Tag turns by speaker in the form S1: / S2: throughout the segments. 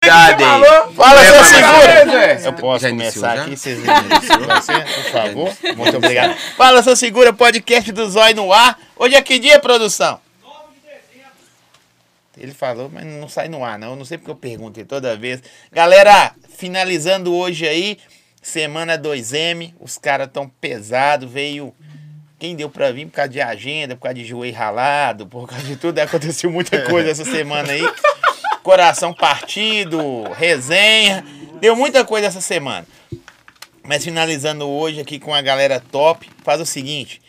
S1: piada, hein?
S2: Fala,
S1: É,
S2: seu
S1: mas-
S2: segundo! Eu
S1: Já
S2: posso
S1: iniciou,
S2: começar
S1: já?
S2: aqui, vocês iniciam, você, por favor? Muito obrigado. Fala, seu segura, podcast do Zói no ar. Hoje é que dia, produção? Ele falou, mas não sai no ar, não. Eu não sei porque eu perguntei toda vez. Galera, finalizando hoje aí, semana 2M, os caras tão pesados, veio. Quem deu pra vir por causa de agenda, por causa de joelho ralado, por causa de tudo, aconteceu muita coisa essa semana aí. Coração partido, resenha, deu muita coisa essa semana. Mas finalizando hoje aqui com a galera top, faz o seguinte,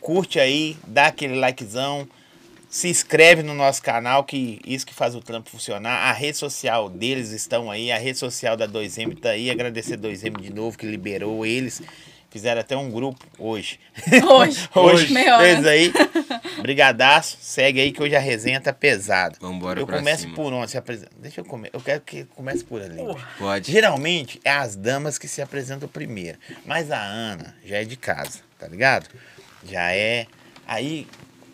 S2: curte aí, dá aquele likezão, se inscreve no nosso canal, que isso que faz o trampo funcionar. A rede social deles estão aí, a rede social da 2M tá aí. Agradecer 2M de novo que liberou eles. Fizeram até um grupo hoje.
S3: Hoje.
S2: Hoje,
S3: Meia hora.
S2: fez aí. Brigadaço, segue aí que hoje a resenha tá pesada.
S1: Vambora
S2: Eu
S1: pra
S2: começo
S1: cima.
S2: por onde se apresenta. Deixa eu comer. Eu quero que comece por ali.
S1: Pode.
S2: Geralmente é as damas que se apresentam primeiro. Mas a Ana já é de casa, tá ligado? Já é. Aí,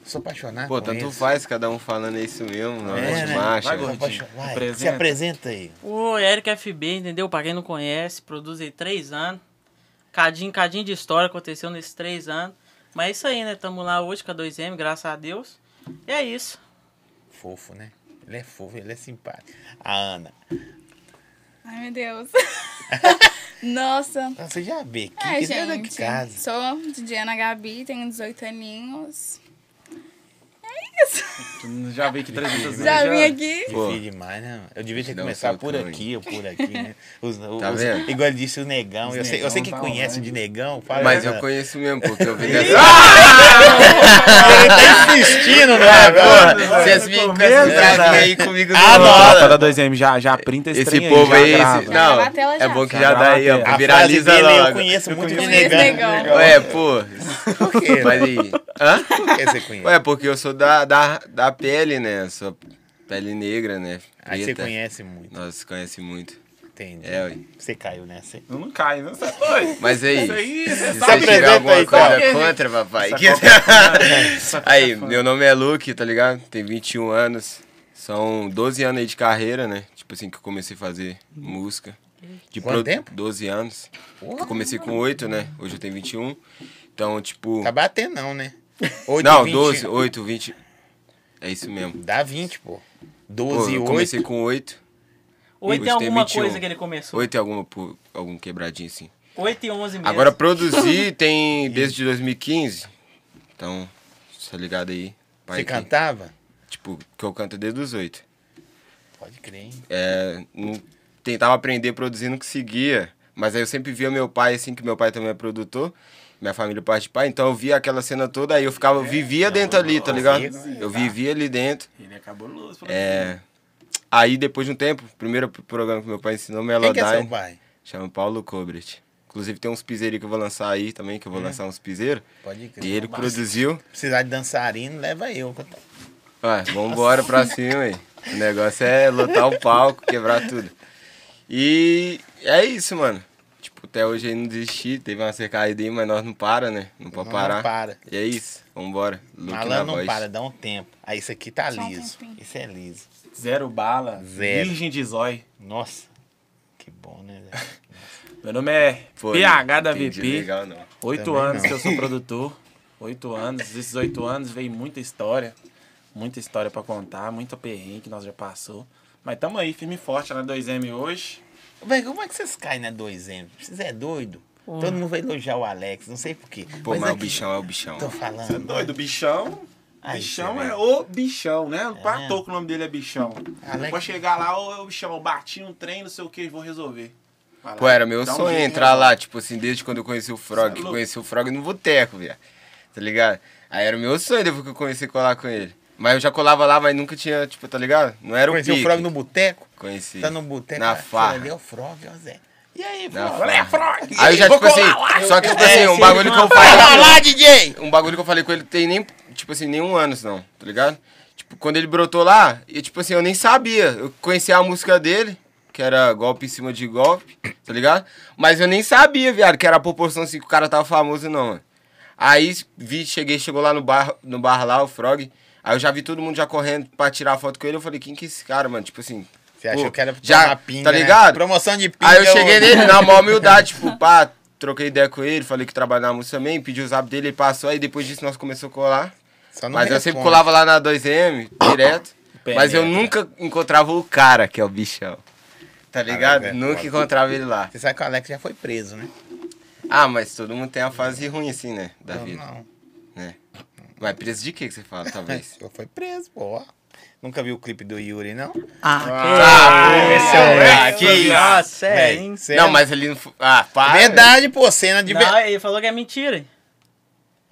S2: sou apaixonado.
S1: Pô,
S2: com
S1: tanto
S2: eles.
S1: faz cada um falando isso mesmo, não é,
S2: É,
S1: de
S2: né?
S1: macho.
S2: Vai,
S1: né?
S2: gordinho. Vai,
S4: Apresenta.
S2: Se apresenta aí.
S5: O Eric FB, entendeu? Pra quem não conhece, produz aí três anos. Cadinho, cadinho de história aconteceu nesses três anos. Mas é isso aí, né? Tamo lá hoje com a 2M, graças a Deus. E é isso.
S2: Fofo, né? Ele é fofo, ele é simpático. A Ana.
S3: Ai, meu Deus. Nossa.
S2: Ah, Você já vê que,
S3: É,
S2: que é daqui de
S3: gente.
S2: casa.
S3: Sou DJ Ana Gabi, tenho 18 aninhos. É
S4: Já vi que 300 vezes.
S3: Já vim aqui.
S1: Pô.
S2: Difícil demais, né? Eu devia ter
S1: Dá um
S2: começado por
S1: socão aí.
S2: aqui ou por aqui, né? Os,
S1: Tá
S2: os-
S1: vendo?
S2: Igual ele disse, o negão. eu, sei, eu sei que
S4: negão tá
S2: conhece de negão. Fala, né?
S1: Mas
S2: Ana.
S1: eu conheço mesmo, porque eu vi dessa
S2: Ele tá insistindo, né?
S1: porra.
S2: velho?
S1: Vocês vêm com essa piadinha aí comigo
S2: Ah,
S1: do
S2: não.
S1: lado.
S4: Tá da 2M, já, já printa esse,
S1: Esse
S4: trem
S1: povo
S4: aí,
S1: aí,
S4: já
S1: esse-
S4: grava.
S1: não,
S3: Grava a tela
S1: é
S3: já.
S1: bom que já
S4: Grava
S1: dá
S4: a
S1: aí,
S4: tela.
S1: ó,
S2: A
S1: viraliza
S2: frase dele,
S1: logo.
S2: Eu conheço muito de
S3: conheço
S2: negão.
S3: negão.
S1: Ué, pô,
S2: Por quê?
S1: mas aí, hã?
S2: Por que você conhece?
S1: Ué, porque eu sou da, da, da pele, né, eu sou pele negra, né,
S2: Aí você
S1: preta.
S2: conhece muito,
S1: Nós se conhece muito,
S2: entende?
S1: é, ué.
S2: Você caiu nessa.
S4: Eu não caio, não sei. Oi.
S1: Mas aí,
S4: Isso aí,
S1: se
S4: você
S1: você
S2: sabe
S1: tiver
S2: apresenta
S1: alguma
S2: aí,
S1: coisa
S2: sabe?
S1: contra, papai.
S4: Essa
S1: que-
S4: Coca-Cola.
S1: aí, meu nome é Luke, tá ligado? Tem 21 anos. São 12 anos aí de carreira, né? Tipo assim, que eu comecei a fazer música. De
S2: Quanto tempo?
S1: 12 anos. Eu comecei com 8, né? Hoje eu tenho 21. Então, tipo.
S2: Tá batendo não, né? Oito e
S1: não,
S2: 20.
S1: 12, 8, 20. É isso mesmo.
S2: Dá 20, pô.
S1: Pô,
S2: 12 e
S1: eu
S2: 8.
S1: comecei com 8.
S5: Oito
S1: Ih, gostei,
S5: é alguma
S1: 21.
S5: coisa que ele começou.
S1: 8 é alguma, pu- algum quebradinho, assim.
S5: Oito e onze mesmo.
S1: Agora produzir tem desde 2015. Então, tá ligado aí. Pai,
S2: Você
S1: que-
S2: cantava?
S1: Tipo, que eu canto desde os oito.
S2: Pode crer, hein?
S1: É, não- tentava aprender produzindo, não conseguia. Mas aí eu sempre via meu pai, assim, que meu pai também é produtor. Minha família parte de pai, então eu via aquela cena toda, aí eu ficava,
S2: É,
S1: vivia dentro ali, tá ligado? Eu vivia ali dentro.
S4: Ele acabou luz.
S1: É, Aí depois de um tempo, o primeiro programa que meu pai ensinou,
S2: Quem que é
S1: Melodyne,
S2: seu pai?
S1: chama Paulo Cobret. Inclusive tem uns piseiros que eu vou lançar aí também, que eu vou
S2: Hum.
S1: lançar uns piseiros.
S2: Pode crer.
S1: E ele produziu.
S2: Precisar de dançarino, leva eu.
S1: Ué, vambora pra cima aí. O negócio é lotar o palco, quebrar tudo. E é isso, mano. Tipo, até hoje aí não desisti, teve uma cercada aí, mas nós não para, né? Não pode
S2: Não
S1: parar.
S2: para.
S1: E é isso, vambora. Luke na
S2: Malandro não
S1: voz.
S2: para, dá um tempo. Aí isso aqui tá
S3: Só um
S2: liso.
S3: tempinho.
S2: Isso é liso.
S4: assim, Zero bala.
S2: Zero.
S4: Virgem de zói.
S2: Nossa, que bom, né? velho?
S4: Meu nome é
S1: Pô,
S4: PH
S1: não
S4: da
S1: entendi
S4: VP.
S1: legal, não.
S4: Oito
S2: Também
S4: anos
S2: não.
S4: que eu sou produtor. Oito anos. Desses oito anos veio muita história. Muita história pra contar. Muita perrengue que nós já passou. Mas tamo aí, firme e forte na 2M hoje.
S2: Velho, como é que vocês caem na 2M? Vocês é doido? Todo mundo vai elogiar o Alex, não sei porquê.
S1: Pô, mas, o
S2: aqui-
S1: bichão é o bichão.
S2: Tô
S4: Você é
S2: falando.
S4: doido, bichão.
S2: Aí,
S4: bichão
S2: você vê.
S4: é o bichão, né? Não
S2: É.
S4: é. que o nome dele é bichão.
S2: Alex-
S4: Depois chegar lá, ô ô, bichão, eu bati um trem, não sei o que, vou resolver. Vai lá,
S1: Pô, era meu
S4: dá um
S1: sonho
S4: jeito,
S1: entrar
S4: né?
S1: lá, tipo assim, desde quando eu conheci o Frog.
S4: Cê é
S1: que
S4: louco.
S1: conheci o Frog no boteco, velho. Tá ligado? Aí era o meu sonho depois que eu comecei a colar com ele. Mas eu já colava lá, mas nunca tinha, tipo, tá ligado? Não era o
S2: Conheceu o
S1: pique.
S2: Frog no boteco?
S1: Conheci.
S2: Tá no boteco.
S1: Na
S2: ah,
S1: farra.
S2: Ali é o Frog, ó, Zé. E aí,
S1: Na
S2: Frog?
S1: farra.
S2: Olha, Frog.
S1: Aí eu já,
S2: Vou
S1: tipo assim,
S2: colar lá. É,
S1: só que, tipo assim, um
S5: se
S1: bagulho
S5: ele
S1: que eu
S2: Vai lá,
S1: falei.
S2: lá, DJ!
S1: Um bagulho que eu falei com ele tem nem, tipo assim, nenhum anos não, tá ligado? Tipo, quando ele brotou lá, e tipo assim, eu nem sabia. Eu conhecia a música dele, que era golpe em cima de golpe, tá ligado? Mas eu nem sabia, viado, que era a proporção assim que o cara tava famoso, não, mano. Aí vi, cheguei, chegou lá no bar, no bar lá, o Frog. Aí eu já vi todo mundo já correndo pra tirar foto com ele. Eu falei, quem que é esse cara, mano? Tipo assim,
S2: Você achou
S1: Pô,
S2: que era pra
S1: já,
S2: tomar pinga,
S1: tá
S2: né?
S1: ligado?
S2: Promoção de pinga.
S1: Aí eu cheguei
S2: ô-
S1: nele na maior humildade, tipo, pá, troquei ideia com ele, falei que trabalhava na música também, pedi o zap dele, ele passou, aí depois disso nós começamos a colar.
S2: Só não
S1: Mas eu sempre
S2: responde.
S1: colava lá na 2M, direto.
S4: Penetra.
S1: Mas eu nunca encontrava o cara, que é o bichão. Tá ligado?
S2: Caraca, é
S1: nunca
S2: foda.
S1: encontrava ele lá.
S2: Você sabe que o Alex já foi preso, né?
S1: Ah, mas todo mundo tem a fase ruim assim, né? Da
S2: Não,
S1: vida.
S2: não.
S1: Né? Mas preço de que que você fala, talvez?
S2: Eu fui preso, pô. Nunca viu o clipe do Yuri, não?
S5: Ah,
S2: esse é
S5: que,
S1: que isso.
S5: Nossa, é,
S2: Véi,
S5: hein?
S2: cê-
S1: Não, mas ele não. fu- Ah, para.
S2: Verdade, pô, cena de... ver-
S5: Não, ele falou que é mentira. hein?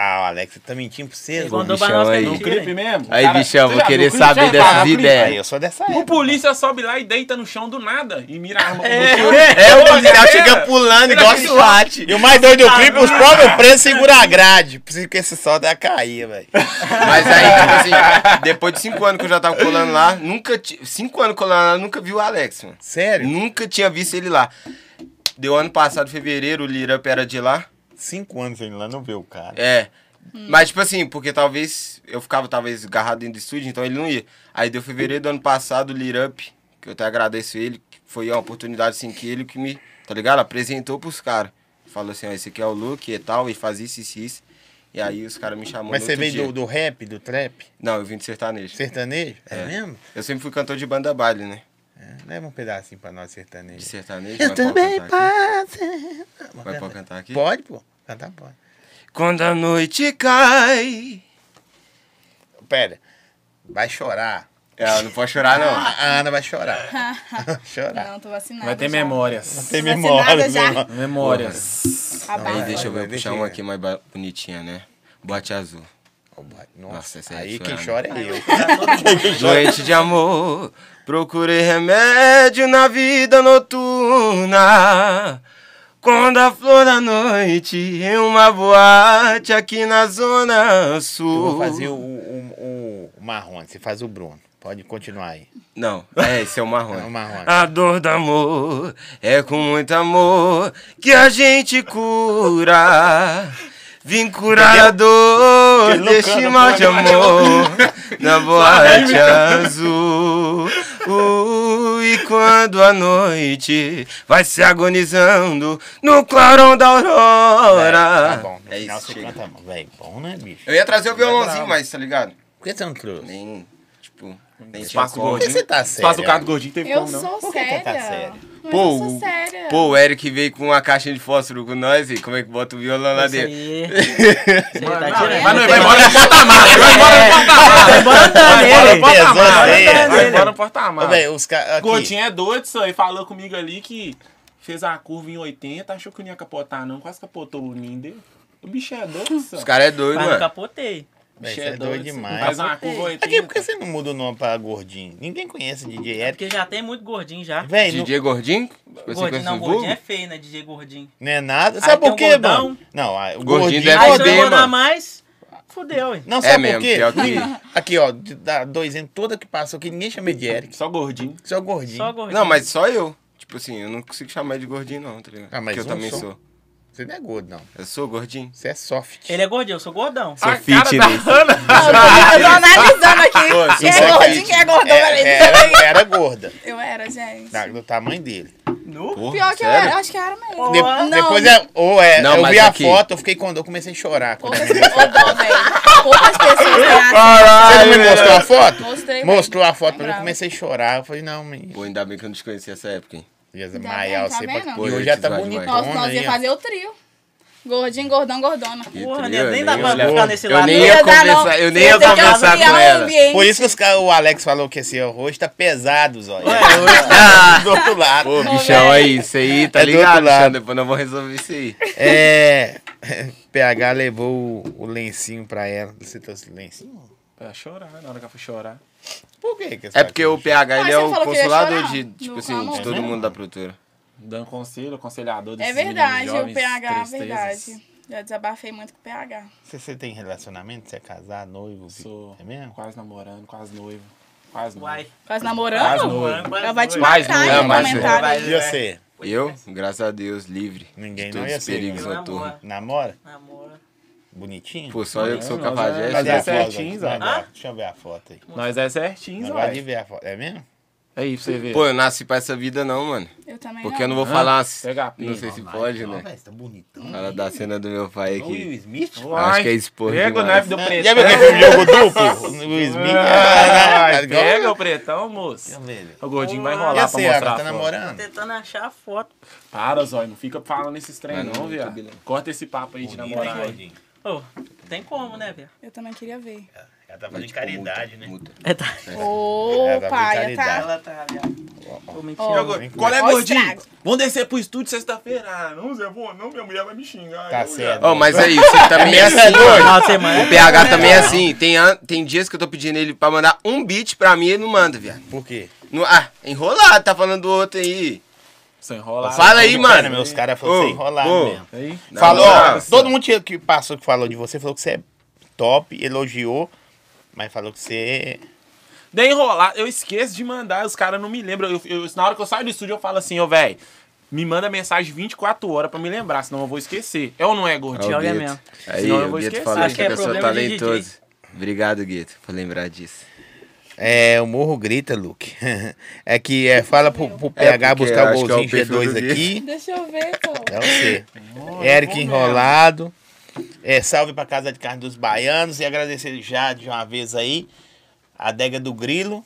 S2: Ah, o Alex, você tá mentindo pra vocês,
S5: Ele
S2: mano.
S5: mandou pra
S1: bichão
S5: nós que é
S1: aí.
S4: No
S5: mentira.
S4: clipe
S5: hein?
S4: mesmo.
S1: Aí, bichão,
S4: você
S1: vou
S4: já
S1: querer
S4: viu o clipe?
S1: saber
S4: Já tava
S1: dessas
S4: no clipe?
S1: ideias.
S2: Aí, eu sou dessa
S4: O
S2: época.
S4: polícia sobe lá e deita no chão do nada e mira a arma.
S1: É, o policial
S4: policial
S1: fica pulando igual SWAT.
S2: E o mais doido do clipe, os próprios presos seguram a grade. Por isso que esse solda ia cair, velho.
S1: Mas aí, tipo assim, depois de cinco anos que eu já tava colando lá, nunca. ti- Cinco anos colando lá, nunca vi o Alex, mano.
S2: Sério?
S1: Nunca tinha visto ele lá. Deu ano passado, fevereiro, o Lirup era de lá.
S2: Cinco anos ainda lá, não vê o cara.
S1: É. Mas, tipo assim, porque talvez eu ficava talvez agarrado dentro do estúdio, então ele não ia. Aí deu fevereiro do ano passado, o Lirup, que eu até agradeço ele, que foi uma oportunidade assim que ele que me, tá ligado? Apresentou pros caras. Falou assim, ó, esse aqui é o look e tal, e fazia isso, isso, isso. E aí os caras me chamou
S2: Mas
S1: no
S2: você
S1: outro
S2: veio
S1: dia.
S2: do, do rap, do trap,
S1: Não, eu vim de sertanejo.
S2: sertanejo? É,
S1: É.
S2: mesmo?
S1: Eu sempre fui cantor de banda baile, né?
S2: É, leva um pedacinho pra nós,
S1: De
S2: sertanejo.
S1: sertanejo.
S2: Eu
S1: mas pode
S2: também
S1: cantar
S2: passo.
S1: aqui. Mas pode cantar aqui?
S2: Pode, pô. Cantar pode.
S1: Quando a noite cai.
S2: Pera, vai chorar.
S1: É, não pode chorar, não.
S2: A Ana vai chorar. chorar.
S3: Não, tô vacinada.
S4: Vai ter
S3: já.
S4: memórias.
S2: Tem
S3: Vacinada
S2: memória,
S3: já.
S2: meu irmão.
S4: Memórias.
S3: Abafa.
S1: Aí deixa eu ver, eu
S2: Vai,
S1: puxar
S2: deixa
S1: uma
S2: aí.
S1: aqui mais ba- bonitinha, né? Boate azul.
S2: Ô, boy,
S1: Nossa,
S2: Nossa,
S1: essa é
S2: aí
S1: chorar,
S2: quem chora é eu.
S1: Doente de amor, procurei remédio na vida noturna. Quando a flor da noite em uma boate aqui na zona
S2: Eu
S1: sul.
S2: vou fazer o, o, o, o marrone, você faz o Bruno. Pode continuar aí.
S1: Não, é, esse é o marrom.
S2: É o marrom.
S1: A dor do amor é com muito amor que a gente cura. Vim curar a dor
S2: Ele não
S1: deste
S2: canta,
S1: mal
S2: pô,
S1: de
S2: ele não
S1: amor na boate azul. Uh, e quando a noite vai se agonizando no clarão da aurora.
S2: Tá bom, no
S1: É
S2: final
S1: isso,
S2: você
S1: chega.
S2: canta. Velho, bom, né, bicho?
S1: Eu ia trazer o violãozinho,
S2: bravo.
S1: mas tá ligado?
S2: Por que você não trouxe?
S1: Nem, tipo, nem tinha
S4: Espaço
S1: como.
S2: Por que
S4: gordinho.
S2: você tá
S4: Espaço do
S2: sério?
S4: carro do gordinho teve
S3: Eu
S4: como, não.
S3: sou
S2: Por que
S3: séria.
S2: que tá séria?
S3: Mas
S1: Pô,
S3: eu sou
S1: o-
S3: séria.
S1: pô, o Eric veio com uma caixinha de fósforo com nós e como é que bota o violão lá
S5: Isso
S1: dentro?
S5: aí. Você
S4: Mano,
S5: tá
S4: não,
S5: tirando.
S4: Mas não, vai embora no porta-malas. Vai embora no
S5: Vai embora
S4: porta-malas.
S5: andando
S2: Vai
S5: ele.
S2: embora,
S4: Vai
S2: Pesou,
S4: embora no
S2: né?
S4: porta-malas. Vai
S2: Vai
S4: embora no
S2: Ô,
S4: porta-malas.
S2: velho, os caras.
S4: Gordinho é doido, só. Ele falou comigo ali que fez a curva em 80, achou que eu não ia capotar, não. Quase capotou o ninho dele. O bicho é doido, só.
S1: Os caras é doido,
S5: Mas não
S1: mano.
S5: capotei.
S4: O bicho
S2: Você é doido
S4: só.
S2: demais.
S4: Faz uma curva em
S1: é
S2: Aqui,
S4: 80.
S2: por que você não muda o nome pra gordinho? Ninguém conhece DJ Eric.
S5: Porque já tem muito gordinho já.
S2: Velho, não,
S1: DJ Gordinho? Tipo assim, Você
S5: Gordinho
S1: conhece
S5: não,
S1: o
S5: gordinho é
S1: vulgo?
S5: feio, né? DJ gordinho.
S2: não é nada. Sabe
S5: tem
S2: por
S5: um
S2: quê,
S5: gordão.
S2: mano? Não, ah,
S1: Gordinho
S2: o gordinho.
S1: deve
S2: Ó,
S5: Aí se
S1: bem,
S5: eu mandar
S1: mano.
S5: mais, fudeu, hein?
S2: Não,
S1: É
S2: sabe
S1: mesmo,
S2: por quê?
S1: pior que-
S2: Ninguém- Aqui, ó, de- da dois anos toda que passou aqui, ninguém chama ele de Eric.
S4: Só gordinho.
S2: Só gordinho.
S5: Só gordinho.
S1: Não, mas só eu. Tipo assim, eu não consigo chamar ele de gordinho, não, tá ligado?
S2: Ah, mas
S1: Porque eu
S2: um
S1: também
S2: só.
S1: sou.
S2: Você não é gordo, não.
S1: Eu sou gordinho.
S2: Você é soft.
S5: Ele é gordinho, eu sou gordão.
S1: Sou
S4: A cara
S1: fitness.
S4: da Ana.
S3: Eu tô analisando
S1: Pô,
S3: aqui. Quem
S1: isso
S3: é
S1: é
S3: gordinho, quem é gordão, peraí.
S2: É, era, era gorda.
S3: Eu era, gente.
S2: da- do tamanho dele.
S5: Nu?
S1: Porra,
S3: Pior que eu
S1: sério?
S3: era, eu acho que eu era mesmo.
S2: De-
S3: Não.
S2: Depois é, ou é,
S1: Não,
S2: eu
S1: mas
S2: vi a
S1: aqui-
S2: foto, eu fiquei com dor, comecei a chorar. Quando
S3: Poucas,
S2: a minha-
S3: Ô, dó, velho. Poucas pessoas têm
S2: Você
S3: acesso.
S2: não me
S1: Caralho,
S2: mostrou a foto?
S3: Mostrei, tá
S2: Mostrou a foto pra mim, eu
S3: Lembrava.
S2: comecei a chorar. Eu falei, não, é menino.
S1: Pô, ainda bem que eu não te conheci essa época, hein?
S2: Beleza,
S3: Tá
S2: Maial,
S3: vendo, tá
S2: você
S3: vendo?
S2: pode- E hoje já tá
S1: Vai, vai.
S2: bonitona
S3: Nós, nós
S2: aí,
S3: ia
S2: ó.
S3: fazer o trio. Gordinho, gordão, gordona.
S1: Que
S5: Porra,
S1: trio,
S5: né? Nem
S1: eu
S5: dá pra
S1: olhava.
S5: ficar nesse
S1: Eu
S5: lado.
S1: tá nem
S5: não.
S1: ia
S3: Ia dar, não.
S1: conversar, eu nem ia
S3: ter que
S1: conversar
S3: ampliar
S1: com
S3: o
S1: ela.
S3: ambiente.
S2: Por isso que os ca- o Alex falou que esse arroz tá pesado, Zóia.
S5: É, hoje tá-
S2: do outro lado.
S1: Ô, bichão, é isso aí, tá
S2: É do outro
S1: ligado, bichão?
S2: lado.
S1: Depois nós vamos resolver isso aí.
S2: É. PH levou o, o lencinho pra ela. Você trouxe o lencinho?
S4: Pra É chorar, na hora que eu fui chorar.
S2: Por que? que
S1: É porque o PH,
S3: Mas
S1: ele é
S3: você
S1: o
S3: falou que ia
S1: consolador
S3: chorar?
S1: de,
S3: No
S1: tipo assim, de
S3: calor.
S1: todo
S2: É
S1: mundo da produtora.
S4: Dando conselho, aconselhador desses
S3: É verdade,
S4: meninos
S3: o
S4: jovens,
S3: PH, é
S4: tristezas.
S3: verdade. Já desabafei muito com o PH.
S2: Você, você tem relacionamento? Você é casado, noivo? vi-
S4: Sou
S2: É mesmo?
S4: quase namorando, quase noivo. Quase
S5: Uai.
S3: Quase
S4: noivo. Quase
S3: namorando?
S4: noivo.
S3: Ela vai te
S4: Quase
S3: matar
S1: noivo.
S3: em
S1: Mas- é.
S3: comentário.
S5: Mas-
S2: E você?
S1: Eu, graças a Deus, livre
S2: Ninguém
S1: de
S2: não
S1: todos
S2: ia
S1: os
S2: ser,
S1: perigos
S5: né?
S1: noturnos.
S2: Namora?
S5: Namora.
S2: Bonitinho?
S1: Pô, só eu que sou
S4: Não, não,
S1: capaz
S4: mas
S2: Cadê a
S4: é
S1: de...
S2: foto?
S4: certinho,
S2: Zóia?
S4: Zóia.
S2: Cadê a- Deixa eu ver a foto aí.
S4: Nós é certinho,
S2: Não gosto de
S4: Zóia.
S2: ver a foto. É mesmo?
S4: Aí, pra você ver.
S1: Pô, eu nasci pra essa vida não, mano.
S3: Eu também
S1: Porque eu não vou
S4: Hã?
S1: falar.
S4: Pega a
S1: não
S4: pilha,
S1: sei se
S2: Vai,
S1: pode,
S2: não,
S1: né?
S2: velho, Você tá bonitão.
S1: Fala da cena do meu pai
S2: Igual o Will
S1: aqui.
S2: Smith.
S1: Acho que é expor
S4: Pega o
S1: demais.
S4: naipe do
S2: Né?
S4: pretão.
S2: Já viu aquele filme Jogo Duplo? O Will Smith.
S4: Ah,
S2: Tá igual-
S4: Pega o pretão, moço. O gordinho vai
S2: E
S4: rolar
S2: a
S4: pra mostrar.
S2: Seara, tá
S4: a foto.
S5: Tô
S2: namorando?
S5: tentando achar a foto.
S4: Para, Zóio, não fica falando esses trem,
S1: Mas não,
S4: não, viado.
S1: Camila.
S4: Corta esse papo aí de namorar. aí.
S2: Gordinho.
S5: Ô, tem como, né, velho?
S3: Eu também queria ver.
S2: Ela tá fazendo
S1: Tipo, multa,
S2: caridade, né?
S1: multa.
S5: É, tá.
S3: Ô,
S2: É, dá
S3: pai,
S2: brutalidade.
S3: tá?
S5: Ela tá, viado. Ô,
S3: Ó.
S5: mentira.
S2: Vem
S4: Qual é,
S3: Ó o
S4: gordinho?
S3: estrago.
S4: Vamos descer pro estúdio sexta-feira. Ah, não, Zé, vou, não, minha mulher vai me xingar.
S2: Tá
S4: eu já-
S2: certo.
S1: Ó, mas é isso, ele também é assim, mano.
S5: Final de semana.
S1: O PH também é assim. Tem, an- tem dias que eu tô pedindo ele pra mandar um beat pra mim e ele não manda, viado.
S2: Por quê?
S1: Não- ah, enrolado, tá falando do outro aí.
S4: Sem enrolar.
S1: Fala aí,
S2: Cara,
S1: mano.
S2: meus caras falaram que
S1: Ô,
S2: você enrolado
S1: ô.
S2: mesmo.
S4: Aí.
S1: Não,
S2: falou,
S1: não,
S2: ó, todo mundo que- que passou que falou de você falou que você é top, elogiou, mas falou que você.
S4: Dei enrolar, eu esqueço de mandar, os caras não me lembram. Eu, eu- na hora que eu saio do estúdio, eu falo assim, ô, velho, me manda mensagem 24 horas pra me lembrar, senão eu vou esquecer. É ou não é,
S1: Ó,
S4: gordinho?
S1: o
S5: Joga
S1: Gueto.
S5: mesmo.
S1: Aí,
S4: Senão eu
S1: o
S4: vou
S1: Gueto
S4: esquecer.
S1: falou
S5: Acho
S1: que
S5: que é
S1: eu sou
S5: problema de DJ.
S1: talentoso. Obrigado, Gueto, por lembrar disso.
S2: É, o morro grita, Luke. É que é, fala pro, pro PH
S1: porque acho
S2: buscar o
S1: que é o
S2: golzinho
S1: perfil do
S2: G2
S1: Gui.
S2: aqui.
S3: Deixa eu ver, pô.
S2: É você. Eric enrolado. É, salve pra Casa de Carne dos Baianos e agradecer já de uma vez aí a adega do Grilo.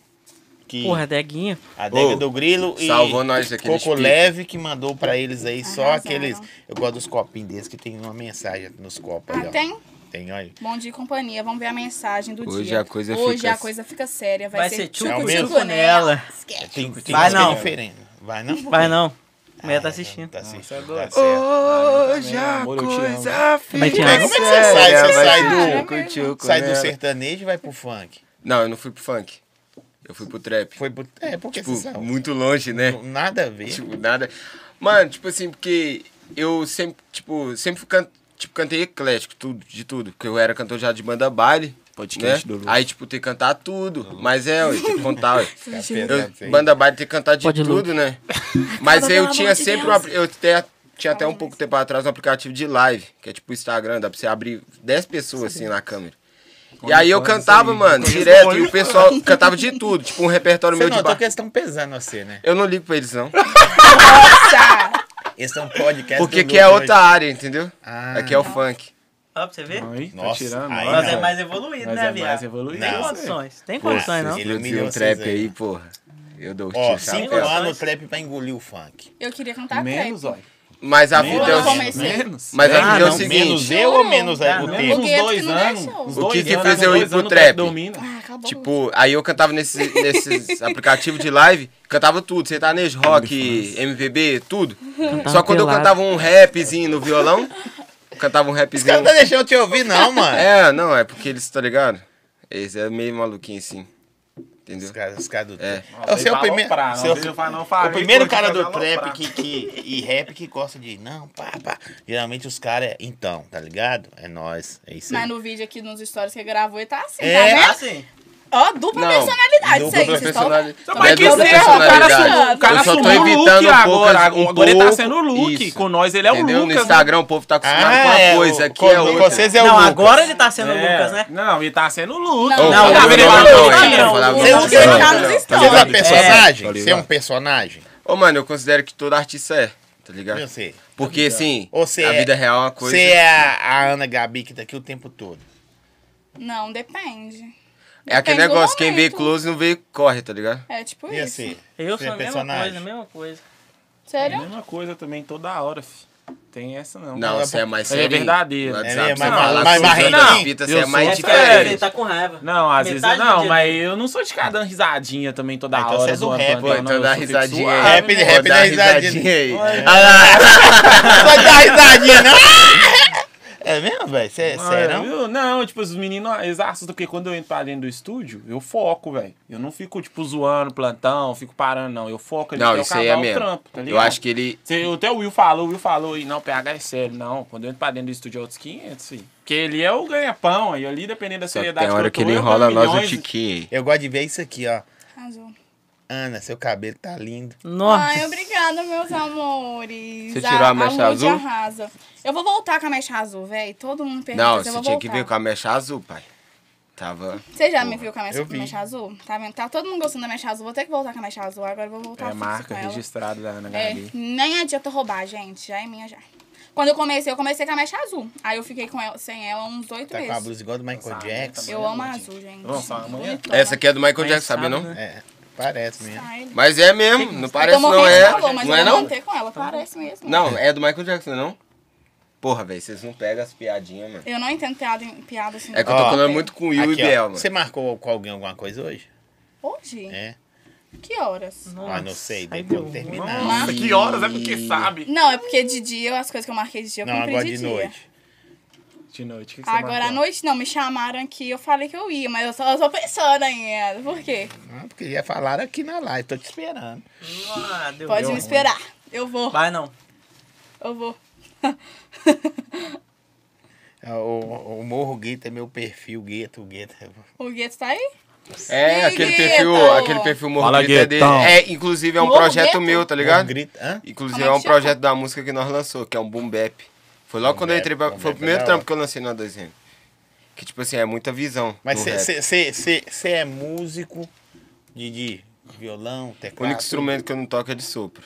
S2: Que
S5: Porra, é Deguinha.
S2: A adega
S1: Ô,
S2: do Grilo e
S1: salvou nós aqui no
S2: Coco
S1: Espírito.
S2: Leve que mandou pra eles aí só
S3: Arrasaram.
S2: aqueles. Eu gosto dos copinhos deles que tem uma mensagem nos copos aí,
S3: Ah,
S2: ó.
S3: tem?
S2: Tem, olha. aí.
S3: Bom dia e companhia. Vamos ver a mensagem do
S1: Hoje
S3: dia.
S1: a coisa
S3: Hoje
S1: fica-
S3: a coisa fica séria. Vai, tipo
S5: Vai ser tipo tchuco,
S2: É o
S5: tchuco nela.
S3: Esquece.
S2: Tem, tem
S5: Vai
S2: uns que é
S5: não.
S2: diferente. Vai não.
S5: Vai não. A mulher tá
S2: Não
S5: assistindo.
S2: Tá assistindo.
S4: Isso é
S2: tá
S4: doido.
S2: certo.
S1: Hoje
S4: a coisa
S5: Mas tinha-
S2: Mas como é que você sai? Você sai do-
S1: do...
S2: Sai
S5: né?
S2: do sertanejo e vai pro funk.
S1: Não, eu não fui pro funk. Eu fui pro trap.
S2: Foi pro... É, porque
S1: tipo,
S2: você saiu.
S1: muito longe, né?
S2: Nada a ver.
S1: Tipo, nada. Mano, tipo assim, porque eu sempre, tipo, sempre fui can... tipo, cantei eclético, tudo, de tudo. Porque eu era cantor já de banda baile.
S4: Podcast
S1: né?
S4: do Lu.
S1: Aí, tipo, tem que cantar tudo. Mas é, ué, tem que contar, ué.
S2: Tá
S1: Eu-
S2: pesado isso aí.
S1: banda baile tem que cantar de
S5: Pode, Lu.
S1: tudo, né? Mas eu
S3: um, pelo
S1: tinha
S3: amor de
S1: sempre.
S3: Deus.
S1: um apli- eu até- tinha até um pouco tempo atrás um aplicativo de live, que é tipo o Instagram, dá pra você abrir 10 pessoas assim na câmera. E aí eu
S4: Quando foi
S1: cantava,
S4: isso aí?
S1: mano,
S4: Quando foi
S1: direto,
S4: isso?
S1: e o pessoal cantava de tudo, tipo um repertório
S2: Você
S1: meu de
S2: notou
S1: bar.
S2: que eles estão pesando você, né?
S1: Eu não ligo pra eles, não.
S3: Tá.
S2: Eles são podcast.
S1: Porque
S2: do
S1: aqui é
S2: Luke
S1: outra área, entendeu?
S2: Ah.
S1: Aqui é o funk.
S5: Ó, pra você ver.
S4: Aí, tá
S2: Nossa,
S4: tirando.
S2: aí
S5: Nós
S4: olha.
S5: é mais evoluído,
S4: Nós
S5: né,
S4: é mais
S5: viado?
S4: evoluído.
S5: Tem
S2: Não.
S5: condições. Tem
S2: Nossa,
S5: condições, não?
S2: ele-
S1: Produzir um
S2: humilhou
S1: trap
S2: vocês aí.
S1: aí, porra. Eu dou é o
S2: hoje. Ó,
S1: tiro,
S2: cinco
S1: chapéu.
S2: anos o trap vai engolir o funk.
S3: Eu queria cantar
S4: Menos,
S3: trap.
S4: olha.
S1: Mas a
S3: Quando
S1: vida é
S3: eu
S1: o seguinte.
S3: comecei.
S4: Então, assim, Menos.
S1: Mas a
S5: Ah,
S1: vida é o
S5: não,
S2: menos
S1: seguinte.
S2: eu ou menos a-
S5: Ah,
S2: o
S5: não.
S4: Menos
S2: tempo?
S4: uns
S3: Porque
S4: dois
S3: tu não é
S4: anos.
S3: show.
S4: uns
S1: O
S4: dois
S1: que que
S4: anos,
S1: fez eu
S4: dois
S1: ir pro
S4: anos,
S1: trap?
S4: Domina.
S3: Ah, acabou.
S1: Tipo, aí eu cantava nesse- nesses aplicativos de live, cantava tudo, sertanejo, rock, MVB, tudo. Só quando eu
S5: pelado.
S1: cantava um rapzinho no violão, eu cantava um
S2: Os caras
S1: rapzinho.
S2: não tá deixando eu te ouvir, não, mano.
S1: É, não, é porque eles, tá ligado? Eles é meio maluquinho assim. Entendeu?
S2: Os caras os caras do
S1: É.
S2: trap. Você é o primeiro. você é o- O primeiro cara do trap que, que- e rap que gosta de. Não, pá, pá. Geralmente os caras é. Então, tá ligado? É nós. É isso
S3: Mas
S2: aí.
S3: no vídeo aqui nos stories que gravou, ele tá assim,
S2: É.
S3: tá
S5: Ah,
S3: vendo?
S5: sim.
S3: Ó, dupla
S1: Não,
S3: personalidade
S2: dupla
S3: isso aí. vocês tão-
S1: personalidade.
S3: tão-
S1: Mas
S4: Mas
S1: é
S4: que
S1: dupla
S4: será? O cara
S1: personalidade.
S4: sumiu, o cara
S1: Eu só tô
S4: sumiu o
S1: evitando
S4: Luke
S1: um pouco
S4: agora.
S1: as- um
S4: agora ele tá
S1: pouco
S4: sendo o Luke.
S1: isso.
S4: Com nós ele é o
S1: Entendeu?
S4: Lucas.
S1: no Instagram o povo tá acostumado com uma
S2: né? Ah, é,
S1: coisa,
S2: o-
S1: aqui é
S2: com
S1: outra.
S2: vocês é o
S5: Não,
S2: Lucas.
S5: agora ele tá sendo o
S4: É.
S5: Lucas, né?
S4: Não, ele tá sendo o
S3: Não,
S4: Luke.
S1: Não,
S5: Não,
S1: não,
S5: ele
S1: não,
S5: vai
S1: não,
S5: voltar,
S1: não,
S5: não.
S1: eu falava-
S3: Você não quer
S5: tá
S3: entrar nos
S2: Você é um
S3: stories.
S2: personagem?
S1: É.
S2: Você é um personagem?
S1: Ô, mano, eu considero que todo artista é, tá ligado?
S2: Eu sei.
S1: Porque, assim,
S2: Ou você
S1: a
S2: é-
S1: vida real é uma coisa...
S2: Você é a, a Ana Gabi que tá aqui o tempo todo.
S3: Não, depende.
S1: É aquele
S3: Depende do
S1: negócio, quem vê
S3: momento.
S1: close não vê, corre, tá ligado?
S3: É tipo
S2: E
S3: isso.
S2: assim?
S5: Eu
S2: você
S5: sou
S2: é
S5: a mesma coisa, a
S2: personagem?
S5: mesma coisa.
S4: É a
S3: Sério?
S4: mesma coisa também, toda hora, fi. Tem essa não.
S1: Não,
S2: é
S1: você é mais
S4: Ele é
S1: sério.
S4: verdadeiro.
S2: É mesmo, mas-
S1: fala
S2: mas-
S1: com
S2: mas-
S1: os
S2: não.
S1: outros, fita, você
S4: Eu
S1: é mais
S4: sou-
S5: Mas, cara, ele
S1: diferente.
S5: tá com raiva.
S4: Não, às vezes
S5: Metade do
S4: não,
S5: dia
S4: mas eu não sou de ficar dando risadinha também toda
S2: Ah, então
S4: hora.
S2: você é do
S4: zoando
S2: rap,
S4: plantão,
S1: Pô,
S4: não,
S1: então dá
S4: eu fico
S1: risadinha aí.
S4: suave.
S2: Rap,
S1: Pô,
S2: rap,
S1: dá
S2: dá
S1: risadinha
S2: risadinha.
S1: aí.
S5: Olha.
S1: Ah, lá.
S2: Só dá risadinha, não? É mesmo, velho? Você é
S4: Ah,
S2: sério?
S4: viu? Não, tipo, os meninos eles assustam, porque quando eu entro pra dentro do estúdio, eu foco, velho. Eu não fico, tipo, zoando plantão, fico parando, não. Eu foco ali
S1: Não,
S4: pra eu
S1: isso aí é
S4: cavar o
S1: mesmo.
S4: trampo, tá
S1: Eu
S4: ligado?
S1: acho que ele...
S4: Cê, até o Will falou, o Will falou aí, não, PH é sério, não. Quando eu entro pra dentro do estúdio é outros 500, filho. Porque ele é o ganha-pão, aí ali, dependendo da
S1: Só que
S4: seriedade
S1: tem hora
S4: eu
S1: que
S4: tô,
S1: ele
S4: eu ganho
S1: enrola nós um
S4: milhões.
S1: tiquinho aí.
S2: Eu gosto de ver isso aqui, ó.
S1: Uhum.
S3: Arrasou.
S2: Ana, seu cabelo tá lindo.
S5: Nossa.
S3: Ai, obrigada, meus amores.
S1: Você tirou a mecha
S3: Lud
S1: azul?
S3: arrasa. Eu vou voltar com a mecha azul, velho. Todo mundo pergunta
S1: Não,
S3: se
S1: você
S3: eu vou
S1: tinha
S3: voltar.
S1: que vir com a mecha azul, pai. Tava.
S3: Você já me viu com a mecha,
S2: eu
S3: com a
S2: vi.
S3: mecha azul? Tá vendo? Tá todo mundo gostando da mecha azul. Vou ter que voltar com a mecha azul. Agora eu vou voltar
S4: É a
S3: fixo
S4: marca
S3: com ela.
S4: registrada da Ana
S3: É,
S4: Gabi.
S3: nem adianta roubar, gente. Já é minha, já. Quando eu comecei, eu comecei com a mecha azul. Aí eu fiquei com ela, sem ela uns oito
S2: Tá com a
S3: meses.
S2: blusa igual do Michael
S4: Nossa,
S2: Jackson.
S3: Eu amo a azul, gente.
S4: Vamos falar amanhã?
S3: Muito
S1: Essa aqui é do Michael
S5: Mas
S1: Jackson, sabe não?
S5: né?
S2: É, parece mesmo.
S3: Style.
S1: Mas é mesmo, não parece
S3: eu tô
S1: não
S3: morrendo de
S1: é.
S3: calor, Então, tá mas
S1: Não
S3: eu
S1: é
S3: vou
S1: não?
S3: manter com ela.
S4: Tá
S3: Parece mesmo.
S1: Não, é do Michael Jackson, não? é não? Porra, velho, vocês não pegam as piadinhas, mano.
S3: Eu não entendo piada, em- piada assim.
S1: É que eu tô
S2: Ó.
S1: falando muito com o Will
S2: Aqui,
S1: e
S2: ó,
S1: Biel, mano.
S2: Você marcou com alguém alguma coisa hoje?
S3: Hoje?
S2: É.
S3: Que horas?
S2: Ah, não sei,
S5: aí
S2: depois
S5: deu
S2: terminar.
S5: ruim.
S4: Nossa, que horas é porque sabe.
S3: Não, é porque de dia, eu- as coisas que eu marquei de dia, eu
S2: Não,
S3: cumpri
S2: agora
S3: de,
S2: de
S3: dia.
S2: noite.
S4: De noite, o que, que você
S3: Agora à
S4: marcou?
S3: noite não, me chamaram aqui, eu falei que eu ia, mas eu só, eu só pensando ainda. Por quê?
S2: Ah, porque já falaram aqui na live, tô te esperando.
S5: Ah, deu
S3: Pode
S5: ruim.
S4: um
S3: me esperar. Eu vou,
S5: Vai não.
S3: eu vou.
S2: Ah, O, o Morro Gueto é meu perfil, Gueto, Gueto.
S3: o Gueto tá aí?
S1: É, aquele
S3: Gueto!
S1: perfil, aquele perfil
S4: Fala,
S1: morrito é dele.
S4: Guetão.
S1: É, inclusive é um
S3: Morro
S1: projeto
S3: Gueto?
S1: meu, tá ligado?
S2: Grita, hã?
S1: Inclusive
S3: Como é
S1: é
S3: que
S1: um
S3: chama?
S1: projeto da música que nós lançou, que é um boom bap. Foi logo
S2: Boom
S1: quando eu
S2: bap,
S1: entrei pra...
S2: boom
S1: Foi o
S2: bap é
S1: primeiro
S2: da
S1: trampo
S2: hora.
S1: que eu lancei na 2M. Que, tipo assim, é muita visão
S2: Mas
S1: do rap.
S2: você é músico de, de violão,
S1: O
S2: teclado?
S1: único instrumento que eu não toco é de sopro.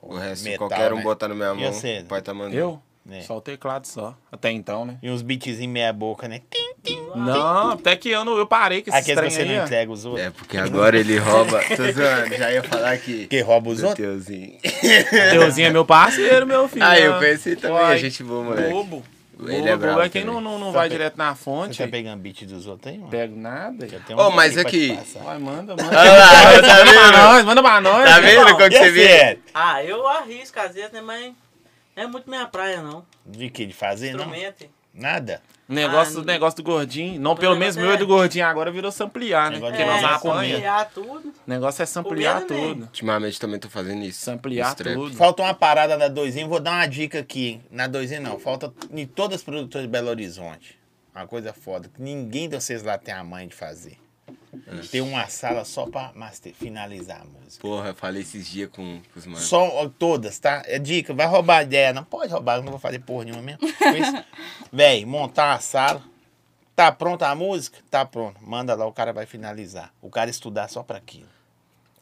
S1: O resto,
S2: metal,
S1: qualquer um
S2: né?
S1: botar na minha
S2: E
S1: mão,
S2: você?
S1: o pai tá mandando.
S4: Eu?
S2: É.
S4: Só o teclado só. Até então, né?
S2: E uns beatzinhos meia boca, né? Tim, tim.
S4: Não, até que eu, não, eu parei com esse
S2: Aqueles
S4: trem
S2: que você
S4: aí.
S2: não
S4: ó.
S2: entrega os outros.
S1: É, porque agora ele rouba. Tô zoando, já ia falar que.
S2: Que rouba os
S1: Do
S2: outros?
S1: teuzinho.
S4: Teuzinho é meu parceiro, meu filho.
S1: Ah, eu
S4: ó.
S1: conheci também,
S4: Uai,
S1: a gente boa, moleque.
S4: Bobo.
S1: Ele é
S4: Bobo,
S1: brabo
S4: bobo é quem
S1: também.
S4: não, não, não vai
S2: pe-
S4: direto na fonte.
S2: Você tá pegando beat dos outros aí, mano?
S4: Pego nada.
S2: Eu tenho
S1: um Ô,
S2: um
S1: mas é
S2: pra
S1: aqui-
S2: te passar.
S4: Vai, manda,
S1: Olha
S4: manda.
S1: lá, tá
S4: Manda pra
S1: vendo?
S4: nós, manda pra nós.
S1: Tá
S4: né,
S1: vê
S4: irmão?
S1: como que
S2: E
S1: você
S2: esse
S1: vê?
S2: é?
S5: Ah, eu arrisco às vezes, né? Mas não é muito minha praia, não.
S2: De que? De fazer, É, não?
S5: Instrumento. hein?
S2: Nada?
S4: Negócio,
S5: Ah,
S4: negócio do gordinho. Não,
S5: Tô
S4: pelo
S5: vendo
S4: menos
S5: até-
S4: meu e do gordinho agora virou samplear, né?
S2: Negócio
S4: Porque
S2: de
S4: nós
S2: gordinho.
S4: apanha.
S5: samplear É, tudo.
S4: O negócio é samplear
S5: O meu também.
S4: tudo.
S1: Ultimamente também tô fazendo isso.
S4: Samplear
S1: Esse trap.
S4: tudo.
S2: Falta uma parada na 2 vou dar uma dica aqui. hein? Na 2 não, falta em todas as produtoras de Belo Horizonte. Uma coisa foda, que ninguém de vocês lá tem a mãe de fazer. Tem uma sala só pra master, finalizar a música.
S1: Porra, eu falei esses dias com, com os manos.
S2: Só ó, todas, tá? É dica, vai roubar a ideia. Não pode roubar, eu não vou fazer porra nenhuma mesmo. Com isso, Véi, montar a sala. Tá pronta a música? Tá pronta. Manda lá, o cara vai finalizar. O cara estudar só pra aquilo.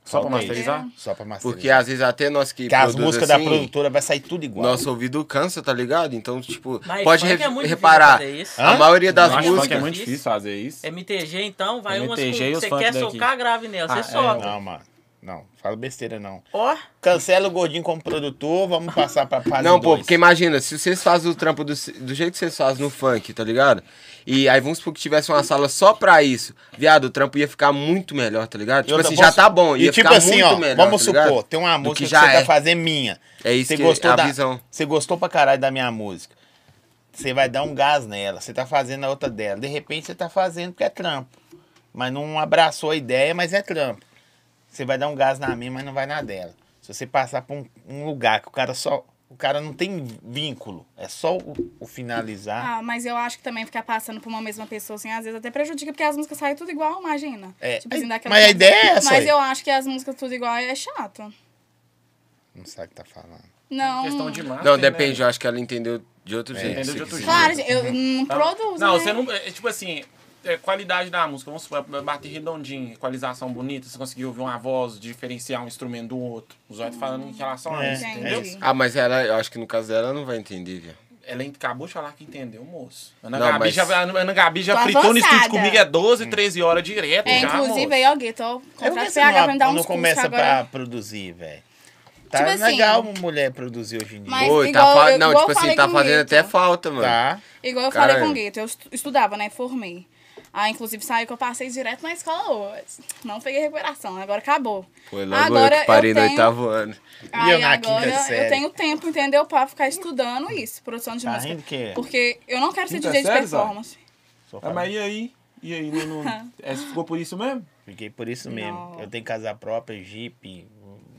S4: Só pra
S2: Falta isso.
S4: masterizar?
S2: Só pra masterizar.
S1: Porque às vezes até nós que.
S2: Porque as
S1: produz
S2: músicas
S1: assim,
S2: da produtora vai sair tudo igual.
S1: Nosso ouvido cansa, tá ligado? Então, tipo,
S5: Mas
S1: pode
S5: funk
S1: re-
S5: é muito difícil
S1: reparar.
S5: fazer isso.
S1: A
S2: Hã?
S1: maioria das
S4: Eu acho
S1: músicas.
S4: que é muito difícil fazer isso.
S5: MTG, então, vai umas
S4: MTG e
S5: com...
S4: os
S5: Você
S4: funk
S5: quer
S4: daqui.
S5: socar grave nela,
S4: Ah, é,
S5: você soca.
S2: Não, mano. Não, fala besteira não.
S5: Ó,
S2: Cancela o gordinho como produtor, vamos passar pra fase
S1: Não, pô,
S2: dois.
S1: porque imagina, se vocês fazem o trampo do, do jeito que vocês fazem no funk, tá ligado? E aí vamos supor que tivesse uma sala só pra isso. Viado, o trampo ia ficar muito melhor, tá ligado?
S2: Eu
S1: Tipo assim,
S2: vou-
S1: já tá bom,
S2: E
S1: ia
S2: tipo
S1: ficar
S2: assim,
S1: muito
S2: ó,
S1: melhor,
S2: vamos
S1: tá
S2: supor,
S1: ligado?
S2: tem uma
S1: Do
S2: música que,
S1: já
S2: você
S1: é.
S2: quer fazer minha.
S1: É isso
S2: você
S1: que-
S2: gostou
S1: é a
S2: da,
S1: visão.
S2: Você gostou pra caralho da minha música. Você vai dar um gás nela, você tá fazendo a outra dela. De repente você tá fazendo porque é trampo. Mas não abraçou a ideia, mas é trampo. Você vai dar um gás na minha, mas não vai na dela. Se você passar pra um, um lugar que o cara só. O cara não tem vínculo. É só o, o finalizar.
S3: Ah, mas eu acho que também ficar passando por uma mesma pessoa, assim, às vezes até prejudica, porque as músicas saem tudo igual, imagina.
S2: É,
S3: Tipo assim,
S2: mas-
S3: daquela
S2: mas a ideia é essa
S3: Mas
S2: aí.
S3: eu acho que as músicas tudo igual é chato.
S2: Não sabe o que tá falando.
S3: Não.
S4: Questão de master,
S1: Não,
S4: né?
S1: depende, eu acho que ela entendeu de outro
S2: Ah, É,
S1: jeito.
S4: entendeu de
S1: se
S4: outro
S1: quiser.
S4: jeito.
S3: Claro, gente, eu não produzo.
S4: Tá Não,
S3: né?
S4: você não. É, é, tipo assim, é, qualidade da música. Vamos supor, é, bater redondinho, equalização bonita, você conseguiu ouvir uma voz, diferenciar um instrumento do outro. Os olhos falando em relação a
S2: É,
S4: isso,
S2: é
S4: entendeu?
S3: isso.
S1: Ah, mas ela, eu acho que no caso dela, ela não vai entender, viado.
S4: Ela en- acabou de falar que entendeu, moço. Ana,
S1: Não,
S4: Gabi,
S1: mas- Hum.
S4: já, a Ana Gabi já
S3: Tô
S4: fritou no estúdio
S3: avançada.
S4: comigo é 12, 13 horas direto.
S3: É,
S4: Ah, já,
S3: inclusive,
S4: moço.
S3: aí, ó, Gueto, eu
S2: É porque
S3: contrato
S2: você não,
S3: PH pra me dar
S2: não
S3: uns cursos
S2: começa pra
S3: agora.
S2: produzir, velho. Tá
S3: Tipo assim-
S2: legal uma mulher produzir hoje em dia.
S3: Mas
S1: Oi,
S3: igual
S1: tá fa-
S3: eu-
S1: Não,
S3: igual
S1: tipo
S3: eu
S1: assim,
S3: falei
S1: tá
S3: com o
S1: fazendo
S3: Milton.
S1: até falta, mano.
S2: Tá.
S3: Igual eu
S1: Caralho.
S3: falei com o Gueto, eu estu- estudava, né? Formei. Ah, inclusive saiu que eu passei direto na escola hoje. Não peguei recuperação, agora acabou.
S1: Foi logo
S3: agora
S1: eu é que tá parei
S3: eu
S1: no
S3: tenho...
S1: oitavo ano.
S2: E eu
S3: Aí
S2: na
S3: agora
S2: quinta série.
S3: eu tenho tempo, entendeu? Pra ficar estudando isso, produção de
S2: Tá
S3: música.
S2: rindo que-
S3: Porque eu não quero ser
S4: Quinta
S3: DJ de
S4: série, Zóia?
S3: performance.
S2: Só
S4: Ah,
S2: falo-
S4: mas e aí? E aí, não, não... é, ficou por isso mesmo?
S2: Fiquei por isso mesmo.
S3: Não.
S2: Eu tenho casa própria, Jeep.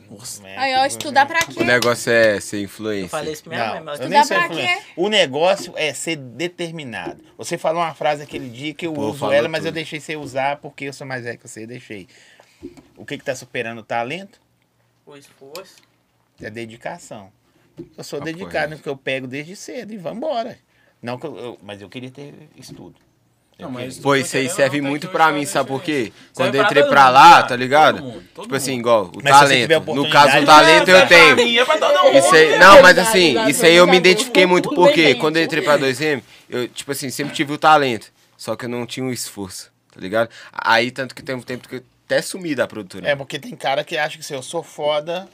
S4: Nossa.
S2: né?
S3: Aí, ó, estudar pra quê?
S1: O negócio é ser influencer.
S5: eu falei isso
S2: Não,
S5: mesmo, mas
S2: eu
S5: tudo
S2: nem
S3: Estudar
S2: sei
S3: pra
S2: influência.
S3: quê?
S2: O negócio é ser determinado. Você falou uma frase aquele dia que eu
S1: Pô,
S2: uso
S1: falou
S2: ela, mas
S1: tudo.
S2: eu deixei você usar porque eu sou mais velho que você, eu deixei. O que que tá superando o talento?
S5: o esforço.
S2: É a dedicação. Eu sou
S1: Ah,
S2: dedicado
S1: pois.
S2: no que eu pego desde cedo e vambora. Não que eu- eu- mas eu queria ter estudo.
S4: Não, tá mas
S1: Pô, isso aí serve muito pra
S4: né,
S1: mim, sabe por quê? Quando eu entrei pra
S4: é mundo,
S1: lá,
S4: cara.
S1: tá ligado?
S4: Todo mundo, todo
S1: tipo assim,
S4: mundo.
S1: igual, o
S2: Mas se você tiver
S1: talento. No
S2: oportunidade- é
S1: caso, o talento eu tenho.
S4: É pra todo mundo.
S1: Isso aí- não, mas assim,
S3: Exato,
S1: isso aí eu me
S3: exato.
S1: identifiquei muito,
S3: Tudo
S1: porque
S3: bem,
S1: quando eu
S3: gente.
S1: entrei pra 2M, eu, tipo assim, sempre tive o talento, só que eu não tinha o esforço, tá ligado? Aí, tanto que tem um tempo que eu até sumi da produtora. tá
S2: É, porque tem cara que acha que se eu sou foda,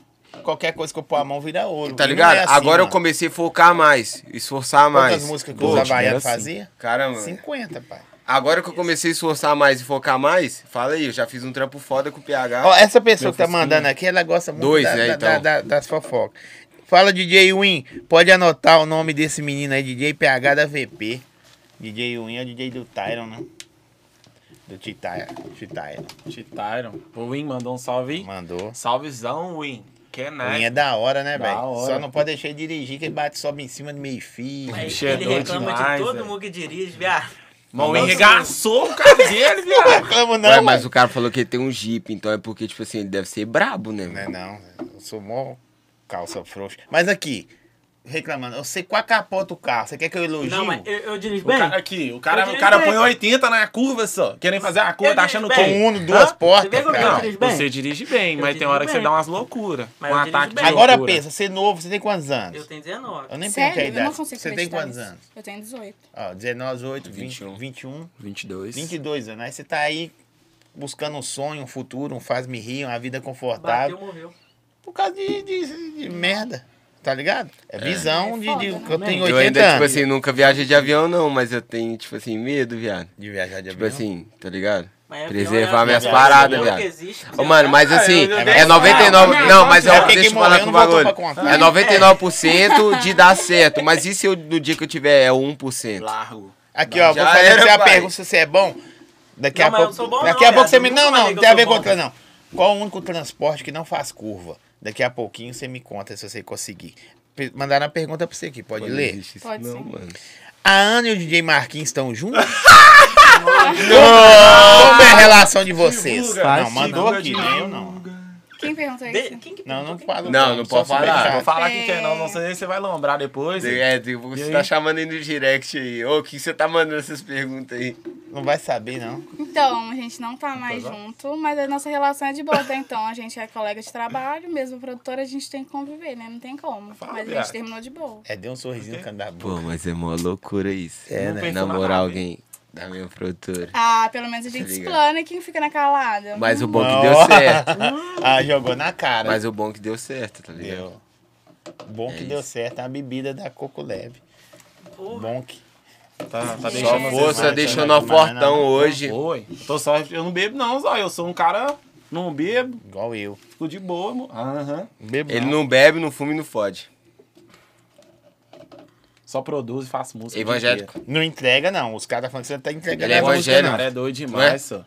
S2: qualquer coisa que eu pôr a mão vira ouro.
S1: tá
S2: E não
S1: ligado?
S2: é assim,
S1: Agora eu
S2: mano.
S1: comecei a focar mais, esforçar mais.
S2: Quantas músicas que
S1: Pô,
S2: os
S4: tipo, era
S2: Havaianos
S4: assim.
S2: faziam?
S1: Caramba,
S2: 50, pai.
S1: agora que eu comecei a esforçar mais e focar mais, fala aí, eu já fiz um trampo foda com o PH.
S2: Ó, essa pessoa que tá
S4: focinho.
S2: mandando aqui, ela gosta muito
S1: Dois,
S4: é,
S2: da-
S1: né,
S2: da-
S1: então.
S2: da- da- das fofocas. Fala, DJ Win. Pode anotar o nome desse menino aí, DJ PH da VP. DJ Win é o DJ do Tyron, né? Do Titaira. Titaira.
S4: Titaram. O Win mandou um salve.
S2: Mandou.
S4: Salvezão, Win. Que é
S2: Win é
S4: nice.
S2: da hora, né,
S4: Da
S2: velho?
S4: hora.
S2: Só não pode deixar ele dirigir, que ele bate e sobe em cima do meio-fio.
S5: Aí
S4: Bicho, é
S5: ele
S4: doido
S5: reclama
S4: demais,
S5: de todo
S4: velho.
S5: mundo que dirige, viado.
S4: Mas o Win regaçou o cara dele,
S2: Não
S4: viado.
S2: reclamo,
S1: Ué,
S2: não,
S1: mas
S2: mano.
S1: o cara falou que ele tem um Jeep, então é porque, tipo assim, ele deve ser brabo, né?
S2: Não é
S1: mano?
S2: não, eu sou mó calça frouxa. Mas aqui, reclamando, você quase capota o carro, você quer que eu elogie?
S5: Não, mas eu, eu dirijo
S4: O
S5: bem.
S4: cara aqui, o cara,
S5: Eu
S4: o cara
S5: dirigi
S4: põe
S5: bem.
S4: 80 na curva só. Querem fazer a curva,
S5: Eu
S4: tá achando
S5: dirigi bem.
S4: que.
S2: Com uno, duas
S5: Hã? Você
S2: portas,
S5: vê como é
S2: cara.
S5: eu dirijo bem?
S4: Você dirige bem,
S5: Eu
S4: mas tem hora que
S5: dirijo
S4: você
S5: bem.
S4: dá umas loucuras. Um
S5: Mas eu dirijo
S4: ataque de
S5: bem.
S4: loucura.
S2: Agora pensa, você é novo, você tem quantos anos?
S5: Eu tenho 19.
S2: Eu nem perguntei a
S3: Sério? Eu
S2: idade.
S3: não consigo
S2: Você tem
S3: acreditar
S2: quantos
S3: nisso.
S2: anos?
S3: Eu tenho 18.
S2: Ó, 19, 8, 20,
S1: 21.
S2: 21. 21,
S1: 22.
S2: 22 anos. Aí você tá aí buscando um sonho, um futuro, um faz-me rir, uma vida
S5: Bateu,
S2: confortável.
S5: morreu.
S2: Por causa de, de- de merda, tá ligado? É visão
S3: É
S2: de,
S3: foda,
S2: de-
S3: né?
S2: que eu tenho
S1: Eu
S2: 80
S1: ainda, tipo
S2: anos.
S1: assim, nunca viajei de avião, não, mas eu tenho, tipo assim, medo, viado.
S2: de viajar de
S1: Tipo
S2: avião.
S1: assim, tá ligado?
S5: Mas é
S1: Preservar
S5: pior, é
S1: minhas
S5: pior,
S1: paradas,
S5: é pior que
S1: viado.
S5: existe,
S1: Ô, mano, mas
S4: Ah,
S1: assim,
S4: eu- eu
S1: é
S4: dei-
S1: 99.
S4: Ah, eu
S1: não, mas
S2: dei-
S1: eu,
S2: eu
S1: deixa eu
S2: fiquei
S1: falar
S2: morrendo,
S1: com o
S2: voltou
S1: bagulho.
S2: pra contar.
S1: É 99% de dar certo. Mas e se eu, no dia que eu tiver é 1%?
S4: Largo.
S2: Aqui,
S1: Não,
S2: ó, vou
S1: já
S2: fazer
S1: era,
S2: você a
S1: pai.
S2: pergunta se você é bom. Daqui
S5: Não,
S2: a
S5: mas
S2: pouco.
S5: eu não sou bom,
S2: daqui
S5: não,
S2: a pouco
S5: viado.
S2: você me.
S5: Nunca
S2: Não, não,
S5: falei
S2: não
S5: que
S2: tem a
S5: eu
S2: ver
S5: sou
S2: com
S5: bom,
S2: outra, não. Qual o único transporte que não faz curva? Daqui a pouquinho você me conta se você conseguir. Pe- Mandaram a pergunta pra você aqui, pode
S1: Mano,
S2: ler?
S1: existe isso
S3: Pode
S1: não,
S3: sim.
S1: mano.
S2: A Ana e o DJ Marquinhos estão juntos? Como é a relação de vocês?
S4: Divulga,
S2: não, mandou
S4: divulga,
S2: aqui,
S4: divulga.
S2: nem eu não.
S3: Quem perguntou
S5: De-
S3: isso?
S5: quem que
S2: Não, não
S5: perguntou?
S2: falo.
S1: Não, não pode
S2: só
S1: falar.
S4: Não
S2: superchat.
S4: vou falar quem que é, não. Não sei se você vai lombrar depois.
S1: É, você
S4: aí?
S1: tá chamando aí no direct aí. Ô, o que você tá mandando essas perguntas aí?
S2: Não vai saber, não.
S3: Então, a gente não tá mais
S4: tá
S3: junto, mas a nossa relação é de boa. tá? Então, a gente é colega de trabalho, mesmo produtora, a gente tem que conviver, né? Não tem como.
S4: Fala,
S3: mas a
S4: viado.
S3: gente terminou de boa.
S2: É, deu um sorrisinho no canto da boca.
S1: Pô, mas é mó loucura isso.
S2: É,
S1: É,
S2: né?
S1: né?
S4: Não pensa
S1: Namorar
S4: nada,
S1: alguém da minha produtora.
S3: Ah, pelo menos a gente
S1: Tá ligado.
S3: explana e quem fica na calada.
S1: Mas o bom
S2: Não.
S1: que deu certo.
S2: ah, jogou na cara.
S1: Mas o bom que deu certo, tá ligado?
S2: Deu. É. Bom
S1: É
S2: que deu certo a bebida da Coco Leve.
S5: Porra,
S2: Bom que.
S4: Tá, tá
S3: Só
S1: Só
S4: deixando.
S2: força,
S1: força,
S4: vocês- né?
S1: deixou
S2: deixou
S1: nós
S2: nós
S1: fortão
S2: fortão
S1: hoje.
S4: Oi. Eu tô só. Eu não bebo, não, Zó. Eu sou um cara. Não bebo,
S2: Igual eu.
S4: fico de boa, mo- Aham.
S2: Bebo
S1: Ele não bebe, não fuma e não fode.
S4: Só produzo e faço música. o dia
S1: Evangélico.
S2: não entrega, não. Os caras falando que você tá entregando.
S1: Ele é
S2: a música,
S4: inteiro. O
S1: evangélico.
S4: cara é doido demais, só.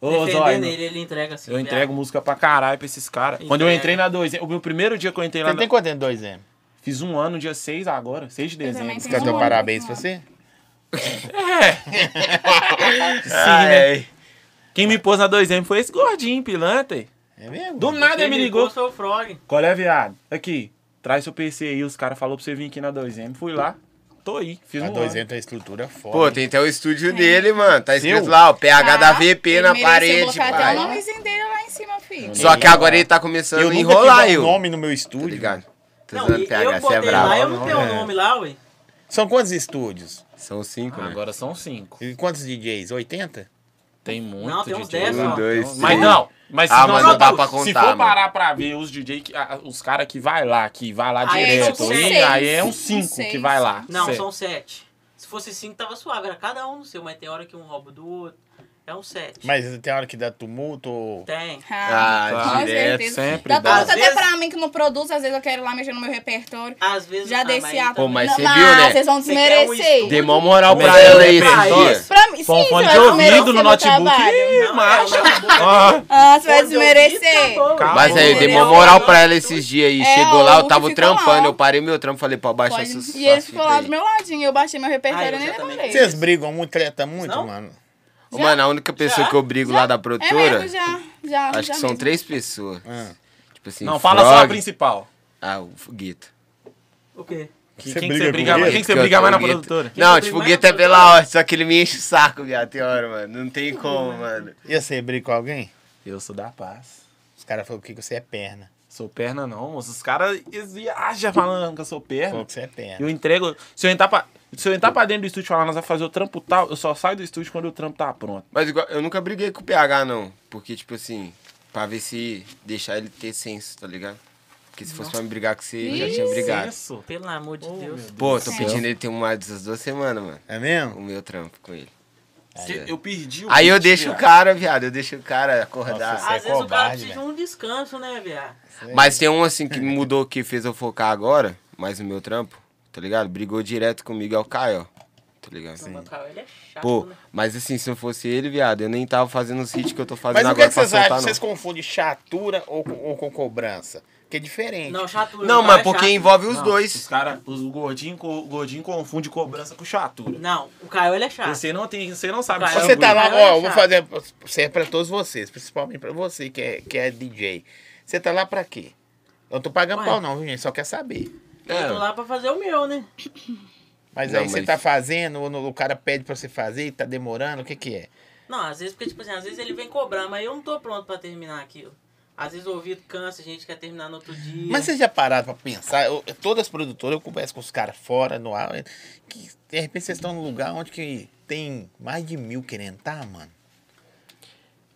S4: Ô, Zó.
S5: defendendo ele, ele entrega assim.
S4: Eu entrego música pra caralho pra esses caras.
S5: Entrega.
S4: Quando eu entrei na 2, o meu primeiro dia que eu entrei
S2: não.
S4: lá,
S2: Você
S4: na,
S2: tem quanto tempo? 2M?
S4: fiz um ano, dia 6 agora, 6
S3: Eu
S4: de dezembro.
S3: também
S2: Os
S3: tenho
S2: caras
S3: um
S2: dão
S3: ano.
S2: parabéns pra você?
S1: Ai,
S4: né? Quem me pôs na 2M foi esse gordinho, pilantra.
S2: É mesmo?
S4: Do nada ele me ligou.
S5: sou o Frog.
S4: Qual é, viado? Aqui, traz seu PC aí. Os caras falaram pra você vir aqui na 2M. Fui lá, tô aí, fiz
S2: A
S4: um
S2: 2M
S4: ano.
S2: tem uma estrutura é foda.
S1: Pô, tem até o estúdio dele, mano. Tá escrito
S2: Seu?
S1: lá, ó, PH da
S3: Tá?
S1: VP
S3: Ele
S1: na
S3: merecia
S1: parede,
S3: botar até
S1: pai.
S3: o nomezinho dele lá em cima, filho.
S1: Só que agora ele tá começando
S2: eu
S1: a
S2: nunca
S1: enrolar,
S2: tive um
S1: eu.
S2: nome no meu
S1: Tá
S2: estúdio.
S1: ligado? Tô
S5: Não,
S1: usando
S5: e-
S1: PH,
S5: eu
S1: você é
S5: botei lá, eu
S1: brabo.
S5: não
S4: Não,
S5: tenho o
S4: é.
S5: nome lá, ué.
S2: São quantos estúdios?
S1: São cinco,
S4: Ah,
S1: né?
S4: agora são 5.
S2: E quantos DJs? 80?
S4: Tem muito
S5: Não, tem uns
S4: DJ.
S5: dez, ó.
S1: Um, dois,
S4: Mas
S1: três.
S4: não, mas se
S1: Ah,
S4: não,
S1: mas não dá
S4: não,
S1: pra
S4: Se
S1: contar,
S4: for
S1: mano.
S4: parar pra ver os DJ, que, ah, os caras que vai lá, que vai lá
S5: Aí
S4: direto,
S5: são
S4: aí,
S5: seis.
S4: aí é uns
S3: São
S4: 5 que
S3: seis.
S4: vai lá.
S5: Não,
S4: Cê-
S5: são sete. Se fosse cinco, tava suave. Era cada um no seu, mas tem hora que um rouba do outro. É um sete.
S2: Mas tem hora que dá tumulto ou...
S5: Tem.
S1: Ah,
S3: com
S1: direto,
S3: certeza.
S4: sempre
S3: Dá
S4: dá.
S3: tudo
S5: Às
S3: até
S5: vezes-
S3: pra mim que não produz, às vezes eu quero ir lá mexer no meu repertório.
S5: Às vezes...
S3: Já
S5: ah,
S3: desci
S5: mas-
S3: a...
S1: Pô, mas
S3: Não,
S1: você viu, né?
S3: vocês vão
S5: Você quer um
S3: desmerecer.
S5: estúdio?
S1: Dê mó moral
S4: Mas
S1: pra
S4: é
S1: ela aí,
S4: pra
S1: esse
S5: isso.
S1: dia.
S3: Pra mim, sim,
S4: Põe um fone
S3: você vai
S4: de ouvido
S3: desmerecer
S4: no
S3: meu
S4: notebook.
S3: trabalho.
S4: Ih,
S5: Não,
S4: macho.
S5: é uma-
S4: Ah,
S3: Ah, você vai
S5: Fone de ouvido,
S3: desmerecer.
S5: acabou, ué.
S1: Mas aí, dei mó
S3: Entendeu?
S1: moral pra ela esses dias aí.
S3: É,
S1: Chegou lá,
S3: o
S1: eu
S3: que
S1: tava
S3: ficou
S1: trampando,
S3: lá.
S1: eu parei meu trampo, falei pra baixo
S3: Pode-
S1: essas
S3: E ele
S1: suas
S3: ficou
S1: fitas
S3: lá
S1: aí.
S3: do meu ladinho, eu baixei meu repertório
S5: Ah,
S3: e
S5: eu
S3: nem
S5: já também.
S3: demorei.
S2: Vocês brigam muito, treta muito,
S5: Não?
S2: mano?
S1: Ô, Mano, a única pessoa que eu brigo lá da
S3: É
S1: produtora,
S3: mesmo, já, já.
S1: acho
S3: já
S1: que são
S3: mesmo.
S1: três pessoas.
S5: É.
S2: Ah.
S1: Tipo assim,
S4: Não, fala só a
S1: Frog-
S4: principal.
S1: Ah, o Guito.
S5: O quê?
S4: Quem,
S6: Você
S4: quem que
S6: briga
S4: você
S6: com
S4: briga,
S6: o
S4: mais? Tá,
S6: Gueto?
S4: Quem que você briga mais na produtora?
S5: Quem
S1: Não,
S5: que
S1: tipo, o
S5: briga
S1: Gueto
S5: mais
S1: é
S5: na
S1: pela hora, só que ele me enche o saco, viado. Tem hora, mano. Não tem como, mano.
S2: E você briga com alguém?
S4: Eu sou da paz.
S2: Os caras falaram que você é perna.
S4: Sou perna não, moço. Os caras eles viajam falando que eu sou
S2: Falou
S4: perna.
S2: que você é perna.
S4: Eu entrego. Se eu entrar pra, se eu entrar pra dentro do estúdio e falar, nós vamos fazer o trampo tal, eu só saio do estúdio quando o trampo tá pronto.
S1: Mas igual, eu nunca briguei com o PH, não. Porque, tipo assim, pra ver se deixar ele ter senso, tá ligado? Porque se fosse pra me brigar com você, eu já tinha brigado.
S4: Isso.
S5: Pelo amor de Deus.
S1: Pô, tô pedindo ele ter uma dessas duas semanas, mano.
S2: É
S1: O
S2: mesmo?
S1: meu trampo com ele.
S4: Se- Eu perdi o
S1: Aí eu
S4: beat,
S1: deixo o
S4: viado.
S1: cara, viado. Eu deixo o cara acordar.
S2: Nossa, é Você é
S5: Às vezes o cara
S2: covarde,
S5: precisa de um descanso, né, viado?
S1: Mas tem um assim que me mudou, que fez eu focar agora, mais no meu trampo, tá ligado? Brigou direto comigo, é o Caio, tá ligado?
S5: Mas, cara, Ele é chato,
S1: Pô,
S5: né?
S1: mas assim, se não fosse ele, viado, eu nem tava fazendo os hits que eu tô fazendo
S2: Mas o que, é
S1: agora
S2: que
S1: pra
S2: vocês acham?
S1: soltar, não.
S2: Vocês confundem chatura ou, com- ou com cobrança? Que é diferente.
S5: Não, chato.
S1: Não,
S5: o
S1: mas
S5: cara é
S1: porque
S5: chato.
S1: envolve os
S4: Não, Os
S1: dois.
S4: caras, os gordinhos o gordinho confunde cobrança com chatura.
S5: Não, o Caio ele é chato.
S4: Você não tem, você não sabe.
S5: Cara,
S4: disso,
S2: Ah. Você tá lá,
S5: Não,
S2: ó,
S5: é
S2: eu vou
S5: chato.
S2: fazer. Serve pra todos vocês, principalmente pra você que é, que é DJ. Você tá lá pra quê? Eu não tô pagando
S5: Ué.
S2: pau, não, viu, gente? Só quer saber.
S1: É.
S5: Eu tô lá pra fazer o meu, né?
S2: Mas
S1: Não,
S2: aí você
S1: mas-
S2: tá fazendo, ou no- o cara pede pra você fazer e tá demorando, o que que é?
S5: Não, às vezes, porque, tipo assim, às vezes ele vem cobrar, mas eu não tô pronto pra terminar aquilo. Às vezes o ouvido cansa, a gente quer terminar no outro dia.
S2: Mas vocês já pararam pra pensar? Eu- eu- todas as produtoras, eu converso com os caras fora, no ar, que de repente vocês estão num lugar onde que tem mais de mil querendo tá, mano.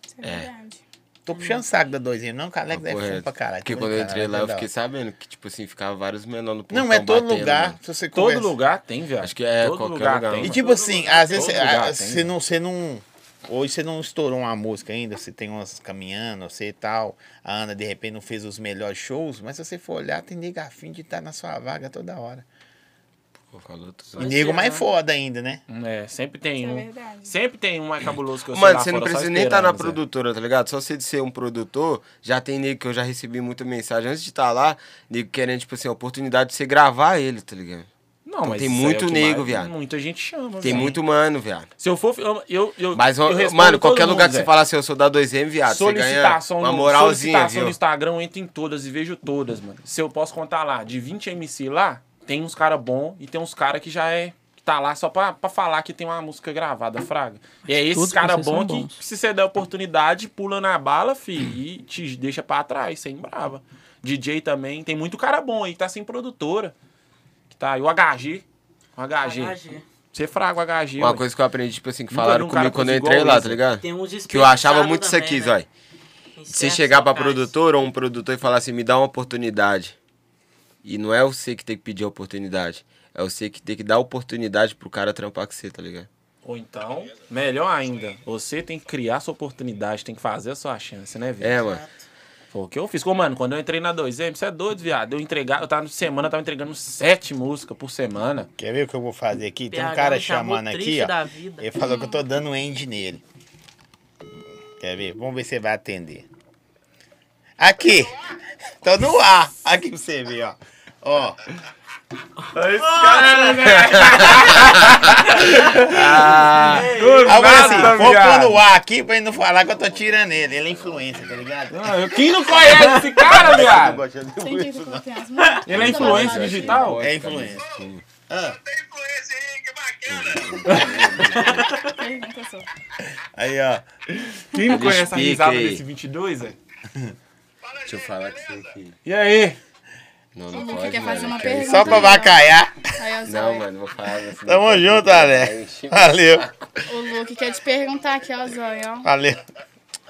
S3: Isso é verdade.
S2: Tô puxando o saco da doisinha, não, cara, Alex é
S1: Ah, Porra,
S2: fumo pra caralho.
S1: Porque
S2: tô
S1: quando eu
S2: brincando,
S1: entrei lá, eu
S2: Alex é da
S1: fiquei
S2: hora.
S1: sabendo que, tipo assim, ficava vários menores no portão
S2: Não, é todo
S1: batendo, né?
S2: lugar,
S1: mano.
S2: se você
S4: Todo
S2: conversa.
S4: lugar tem, viado.
S1: Acho que é
S4: Todo
S1: qualquer
S4: lugar
S1: lugar,
S4: tem.
S1: mano.
S2: E
S1: Todo
S2: tipo assim, às vezes
S4: Todo
S2: ah,
S4: lugar tem,
S2: você
S4: velho.
S2: não, você não. Hoje você não estourou uma música ainda, você tem umas caminhando, você e tal. A Ana, de repente, não fez os melhores shows, mas se você for olhar, tem nego afim de estar na sua vaga toda hora.
S1: Pô, falou tudo.
S2: E
S5: Pois
S2: nego
S5: é,
S2: mais
S5: né?
S2: foda ainda, né?
S4: É, sempre tem
S3: Isso é
S4: um.
S3: verdade.
S4: Sempre tem um mais cabuloso que eu sei
S1: Mano,
S4: lá
S1: você não
S4: fora, só é.
S1: precisa nem estar na
S4: esperando, né? Zé.
S1: produtora, tá ligado? Só você de ser um produtor, já tem nego que eu já recebi muita mensagem antes de estar lá, nego querendo, tipo assim, a oportunidade de você gravar ele, tá ligado?
S4: Não,
S1: Então
S4: mas
S1: tem
S4: isso aí é
S1: muito
S4: o que
S1: nego,
S4: mais-
S1: viado.
S4: Muita gente chama.
S1: Tem
S4: viado.
S1: muito mano, viado.
S4: Se eu for. Eu, eu, eu-
S1: Mas,
S4: eu
S1: ó,
S4: respondo
S1: mano,
S4: todo
S1: qualquer
S4: mundo,
S1: lugar que
S4: Zé.
S1: você fala assim, eu sou da 2M, viado, você ganha
S4: solicitação,
S1: uma
S4: no-
S1: moralzinha,
S4: solicitação
S1: viu?
S4: no Instagram, eu entro em todas e vejo todas, mano. Se eu posso contar lá, de 20 MC lá, tem uns cara bom e tem uns cara que já é que tá lá só pra, pra falar que tem uma música gravada, fraga. E é esses
S5: todos
S4: cara
S5: vocês são
S4: bom que
S5: bons.
S4: se você der oportunidade, pula na bala, filho, e te deixa pra trás, sem brava. DJ também, tem muito cara bom aí que tá sem produtora. Que tá aí o HG, o HG.
S5: Caralho,
S4: Você fraga o HG.
S1: Uma
S4: ué.
S1: coisa que eu aprendi, tipo assim, que
S4: Nunca
S1: falaram
S4: vi um cara
S1: comigo quando eu
S4: igual né?
S1: entrei lá,
S4: esse.
S1: tá ligado?
S5: Tem uns
S1: Que eu achava
S5: desperdiçados
S1: muito isso
S5: também,
S1: aqui,
S5: né?
S1: Zói.
S5: em
S1: Você
S5: certos
S1: chegar pra
S5: locais.
S1: produtor ou um produtor e falar assim, me dá uma oportunidade. E não é você que tem que pedir a oportunidade. É você que tem que dar oportunidade pro cara trampar com você, tá ligado?
S4: Ou então, melhor ainda, você tem que criar sua oportunidade, tem que fazer a sua chance, né, Vitor?
S1: É, mano.
S4: Foi o que eu fiz. Ô, mano, quando eu entrei na 2M, você é doido, viado. Eu entregar, eu tava semana, eu tava entregando sete músicas por semana.
S2: Quer ver o que eu vou fazer aqui? Tem um
S5: PH
S2: cara
S5: me chamou
S2: chamando aqui,
S5: tá triste
S2: ó.
S5: da vida.
S2: Ele falou que eu tô dando um end nele. Quer ver? Vamos ver se ele vai atender. Aqui! Tô no ar! Aqui pra você ver, ó. Ó.
S1: Ah,
S2: Agora assim, vou pôr no ar aqui pra ele não falar que eu tô tirando ele. Ele é influencer, tá ligado?
S4: Quem não conhece esse cara, viado?
S3: Tem jeito de colocar as mãos.
S4: Ele é influencer digital?
S2: É influencer. Ah,
S3: Pergunta só.
S2: aí, ó.
S4: Quem não
S1: Ele
S4: conhece a
S1: explica
S4: risada
S1: aí.
S4: desse 22, é?
S1: deixa eu falar com você aqui.
S4: E aí?
S1: Não,
S3: O
S1: não
S3: Luca
S1: pode,
S3: quer fazer
S1: mano.
S3: uma né?
S1: que é isso?
S3: pergunta.
S2: Só pra
S3: aí, ó.
S2: vacaiar.
S3: Aí, ó,
S1: Não,
S3: Zói.
S1: mano, vou falar né? assim.
S2: Tamo junto,
S1: É,
S2: Alex. Valeu.
S3: O Luke quer te perguntar aqui, ó, Zói, ó.
S2: Valeu.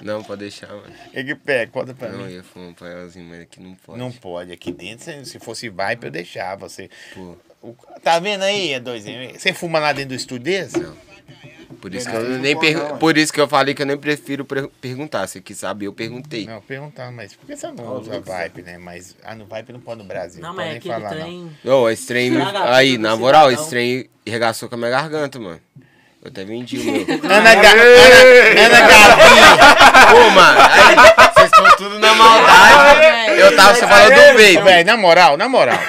S1: Não, pode deixar, mano.
S2: O que que pega? Conta pra
S1: Não,
S2: mim.
S1: eu ia fumar um paelzinho, mas aqui não pode.
S2: Não pode, aqui dentro, se- se fosse vibe, eu deixava. Você...
S1: Pô,
S2: O- Tá vendo aí, é dois Você fuma lá dentro do estúdio desse?
S1: Não. por isso que eu nem per-
S4: não,
S1: Por isso que eu falei que eu nem prefiro per- perguntar. Você quis saber, eu perguntei.
S2: Não, perguntar, mas por que você não usa Vibe, né? Mas ah, no Vibe não pode no Brasil.
S5: Não,
S2: Não, pode
S5: mas é
S2: nem
S5: aquele
S2: falar, não.
S5: trem.
S1: Ô, esse trem. me-
S5: Cidadão,
S1: Aí,
S5: tudo
S1: na
S5: cidadão.
S1: moral, esse trem regaçou com a minha garganta, mano. Eu até vendi o meu.
S2: Ana, Ga- Ana, Ana Gabi!
S1: Pô, mano, aí, vocês estão tudo na maldade. Eu tava só falando do vape.
S2: Véi, na moral, na moral.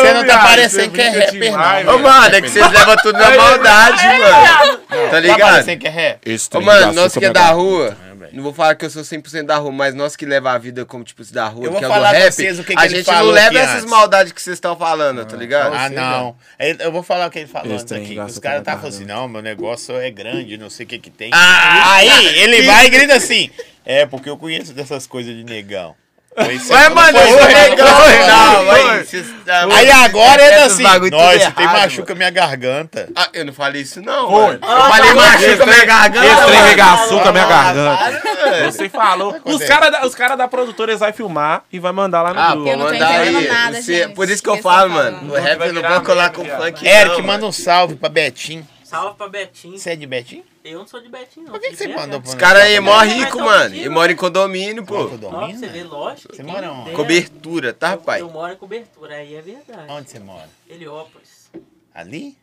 S4: Você
S2: não tá parecendo que é rapper,
S1: Ô, mano, é que vocês levam tudo na maldade, mano. Tá
S2: Tá
S1: ligado?
S2: parecendo que é ré?
S1: Ô, mano, nós que é da rua,
S2: Ah, velho.
S1: Não vou falar que eu sou 100% da rua, mas nós que leva a vida como tipo da rua,
S2: Eu vou
S1: que é
S2: falar
S1: o do
S2: pra
S1: rap,
S2: vocês o que que
S1: a
S2: ele
S1: gente
S2: falou
S1: não leva
S2: aqui
S1: essas
S2: antes.
S1: maldades que vocês estão falando, tá ligado?
S2: Ah,
S4: sei,
S2: não. Ele- Eu vou falar o que ele falou
S4: Eles
S2: antes
S4: têm
S2: aqui.
S4: graça
S2: Os caras tá
S4: pra caralho.
S2: falando assim, não, meu negócio é grande, não sei o que que tem.
S1: Ah,
S2: aí ele vai e grita assim, é, porque eu conheço dessas coisas de negão. Foi isso
S1: Ué,
S2: aí, não
S1: mano,
S2: foi
S1: eu sou
S2: isso aí,
S1: negão,
S2: não,
S1: não, tá
S2: não,
S1: vai.
S2: aí.
S1: Esses-
S2: Aí agora ele
S1: esses
S2: assim,
S1: bagulho tudo
S2: nossa, tem
S1: errado,
S2: machuca minha garganta.
S1: Ah, eu não falei isso, não.
S4: Foi.
S1: mano. Eu falei machuca minha garganta.
S4: Esse trem
S1: mano.
S4: regaçou com a minha
S1: Ah,
S4: garganta.
S1: para, velho.
S4: Você falou. Os
S2: É. acontece.
S4: caras da, os cara da produtora eles vão filmar e vai mandar lá no
S1: Ah,
S4: grupo.
S1: pô,
S3: Eu não tô
S1: mandar aí.
S3: entendendo nada,
S1: Você-
S3: gente.
S1: Por isso que eu
S3: Vocês tão
S1: falo, mano.
S3: falando.
S1: No rap
S4: Vai
S1: eu não
S4: virar
S1: vou colar
S4: meme,
S1: com
S4: viado.
S1: funk,
S2: Eric,
S1: não,
S2: manda um salve pra Betim.
S5: Salve pra Betinho.
S2: Você é de Betim?
S5: Eu não sou de Betinho, não.
S2: Por que, que você mandou pra
S1: Os caras aí é mó
S5: Não, mas
S1: rico,
S5: tá
S1: mano.
S5: mentindo,
S1: E mora em condomínio, pô.
S5: Ó, pra você ver, lógico.
S2: Você
S5: quem
S2: mora onde?
S5: dera.
S1: Cobertura, tá,
S5: Eu-
S1: rapaz?
S5: Eu moro em cobertura, aí é verdade.
S2: Onde você mora?
S5: Heliópolis.
S2: Ali?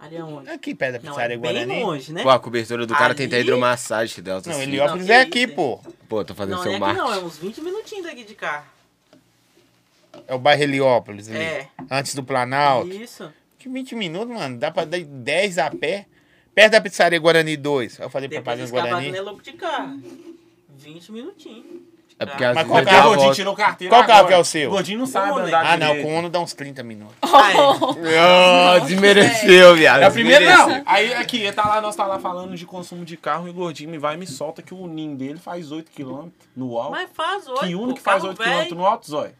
S5: Ali é onde?
S2: Aqui, perto da
S5: Não, é
S2: pizzaria
S5: bem
S2: Guarani.
S5: longe, né?
S1: Pô, a cobertura do cara tem
S5: Ali?
S1: até hidromassagem, que Deus.
S2: Não,
S1: assim.
S2: Heliópolis
S5: Não,
S2: é
S5: que
S2: aqui,
S5: isso,
S2: pô.
S1: Pô, tô fazendo
S5: Não, não é
S1: seu
S5: aqui não, é
S1: marketing.
S5: uns 20 minutinhos daqui de cá.
S2: É o bairro Heliópolis ali.
S5: É.
S2: Antes do Planalto.
S5: Isso.
S2: Que 20 minutos, mano. Dá pra dar 10 a pé. Perto da pizzaria Guarani 2. Eu falei pra
S5: Depois
S2: fazer
S5: dos cavalos
S2: Guarani.
S5: é louco de carro. 20 minutinhos.
S1: É porque às
S2: Mas
S1: vezes
S2: qual
S1: eu dou a
S2: carro
S4: O Gordinho
S1: volta.
S4: tirou carteira.
S2: Qual carro
S4: agora.
S2: que é o seu?
S4: O Gordinho não sabe
S5: Uno,
S4: andar
S2: Ah, não.
S4: direito.
S2: Com o Uno dá uns 30 minutos.
S5: Ah, é.
S3: Oh.
S1: Ah, desmereceu, viado.
S4: É a primeira
S1: desmereceu.
S4: não. Aí aqui, ele tá lá, nós tá lá falando de consumo de carro e o gordinho me vai e me solta que o ninho dele faz 8km no alto.
S5: Mas faz hoje.
S4: Que
S5: pô,
S4: uno que faz
S5: carro
S4: 8km
S5: velho,
S4: no alto, zóio.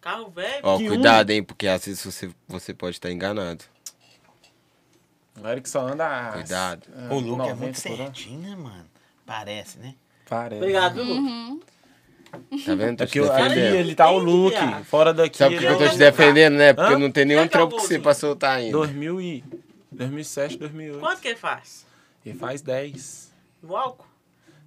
S5: Carro velho.
S1: Ó,
S4: Que
S1: cuidado, hein, porque às vezes você, você pode estar enganado.
S4: O Eric só anda.
S1: Cuidado.
S4: ah,
S2: o Luke é
S4: 90
S2: muito
S4: por hora.
S2: certinho, né, mano? Parece, né?
S4: Parece.
S5: Obrigado,
S3: Uhum.
S5: Lu.
S1: Tá vendo? Tô
S4: É
S1: te
S4: porque eu- aqui
S1: defendendo.
S4: ele tá o Luke.
S5: Tem que
S4: Fora daqui.
S1: Sabe por que
S4: ele
S1: eu tô
S4: é
S1: te
S4: o-
S1: defendendo, né? Porque
S4: Hã?
S1: não tem nenhum
S5: Quem que é o
S1: trampo que você
S5: golzinho?
S1: pra soltar ainda.
S4: 2000 e. 2007, 2008.
S5: Quanto que ele faz?
S4: Ele faz 10
S5: No álcool?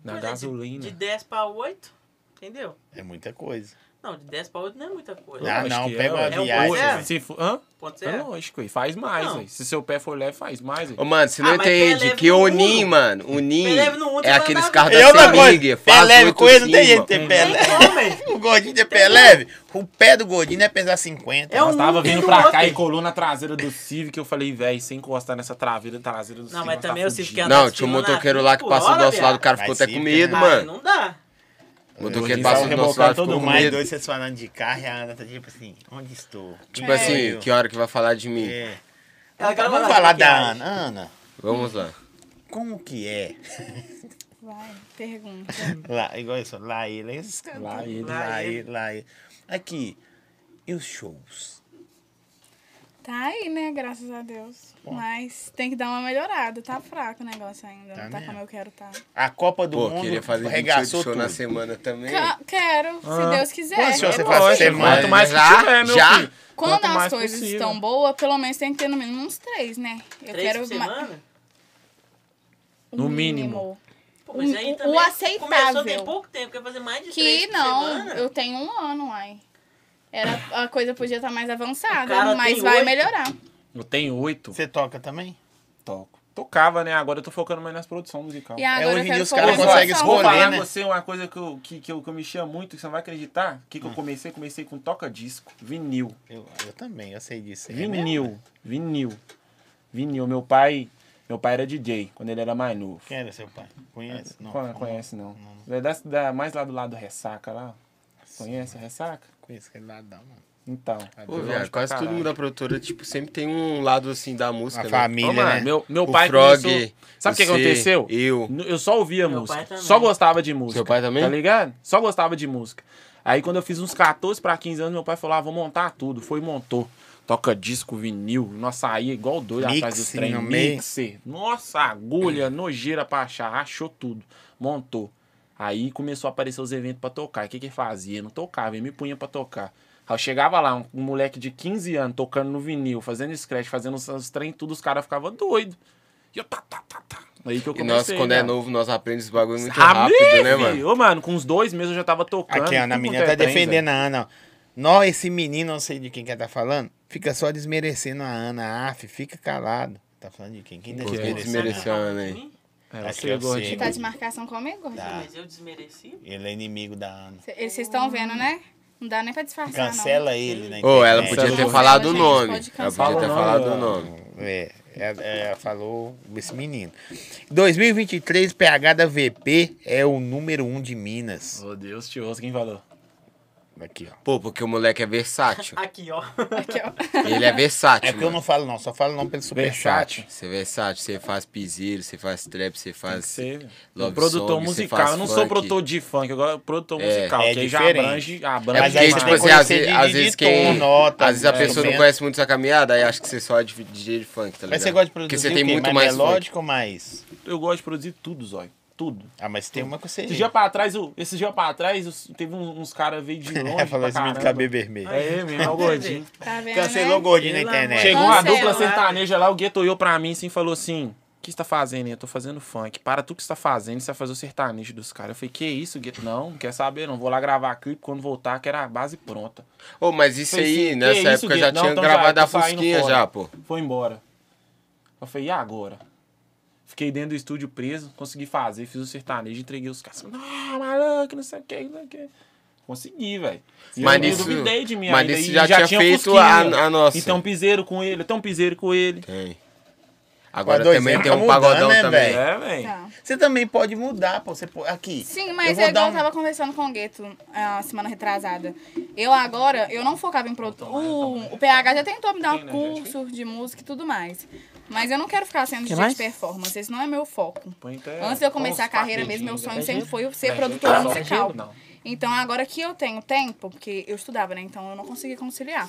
S4: na
S5: Mas é de-
S4: gasolina.
S5: De 10 pra 8, entendeu?
S2: É muita coisa.
S5: Não, de 10 pra 8 não é muita coisa.
S2: Ah,
S4: Lógico
S2: não,
S4: que é,
S2: pega uma
S4: ué.
S5: viagem.
S4: Hoje, se for- hã?
S5: Ponto
S1: tá
S4: É
S5: zero.
S4: lógico, e faz mais,
S5: Não.
S4: aí. Se seu pé for leve, faz mais, aí.
S1: Ô, mano, você não
S5: Ah, mas
S1: entende
S5: Pelé
S1: que o
S5: no
S1: Nin,
S5: mundo.
S1: mano, o Nin
S5: Pelé no mundo
S1: é
S5: não
S1: aqueles
S5: dá
S1: carros
S5: nada.
S1: da
S5: É
S2: outra
S1: Semig,
S2: coisa. Pé
S1: faz
S2: leve com ele, não tem jeito de
S1: oito
S2: ter pé
S5: Tem
S2: leve.
S5: como, hein?
S2: O gordinho de pé é leve. O pé do gordinho deve pesar 50.
S5: É um-
S4: Nós tava
S5: um
S4: vindo
S5: do
S4: pra
S5: outro.
S4: cá e colou na traseira do Civic. Eu falei, véi, sem encostar nessa traveira, traseira do Civic.
S5: Não, mas
S4: nós tá
S5: também o Civic
S4: fudido.
S5: anda
S1: Não,
S5: desfilando
S1: tinha um
S5: na
S1: motoqueiro
S5: rua
S1: lá que
S5: por
S1: passou do
S5: hora,
S1: nosso lado, o
S5: viado.
S1: cara
S2: Vai
S1: ficou até
S2: sim,
S1: com medo,
S5: Aí
S1: mano.
S5: não dá.
S1: O motoqueiro
S4: Hoje
S1: passou
S2: um
S4: vai
S1: do nosso
S4: rebocar
S1: lado,
S4: todo
S1: ficou com
S4: mundo.
S2: Mais
S1: medo.
S2: dois, vocês falando de carro e a Ana tá tipo assim, onde estou?
S1: Tipo assim, que hora que vai falar de mim?
S2: É.
S5: Ela quer
S2: Vamos
S5: falar
S2: falar
S5: de
S2: da
S5: maquiagem.
S2: Ana. Ana,
S1: Vamos lá.
S2: como que é?
S3: Vai, pergunta.
S2: Lá, igual isso, lá ele, esses caras.
S4: Lá ele,
S5: lá
S2: lá
S5: ele.
S2: ele, lá ele. Aqui, e os shows?
S3: Tá aí, né? Graças a Deus. Mas tem que dar uma melhorada. Tá fraco o negócio ainda.
S2: Tá
S3: não tá
S2: mesmo.
S3: como eu quero tá.
S2: A Copa do
S1: Pô,
S2: Mundo
S1: queria fazer 28
S2: arregaçou
S1: shows
S2: tudo.
S1: na semana também.
S3: Ca- Quero,
S4: Ah.
S3: se Deus quiser.
S2: Quantos shows
S3: É
S2: você
S3: bom.
S2: faz por
S4: Lógico,
S2: semana?
S4: Quanto mais que
S1: Já?
S4: tiver, meu
S1: Já?
S4: filho.
S3: Quando
S4: Quanto
S3: as
S4: mais
S3: coisas
S4: possível.
S3: estão boas, pelo menos tem que ter no mínimo uns três, né? Eu
S5: Três
S3: quero
S5: por
S3: ma- um
S5: semana?
S3: o
S4: No
S5: Pô, mas aí
S3: O- o
S5: também
S3: Um, aceitável.
S5: Começou tem pouco tempo, quer fazer mais de
S3: Que
S5: três por
S3: não,
S5: semana?
S3: eu tenho um ano, ai. Era, a coisa podia estar mais
S5: O cara
S3: avançada,
S5: tem
S3: mas vai
S5: oito.
S3: melhorar.
S2: Então,
S5: é-
S4: Eu tenho oito.
S2: Você toca também?
S4: Toco. Tocava, né? Agora eu tô focando mais nas produções musicais.
S3: E agora
S2: hoje em
S3: eu
S2: dia
S3: quero
S2: é
S3: um
S2: os caras
S3: focar em
S2: conseguem
S3: produção.
S4: Vou
S2: escolher.
S4: falar
S2: né?
S4: com você uma coisa que eu, que, que eu, que eu mexia muito, que você não vai acreditar. O
S2: Hum.
S4: que, que eu comecei? Comecei com toca-disco, vinil.
S2: Eu, eu também, eu sei disso. É mesmo?
S4: Vinil, vinil. Vinil. Meu pai. Meu pai era DJ quando ele era mais novo.
S2: Quem era seu pai? Conhece?
S1: É,
S2: Não,
S4: Qual-
S2: não
S4: conhece, não.
S2: não, não.
S4: Ele é da, da- mais lá do lado do Ressaca lá. Conhece a Ressaca?
S2: Conheço aquele ladão, mano.
S4: Então.
S2: Ah,
S1: Pô,
S4: eu
S1: viado,
S4: gosto pra
S1: quase todo
S4: caralho.
S1: mundo da produtora, tipo, sempre tem um lado assim da música.
S2: A
S1: né?
S2: família,
S4: Ô, mano,
S2: né?
S4: Meu, meu
S1: O
S4: pai
S1: Frog,
S4: começou... Sabe o que
S1: você,
S4: aconteceu?
S1: eu.
S4: N- Eu só ouvia
S5: Meu
S4: música.
S5: pai também.
S4: Só gostava de música.
S1: Seu pai também?
S4: Tá ligado? Só gostava de música. Aí quando eu fiz uns 14 pra 15 anos, meu pai falou, ah, vou montar tudo. Foi e montou. Toca disco, vinil, nós saía igual doido atrás dos
S2: Mixing
S4: trem.
S2: no meio.
S4: Mixer. Nossa, agulha, nojeira pra achar. Achou tudo. Montou. Aí começou a aparecer os eventos pra tocar. O que que ele fazia? Não tocava, ele me punha pra tocar. Aí eu chegava lá, um, um moleque de 15 anos, tocando no vinil, fazendo scratch, fazendo os, os trem, tudo, os caras ficavam doidos. E eu tá, tá, tá, tá. Aí que eu
S1: E
S4: comecei.
S1: nós, quando é
S4: né?
S1: novo, nós aprendemos esse bagulho muito
S4: Ah,
S1: rápido, né,
S4: filho?
S1: mano?
S4: Ô, mano, com uns dois meses eu já tava tocando.
S2: Aqui, Ana, a
S4: tudo
S2: menina
S4: quanto
S2: tá
S4: é trem,
S2: defendendo
S4: velho.
S2: a Ana, ó. Nó, esse menino, não sei de quem que ela tá falando, fica só desmerecendo a Ana. Af, fica calado. Tá falando de quem? Quem tá
S1: Por que
S2: desmerecendo?
S1: desmereceu?
S2: a Ana?
S1: Desmerecendo, hein?
S4: É,
S2: Aqui,
S4: você
S2: ó,
S4: é gordinho.
S2: você.
S3: Você tá de marcação comigo? gordinho?
S2: Tá.
S5: Mas eu desmereci?
S2: Ele é inimigo da Ana.
S3: Cê- Vocês estão vendo, né? Não dá nem pra disfarçar, não.
S2: Cancela ele na
S1: Ô, ela
S2: internet. é
S1: podia
S4: Cancela
S1: ter
S4: o
S1: falado o
S3: nome.
S1: nome.
S3: Pode
S1: Ela
S3: cancelar.
S1: podia ter
S4: Fala o
S1: falado o
S4: nome,
S1: nome.
S2: É, Ela, ela falou esse menino. 2023, PH da VP é o número um de Minas.
S4: Meu Deus, tio, ouça quem falou.
S2: Aqui, ó.
S1: Pô, porque o moleque é versátil.
S5: Aqui, ó.
S3: Aqui, ó.
S1: Ele é versátil.
S2: É porque eu não
S1: mano.
S2: falo não, só falo não pelo superchat.
S1: Você é versátil, você faz piseiro, você faz trap, você
S4: Tem que
S1: faz.
S4: ser, velho.
S1: love
S4: produtor
S1: song, você
S4: musical.
S1: faz
S4: Eu não sou
S1: funk.
S4: produtor de funk, agora eu produtor musical.
S2: é
S4: que aí já
S2: diferente.
S4: abrange. ah, abrange
S1: É
S2: Mas
S1: porque,
S2: aí você
S1: tipo
S2: tem que
S1: assim, às,
S2: conhecer
S1: ve-
S2: de-
S1: às
S2: de
S1: vezes
S2: tom,
S1: quem.
S2: nota,
S1: às vezes a
S2: mais ou
S1: pessoa não
S2: menos.
S1: conhece muito sua caminhada, aí acha que você só é de DJ de funk, tá ligado?
S2: Mas você gosta de produzir
S1: Porque você tem
S2: o quê?
S1: muito
S2: mais,
S1: mais funk.
S2: melódico ou mais?
S4: Eu gosto de produzir tudo, Zóio. Tudo.
S2: Ah, mas tem uma que você... É,
S4: Esse dia pra trás, o- esse dia pra trás, os- teve um- uns caras veio de longe.
S2: falou esse menino
S4: pra
S2: de
S4: caramba.
S2: cabelo vermelho.
S4: É, mesmo, é o gordinho.
S3: Tá vendo,
S2: Cancelou o
S3: né?
S2: gordinho na
S5: Pelo
S2: internet.
S5: amor de
S4: Chegou uma
S3: Cancela.
S4: dupla sertaneja lá, o gueto olhou pra mim assim e falou assim: O que você tá fazendo? Eu tô fazendo funk. Para tudo que você tá fazendo, você vai fazer o sertanejo dos caras. Eu falei: Que isso, gueto? Não, não quer saber, não. Vou lá gravar clipe. Quando voltar, que era a base pronta.
S1: Ô, mas isso
S4: Falei assim,
S1: aí,
S4: "Que
S1: nessa
S4: isso,
S2: é
S1: época eu já
S4: Gueto? Não,
S1: tinha
S4: então
S1: gravado
S4: já,
S2: tá
S1: a
S4: tô saindo
S1: Fusquinha
S4: fora."
S1: já, pô.
S4: Foi embora. Eu falei: E agora? Fiquei dentro do estúdio preso, consegui fazer, fiz o sertanejo, entreguei os caras. Não, maluco, não sei o que, não sei o que. Consegui, velho. E
S1: Mas
S4: eu não
S1: nisso-
S4: duvidei de mim
S1: mas
S4: ainda,
S1: nisso
S4: e
S1: já tinha feito a-
S4: Fusquinha.
S1: a nossa.
S4: E tem um piseiro com ele, tem um piseiro com ele.
S1: Tem. Agora
S2: dois
S1: também
S2: anos
S1: tem
S2: tá
S1: um
S2: mudando,
S1: pagodão
S2: né,
S1: também.
S2: velho?
S4: É, velho.
S3: Tá.
S2: Você também pode mudar, pô. Você pô- Aqui.
S3: Sim,
S2: Eu
S3: mas
S2: vou
S3: é igual
S2: dar
S3: eu
S2: um-
S3: tava conversando com o Gueto a semana retrasada. Eu agora, eu não focava em produto. O, o PH já tentou me dar um curso de música e tudo mais. Mas eu não quero ficar sendo DJ
S5: mais?
S3: de performance, esse não é meu foco.
S4: Põe até-
S3: Antes de eu
S4: põe
S3: começar
S4: uns
S3: a carreira
S4: papelinhos,
S3: mesmo, meu sonho
S4: né?
S3: sempre foi
S4: Tá
S3: ser
S4: ajeitado.
S3: produtora
S4: Tá
S3: musical.
S4: ajeitado, não.
S3: Então agora que eu tenho tempo, porque eu estudava, né? Então eu não conseguia conciliar.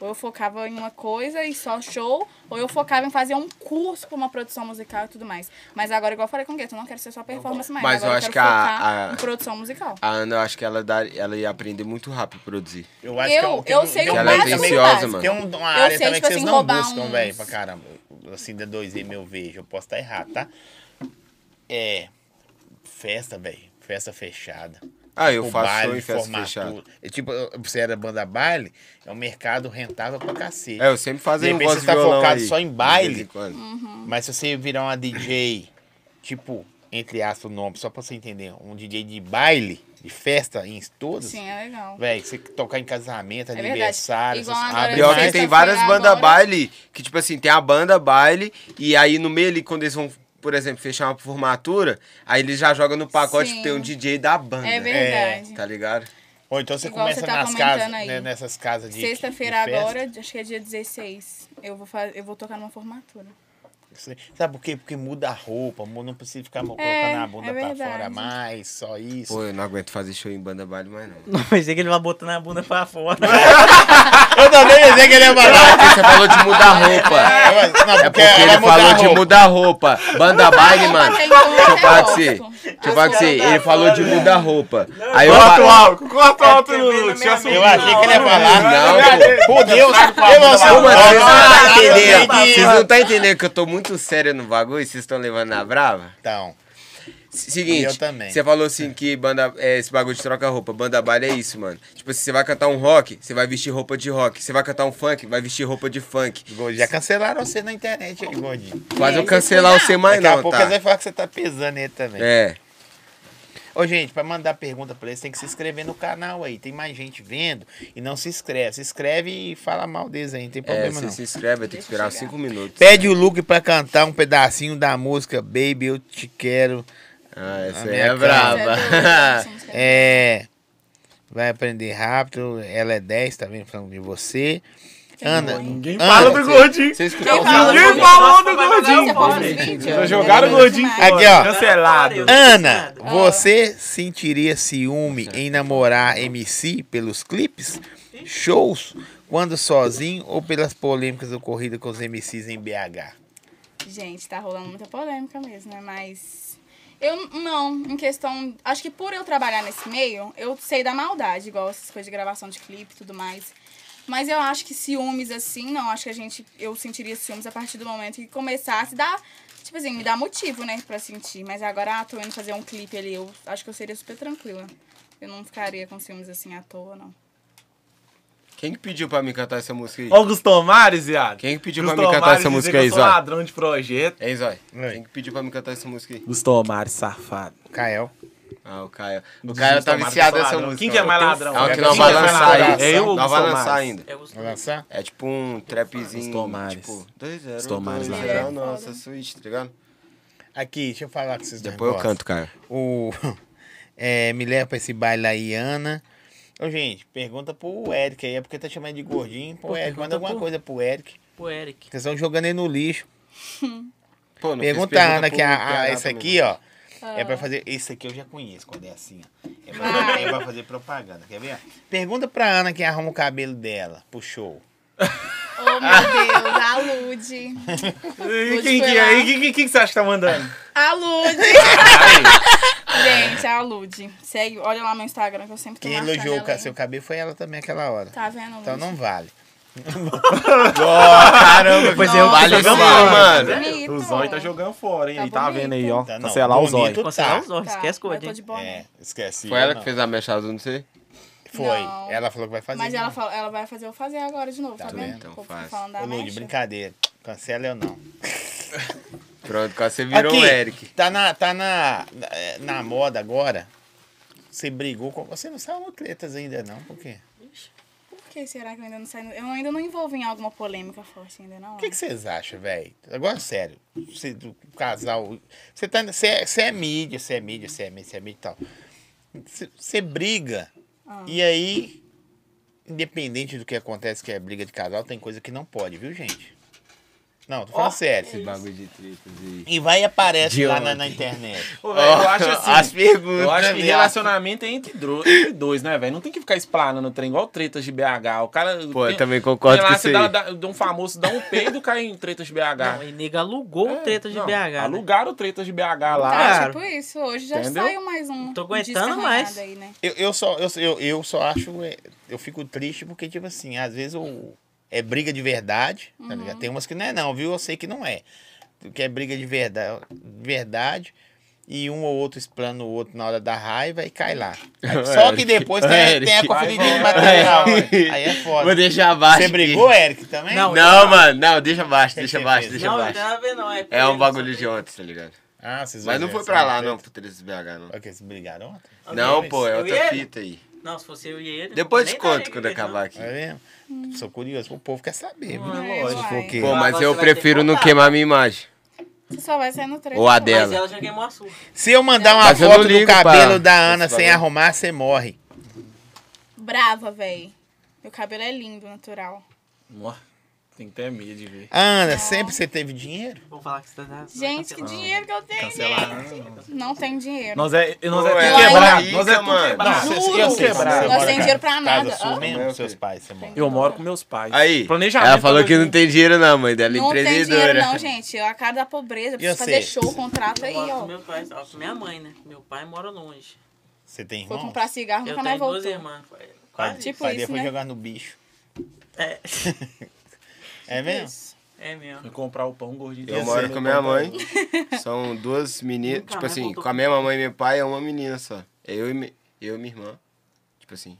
S3: Ou eu focava em uma coisa e só show, ou eu focava em fazer um curso pra uma produção musical e tudo mais. Mas agora, igual eu falei com o Gueto, eu não quero ser só performance mais.
S1: Mas eu
S3: agora
S1: acho
S3: quero
S1: que a-
S3: focar
S1: a-
S3: em produção musical.
S1: A Ana, eu acho que ela, dá, ela ia aprender muito rápido a produzir.
S2: Eu acho que é um-
S3: Eu-
S2: tem
S3: eu
S2: um-
S3: sei
S2: tem
S1: o
S2: um-
S1: Ela é
S2: também-
S1: atenciosa, mano.
S2: Tem um- uma
S3: Eu
S2: área
S3: sei,
S2: também
S3: tipo
S2: que vocês
S3: assim,
S2: não
S3: roubar
S2: buscam,
S3: uns-
S2: velho, pra caramba. Assim, da 2M eu vejo, eu posso estar errado, tá? É. Festa, velho. Festa fechada.
S1: Ah, eu
S2: Tipo,
S1: faço show
S2: baile,
S1: em festa
S2: formatura.
S1: fechada.
S2: É Tipo, eu- você era banda baile, é um mercado rentável pra cacete.
S1: É, eu sempre fazia
S2: De
S1: um
S2: repente
S1: voz
S2: você
S1: de
S2: tá
S1: violão
S2: focado
S1: aí,
S2: só em
S1: de
S2: baile.
S1: vez em quando.
S3: Hum,
S2: Mas se você virar uma DJ, tipo, entre aspas o nome, só pra você entender, um DJ de baile, de festa em todos,
S3: Sim, é legal.
S2: Véi, você tocar em casamento,
S3: verdade.
S2: aniversário,
S3: Igual
S2: essas-
S3: agora
S2: abre
S3: eu
S1: Pior
S2: mais.
S3: sei
S1: que
S3: Sexta-feira
S1: tem várias bandas
S3: agora.
S1: baile que, tipo assim, tem a banda baile e aí no meio ali, quando eles vão, por exemplo, fechar uma formatura, aí eles já jogam no pacote
S3: Sim.
S1: que tem um DJ da banda.
S3: É verdade.
S1: Tá ligado?
S2: Ou então você
S3: Igual
S2: começa
S3: você tá
S2: nas
S3: comentando
S2: casas,
S3: aí.
S2: né, nessas casas de
S3: Sexta-feira
S2: de festa.
S3: agora, acho que é dia 16. Eu vou, fa- eu vou tocar numa formatura.
S2: Você- Sabe por quê? Porque muda a roupa, mu- não precisa ficar colocando a bunda
S3: é
S2: pra fora
S3: verdade.
S2: mais, só isso.
S1: Pô, eu não aguento fazer show em banda baile mais não.
S5: Não
S3: é
S5: pensei que ele vai botando a bunda pra fora.
S2: Eu também pensei que ele é ia mandar.
S1: Você falou de mudar roupa.
S2: Não,
S1: É porque ele falou de mudar roupa. Banda baile, mano. Deixa
S3: Até então,
S1: eu
S3: até
S1: falar com
S3: gosto.
S1: você. Deixa eu falar com você.
S5: As
S1: Ele
S5: caras
S1: falou
S5: tá
S1: de
S5: fora,
S1: mudar tá roupa. Aí eu.
S4: Corta o
S1: pa-
S4: álcool, corta o álcool,
S5: É porque
S4: Lulu.
S5: vem na
S4: Se
S5: minha
S4: assustou.
S2: Eu achei que ele ia falar.
S1: Não, pô.
S2: Por Deus, eu não sei
S1: Não, mano, assim? vocês não tá
S5: eu sei
S1: entendendo.
S5: disso.
S1: Vocês não tá entendendo que eu tô muito sério no bagulho e vocês estão levando na brava?
S2: Então,
S1: Seguinte,
S2: Eu também.
S1: você falou assim que banda, é, esse bagulho de troca-roupa, banda baile é isso, mano. Tipo, se você vai cantar um rock, você vai vestir roupa de rock. Você vai cantar um funk, vai vestir roupa de funk.
S2: já cancelaram você na internet aí, Gordinho.
S1: Quase eu
S3: Esse
S1: cancelar
S3: foi
S1: você
S3: mal.
S1: mais
S2: Daqui a
S1: não,
S2: pouco
S1: tá?
S2: eles vão falar que você tá pesando ele também.
S1: É.
S2: Ô, gente, pra mandar pergunta pra eles, tem que se inscrever no canal aí. Tem mais gente vendo e não se inscreve. Se inscreve e fala mal deles aí, não tem
S1: É,
S2: problema
S1: você
S2: não.
S1: se inscreve, vai ter que
S3: Deixa
S1: esperar
S3: chegar.
S1: 5 minutos.
S2: Pede o Luke pra cantar um pedacinho da música Baby, eu te quero.
S1: Ah,
S2: A
S1: essa aí
S2: minha
S1: é
S2: cara.
S1: braba.
S2: É. Vai aprender rápido. Ela é 10, tá vendo? Falando de você. Ana.
S4: Ninguém
S2: Ana,
S4: fala do
S2: você-
S4: gordinho.
S2: Você escutou?
S5: fala do
S4: Ninguém
S5: gordinho?
S4: falou do
S5: Vai mandar
S4: gordinho.
S5: um
S4: Só jogaram o gordinho
S3: Aqui,
S4: fora.
S2: ó.
S4: Cancelado.
S2: Ana, você sentiria ciúme em namorar MC pelos clipes, shows, quando sozinho ou pelas polêmicas ocorridas com os MCs em BH?
S3: Gente, tá rolando muita polêmica mesmo, né? Mas. Eu não, em questão. Acho que por eu trabalhar nesse meio, eu sei da maldade, igual essas coisas de gravação de clipe e tudo mais. Mas eu acho que ciúmes, assim, não. Acho que a gente. Eu sentiria ciúmes a partir do momento que começasse a dar. Tipo assim, me dá motivo, né, pra sentir. Mas agora, ah, tô indo fazer um clipe ali, eu acho que eu seria super tranquila. Eu não ficaria com ciúmes assim à toa, não.
S1: Quem que pediu pra mim cantar essa música aí?
S4: Ó, o Gustavo Mares, viado.
S1: Quem que pediu
S4: Gustavo
S1: pra mim cantar
S4: Mares
S1: essa
S4: dizer
S1: música
S4: que
S1: aí,
S4: Eu sou
S1: Zói?
S4: ladrão de projeto.
S1: Hein, Zói?
S2: Oi.
S1: Quem que pediu pra mim cantar essa música aí?
S4: Gustavo Mares, safado.
S2: Kael.
S1: Ah, o Caio. O Caio tá viciado nessa música.
S4: Quem que é mais
S1: mano.
S4: ladrão?
S1: É o que
S2: Quem
S1: não
S2: que
S1: vai
S2: é mais
S1: lançar
S2: ladrão?
S1: ainda.
S4: Eu ou
S1: Não vai
S4: Gustavo
S1: lançar
S4: Mares?
S1: ainda.
S5: É os
S2: Vai
S5: dois.
S2: lançar?
S1: É tipo um trapzinho.
S4: Tomares.
S1: Tipo, 2-0.
S4: Os Tomares
S1: 2-0,
S3: ladrão.
S1: Nossa, suíte, tá ligado?
S2: Aqui, deixa eu falar com vocês.
S1: Depois eu
S2: negócios.
S1: canto, cara.
S2: O, é, me leva pra esse baile aí, Ana. Ô, gente, pergunta pro Eric aí. É porque tá chamando de gordinho. Pro
S5: Pô,
S2: Eric,
S5: pergunta
S2: manda alguma
S5: pro-
S2: coisa pro Eric.
S5: O Eric.
S2: Vocês estão jogando ele no lixo.
S1: Pô, não fiz
S2: Pergunta a Ana
S1: pro
S2: que a, a-
S1: Piara
S2: essa
S1: também.
S2: aqui, ó.
S3: Ah.
S2: É pra fazer. Esse aqui eu já conheço quando é assim, ó. É pra, é pra fazer propaganda, quer ver? Pergunta pra Ana que arruma o cabelo dela pro show.
S3: Oh, meu Deus, a Lude.
S4: E
S3: Vou
S4: quem
S3: te
S4: que é?
S3: falar.
S4: E que, que, que que você acha que tá mandando?
S3: A Lude. Gente, a Lude. Segue, olha lá meu Instagram que eu sempre tô
S2: Quem
S3: marcando
S2: elogiou o
S3: ela
S2: ca-
S3: aí.
S2: seu cabelo foi ela também aquela hora.
S3: Tá vendo, Lude?
S2: Então não vale.
S1: Ó, caramba,
S4: Pois é, eu tô
S1: vale sim,
S4: jogando
S1: mano.
S3: Bonito.
S4: O Zói tá jogando fora, hein?
S3: Tá
S4: Ele tá
S3: bonito.
S4: vendo aí, ó.
S2: Tá, não,
S4: Cancelar o Zói.
S2: bonito.
S5: Você
S2: Tá.
S5: é os dois,
S3: Tá,
S5: esquece
S3: mas eu tô
S5: gordinho.
S3: de boa.
S2: É, esqueci.
S1: Foi ela
S2: não.
S1: que fez a mechada, não sei.
S2: Foi.
S3: Não.
S2: Ela falou que vai fazer.
S3: Mas
S2: né?
S3: ela, fala- ela vai fazer eu fazer agora de novo, tá,
S1: bem,
S3: vendo?
S1: então
S3: O povo
S1: faz.
S3: fica falando da
S2: Ô, Lude,
S3: mecha.
S2: brincadeira. Cancela eu não.
S1: Pronto, quase você virou o Eric.
S2: Tá, na, tá na, eh, na moda agora. Você brigou com. Você não saiu no Tretas ainda, não? Por quê?
S3: Por que será que eu ainda não saio? Eu ainda não envolvo em alguma polêmica forte ainda, não.
S2: O que que vocês acham, velho? Agora, sério. Você, do casal. Você tá, você, é, você é mídia, você é mídia, você é mídia, você é mídia e tal. Você, você briga. E aí. Independente do que acontece, que é briga de casal, tem coisa que não pode, viu, gente? Não, tô falando sério.
S1: Esse bagulho de tripas aí.
S2: E vai e aparece
S1: De
S2: lá
S1: ontem.
S2: na, na internet.
S4: Pô, velho, eu acho assim.
S1: As perguntas.
S4: Eu acho que
S1: né?
S4: relacionamento é entre, dro- entre dois, né, velho? Não tem que ficar esplanando o trem igual tretas de BH. O cara.
S1: Pô, eu
S4: tem-
S1: também concordo
S4: tem
S1: com
S4: lá,
S1: isso
S4: você dá,
S1: aí.
S4: dá- dá um famoso, dá um peido, cai em tretas de BH.
S5: Não, e nega alugou o treta de
S4: Tá. Não,
S5: BH. né?
S4: Alugaram tretas de BH lá.
S3: Tá,
S5: Claro.
S3: tipo isso. Hoje já
S4: Entendeu?
S3: saiu mais um.
S5: Tô
S3: um disco
S5: aguentando mais.
S3: arranhado Aí, né?
S2: Eu, eu, só, eu, eu, eu só acho. é, Eu fico triste porque, tipo assim, às vezes o, é briga de verdade. tá
S3: Uhum.
S2: ligado? Tem umas que não é, não, viu? Eu sei que não é. Que é briga de verdade. verdade e um ou outro explana o outro na hora da raiva e cai lá. Aí- Só que depois tem,
S1: É, Eric.
S2: tem a conferidinha de
S4: Vai, vai,
S2: material.
S1: vai.
S2: Aí é
S1: Vou
S2: foda.
S1: deixar abaixo.
S2: Você
S1: aqui.
S2: brigou, Eric, também?
S5: Não.
S1: Não, mano, não, deixa abaixo,
S2: Tem
S1: deixa
S2: certeza.
S1: abaixo, deixa
S5: Não, não tem
S1: abaixo.
S5: nada a ver, não. É,
S1: É um
S5: coisa,
S1: bagulho
S5: sabe?
S1: de ontem, tá ligado?
S2: Ah, vocês
S1: Mas não
S2: dois-
S1: foi
S2: vocês
S1: pra lá,
S2: dois-
S1: não, pro 13 BH, não.
S2: Porque vocês brigaram ontem?
S1: Não, pô, é
S5: Eu e
S1: outra
S5: ele?
S1: fita aí.
S5: Não, se fosse eu e ele.
S1: Depois
S5: nem
S1: te conto
S5: daria,
S1: quando acabar aqui.
S2: É mesmo? Sou curioso, o povo quer saber, viu?
S5: Não,
S3: É,
S5: lógico.
S3: Hum. uai.
S2: Porque...
S1: Pô, mas
S5: Você
S1: eu
S5: vai ter
S1: prefiro
S5: que
S1: não
S5: contar.
S1: queimar minha imagem.
S3: Você só vai sair no trecho.
S1: Ou a
S3: né?
S1: dela.
S5: Mas ela já queimou a sua.
S2: Se eu mandar uma
S1: Mas eu não
S2: foto do
S1: ligo pra-
S2: cabelo da
S1: pra
S2: Ana
S1: esse
S2: sem
S1: bagulho.
S2: arrumar, você morre.
S3: Brava, véi. Meu cabelo é lindo, natural.
S4: Nó, Tem até medo de ver.
S2: Ana, sempre você teve dinheiro?
S5: Vou falar que você tá.
S3: Gente, que dinheiro que eu tenho,
S5: né?
S3: gente. Não tenho dinheiro.
S4: Nós é, nós
S1: Pô,
S4: é,
S1: é
S4: tudo quebrado.
S1: rica,
S4: Nós é tudo
S1: mano.
S4: quebrado.
S3: Não,
S2: Ah, Você-
S3: Juro.
S2: sei,
S4: Quebrado.
S2: você
S3: Nós
S2: mora
S3: sem
S2: na
S3: dinheiro pra
S2: Casa
S3: nada.
S2: sua
S3: Ah.
S2: mesmo,
S1: Meu
S2: seus
S1: filho.
S2: pais, você mora.
S4: Eu moro com meus pais.
S1: Aí,
S4: Planejamento.
S1: ela falou
S4: também.
S1: que não tem dinheiro não, mãe dela é
S3: Não tem dinheiro,
S1: empreendedora.
S3: não, gente. Eu, a cara da pobreza. Eu
S2: E assim, eu
S3: preciso fazer
S2: sei.
S3: show, contrato aí,
S5: Eu moro com
S3: ó.
S5: meu pai, ó, com minha mãe, né? Meu pai mora longe.
S2: Você tem
S3: Foi
S2: irmão?
S3: comprar cigarro,
S5: Eu
S3: nunca mais
S5: tenho duas
S3: É um voltou.
S5: irmãs. Quase.
S3: Tipo
S2: Pai
S3: isso,
S2: foi
S3: né?
S2: jogar no bicho.
S5: É,
S2: É mesmo?
S3: Tipo Isso.
S5: é mesmo.
S4: Fui comprar o pão gordinho.
S1: Eu
S2: Esse
S1: moro
S2: aí,
S1: com minha mãe. São duas meninas.
S5: Nunca
S1: Tipo
S5: mais
S1: assim,
S5: voltou.
S1: com a mesma mãe e meu pai é uma menina só. É eu e, mi- eu e minha irmã. Tipo assim,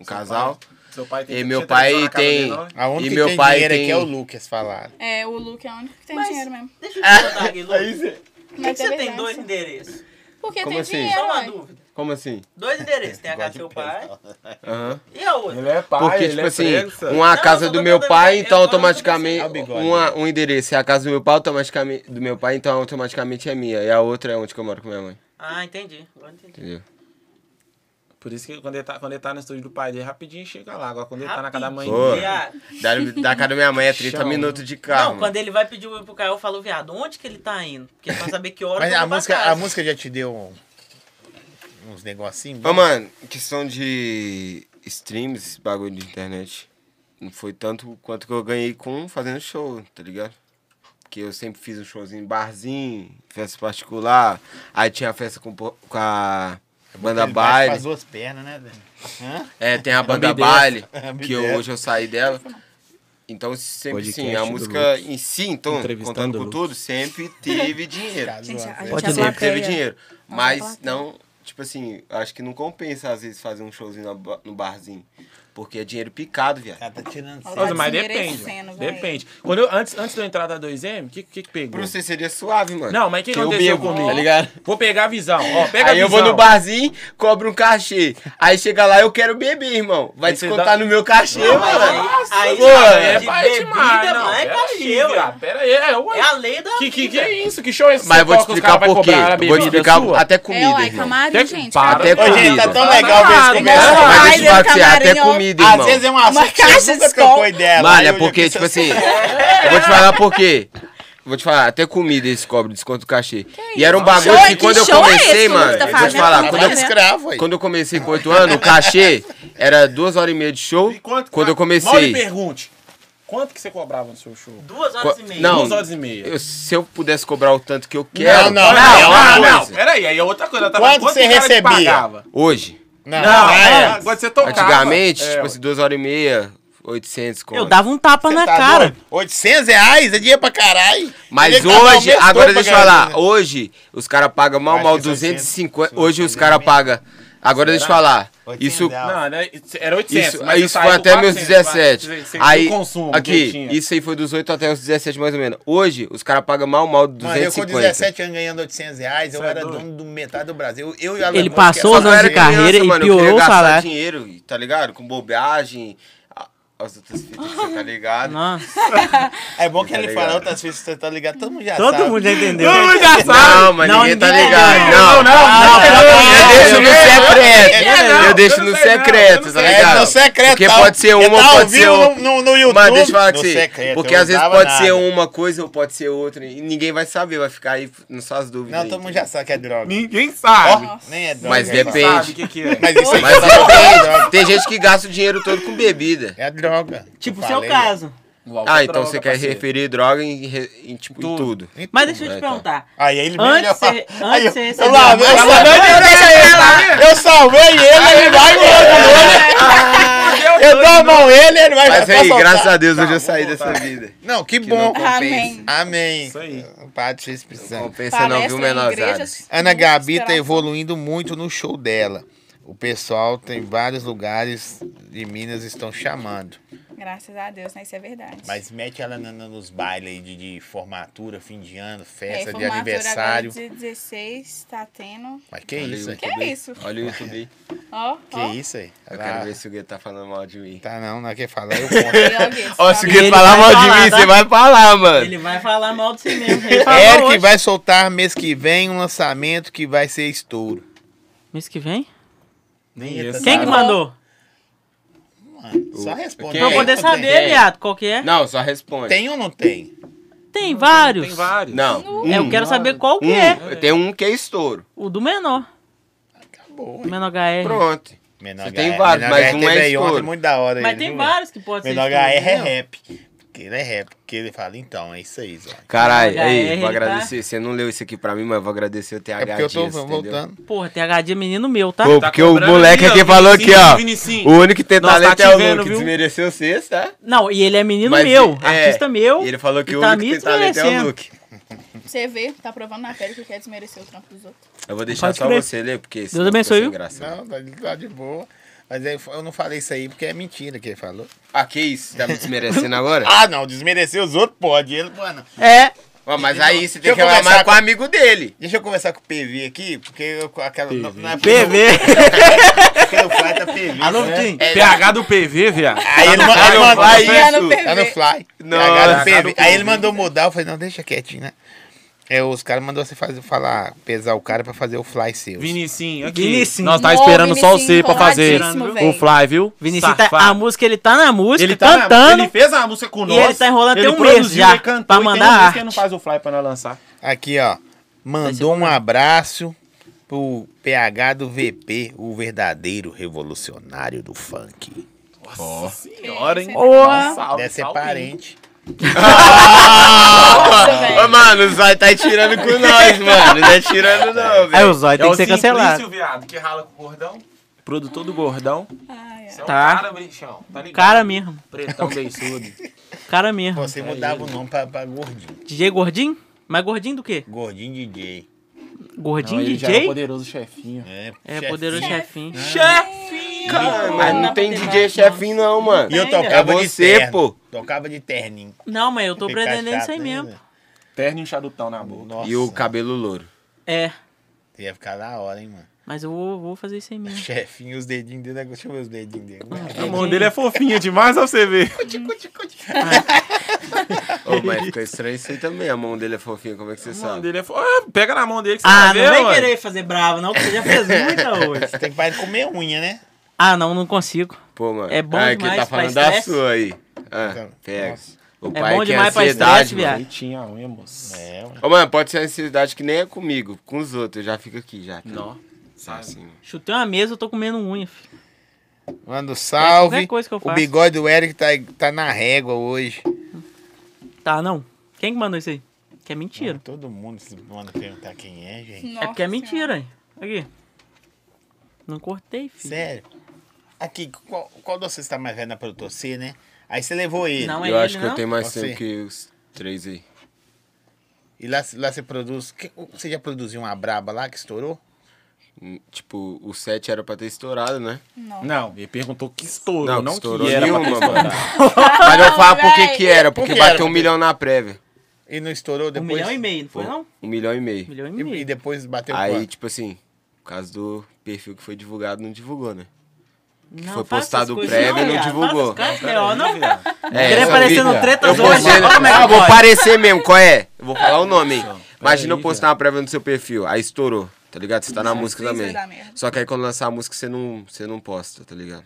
S1: um casal.
S4: Seu pai tem
S1: E
S4: 30
S1: meu pai
S4: na casa
S1: tem.
S4: dele, não é?
S2: A única
S1: E
S2: que
S1: meu
S2: tem
S1: pai
S2: dinheiro aqui é o
S1: tem.
S2: Lucas, falaram.
S3: É, o Luke é o único que tem
S5: Mas-
S3: dinheiro mesmo.
S5: Deixa eu te contar aqui, Lu. Por que
S3: Mas
S5: que
S3: é
S5: Ah, você tem
S3: verdade. É,
S5: dois endereços?
S3: Porque
S1: Como
S3: tem
S1: assim?
S3: dinheiro,
S5: Só uma
S3: ué.
S5: dúvida.
S1: Como assim?
S5: Dois endereços. Tem a casa do seu
S2: Igual de
S5: pai
S1: Aham.
S5: e a outra.
S4: Ele é pai,
S1: Porque,
S4: ele
S1: tipo
S4: é
S1: assim,
S4: prensa.
S1: uma
S5: Não,
S1: casa
S5: eu
S1: do
S5: tô
S1: meu
S5: dando
S1: pai,
S5: ideia,
S1: então
S5: eu tô assim. dando
S1: automaticamente.
S2: ideia. É o bigode,
S1: uma-
S2: né?
S1: um endereço é a casa do meu pai, automaticamente. Do meu pai, então automaticamente é minha. E a outra é onde que eu moro com minha mãe.
S5: Ah, entendi. Agora entendi.
S1: Entendeu?
S4: Por isso que quando ele, tá, quando ele tá no estúdio do pai dele, rapidinho chega lá. Agora quando ele tá na casa da mãe
S1: Pô.
S4: dele.
S5: Viado.
S1: Da, da casa da minha mãe é 30
S4: Chão.
S1: minutos de carro.
S5: Não, quando ele vai pedir Uber pro Caio, eu falo, viado, onde que ele tá indo? Porque pra saber que hora
S2: Mas
S5: que eu
S2: a
S5: vou pra
S2: música,
S5: casa.
S2: a música já te deu um- uns negocinhos?
S1: Ô, mano, questão de streams, esse bagulho de internet, não foi tanto quanto que eu ganhei com fazendo show, tá ligado? Porque eu sempre fiz um showzinho em barzinho, festa particular, aí tinha a festa com, po- com a
S4: É
S1: banda
S2: Ele bate com
S1: baile,
S2: as duas pernas, né, velho? Hã?
S1: é, tem a banda
S4: Ambidestra.
S1: baile, que eu-
S2: Ambidestra.
S1: hoje eu saí dela. Então, sempre sim, a
S4: Podcast do
S1: música em si, então,
S4: Entrevistando
S1: contando
S4: o
S1: com
S4: Lucas.
S1: tudo, sempre teve dinheiro.
S2: Tá
S3: Gente,
S2: zoando,
S3: a
S2: velho.
S3: gente
S5: Pode
S3: é
S5: ler.
S1: Sempre teve
S3: plateia.
S1: dinheiro.
S3: Nossa,
S1: Mas
S3: plateia.
S1: não, tipo assim, acho que não compensa às vezes fazer um showzinho na ba- no barzinho. Porque é dinheiro picado, viado.
S2: Ela tá tirando
S3: Nossa,
S4: Nossa,
S2: sério.
S4: mas
S3: desmerecendo,
S4: depende.
S3: velho.
S4: depende. Quando eu, antes, antes de eu entrar da 2M, o que, que que pegou?
S1: Pra você seria suave, mano.
S4: Não, mas o que
S1: eu
S4: aconteceu
S1: bebo,
S4: comigo?
S1: Tá ligado?
S4: Vou pegar a visão. Ó, pega
S1: aí
S4: a visão.
S1: eu vou no barzinho, cobro um cachê. Aí chega lá, eu quero beber, irmão. Vai
S4: Aí você
S1: descontar
S4: dá-
S1: no meu cachê, mano.
S5: aí,
S1: pô,
S4: É
S1: é
S5: de
S4: pai
S5: bebida,
S4: demais, não.
S5: mano, é
S4: Pera aí,
S5: cachê, ué.
S4: viado, Pera aí, é, ué.
S5: É a lei da
S4: Que, que, que
S5: vida.
S4: é isso? Que show é esse?
S1: Mas eu vou te
S4: Qual que os
S1: explicar
S4: caras vai
S1: por quê.
S4: cobrar
S1: Eu
S4: a
S1: vou te
S4: bebida
S1: explicar
S4: sua?
S1: até
S3: É,
S1: comida,
S3: ué,
S1: irmão.
S3: camarim,
S4: Tem-
S3: gente.
S4: Para,
S3: camarim.
S1: até
S2: Ô, gente,
S1: comida.
S2: tá tão
S4: Tá
S2: legal ver esse
S4: errado,
S2: comércio.
S4: mano.
S1: Mas
S3: Ai,
S1: deixa eu falar
S3: desse
S1: pra você, até
S3: camarim, ó.
S1: comida,
S2: Às
S1: irmão.
S2: vezes é um assunto que
S3: caixa
S2: você nunca
S3: de Skol.
S2: trocou ideia.
S1: Mano, é porque, tipo assim, eu vou te falar por quê. Vou te falar, até comida eles cobram desconto do cachê. E era um bagulho
S3: Show é-
S1: que
S3: que
S1: quando eu
S3: show é esse
S1: comecei,
S3: que o Lucas
S1: mano,
S3: tá
S1: vou te
S3: fazendo?
S1: falar,
S3: Não
S1: quando
S3: tá
S1: eu
S2: Trabalho escravo, aí.
S1: Quando eu comecei com 8 anos, o cachê era duas horas e meia de show.
S4: E quanto-
S1: quando eu
S4: Mal me
S1: comecei.
S4: pergunte. Quanto que você cobrava no seu show?
S5: Duas horas
S1: co-
S5: e meia.
S1: Não,
S4: Duas horas e meia.
S1: eu- se eu pudesse cobrar o tanto que eu quero.
S2: não,
S1: é
S2: não,
S1: uma
S2: não,
S1: coisa.
S4: Peraí, aí é outra coisa. Tá
S2: Quanto você
S4: que o cara te
S2: recebia?
S4: pagava?
S1: Hoje,
S2: Não,
S4: Não,
S2: ah,
S4: é. Quando você tocava.
S1: antigamente,
S4: É,
S1: tipo
S4: ué.
S1: assim, duas horas e meia, 800 conto.
S5: Eu dava um tapa
S2: Você
S5: na
S2: tá
S5: cara.
S2: doido? 800 reais é dinheiro pra caralho.
S1: Mas
S2: Ele tá mal
S1: hoje,
S2: mesmo
S1: agora
S2: todo
S1: deixa eu
S2: pra
S1: falar,
S2: caralho, né?
S1: hoje os caras pagam mal,
S2: Acho
S1: mal
S2: que são
S1: 250.
S2: 800,
S1: Hoje os
S2: são
S1: caras
S2: 800.
S1: pagam. Agora deixa eu falar.
S2: 800
S1: Isso,
S2: reais.
S4: Não, né, era 800.
S1: isso,
S4: mas eu
S1: isso
S4: saí
S1: foi
S4: com
S1: até meus
S4: 400, vai,
S1: 17.
S4: sem- sem
S1: Aí,
S4: o consumo que eu
S1: aqui,
S4: tinha.
S1: isso aí foi dos 8 até os 17 mais ou menos. Hoje os caras pagam mal, mal
S2: Mano, eu com
S1: 250.
S2: 17 anos ganhando 800 reais, eu
S4: Cê é
S2: era
S4: doido.
S2: dono do metade do Brasil. Eu, eu e a
S5: Ele
S2: Lamone,
S5: passou
S2: que
S5: os
S2: essa
S5: anos de
S2: galera-
S5: carreira
S1: eu
S5: e piorou
S1: queria
S5: o
S1: gastar
S5: salário.
S1: dinheiro, tá ligado? Com bobagem, a- as outras fitas, você tá ligado?
S5: Nossa,
S2: É bom que
S1: Tá
S2: ele
S1: ligado.
S2: fala outras vezes, você tá ligado? Todo mundo já
S5: todo
S2: sabe.
S5: mundo já entendeu.
S4: Todo mundo já sabe.
S1: Não, mas
S5: Não,
S1: ninguém tá
S5: ninguém-
S1: ligado.
S4: Não,
S1: Não,
S4: não, não.
S1: Eu deixo no
S2: É, não,
S1: secreto. Eu deixo
S4: eu
S1: no
S4: não sei não, eu
S1: secreto,
S4: não
S1: tá
S4: sei.
S2: É,
S1: ligado?
S2: no secreto.
S1: Porque
S2: tá-
S1: pode ser
S2: ele
S1: uma,
S2: tá ao
S1: pode ser
S2: vivo
S1: outra.
S2: No, no, no YouTube.
S1: Mas deixa eu falar
S2: No
S1: com você.
S2: secreto,
S1: porque
S2: eu
S1: às vezes
S2: usava
S1: pode
S2: nada.
S1: ser uma coisa ou pode ser outra. E ninguém vai saber, vai ficar aí nas suas dúvidas.
S2: Não, todo mundo já sabe que é droga.
S4: Ninguém sabe.
S2: Ó, nem é droga.
S1: Mas
S2: ninguém
S1: depende.
S2: sabe.
S4: Sabe o que, que é.
S2: Mas isso aí
S1: Mas
S2: é droga.
S1: tem-
S2: é droga.
S1: tem gente que gasta o dinheiro todo com bebida.
S2: É droga.
S5: Tipo o
S2: Eu
S5: seu
S2: falei. né?
S5: caso.
S1: Ah, então você quer
S4: referir.
S1: referir droga em, re- em, tipo, em
S4: Tudo.
S1: tudo.
S2: Então,
S5: Mas deixa eu te
S1: É,
S5: perguntar.
S2: Aí ele
S5: Antes
S2: já fala-
S5: você-
S2: Aí
S5: antes
S2: eu-
S5: você
S2: eu lá- eu
S5: recebeu-
S2: salvei-
S1: tá?
S2: Eu salvei ele, ele vai mesmo. Eu dou a mão ele, ele vai
S1: Mas
S2: vai
S1: aí,
S2: soltar.
S1: graças a Deus, hoje eu
S4: vou
S1: saí
S4: voltar.
S1: dessa vida.
S2: Não, que
S1: não
S2: bom.
S1: compensa.
S3: Amém.
S2: Amém.
S4: Isso aí.
S2: O Padre fez precisando.
S1: Compensa não,
S3: Palestra
S1: viu,
S3: em assim,
S1: menorzada?
S3: igrejas,
S2: Ana
S3: muito
S2: Gabi tá
S3: esperado.
S2: evoluindo muito no show dela. O pessoal tem vários lugares de Minas estão chamando.
S3: Graças a Deus, né? Isso é verdade.
S2: Mas mete ela na- na- nos bailes aí de, de formatura, fim de ano,
S3: É,
S2: festa de
S3: formatura agora
S5: é
S2: aniversário.
S3: de 16 tá tendo.
S2: Mas que isso aí?
S1: Que
S2: Que,
S3: Que é isso?
S1: Olha o YouTube aí.
S3: Ó, ó.
S2: isso aí?
S1: Eu
S2: Ela-
S1: quero ver se o Gueto tá falando mal de mim.
S2: Tá não, não é que falar, eu conto.
S3: Legal desse,
S1: Ó,
S3: tá
S1: se o
S5: E
S3: vendo?
S1: Gueto
S5: ele
S1: falar
S5: vai
S1: mal de
S5: falar,
S1: mim,
S5: tá?
S1: você vai falar, mano.
S5: Ele vai falar mal de si mesmo. Ele falou
S2: É, Eric
S5: hoje.
S2: vai soltar mês que vem um lançamento que vai ser estouro.
S5: Mês que vem?
S4: Nem
S2: Quem
S4: esse
S2: que
S5: Quem
S4: sabe.
S5: que mandou?
S2: Mano, só
S1: Quem? Pra
S2: responde.
S5: Pra
S2: Tem
S5: poder
S2: ou não
S5: saber, viado, qual que é.
S1: Não, só responde.
S2: Tem ou não tem?
S5: Tem vários.
S4: Tem vários.
S1: Não.
S5: É, eu quero saber qual que é.
S1: Um, tem um que é estouro.
S5: O do menor.
S2: Acabou.
S5: O menor
S1: É.
S5: HR.
S1: Pronto.
S2: Menor
S1: Você tem
S2: HR,
S1: vários,
S2: Menor
S1: mas
S2: HR
S1: um é
S2: teve aí
S1: estouro.
S2: ontem, muito da hora.
S5: Mas
S2: ele,
S5: tem
S2: não é?
S5: vários que pode ser.
S2: Menor HR
S5: estouro,
S2: é
S5: entendeu?
S2: rap. Porque ele é rap. Porque ele fala, então, é isso aí, Zó.
S1: Caralho,
S5: Olha,
S1: aí,
S5: ele
S1: vou
S5: tá-
S1: agradecer. Você não leu isso aqui pra mim, mas vou agradecer o TH
S2: É porque eu tô
S1: Dias, entendeu?
S2: voltando.
S5: Porra, tem HD menino meu, tá?
S1: Pô,
S4: Tá
S1: porque o
S4: cobrando
S1: moleque
S4: ali, ó,
S1: aqui falou aqui,
S4: Vinicinho,
S1: ó.
S4: Vinicinho.
S1: O único que tem
S4: Nós tá
S1: talento
S4: te
S1: é o
S4: vendo,
S1: Lu, que
S4: viu?
S1: desmereceu vocês, tá?
S5: Não, e ele é menino
S1: Mas,
S5: meu,
S1: é,
S5: artista meu.
S1: E ele falou que
S5: e
S1: o
S5: tá
S1: único
S5: me
S1: que tem talento é o
S5: desmerecendo.
S1: Luke.
S3: Você vê, tá provando na pele que quer desmerecer o trampo dos outros.
S1: Eu vou deixar
S5: Pode
S1: só
S5: crer.
S1: você ler, porque
S5: Deus abençoe, viu?
S1: Não.
S2: Não, tá de, tá de boa. Mas aí eu não falei isso aí porque é mentira que ele falou.
S1: Ah, que isso? Tá me desmerecendo agora?
S2: Ah, não, desmerecer os outros pode. Ele, mano.
S5: É.
S1: Ó, mas aí você tem
S2: eu
S1: que reclamar
S2: conversar
S1: com o
S2: com-
S1: amigo dele.
S2: Deixa eu conversar com o PV aqui, porque eu, com aquela. Não, não é porque
S5: PV.
S2: o Fly tá PV.
S5: Alô,
S2: né?
S5: Tim.
S1: É,
S4: PH do PV, viado.
S2: Aí ele, ma-
S1: Tá
S2: ele
S1: no
S2: mandou.
S1: Fly,
S3: Tá no
S1: isso.
S3: PV.
S2: Tá no Fly.
S1: Não,
S2: Tá no
S1: tá
S2: PV.
S1: no
S2: Aí ele mandou mudar, eu falei, não, deixa quietinho, né? É, os caras mandou você fazer, falar, pesar o cara pra fazer o Fly seu.
S4: Vinicinho, aqui.
S5: Vinicinho.
S4: Nós
S3: Mó
S4: tá esperando só o C
S3: Vinicinho,
S4: pra fazer
S3: coladíssimo,
S4: o
S3: véi.
S4: Fly, viu?
S5: Vinicius, tá,
S4: Safado.
S5: a música, ele tá na música,
S4: Ele tá
S5: cantando.
S4: na, ele fez a música com
S5: e
S4: nós.
S5: ele tá enrolando
S4: ele
S5: tem um mês
S4: produziu,
S5: já
S4: ele cantou,
S5: pra
S4: e tem um
S5: mandar
S4: mês
S5: arte.
S4: que ele não faz o Fly pra nós lançar.
S2: Aqui, ó. Mandou um abraço pro PH do VP, o verdadeiro revolucionário do funk.
S4: Nossa senhora, hein?
S5: Porra.
S4: Salve,
S2: Deve ser
S4: salve.
S2: parente.
S3: Nossa,
S1: Ô,
S3: velho.
S1: mano, o Zói tá tirando com nós, mano. Não tá tirando, não,
S5: Aí o
S1: velho.
S5: Zóio
S4: é
S5: tem
S4: o
S5: que ser
S4: Simplício,
S5: cancelado.
S4: viado, que rala com o gordão. Produtor do gordão.
S3: Ai, ai.
S4: Você é um
S5: Tá.
S4: cara, bichão. Tá ligado?
S5: Cara mesmo,
S4: Pretão beiçudo.
S5: cara mesmo.
S2: Você mudava o nome pra, pra Gordinho.
S5: DJ Gordinho? Mas gordinho do quê?
S2: Gordinho DJ.
S5: Gordinho
S4: Não, ele já era o
S5: DJ?
S4: poderoso chefinho.
S2: É,
S5: É, poderoso chefinho.
S4: Chefinho!
S3: Caramba.
S1: Mas não tem DJ chefinho, não, mano.
S2: E eu
S5: Ainda.
S2: tocava
S1: É
S2: de
S1: você,
S2: terno.
S1: pô.
S2: Tocava de terninho.
S5: Não, mas eu né? tô
S2: Ficar
S5: pretendendo isso
S1: né,
S2: chato
S5: aí mesmo.
S2: ainda.
S4: Terno e um charutão na boca.
S2: Nossa,
S1: E o cabelo louro.
S5: É,
S2: ia ficar da hora, hein, mano.
S5: mas eu vou, vou fazer isso aí mesmo.
S2: Chefinho, os dedinhos dele. Deixa eu ver os dedinhos dele.
S5: Hum.
S4: A mão dele é fofinha demais, ó, pra você ver.
S1: Ô, mas fica estranho isso aí também. A mão dele é fofinha, como é que você
S4: A mão
S1: sabe?
S4: dele é fo... Ah, Pega na mão dele que você
S5: Ah,
S4: vai ver,
S5: não vem
S4: ué.
S5: querer fazer bravo, não, que você já fez muita hoje.
S2: Você tem que parar de comer unha, né?
S5: Ah, não, não consigo.
S1: Pô, mano.
S5: É bom
S1: ah, que
S5: demais
S1: tá
S5: pra
S1: falando da
S5: estresse.
S1: sua aí. Ah,
S2: Então,
S1: pega.
S2: nossa.
S1: O
S5: É bom
S1: que
S5: demais pra
S1: ansiedade,
S5: estresse,
S1: mano.
S5: viado.
S4: Bonitinha a unha, moço.
S2: É, mano.
S1: Ô, mano, pode ser a ansiedade que nem é comigo, com os outros. Eu já fico aqui, já. tá?
S4: Não.
S1: Tá assim, mano.
S5: Chutei uma mesa, eu tô comendo unha, filho.
S2: Manda um salve.
S5: Qualquer coisa que eu
S2: O
S5: faço.
S2: bigode do Eric tá, tá na régua hoje.
S5: Tá, não. Quem que mandou isso aí? Que é mentira.
S2: Todo mundo se manda perguntar quem é, gente.
S5: é porque é mentira, hein? Aqui. Não cortei, filho.
S2: Sério. Aqui, qual, qual de vocês tá mais velho na produtora? Você, né? Aí você levou ele.
S5: Não, é
S1: Eu
S5: ele,
S1: acho que
S5: não?
S1: eu tenho mais
S2: Você.
S1: tempo que os três aí.
S2: E lá, lá você produz. que- Você já produziu uma braba lá que estourou?
S1: Hum, Tipo, o sete era pra ter estourado, né?
S3: Não.
S4: Não, ele perguntou que estourou,
S1: Não,
S4: não,
S1: que
S4: que
S1: estourou
S4: era pra ter
S1: nenhuma,
S4: estourado.
S1: Mas eu falo por que
S3: véi.
S1: que era, porque
S2: Por que
S1: bateu
S2: era?
S1: um milhão na prévia.
S2: E não estourou
S5: Um
S2: depois?
S5: milhão e meio, não foi, não?
S1: Um milhão e meio.
S5: Um milhão e meio.
S2: E, e depois bateu
S1: Aí,
S2: quanto?
S1: tipo assim, por causa do perfil que foi divulgado, não divulgou, né?
S5: Não,
S1: foi
S5: faça essas
S1: postado
S5: coisas
S1: prévio e não
S5: viado.
S1: divulgou.
S5: Faça os caras, B.O. não.
S1: É,
S5: Queria
S1: essa
S5: Tá aparecer no
S1: vida.
S5: Tretas
S1: eu
S5: hoje,
S1: postei-
S5: olha como é que
S1: Ah, vou
S5: pode.
S1: aparecer mesmo, qual é? Eu vou falar o nome, hein? Imagina eu
S4: aí,
S1: postar uma prévia no seu perfil, aí estourou, tá ligado? Você tá na música
S3: isso vai
S1: também.
S3: dar merda.
S1: Só que aí quando lançar a música, você não, você não posta, tá ligado?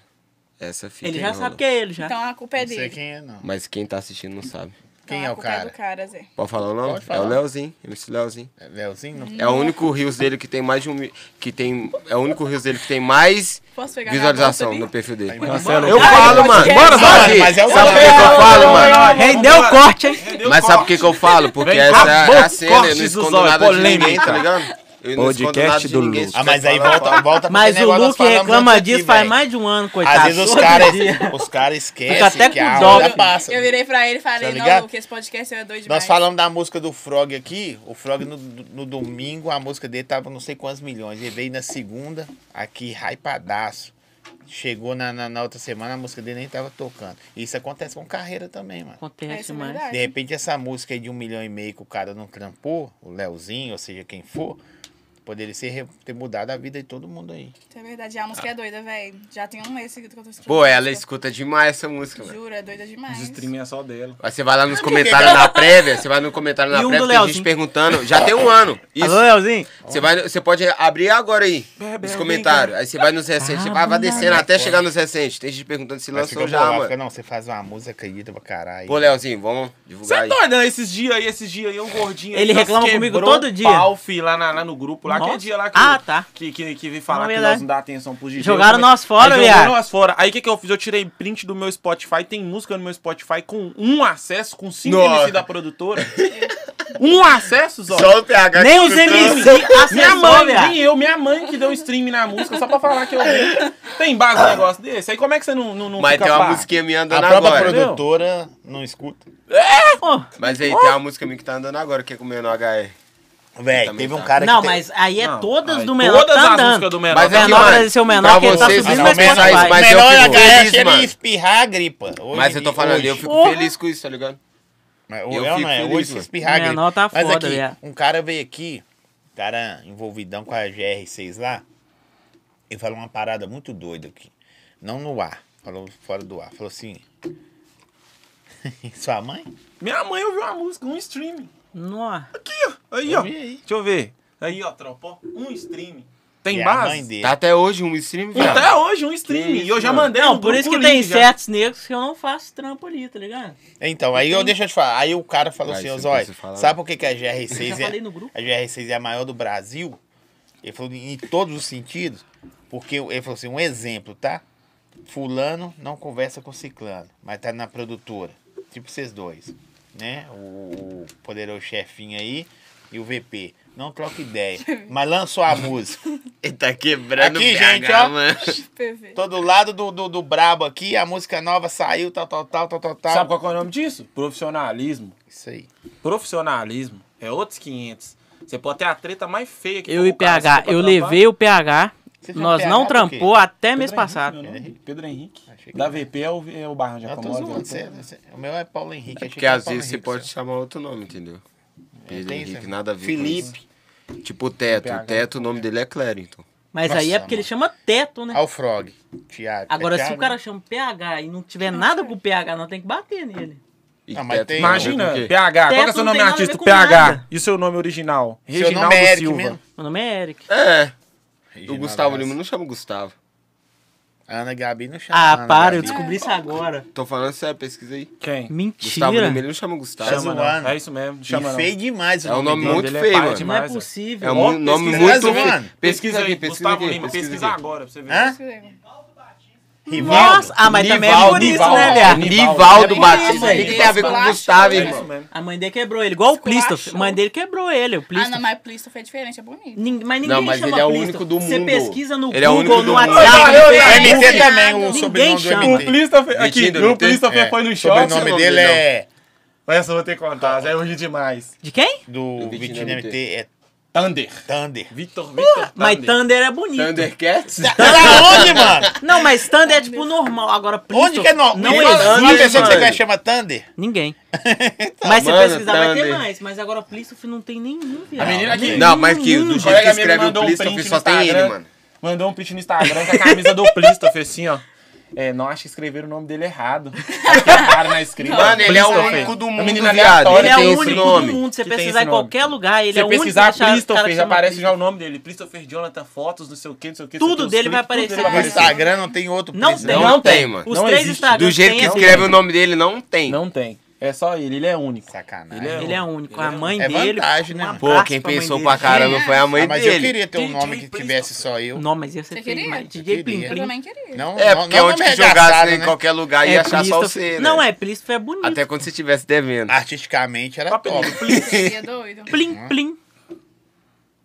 S1: Essa fita
S5: Ele
S1: aí
S5: já
S1: rolou.
S5: sabe que é ele, já.
S3: Então a culpa é
S2: Não sei
S3: dele.
S2: quem é, não.
S1: Mas quem tá assistindo não sabe.
S3: Então,
S2: Quem
S3: a
S2: é o
S3: culpa
S2: cara?
S3: do cara, Zé.
S1: Pode falar o nome?
S2: Pode
S1: É o
S2: falar.
S1: Leozinho, MC Leozinho.
S2: É Leozinho? Não?
S1: É o único Rios dele que tem mais de um. mi- Que tem, é o único Rios dele que tem mais
S3: Posso pegar
S1: visualização
S3: minha
S1: no
S3: bolsa
S1: perfil dele.
S4: Cancela
S1: Eu
S4: o-
S1: falo, mano.
S3: podcast.
S1: Bora, sabe?
S2: Mas é o
S1: sabe por que
S2: Gabriel.
S1: que eu falo, mano?
S5: Rendeu o corte, hein?
S1: Mas sabe por que que eu falo? Porque
S4: Vem
S1: essa
S4: cá,
S1: é a cena, eu
S4: cortes
S1: não
S4: do
S1: escondo
S4: Zóio,
S1: nada de ninguém,
S4: polêmica.
S1: tá ligado? Eu não escondo
S4: Podcast
S1: nada de
S4: do
S1: ninguém.
S4: Lu.
S1: se
S2: Ah, mas
S1: eu
S2: aí
S1: falar, eu
S2: volta,
S1: falo.
S2: volta pra
S5: Mas
S2: aquele
S5: o
S2: negócio, nós
S5: Luke
S2: falamos
S5: reclama
S2: antes aqui,
S5: disso faz
S2: véi.
S5: mais de um ano, coitado.
S2: Às vezes os
S5: Todo
S2: caras
S5: dia.
S2: os cara é
S5: Fica até
S2: esquecem que
S5: com
S2: a
S5: dó,
S2: hora
S5: filho.
S2: passa.
S3: Eu virei pra ele e falei,
S2: Tá
S3: não,
S2: ligado?
S3: Luke, esse podcast é doido demais.
S2: Nós falamos da música do Frog aqui. O Frog no, no domingo, a música dele tava não sei quantos milhões. Ele veio na segunda, aqui, raipadaço. Chegou na, na, na outra semana, a música dele nem tava tocando. Isso acontece com carreira também, mano.
S5: Acontece,
S3: Essa é
S5: mano.
S3: verdade.
S2: De repente, essa música aí de um milhão e meio que o cara não trampou, o Leozinho, ou seja, quem for, poderia ser, re- ter mudado a vida de todo mundo aí.
S3: Isso é verdade. A
S2: Ah.
S3: música é doida, velho. Já tem um mês seguido que eu tô escutando.
S1: Pô,
S2: é
S1: ela
S3: essa
S1: escuta demais essa música,
S3: música.
S1: mano.
S3: Juro, é doida demais.
S4: Os streamers é só dela.
S1: Aí você vai lá nos comentários na prévia, você vai no comentário na
S5: E um
S1: prévia,
S5: do
S1: tem gente
S5: Leozinho.
S1: perguntando. Já tem um ano. Isso.
S5: Alô, Leozinho?
S1: Você, vai, você pode abrir agora aí,
S4: Bebe,
S1: os
S4: alguém,
S1: comentários. Aí você vai nos recentes, você vai, vai descendo até chegar nos recentes. Tem gente perguntando se
S2: Mas
S1: lançou
S2: fica
S1: já,
S2: bolado,
S1: mano.
S2: fica, não, você faz uma música, acredita pra caralho.
S1: Pô, Leozinho, vamos
S4: Você
S1: divulgar
S4: é
S1: aí.
S4: doido, né? Esses dias aí, esses dias aí, um gordinho. aí,
S5: Ele
S4: nós
S5: reclama comigo
S4: quebrou
S5: todo
S4: o
S5: dia.
S4: Pau, fi, lá, na- lá no grupo, lá, que é
S5: Nossa.
S4: dia lá que.
S5: Ah, tá.
S4: Que, que, que vem falar
S5: Não, é
S4: que
S5: verdade.
S4: nós não dá atenção pros DJ.
S5: Jogaram
S4: Mas-
S5: nós fora,
S4: Aí
S5: viado.
S4: Jogaram nós fora. Aí o que, que eu fiz? Eu tirei print do meu Spotify, tem música no meu Spotify com um acesso, com cinco
S1: Nossa.
S4: MC da produtora. um acesso, Zó.
S1: o PH.
S5: Nem
S2: então.
S5: os MC
S4: Minha
S5: acessou,
S4: mãe, nem
S5: viado.
S4: eu, minha mãe que deu um stream na música só pra falar que eu vi. Tem base um negócio desse? Aí como é que você não, não, não
S1: Mas
S4: fica
S1: tem uma
S4: pá?
S1: musiquinha minha
S2: A
S1: andando
S2: própria
S1: agora.
S4: entendeu?
S2: produtora não escuta.
S5: Pô,
S1: Mas aí tem uma música minha que tá andando agora, que é com o menor HR.
S2: Véi,
S1: Também
S2: teve um
S1: tá.
S2: cara que.
S5: Não,
S2: te-
S5: mas aí é
S4: Não,
S5: todas
S4: aí
S5: do menor
S4: Todas
S5: tá
S4: as
S5: andando.
S4: músicas do menor.
S1: Mas
S4: tá
S1: aqui,
S5: menor
S1: mano,
S5: agradecer o menor
S1: pra
S5: que ele tá
S1: vocês,
S2: Ah,
S5: subindo
S1: não,
S5: no
S1: mas-
S5: Spotify.
S1: mas- eu
S2: melhor é a
S1: fico
S2: galera
S1: feliz,
S2: que ele
S1: mano.
S2: espirrar a gripa. Hoje
S1: Mas
S2: em
S1: eu tô
S2: dia-
S1: falando,
S2: hoje.
S1: eu fico
S5: Porra.
S1: feliz com isso, tá ligado?
S2: Mas
S1: eu
S2: eu
S1: fico
S2: não, é
S1: feliz,
S2: hoje se
S1: mano.
S2: espirrar a gripa.
S5: Menor tá
S2: Mas
S5: foda,
S2: aqui,
S5: viado.
S2: um cara veio aqui, cara envolvidão com a GR6 lá, e falou uma parada muito doida aqui. Não no ar, falou fora do ar. Falou assim... Sua mãe?
S4: Minha mãe ouviu uma música, um stream.
S5: Nó.
S4: Aqui, ó. Aí,
S2: Eu
S4: ó.
S2: vi aí.
S4: Deixa eu ver. Aí, ó, tropa. ó, Um stream. Tem
S2: E "É a
S4: base?
S2: mãe dele.
S1: Tá até hoje um
S2: Então?
S1: stream, velho.
S4: Até hoje, um stream.
S1: Que
S4: E eu já
S1: mano.
S4: mandei
S5: Não,
S4: no
S5: por
S4: grupo
S5: isso que
S4: o
S5: tem
S4: link já.
S5: certos negros que eu não faço trampo ali, tá ligado?
S2: Então, aí eu deixa eu te falar. Aí o cara falou
S1: Vai,
S2: assim,
S1: você
S2: ô
S1: não
S2: Zói,
S1: precisa falar,
S2: sabe por que, que a
S5: Eu já
S2: GR6
S5: falei
S2: é.
S5: no grupo.
S2: A GR6 é a maior do Brasil? Ele falou em todos os sentidos. Porque ele falou assim, um exemplo, tá? Fulano não conversa com Ciclano, mas tá na produtora. Tipo vocês dois. Né? O, o poderoso chefinho aí e o VP. Não troca ideia. Mas lançou a música.
S1: Ele tá quebrando
S2: Aqui,
S1: o
S2: gente, ó.
S1: mano.
S3: Perfeito.
S2: Todo lado do, do, do brabo aqui, a música nova saiu, tal, tal, tal, tal, tal, tal.
S4: Sabe qual que é o nome disso? Profissionalismo.
S2: Isso aí.
S4: Profissionalismo é outros 500. Você pode ter a treta mais feia que
S5: Eu
S4: for
S5: e
S4: o cara, se
S5: PH,
S4: for pra
S5: eu
S4: trampar.
S5: levei o PH
S2: Você chama
S5: Nós
S2: PH
S5: não
S2: por quê?
S5: trampou até É mês
S4: Henrique,
S5: passado.
S4: meu nome. Pedro Henrique.
S2: Achei que
S4: Da
S2: era.
S4: VP é o, é o Barra de
S2: Eu tô
S4: Acomoda.
S2: zoando, você- você- O meu é Paulo Henrique.
S1: É
S2: achei que
S1: porque
S2: era
S1: às
S2: Paulo
S1: vezes você
S2: Henrique,
S1: pode
S2: seu.
S1: chamar outro nome, entendeu? Pedro
S2: tem isso,
S1: Henrique,
S2: né?
S1: nada a ver com
S2: Felipe.
S1: isso. Tipo o Teto. O Teto, o nome dele é Clérito.
S5: Mas aí
S2: Nossa,
S5: é porque ele
S2: mano.
S5: chama teto, né?
S2: Olha o é. Frog. Thiago. É
S5: Agora, se
S2: Thiago?
S5: o cara chama PH e não tiver nada com o PH, não tem que bater nele.
S1: E
S2: Não, Ah, mas
S1: Teto
S2: tem-
S1: não, é
S4: Imagina,
S1: por quê?
S4: PH. Qual que é
S5: Teto
S4: seu
S5: não
S4: nome
S5: tem nada a ver
S4: artista?
S5: com
S4: PH.
S5: nada.
S4: E seu nome original?
S2: Seu
S4: Reginaldo
S2: nome é Eric
S4: Silva.
S2: mesmo?
S5: Meu nome é Eric.
S1: É, o
S2: Reginaldo
S1: Gustavo
S2: Graça.
S1: Lima não chama Gustavo.
S2: Ana Gabi não chama.
S5: Ah,
S2: Ana
S5: para, eu
S2: Gabi.
S5: descobri isso agora.
S1: Tô falando sério, pesquisa aí.
S4: Quem?
S1: Gustavo é Lima,
S5: Mentira. é
S1: ele não chama Gustavo.
S4: Chama
S2: zoando.
S4: não. É isso mesmo. Chama
S2: e
S4: não.
S2: feio demais o
S1: É um nome
S2: dele.
S1: muito
S4: Ele é
S1: feio,
S4: pai
S1: mano.
S5: Não é
S4: demais, é.
S5: possível.
S1: É um
S5: Ó,
S1: mu- nome
S5: pesquisa-
S1: muito
S2: Tá zoando?
S1: feio. Pesquisa aí, pesquisa
S4: Gustavo
S1: aqui,
S4: Lima,
S1: pesquisa
S4: pesquisa
S1: aqui.
S4: agora pra você ver. É
S2: Hã?
S3: Ah,
S2: Rivaldo?
S5: Nossa, ah, mas também é
S1: Nivaldo,
S5: por isso,
S1: Nivaldo.
S5: né, Liá?
S1: Nivaldo
S5: É por
S1: Batista.
S5: isso,
S1: O que, que tem a ver com o
S3: Esculacho,
S1: Gustavo,
S3: né?
S4: É isso
S1: irmão?
S4: mesmo.
S5: A mãe dele quebrou ele, igual o
S3: Esculachou.
S5: Plistoff. A mãe dele quebrou ele, o
S3: Ah,
S5: Plistoff.
S3: não, mas Plistoff é diferente, é bonito.
S5: Nin- Mas ninguém
S1: Não, mas
S5: chama
S1: ele é o
S5: Plistoff.
S1: único do
S5: Você
S1: mundo.
S5: pesquisa no
S1: Ele é o único
S5: Google,
S1: do
S5: no
S1: mundo.
S5: WhatsApp.
S4: Não,
S5: no
S4: não, não,
S2: O
S5: Facebook.
S2: MT também, o
S5: Ninguém
S2: sobrenome do
S5: chama.
S4: O
S2: MT.
S4: Christopher, aqui,
S1: Metido, não
S4: o
S1: tem?
S4: Christopher foi no
S2: O
S4: shopping.
S1: sobrenome
S2: nome é. dele
S1: dele,
S2: é...
S4: Essa eu vou ter que contar, já é hoje demais.
S5: De quem?
S2: Do
S1: Do
S2: Vitinho
S1: Vitinho
S2: MT é
S4: Thunder.
S2: Thunder.
S4: Victor, Victor
S5: Mas Thunder é bonito.
S1: Thundercats?
S2: Tá lá onde, mano?
S5: Não, mas Thunder é tipo normal. Agora, Plistoff.
S2: Onde que é nome?
S5: Não
S2: Me fala,
S5: existe.
S2: Uma pessoa que você
S1: mano.
S2: quer chama Thunder?
S5: Ninguém. mas se
S1: mano,
S5: pesquisar, vai ter
S1: Thunder.
S5: mais. Mas agora, Plistoff não tem nenhum, viado.
S4: A menina aqui.
S1: Não, mas que do
S4: O
S1: jeito que
S4: colega meu me
S1: escreve o
S4: mandou um print
S1: Plistoff
S4: no
S1: só tem ele,
S4: Instagram.
S1: mano.
S4: Mandou um print no Instagram com a camisa do Plistoff, assim, ó. É, não acho que escreveram o nome dele errado. Acho que erraram na escrita.
S1: Mano, ele é o
S4: Christopher.
S1: único do
S4: É um
S1: mundo,
S4: menino
S1: viado.
S4: aleatório
S5: Ele é
S4: que
S1: Olha,
S5: o
S4: tem
S1: esse
S5: único
S1: nome.
S5: do mundo. Você
S4: Que tem
S5: pesquisar em
S4: esse nome.
S5: qualquer lugar, ele
S4: Se
S5: é o único que
S4: pesquisar
S5: deixa- cara que
S4: Christopher,
S5: chama
S4: já aparece já o
S5: Christopher.
S4: nome dele. Christopher Jonathan, fotos, não sei o que, não sei o que.
S5: Tudo dele vai aparecer.
S2: No Instagram não tem outro.
S5: Não
S2: preço,
S5: tem.
S1: Não tem, mano.
S5: Os
S4: Não
S5: três
S4: existe.
S5: Instagrams
S1: Do jeito
S5: tem é
S1: que
S5: esse
S1: escreve o nome dele, não tem.
S4: Não tem. É só ele, ele é único.
S2: Sacanagem.
S4: Ele é
S5: Ele é único.
S4: Ele
S5: A
S4: é
S5: mãe
S2: único. É
S5: dele.
S2: vantagem,
S5: um
S2: né, mano?
S5: abraço
S1: Pô, quem
S5: pra mãe
S1: pensou
S5: dele. é
S1: pra caramba foi a mãe
S2: Ah, mas eu
S1: dele.
S2: queria ter um
S4: DJ
S2: nome que tivesse só eu.
S5: Não, mas ia ser
S3: Você
S5: feio
S3: queria?
S5: demais.
S2: Eu
S5: é DJ Plim
S2: queria.
S3: Eu
S5: Plim.
S3: também queria.
S2: Não,
S1: É,
S2: não,
S1: porque
S2: não
S1: onde
S2: nome
S1: que
S2: arregaçado,
S1: jogasse em
S2: né?
S1: qualquer lugar
S5: É,
S1: ia achar só o
S5: Plistoff-
S1: C, né?
S5: Não, é, Plistoff é bonito.
S1: Até quando você estivesse devendo.
S2: Artisticamente era top.
S4: Apelido, Plim.
S3: Seria doido.
S1: né?
S5: Plim Plim.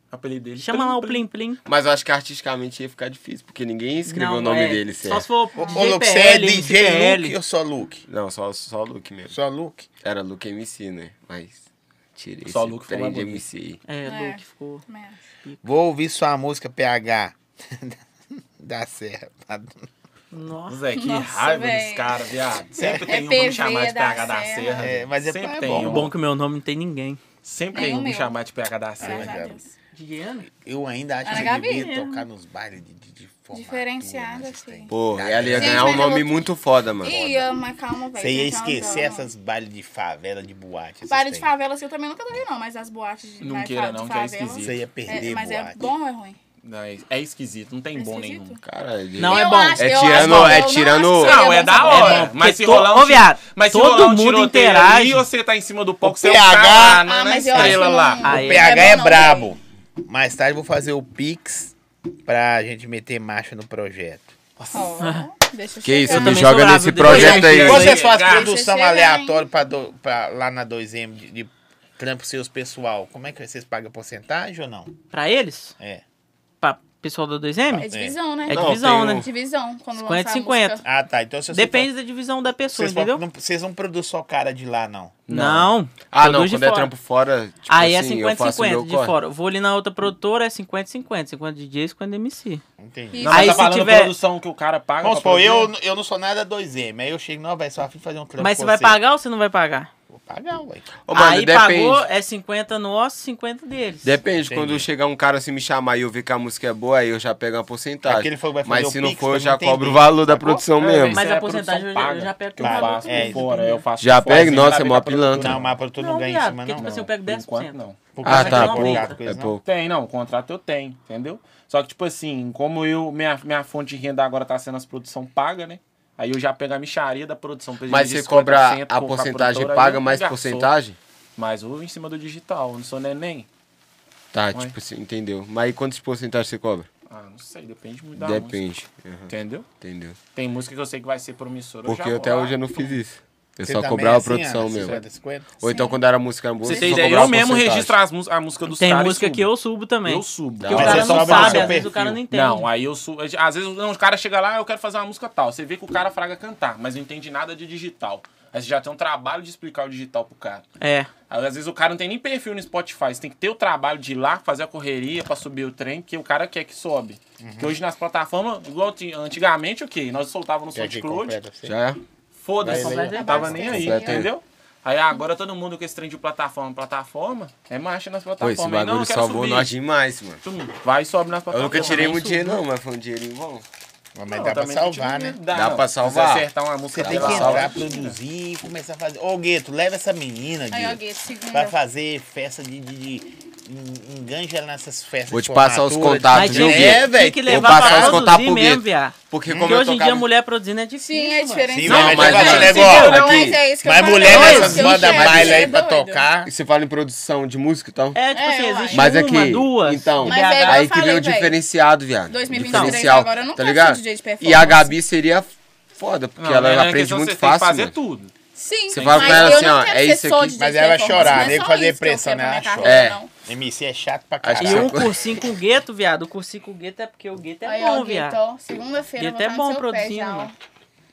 S4: Apelido dele.
S5: Chama lá o Plim Plim.
S1: Mas eu acho que artisticamente ia ficar difícil, porque ninguém escreveu
S5: Não,
S1: o nome
S5: é.
S1: dele, certo?
S5: Só se for
S2: Ô,
S5: DJ
S2: Luke, você é
S5: PL,
S2: DJ
S5: MCPL.
S2: Luke ou só Luke?
S1: Não, só, só Luke mesmo.
S2: Só Luke?
S1: Era Luke MC, né? Mas tirei
S4: Só
S1: esse
S4: Luke foi
S1: trem
S4: mais
S1: de
S4: bonito.
S1: MC. aí.
S5: É,
S3: É.
S5: Luke ficou.
S3: Também acho.
S2: Vou ouvir sua música PH. da Serra.
S5: Nossa.
S4: Zé, que
S3: Nossa,
S4: raiva
S3: véi.
S4: dos caras, viado. Sempre tem um pra
S3: PV
S4: me chamar de
S3: da
S4: PH da
S3: Serra.
S4: Serra.
S2: É, mas é-
S4: Sempre
S2: é
S4: tem
S2: bom.
S4: um.
S5: Bom que meu nome não tem ninguém.
S4: Sempre
S3: Nem
S4: tem
S3: É o
S4: um pra me
S3: meu. É,
S4: chamar de PH da
S3: Graças
S4: Serra.
S3: a
S2: Gabi.
S3: Deus.
S5: DJ Ana?
S2: Eu ainda acho
S3: Ana
S2: que
S3: Gabi?
S2: devia tocar nos bailes de, de, de formatura, né,
S3: Diferenciada,
S2: mas
S3: filho.
S2: tem.
S1: Pô, ela ia
S3: Gente,
S1: ganhar um
S3: mas eu
S1: nome
S3: vou-
S1: muito foda, mano.
S3: Ia, mas calma, velho.
S2: Você ia
S3: tem que
S2: esquecer
S3: andar, não.
S2: essas bailes de favela, de boate. essas
S3: Baile de
S2: tem.
S3: favela, assim, eu também nunca dei, não, mas as boates de,
S4: Não
S3: vai-
S4: queira,
S3: de
S4: não, que é
S3: favela.
S4: esquisito.
S2: Você ia perder
S3: É, mas é
S2: boate.
S3: bom ou é ruim?
S4: Não, é- É esquisito, não tem
S3: É
S4: bom
S3: esquisito?
S4: nenhum.
S1: Caralho, de-
S5: Não, é
S3: Eu
S5: bom.
S3: acho-
S1: É
S3: eu
S1: tirando-
S3: acho-
S1: é
S3: eu
S1: tirando-
S3: não acho que seria
S4: Não, é
S3: bom
S4: da
S3: saber. né?
S5: É
S4: hora.
S5: bom,
S4: Mas
S5: porque
S4: se
S5: to-
S4: rolar um
S5: Ô, viado,
S4: tiro- mas se
S5: todo
S4: rolar um
S5: mundo
S4: tiroteio
S5: interage.
S4: ali, você tá em cima do palco, você é o
S2: PH
S4: cara
S3: Ah,
S4: na- na
S3: mas eu acho que
S4: estrela
S3: não-
S4: lá.
S5: Ah, é.
S2: O PH é,
S3: bom né? não,
S2: brabo. Mais tarde eu vou fazer o Pix pra gente meter marcha no projeto.
S3: Ó, deixa eu
S1: Que isso,
S3: chegar.
S1: me joga
S5: também sou bravo,
S1: nesse
S5: depois
S1: projeto
S4: eu
S1: aí.
S4: entro.
S1: velho.
S2: Vocês fazem
S4: Chegar.
S2: produção
S3: Deixa eu chegar,
S2: aleatória pra, do- pra lá na 2M de, de trampo seus pessoal. Como é que vocês pagam porcentagem ou não?
S5: Pra eles?
S2: É.
S5: Pra pessoal da
S3: É
S5: 2M?
S3: divisão, né?
S5: É
S1: Não,
S5: divisão,
S1: tem
S5: né?
S1: um-
S3: Divisão. Quando
S5: 50,
S3: lançar a
S5: 50.
S3: música.
S2: Ah, tá. Então se você
S5: Depende da divisão da pessoa,
S2: Vocês, vão-
S5: entendeu?
S2: não, vocês não produzem só cara de lá, não.
S5: Não.
S1: Ah, não,
S5: produz de
S1: quando é
S5: fora.
S1: trampo fora, tipo
S5: Aí
S1: assim,
S5: é
S1: eu faço o
S5: 50-50
S1: meu
S5: de
S1: corre.
S5: fora. Vou ali na outra produtora, é 50-50. 50 DJ, 50 MC.
S2: Entendi.
S3: Isso.
S4: Não, mas
S5: Aí
S4: tá
S5: se
S4: falando
S5: tiver-
S4: produção que o cara paga.
S2: Vamos
S4: pra
S2: supor, eu,
S4: produzir.
S2: eu não sou nada 2M. Aí eu chego, não, vai só afim de fazer um trampo.
S5: Mas
S2: com
S5: você vai
S2: você.
S5: pagar ou você não vai pagar?
S2: Vou pagar, ué.
S1: Ô, mano,
S5: Aí
S1: depende.
S5: pagou, é 50 nosso, 50 deles.
S1: Depende,
S2: Entendi.
S1: quando chegar um cara assim me chamar e eu ver que a música é boa, aí eu já pego uma porcentagem.
S2: Aquele foi- vai fazer
S1: Mas
S2: o
S1: se não
S2: Pix,
S1: for, eu
S2: pra
S1: já
S2: não entender,
S1: cobro o valor da
S2: sacou?
S1: produção
S2: É,
S1: mesmo.
S5: Mas
S4: Isso
S5: a
S4: é
S5: porcentagem
S4: produção
S5: eu já- eu
S4: paga,
S5: já pego
S4: que
S5: com
S4: eu
S5: valor
S4: faço
S2: do cliente.
S4: fora, eu faço
S1: Já
S4: sozinho,
S1: pega?
S4: vai
S1: Nossa, é
S4: pegar
S1: mó
S4: pra produtor.
S1: pilantra.
S2: Não, mas produtor não,
S5: Não,
S2: ganha
S5: viado,
S2: em cima,
S5: porque,
S2: não.
S5: tipo assim, eu
S2: não.
S5: pego
S4: Por enquanto,
S5: 10%.
S4: não.
S2: Por
S1: Ah,
S2: causa
S1: tá,
S2: que eu
S1: pouco.
S2: contrato com
S1: É
S2: eles, não.
S1: pouco.
S4: Tem, não, o contrato eu tenho, entendeu? Só que, tipo assim, como eu, minha, minha fonte de renda agora tá sendo as produção paga, né? Aí eu já pego a micharia da produção. pra
S1: Mas
S4: dividir
S1: você cobra
S4: 50%
S1: a
S4: com
S1: porcentagem
S4: produtora,
S1: paga
S4: aí eu
S1: mais
S4: já sou.
S1: porcentagem?
S4: Mas eu em cima do digital, eu não sou neném.
S1: Tá,
S4: Ué.
S1: tipo assim, entendeu. Mas aí quantos porcentagens você cobra?
S4: Ah, não sei, depende muito da música.
S1: Depende. Aham,
S4: Entendeu?
S1: Entendeu?
S4: Tem música que eu sei que vai ser promissora.
S1: Porque
S4: eu já
S1: até
S4: vou lá.
S1: hoje eu não fiz isso. Eu
S2: Você
S1: só
S2: também é
S1: cobrava a
S2: assim,
S1: produção
S2: Ana,
S1: mesmo.
S2: 50, 50?
S1: Ou então quando era música boa,
S4: Você
S1: eu
S4: tem
S1: só
S4: ideia?
S1: cobrava
S4: Eu mesmo
S1: porcentagem.
S4: registro as mus- a música dos
S5: Tem
S4: caras. e
S5: música que eu subo também.
S4: Eu subo.
S1: Da
S4: porque
S5: o
S1: hora.
S4: você
S5: cara
S4: só
S5: não
S2: sobe no
S5: sabe,
S2: seu
S5: às vezes o
S2: perfil.
S5: cara não entende.
S4: Não, aí eu sou. "Ah, Às vezes não, o cara chega lá, eu quero fazer uma música tal. Você vê que o cara fraga cantar, mas não entende nada de digital. Aí você já tem um trabalho de explicar o digital pro cara.
S5: É.
S4: Aí, Às vezes o cara não tem nem perfil no Spotify. Você tem que ter o trabalho de ir lá, fazer a correria pra subir o trem, que o cara quer que sobe.
S1: Uhum.
S4: Porque hoje nas plataformas, igual ti- antigamente o quê? Nós soltávamos no
S2: Quer que
S4: SoundCloud,
S2: completa pra você?
S1: Já é?
S4: foda-se,
S2: Vai,
S5: vai,
S4: não
S5: vai.
S4: tava nem aí,
S1: Completa aí.
S4: entendeu? Aí ah, agora todo mundo com esse trem de plataforma, plataforma, é marcha nas
S1: Pô, esse
S4: plataformas. Aí, não, eu
S1: bagulho
S4: quero
S1: salvou
S4: subir.
S1: nós demais, mano.
S4: Tum, Vai e sobe nas
S1: Eu
S4: plataformas.
S1: nunca tirei
S4: Aí
S1: muito
S4: subiu.
S1: dinheiro, não, mas foi um dinheirinho bom.
S2: Mas
S4: Não,
S2: dá pra
S4: também não
S2: salvar,
S4: tive-
S2: né?
S1: Dá
S4: não.
S1: pra
S4: Se
S1: salvar.
S4: Você acertar uma música
S2: Você tem que
S4: dela,
S2: entrar,
S4: salva.
S2: produzir e começar a fazer. Ô, Gueto, leva essa menina,
S3: Aí, ó,
S2: Gueto.
S3: Gueto, segunda.
S2: Vai fazer festa de. de, de en- enganja ela nessas festas.
S1: Vou
S2: de
S1: te passar os
S2: formatura, de-
S1: contatos,
S5: Mas
S1: Tá, viu,
S5: tem,
S1: Gueto?
S2: É,
S5: que, tem
S2: velho.
S5: que
S1: vou
S5: levar
S1: passar os
S5: pra
S1: contatos pro
S5: produzir mesmo,
S1: Gueto.
S5: viado.
S1: Porque como
S5: Porque
S1: eu
S5: hoje em
S1: tocava-
S5: dia mulher produzindo é difícil.
S3: Sim, é
S5: mano.
S3: diferente.
S2: Sim,
S3: Não,
S2: mas
S3: mas,
S1: vai
S3: é
S1: falar
S3: isso que
S2: negócio.
S3: eu- mas
S1: Aqui.
S3: é isso que eu
S2: Mas
S3: falei,
S2: mulher
S3: não,
S2: nessas
S3: seu
S2: manda
S3: chefe,
S2: baile aí
S3: é
S2: pra
S3: doido.
S2: tocar.
S1: E você fala em produção de música e tal?
S5: É, tipo
S3: É,
S5: assim,
S3: eu
S5: existe
S3: acho.
S1: Mas
S5: uma,
S1: aqui,
S5: duas.
S1: então,
S3: Mas é igual
S1: aí
S3: eu
S1: que
S3: falei,
S1: vem o
S3: véi.
S1: difereado, viado.
S3: 2023
S1: Diferencial,
S3: agora eu não
S1: tá
S3: quero
S1: ligado?
S3: ser DJ de
S1: E
S3: performance.
S1: a Gabi seria foda, porque
S4: Não,
S1: ela
S4: mas na
S1: aprende
S4: questão
S1: muito
S4: você tem que
S1: fácil, né?
S4: fazer
S1: mano.
S4: tudo.
S3: Sim,
S1: Você fala
S3: mas
S1: pra ela
S3: eu
S1: assim,
S3: não
S1: ó,
S3: quero
S1: é
S3: ser
S1: isso
S3: só
S1: aqui.
S3: DJ
S2: Mas ela vai
S3: performance,
S2: chorar,
S3: não é
S2: nego
S3: só
S2: fazer
S3: isso que eu
S2: pressão
S3: quero pra
S2: nela,
S3: minha
S2: chora.
S3: carreira,
S1: É.
S3: não.
S2: MC é chato pra
S1: Acho
S2: caralho.
S5: E
S1: Saco.
S5: um cursinho com gueto, viado. O cursinho com gueto é porque o gueto é
S3: Aí, ó,
S5: bom,
S3: Gueto,
S5: viado.
S3: ó, segunda-feira eu vou
S5: Gueto é
S3: estar no
S5: bom
S3: seu pé
S5: produzindo,
S3: já, ó.
S5: mano.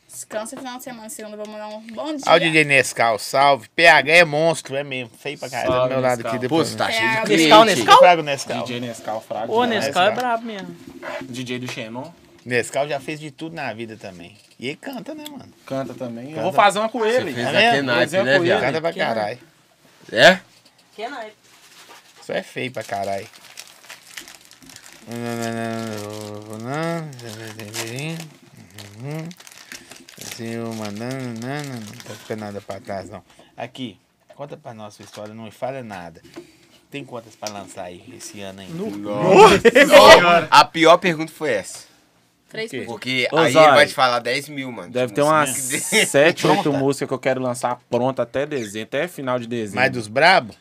S3: Descansa final de semana, segunda eu vou mandar um bom dia.
S2: Ao DJ Nescau, salve. PH é monstro, é mesmo. Feio pra caralho. Tá do
S4: Salve,
S2: meu lado
S4: Nescau.
S2: aqui
S1: Pô,
S2: depois. né?
S1: você tá
S3: É,
S1: cheio de
S3: a
S1: cliente.
S5: Nescau,
S2: Eu trago o
S1: Então.
S2: Nescau.
S4: DJ Nescau Fraga.
S5: Ô,
S4: demais.
S5: Nescau é
S2: cara.
S5: brabo mesmo.
S4: DJ do Xenon.
S2: Nescau já fez de tudo na vida também. E ele canta, né, mano?
S4: Canta também. Eu
S2: Canta.
S4: vou fazer uma com ele. É
S1: fez
S2: Tá
S1: a
S2: vendo?
S1: Kenaipe,
S4: Exemplo
S1: né,
S4: ele.
S1: viado?
S2: Canta pra
S5: que é?
S2: caralho.
S1: É?
S5: Que naipe.
S2: Isso é feio pra caralho. Assim, Não tá ficando nada pra trás, não. Aqui, conta pra nossa história, não me fala nada. Tem quantas pra lançar aí esse ano ainda?
S1: Nossa. Ó, A pior pergunta foi essa.
S3: Três
S2: quê?
S3: por
S1: Porque
S4: Ô,
S1: aí
S4: Zóio.
S1: ele vai te falar 10 mil, mano.
S4: Deve
S1: Tipo,
S4: ter umas
S1: assim,
S4: 7, 8
S2: Pronta?
S4: músicas que eu quero lançar pronta até dezembro, até final de dezembro.
S2: Mais dos brabo?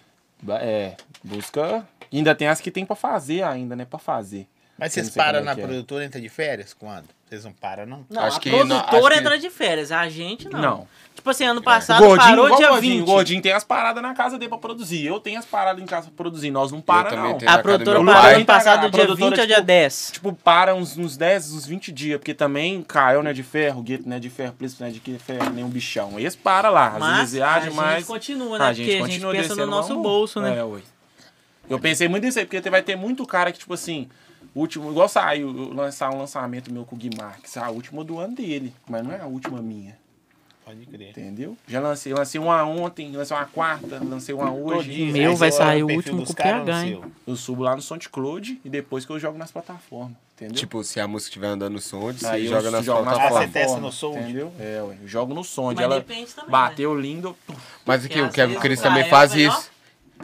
S4: É, busca. Ainda tem as que tem pra fazer ainda, né? Pra fazer.
S2: Mas vocês
S4: Eu não sei
S2: param
S4: como é
S2: na
S4: que é.
S2: produtora e entra de férias? Quando? Vocês não param, não?
S5: Não,
S1: Acho
S5: a
S1: que não- acho
S5: produtora
S1: que-
S5: entra de férias, a gente não.
S4: Não.
S5: Tipo assim, ano passado
S4: Gordinho,
S5: parou
S4: igual
S5: dia
S4: Gordinho,
S5: 20.
S4: Gordinho tem as paradas na casa dele pra produzir. Eu tenho as paradas em casa pra produzir. Nós não para,
S1: também
S4: não.
S1: tenho.
S5: A
S1: Na
S5: produtora
S1: casa do meu
S5: parou
S1: pai.
S5: ano passado
S4: A
S5: dia
S4: produtora,
S5: 20 ao dia
S4: tipo,
S5: 10.
S4: Tipo, para uns, uns 10, uns 20 dias, porque também Caio não é de ferro, Gueto não é de ferro, Plício não é de que ferro, nem um bichão. Esse para lá, às
S5: Mas
S4: vezes
S5: a
S4: age,
S5: gente
S4: mas...
S5: continua, né? Porque a gente pensa no
S4: descendo
S5: nosso
S4: uma-
S5: bolso, né?
S4: É, ué. Eu pensei muito nisso aí, porque vai ter muito cara que, tipo assim, último, igual saiu eu lançar um lançamento meu com o Gui Marques, a última do ano dele, mas não é a última minha,
S2: Pode crer.
S4: entendeu? Já lancei, lancei uma ontem, lancei uma quarta, lancei uma hoje.
S5: Meu,
S2: Aí
S5: vai
S2: você olha
S5: sair o
S2: perfil
S5: último
S2: dos
S5: com
S2: caras no
S5: PH, hein?
S2: seu.
S4: Eu subo lá no SoundCloud e depois que eu jogo nas plataformas, entendeu?
S1: Tipo, se a música estiver andando no som, você
S4: Aí eu
S1: joga na
S4: jogo
S1: sua
S2: plataforma.
S4: nas
S2: Ah,
S1: plataforma.
S2: você testa no som,
S4: Entendeu? É, ué, eu jogo no som.
S5: Mas tá
S4: ela
S5: depende também,
S4: bateu lindo, eu- pum,
S1: Mas aqui,
S5: Porque
S1: o
S5: às
S1: Kevin
S5: vezes
S1: Chris
S5: o
S1: também
S5: Caio
S1: faz
S5: vai, ó.
S1: isso.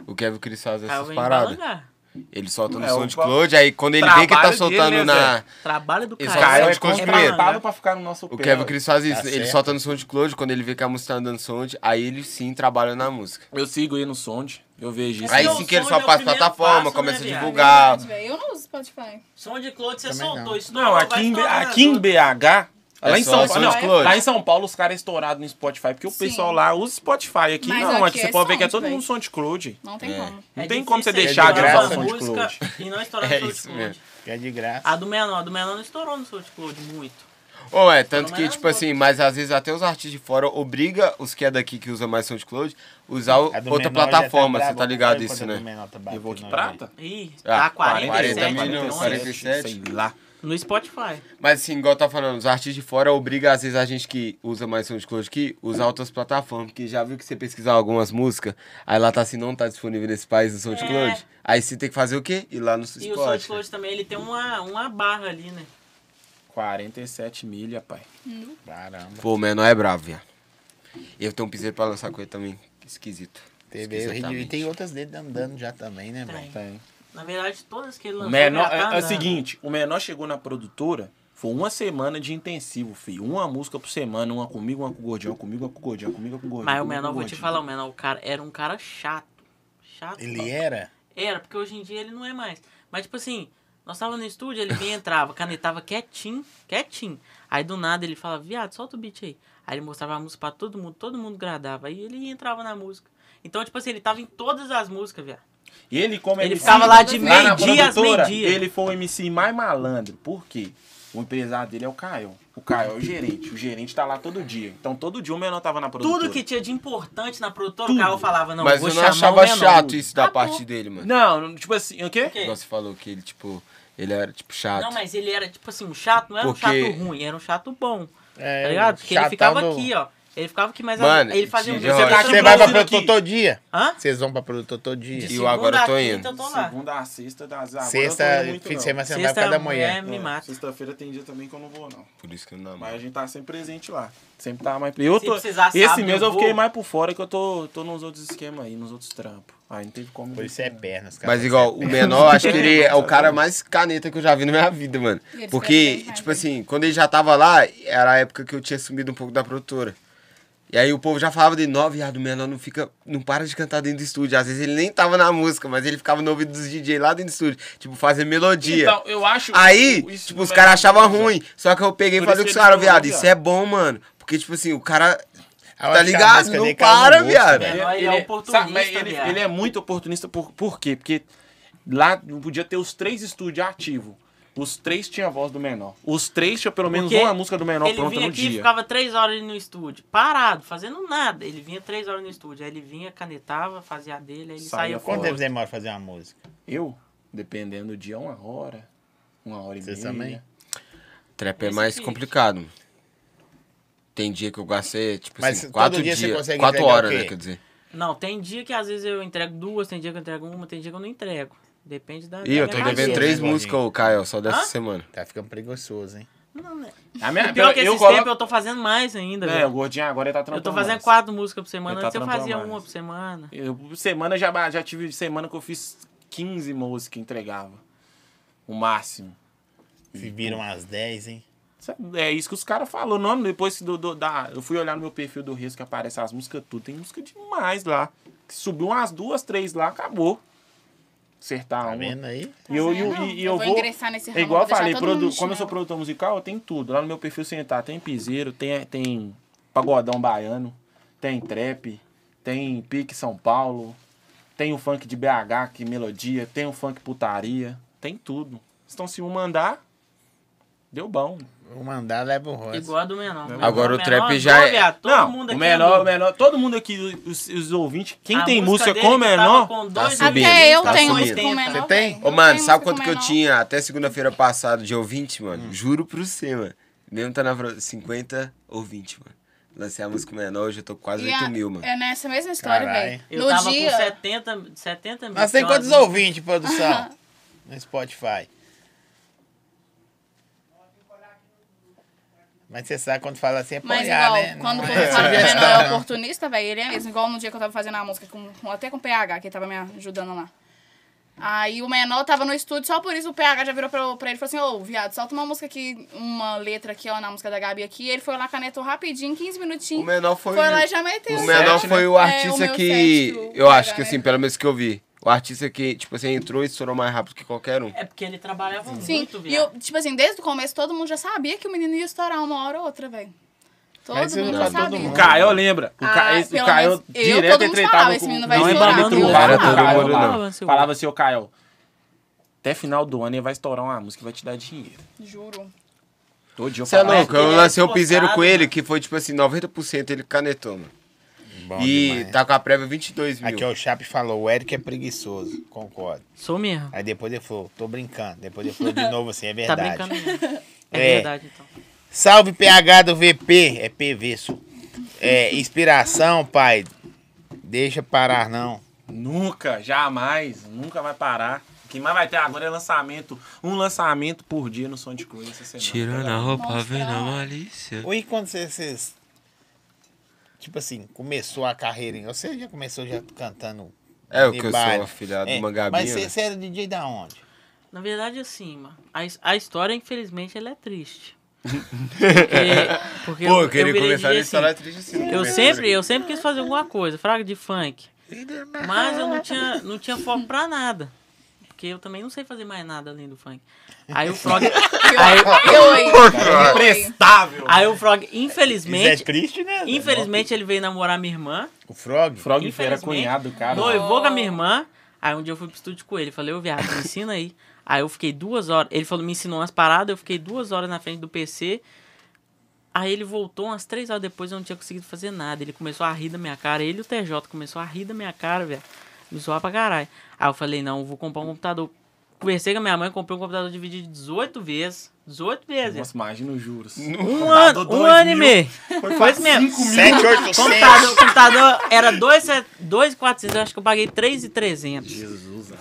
S1: O Kevin Chris faz
S5: Caio
S1: essas
S5: vem
S1: paradas.
S5: embalangar.
S1: Ele solta no
S4: É, o
S1: SoundCloud, aí quando ele vê que
S4: trabalho
S1: tá
S4: dele,
S1: soltando
S4: né,
S1: na.
S5: Trabalho do
S1: Esse
S5: Caio.
S1: Caio é
S5: é
S1: construído.
S5: embalangar.
S4: contratado pra ficar no nosso
S1: O
S4: pé,
S1: Kevin
S4: ué.
S1: Chris faz isso.
S2: Tá
S1: ele
S2: certo.
S1: solta no SoundCloud, quando ele vê que a música tá andando no SoundCloud, aí ele sim trabalha na música.
S4: Eu sigo ele no Sound, eu vejo isso.
S1: Aí
S5: é o
S1: sim que ele
S5: som,
S1: só
S5: é o
S1: passa
S5: primeiro
S1: plataforma,
S5: passo,
S1: começa
S5: né,
S1: a
S5: viado?
S1: divulgar.
S3: Verdade, velho. Eu não uso Spotify.
S5: Som de Cloud, você
S2: Também
S5: soltou
S2: não.
S5: isso.
S4: Não, aqui em, B-
S5: né?
S4: aqui em BH. Lá,
S1: É
S4: em
S1: só
S4: São
S1: o
S4: Paulo, não,
S1: SoundCloud.
S4: lá em São Paulo os caras é estourado no Spotify, porque o
S3: Sim.
S4: pessoal lá usa Spotify aqui.
S3: Mas aqui
S4: não, aqui você
S3: é
S4: pode ver que é todo
S3: SoundCloud.
S4: mundo SoundCloud.
S3: Não tem como.
S4: Não tem como você
S5: É difícil
S4: deixar a
S5: estourar uma
S2: graça no
S5: música
S4: SoundCloud.
S5: E não estourar
S1: É
S5: no
S1: isso mesmo.
S5: SoundCloud.
S2: Que é de graça.
S5: A do Menor, a do Menor não estourou no SoundCloud muito.
S1: Ou é, tanto
S5: Pelo
S1: que,
S5: menos
S1: tipo assim, mas às vezes até os artistas de fora obriga os que é daqui que usa mais SoundCloud usar o-
S2: A
S5: É
S2: do
S1: outra
S2: menor já tá
S1: plataforma, você
S2: brabo,
S1: tá ligado
S2: olha
S1: isso,
S2: quanto a do
S1: né?
S2: menor tá batendo
S4: Evoque
S2: aí.
S4: Prata?
S5: Ih,
S1: Ah,
S5: tá 47
S1: 40 milhões,
S5: milhões
S1: 47.
S4: Sei lá.
S5: no Spotify.
S1: Mas assim, igual tá falando, os artistas de fora obrigam às vezes a gente que usa mais SoundCloud aqui, usar outras plataformas, porque já viu que você pesquisar algumas músicas, aí lá tá assim, não tá disponível nesse país no SoundCloud,
S5: É.
S1: aí você tem que fazer o quê? Ir lá no
S5: E o
S1: Spotify.
S5: SoundCloud
S4: né?
S5: também, ele tem uma, uma barra ali, né?
S4: 47 milha, pai.
S2: Caramba.
S1: Pô, o menor é bravo, viado. Eu tenho um piseiro pra lançar com ele também, esquisito.
S2: Teve, e
S1: Esquisitamente.
S2: tem um- outras dele andando já também, né, velho?
S5: Tem. Na verdade, todas que ele
S4: O
S5: lançou.
S4: menor,
S5: já tá
S4: é, é o
S5: andando.
S4: seguinte, o menor chegou na produtora, foi uma semana de intensivo, filho. Uma música por semana, uma comigo, uma com o Gordinho, uma comigo, uma com o Gordinho, uma comigo, uma com o Gordinho.
S5: Mas o
S4: comigo,
S5: menor,
S4: com
S5: vou
S4: o
S5: te
S4: Gordinho.
S5: falar, o menor o cara, era um cara chato. Chato.
S4: é.
S2: Ele era?
S5: Era, porque hoje em dia ele não é mais. Mas, tipo assim, nós tava no estúdio, ele vinha, entrava, canetava quietinho, quietinho. Aí do nada ele fala, viado, solta o beat aí. Aí ele mostrava a música pra todo mundo, todo mundo gradava. Aí ele entrava na música. Então, tipo assim, ele tava em todas as músicas, viado.
S4: Ele, como
S5: Ele
S4: MC,
S5: ficava lá de
S4: na
S5: meio-dia às
S4: produtora, um
S5: meio-dia.
S4: Ele foi o MC mais malandro. Por quê? O empresário dele é o Caio. O Caio é o gerente. O gerente tá lá todo dia. Então todo dia o menor tava na produtora.
S5: Tudo que tinha de importante na produtora, o Carol falava, não,
S1: Mas
S5: vou
S1: eu não
S5: chamar
S1: achava
S5: o menor.
S1: chato isso da
S3: Ah,
S1: parte
S3: pô.
S1: dele, mano.
S4: Não, não, tipo assim, o quê?
S5: quê?
S1: Igual você falou que ele, tipo, ele era, tipo, chato.
S5: Não, mas ele era, tipo assim, um chato, não era
S1: Porque-
S5: um chato ruim, era um chato bom.
S2: É,
S5: tá ligado? Porque ele
S2: chatão
S5: ficava
S2: do-
S5: aqui, ó. Ele ficava aqui, mas
S1: Mano,
S5: ele fazia
S1: de-
S5: um
S1: de- Você
S2: Tá,
S1: tá
S2: Você vai pra
S4: produzindo
S2: produtor
S4: aqui.
S2: todo dia?
S5: Hã?
S2: Vocês vão pra produtor todo dia?
S5: De
S1: E eu agora
S5: segunda a
S1: tô indo.
S5: quinta Eu tô lá.
S4: Segunda a sexta das agora eu
S2: Sexta,
S4: não tô indo muito,
S2: fim de
S4: não.
S2: semana, você não vai por
S5: Sexta
S2: causa da
S5: mulher
S2: mulher.
S5: me
S4: É,
S5: mata.
S4: Sexta-feira tem dia também que eu não vou, não.
S1: Por isso que eu não
S4: Mas a
S1: namoro.
S4: gente tá sempre presente lá. Sempre tá mais. Eu
S5: Se
S4: tô...
S5: precisar,
S4: Esse
S5: sábado
S4: mês
S5: eu
S4: eu, fiquei
S5: vou.
S4: mais por fora que eu tô, tô nos outros esquemas aí, nos outros trampos. Aí não teve como. né?
S2: Por isso é pernas, cara.
S1: Mas igual, o menor, acho que ele é o cara mais caneta que eu já vi na minha vida, mano.
S3: E eles
S1: Porque,
S3: crescem,
S1: tipo
S3: vai.
S1: assim, quando ele já tava lá, era a época que eu tinha sumido um pouco da produtora. E aí o povo já falava de nove, viado, o menor não fica, não para de cantar dentro do estúdio. Às vezes ele nem tava na música, mas ele ficava no ouvido dos DJ lá dentro do estúdio, tipo, fazer melodia.
S4: Então, eu acho.
S1: Aí,
S4: isso
S1: tipo,
S4: não
S1: os
S4: é
S1: caras
S4: uma
S1: achavam
S4: coisa.
S1: ruim. Só que eu peguei e
S4: Por
S1: falei
S4: isso
S1: com os
S4: que eles
S1: caras,
S4: não vão,
S1: viado, isso é bom, mano. Porque, tipo assim, o cara.
S2: Ah, eu
S1: Tá
S2: acho que a
S1: ligado?
S2: música
S1: Não
S2: dele caiu no
S1: para,
S2: gosto,
S1: viado.
S5: velho.
S4: Ele,
S5: Não, ele
S4: ele
S5: é
S4: é
S5: oportunista,
S4: sabe, mas ele,
S5: viado.
S4: ele é muito oportunista, por, por quê? Porque lá não podia ter os três estúdios ativos. Os três tinham a voz do menor. Os três tinham pelo menos
S5: Porque
S4: uma música do menor
S5: ele
S4: pronta
S5: vinha
S4: no
S5: aqui e
S4: dia.
S5: ficava três horas ali no estúdio, parado, fazendo nada. Ele vinha três horas no estúdio. Aí ele vinha, canetava, fazia a dele, aí ele
S4: Saía
S5: saía,
S2: Quanto
S5: fora.
S2: tempo demora pra fazer uma música?
S4: Eu, dependendo do dia, uma hora. Uma hora e
S2: Vocês
S4: meia.
S2: também?
S1: Trap é
S5: Esse
S1: mais
S5: fit.
S1: complicado. Tem dia que eu gastei, tipo
S2: Mas
S1: assim,
S2: todo
S1: quatro
S2: dia
S1: dias.
S2: você consegue
S1: quatro
S2: entregar
S1: horas,
S2: o quê?
S1: né? Quer dizer.
S5: Não, tem dia que às vezes eu entrego duas, tem dia que eu entrego uma, tem dia que eu não entrego. Depende da.
S1: Ih,
S5: da
S1: eu tô
S5: minha
S1: devendo
S5: cabeça.
S1: três
S2: né,
S1: músicas, ô Caio, só dessa
S5: Hã?
S1: semana.
S2: Tá ficando preguiçoso, hein?
S5: Não, né?
S4: A minha,
S5: Pior que
S4: eu
S5: esses
S4: colo-
S5: tempos eu tô fazendo mais ainda,
S4: É, o
S5: velho.
S4: gordinho agora ele tá trampando
S5: Eu tô fazendo
S4: mais.
S5: quatro músicas por semana.
S4: Ele tá
S5: Antes eu
S4: trampando
S5: fazia
S4: mais.
S5: uma por semana.
S4: Eu, semana já, ba- já tive semana que eu fiz 15 músicas que entregava. O máximo.
S2: Se viram às 10, hein?
S4: Isso é- É isso que os caras falaram. Não, depois que do, do- da, eu fui olhar no meu perfil do Rios que aparece as músicas tudo. Tem música demais lá. Subiu umas duas, três lá, acabou. Acertar
S2: Tá
S4: uma.
S2: vendo aí?
S4: E eu, e eu, e- e eu vou.
S3: ingressar nesse
S4: É
S3: ramo,
S4: igual
S3: vou
S4: eu
S3: deixar
S4: falei,
S3: todo
S4: produ-
S3: mundo no
S4: como eu sou
S3: chinelo.
S4: produtor musical, eu tenho tudo. Lá no meu perfil sentar tem piseiro, tem, tem pagodão baiano, tem trap, tem pique São Paulo, tem o funk de BH, que melodia, tem o funk putaria, tem tudo. Então se um mandar, deu bom.
S2: Vou mandar, leva o rosto.
S5: Igual a do menor.
S1: Agora o
S5: menor
S1: trap
S5: andou,
S1: já é-
S5: viado, Todo
S4: Não,
S5: mundo
S4: o
S5: aqui
S4: menor,
S5: andou.
S4: o menor, todo mundo aqui, os, os ouvintes, quem
S5: A
S4: tem música
S5: dele
S4: com o
S5: que tava
S4: menor,
S5: com
S1: Tá
S5: dois
S1: subindo.
S5: mil,
S3: Até eu
S1: tá
S3: tenho
S1: sumindo.
S3: música com o menor.
S2: Você tem?
S3: velho.
S1: Ô,
S3: Eu
S1: mano,
S3: tenho
S1: sabe
S3: música com
S1: quanto que eu
S3: menor.
S1: tinha até segunda-feira passada de ouvinte, mano?
S2: Hum.
S1: Juro pro você, mano. Mesmo tá na pro- 50 ouvinte, mano. Lancei a música menor, hoje eu tô com quase
S3: E
S1: 8
S3: a-
S1: mil, mano.
S3: É nessa mesma história,
S2: Caralho.
S3: velho.
S5: Eu tava
S3: No dia.
S5: com 70, 70 mil.
S2: Nós tem
S5: Tinha uma
S2: quantos ouvintes, produção? no Spotify. Mas você sabe quando fala assim, apoiar,
S3: Mas igual,
S2: né? Não
S3: quando o
S2: é
S3: povo fala que o
S2: sugestão.
S3: menor é oportunista, velho, ele é mesmo. Igual no dia que eu tava fazendo a música, com, com- até com o PH, que ele tava me ajudando lá. Aí o menor tava no estúdio, só por isso o PH já virou pra, pra ele e falou assim, ô, viado, solta uma música aqui, uma letra aqui, ó, na música da Gabi aqui. Ele foi lá, canetou rapidinho, 15 minutinhos.
S1: O menor foi
S3: Foi
S1: o-
S3: lá e já meteu.
S1: O menor
S4: sete,
S1: foi
S4: né?
S1: o
S3: É,
S1: artista
S3: meu
S1: que.
S3: sete, o
S1: eu acho
S3: PH,
S1: que, assim,
S3: né?
S1: pelo menos que eu vi. O artista que, tipo assim, entrou e estourou mais rápido que qualquer um.
S5: É porque ele trabalhava
S3: Sim,
S5: muito,
S3: e
S5: viado.
S3: eu, tipo assim, desde o começo todo mundo já sabia que o menino ia estourar uma hora ou outra, velho. Todo
S2: Mas isso
S3: mundo
S2: não
S3: já
S2: é todo
S3: sabia.
S4: o
S2: mundo.
S4: Caio lembra. O,
S3: Ah,
S4: Ca- esse- o
S3: pelo
S4: Caio
S3: menos eu,
S4: direto
S3: todo mundo
S4: entretava
S3: falava,
S4: com-
S3: esse menino vai
S4: Não,
S3: estourar,
S4: ele
S5: todo mundo
S4: trumbava
S1: falava.
S4: o Caio,
S1: Todo mundo
S4: falava.
S5: não.
S4: Falava assim, ô Caio, até final do ano ele vai estourar uma música e vai te dar dinheiro.
S3: Juro.
S4: Todo dia eu
S1: Você é
S4: falava.
S1: louco, eu
S5: ele é
S1: lancei o piseiro com
S5: esforçado,
S1: ele,
S5: mano.
S1: que foi tipo assim, 90% ele canetou, mano.
S2: Bom
S1: e
S2: demais.
S1: tá com a prévia 22 mil.
S2: Aqui ó, o Chape falou, o Eric é preguiçoso, concordo.
S5: Sou mesmo.
S2: Aí depois ele falou, tô brincando. Depois ele falou de novo assim, é
S5: Tá
S2: verdade.
S5: brincando mesmo.
S2: É.
S5: É verdade, então.
S2: Salve PH do VP, é PV, su. É, inspiração, pai. Deixa parar, não.
S4: Nunca, jamais, nunca vai parar. O que mais vai ter agora é lançamento. Um lançamento por dia no SoundCloud essa semana.
S3: Nossa,
S1: malícia.
S2: Ou E quando vocês, vocês- Tipo assim, começou a carreira. em- Você já começou já cantando.
S1: É, o
S2: de
S1: que eu
S2: baile.
S1: sou afilhado
S2: É,
S1: do Mangabinha.
S2: Mas você,
S1: né?
S2: você era DJ da onde?
S5: Na verdade, assim, mano, a, his- a história, infelizmente, ela é triste. Porque, porque
S1: Pô, eu queria
S5: virei
S1: começar a
S5: DJ,
S1: instalar
S5: assim,
S1: triste assim.
S5: Eu
S1: né?
S5: sempre, eu sempre quis fazer alguma coisa, fraga de funk. Mas eu não tinha, não tinha foco pra nada. Porque eu também não sei fazer mais nada além do funk. Aí o Frog. aí,
S3: Eu, eu,
S4: Prestável.
S5: aí o Frog,
S2: Isso é
S5: infelizmente.
S2: triste, né?
S5: Infelizmente ele veio namorar minha irmã.
S2: O Frog?
S4: Frog Fer era cunhado, do cara.
S5: Noivou com a minha irmã. Aí um dia eu fui pro estúdio com ele, falei, ô viado, me ensina aí. Aí eu fiquei duas horas, ele falou, me ensinou umas paradas, eu fiquei duas horas na frente do PC. Aí ele voltou umas três horas depois, eu não tinha conseguido fazer nada. Ele começou a rir da minha cara, ele e o TJ começou a rir da minha cara, velho. Me zoar pra caralho. Aí eu falei, não, eu vou comprar um computador. Conversei com a minha mãe, comprei um computador dividido 18 vezes. 18 vezes.
S4: Nossa, imagina os juros. Tá
S5: Um ano, um ano e meio. Foi isso mesmo.
S2: 7, 8,
S5: Computador, computador era é, 2,400, eu acho que eu paguei 3,300.
S4: Jesus amado.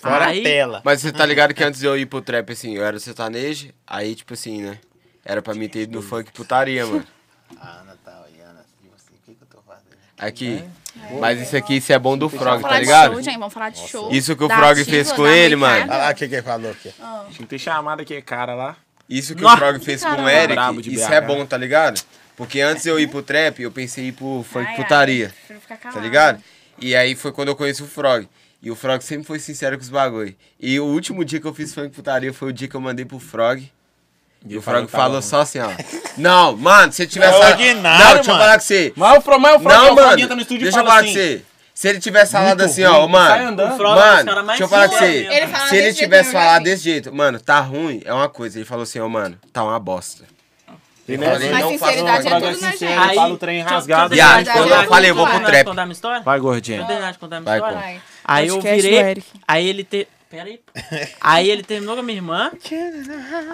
S2: Fora
S5: Aí-
S2: a tela.
S1: Mas você tá ligado que antes de eu ir pro trap, assim, eu era sertanejo, aí, tipo assim, né? Era pra mim ter ido no funk putaria, mano.
S2: A Ana tá olhando assim, você, o que, que eu tô fazendo?
S1: Aqui. Mas isso aqui, isso é bom do Frog,
S3: Vamos falar
S1: tá
S3: de
S1: ligado?
S3: show, gente. Vamos falar de show.
S1: Isso que o
S3: Da
S1: Frog
S3: Ativa,
S1: fez com
S3: da
S1: ele, mano.
S3: Americana.
S1: Ah,
S2: Olha lá o que que ele falou aqui.
S4: Tinha que ter chamado aquele cara lá.
S1: Isso que
S5: Nossa,
S1: o Frog fez com o
S3: caramba.
S1: Eric,
S4: Brabo de
S1: isso
S4: BH.
S1: é bom, tá ligado? Porque antes eu ir pro trap, eu pensei em ir pro funk
S3: Ai, ai,
S1: putaria,
S3: prefiro ficar
S1: tá
S3: calada.
S1: ligado? E aí foi quando eu conheci o Frog. E o Frog sempre foi sincero com os bagulho. E o último dia que eu fiz funk putaria foi o dia que eu mandei pro Frog. E o
S4: tá
S1: Frog falou só assim, ó. Não, mano, se ele tivesse.
S2: Não,
S1: Não,
S2: ordinário,
S1: deixa eu
S2: mano.
S1: falar com você.
S4: Mas É o Frog, mas o Frog,
S1: Não,
S4: o Frog
S1: mano,
S4: entra no estúdio
S1: deixa
S4: e
S1: eu
S4: fala
S1: falar com
S4: assim.
S1: você. Se ele tivesse falado assim, ó,
S4: ruim,
S1: ô,
S4: sai
S1: mano.
S4: andando.
S5: O Frog é um dos caras
S1: Mano,
S5: mais
S1: deixa eu falar com
S5: sinceros
S1: você.
S5: mesmo. Ele
S3: fala
S1: Se ele
S3: desse jeito
S1: tivesse
S3: mesmo,
S1: falado
S3: assim.
S1: desse jeito, mano, tá ruim, é uma coisa. Ele falou assim, ó, mano, tá uma bosta.
S4: Ele
S1: Eu falei, não
S3: Mas
S1: faço
S3: sinceridade é
S1: mais
S3: tudo,
S1: isso.
S3: né, gente?
S4: Ele fala o trem
S5: deixa eu-
S4: rasgado.
S5: deixa
S3: Viado, quando
S5: terminar
S3: eu
S1: falei, eu vou
S5: de
S1: pro
S5: contar-
S1: trap.
S5: contar minha história?
S4: Vai, gordinho.
S5: Deixa eu terminar de contar minha
S1: Vai,
S5: história.
S1: conta.
S3: Vai.
S5: Aí eu
S6: Podcast do
S5: virei.
S6: Eric.
S5: Aí ele te. Pera aí. Aí ele terminou com a minha irmã.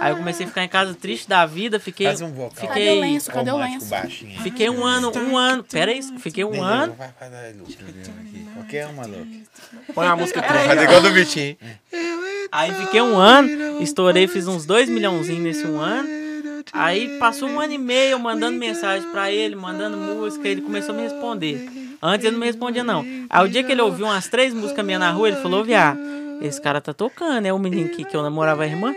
S5: Aí eu comecei a ficar em casa triste da vida. Fiquei.
S2: Faz um vocal.
S3: Cadê o
S5: Fiquei.
S3: lenço? Cadê o lenço?
S2: é baixinho.
S5: Fiquei um ano, um ano. Pera aí, fiquei um ano.
S2: Vai, vai, vai, Lu. Qualquer uma, Lu.
S4: Põe a música
S1: Fazer
S4: trem.
S1: igual do Vitinho.
S5: Aí fiquei um ano, estourei, fiz uns dois milhãozinhos nesse um ano. Aí passou um ano e meio eu mandando mensagem pra ele, mandando música, ele começou a me responder. Antes ele não me respondia, não. Aí o dia que ele ouviu umas três músicas minhas na rua, ele falou, viado, esse cara tá tocando, é o menino que, que eu namorava a irmã.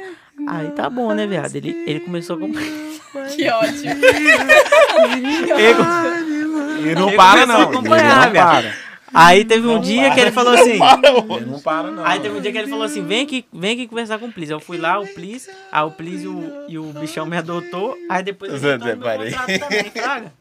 S5: Aí tá bom, né, viado? Ele, ele começou a comprar.
S3: Que ótimo.
S4: Ele não para, não. Ele não para.
S5: Aí teve um dia que ele falou assim.
S4: Ele não para, não. Ah,
S5: Aí teve um dia que ele falou assim: vem aqui, vem aqui conversar com o Please. Eu fui lá, o Please, aí o Please e o, e o bichão me adotou. Aí depois
S1: Zé,
S5: ele entrou no meu
S1: parei.
S5: contrato também, fraga.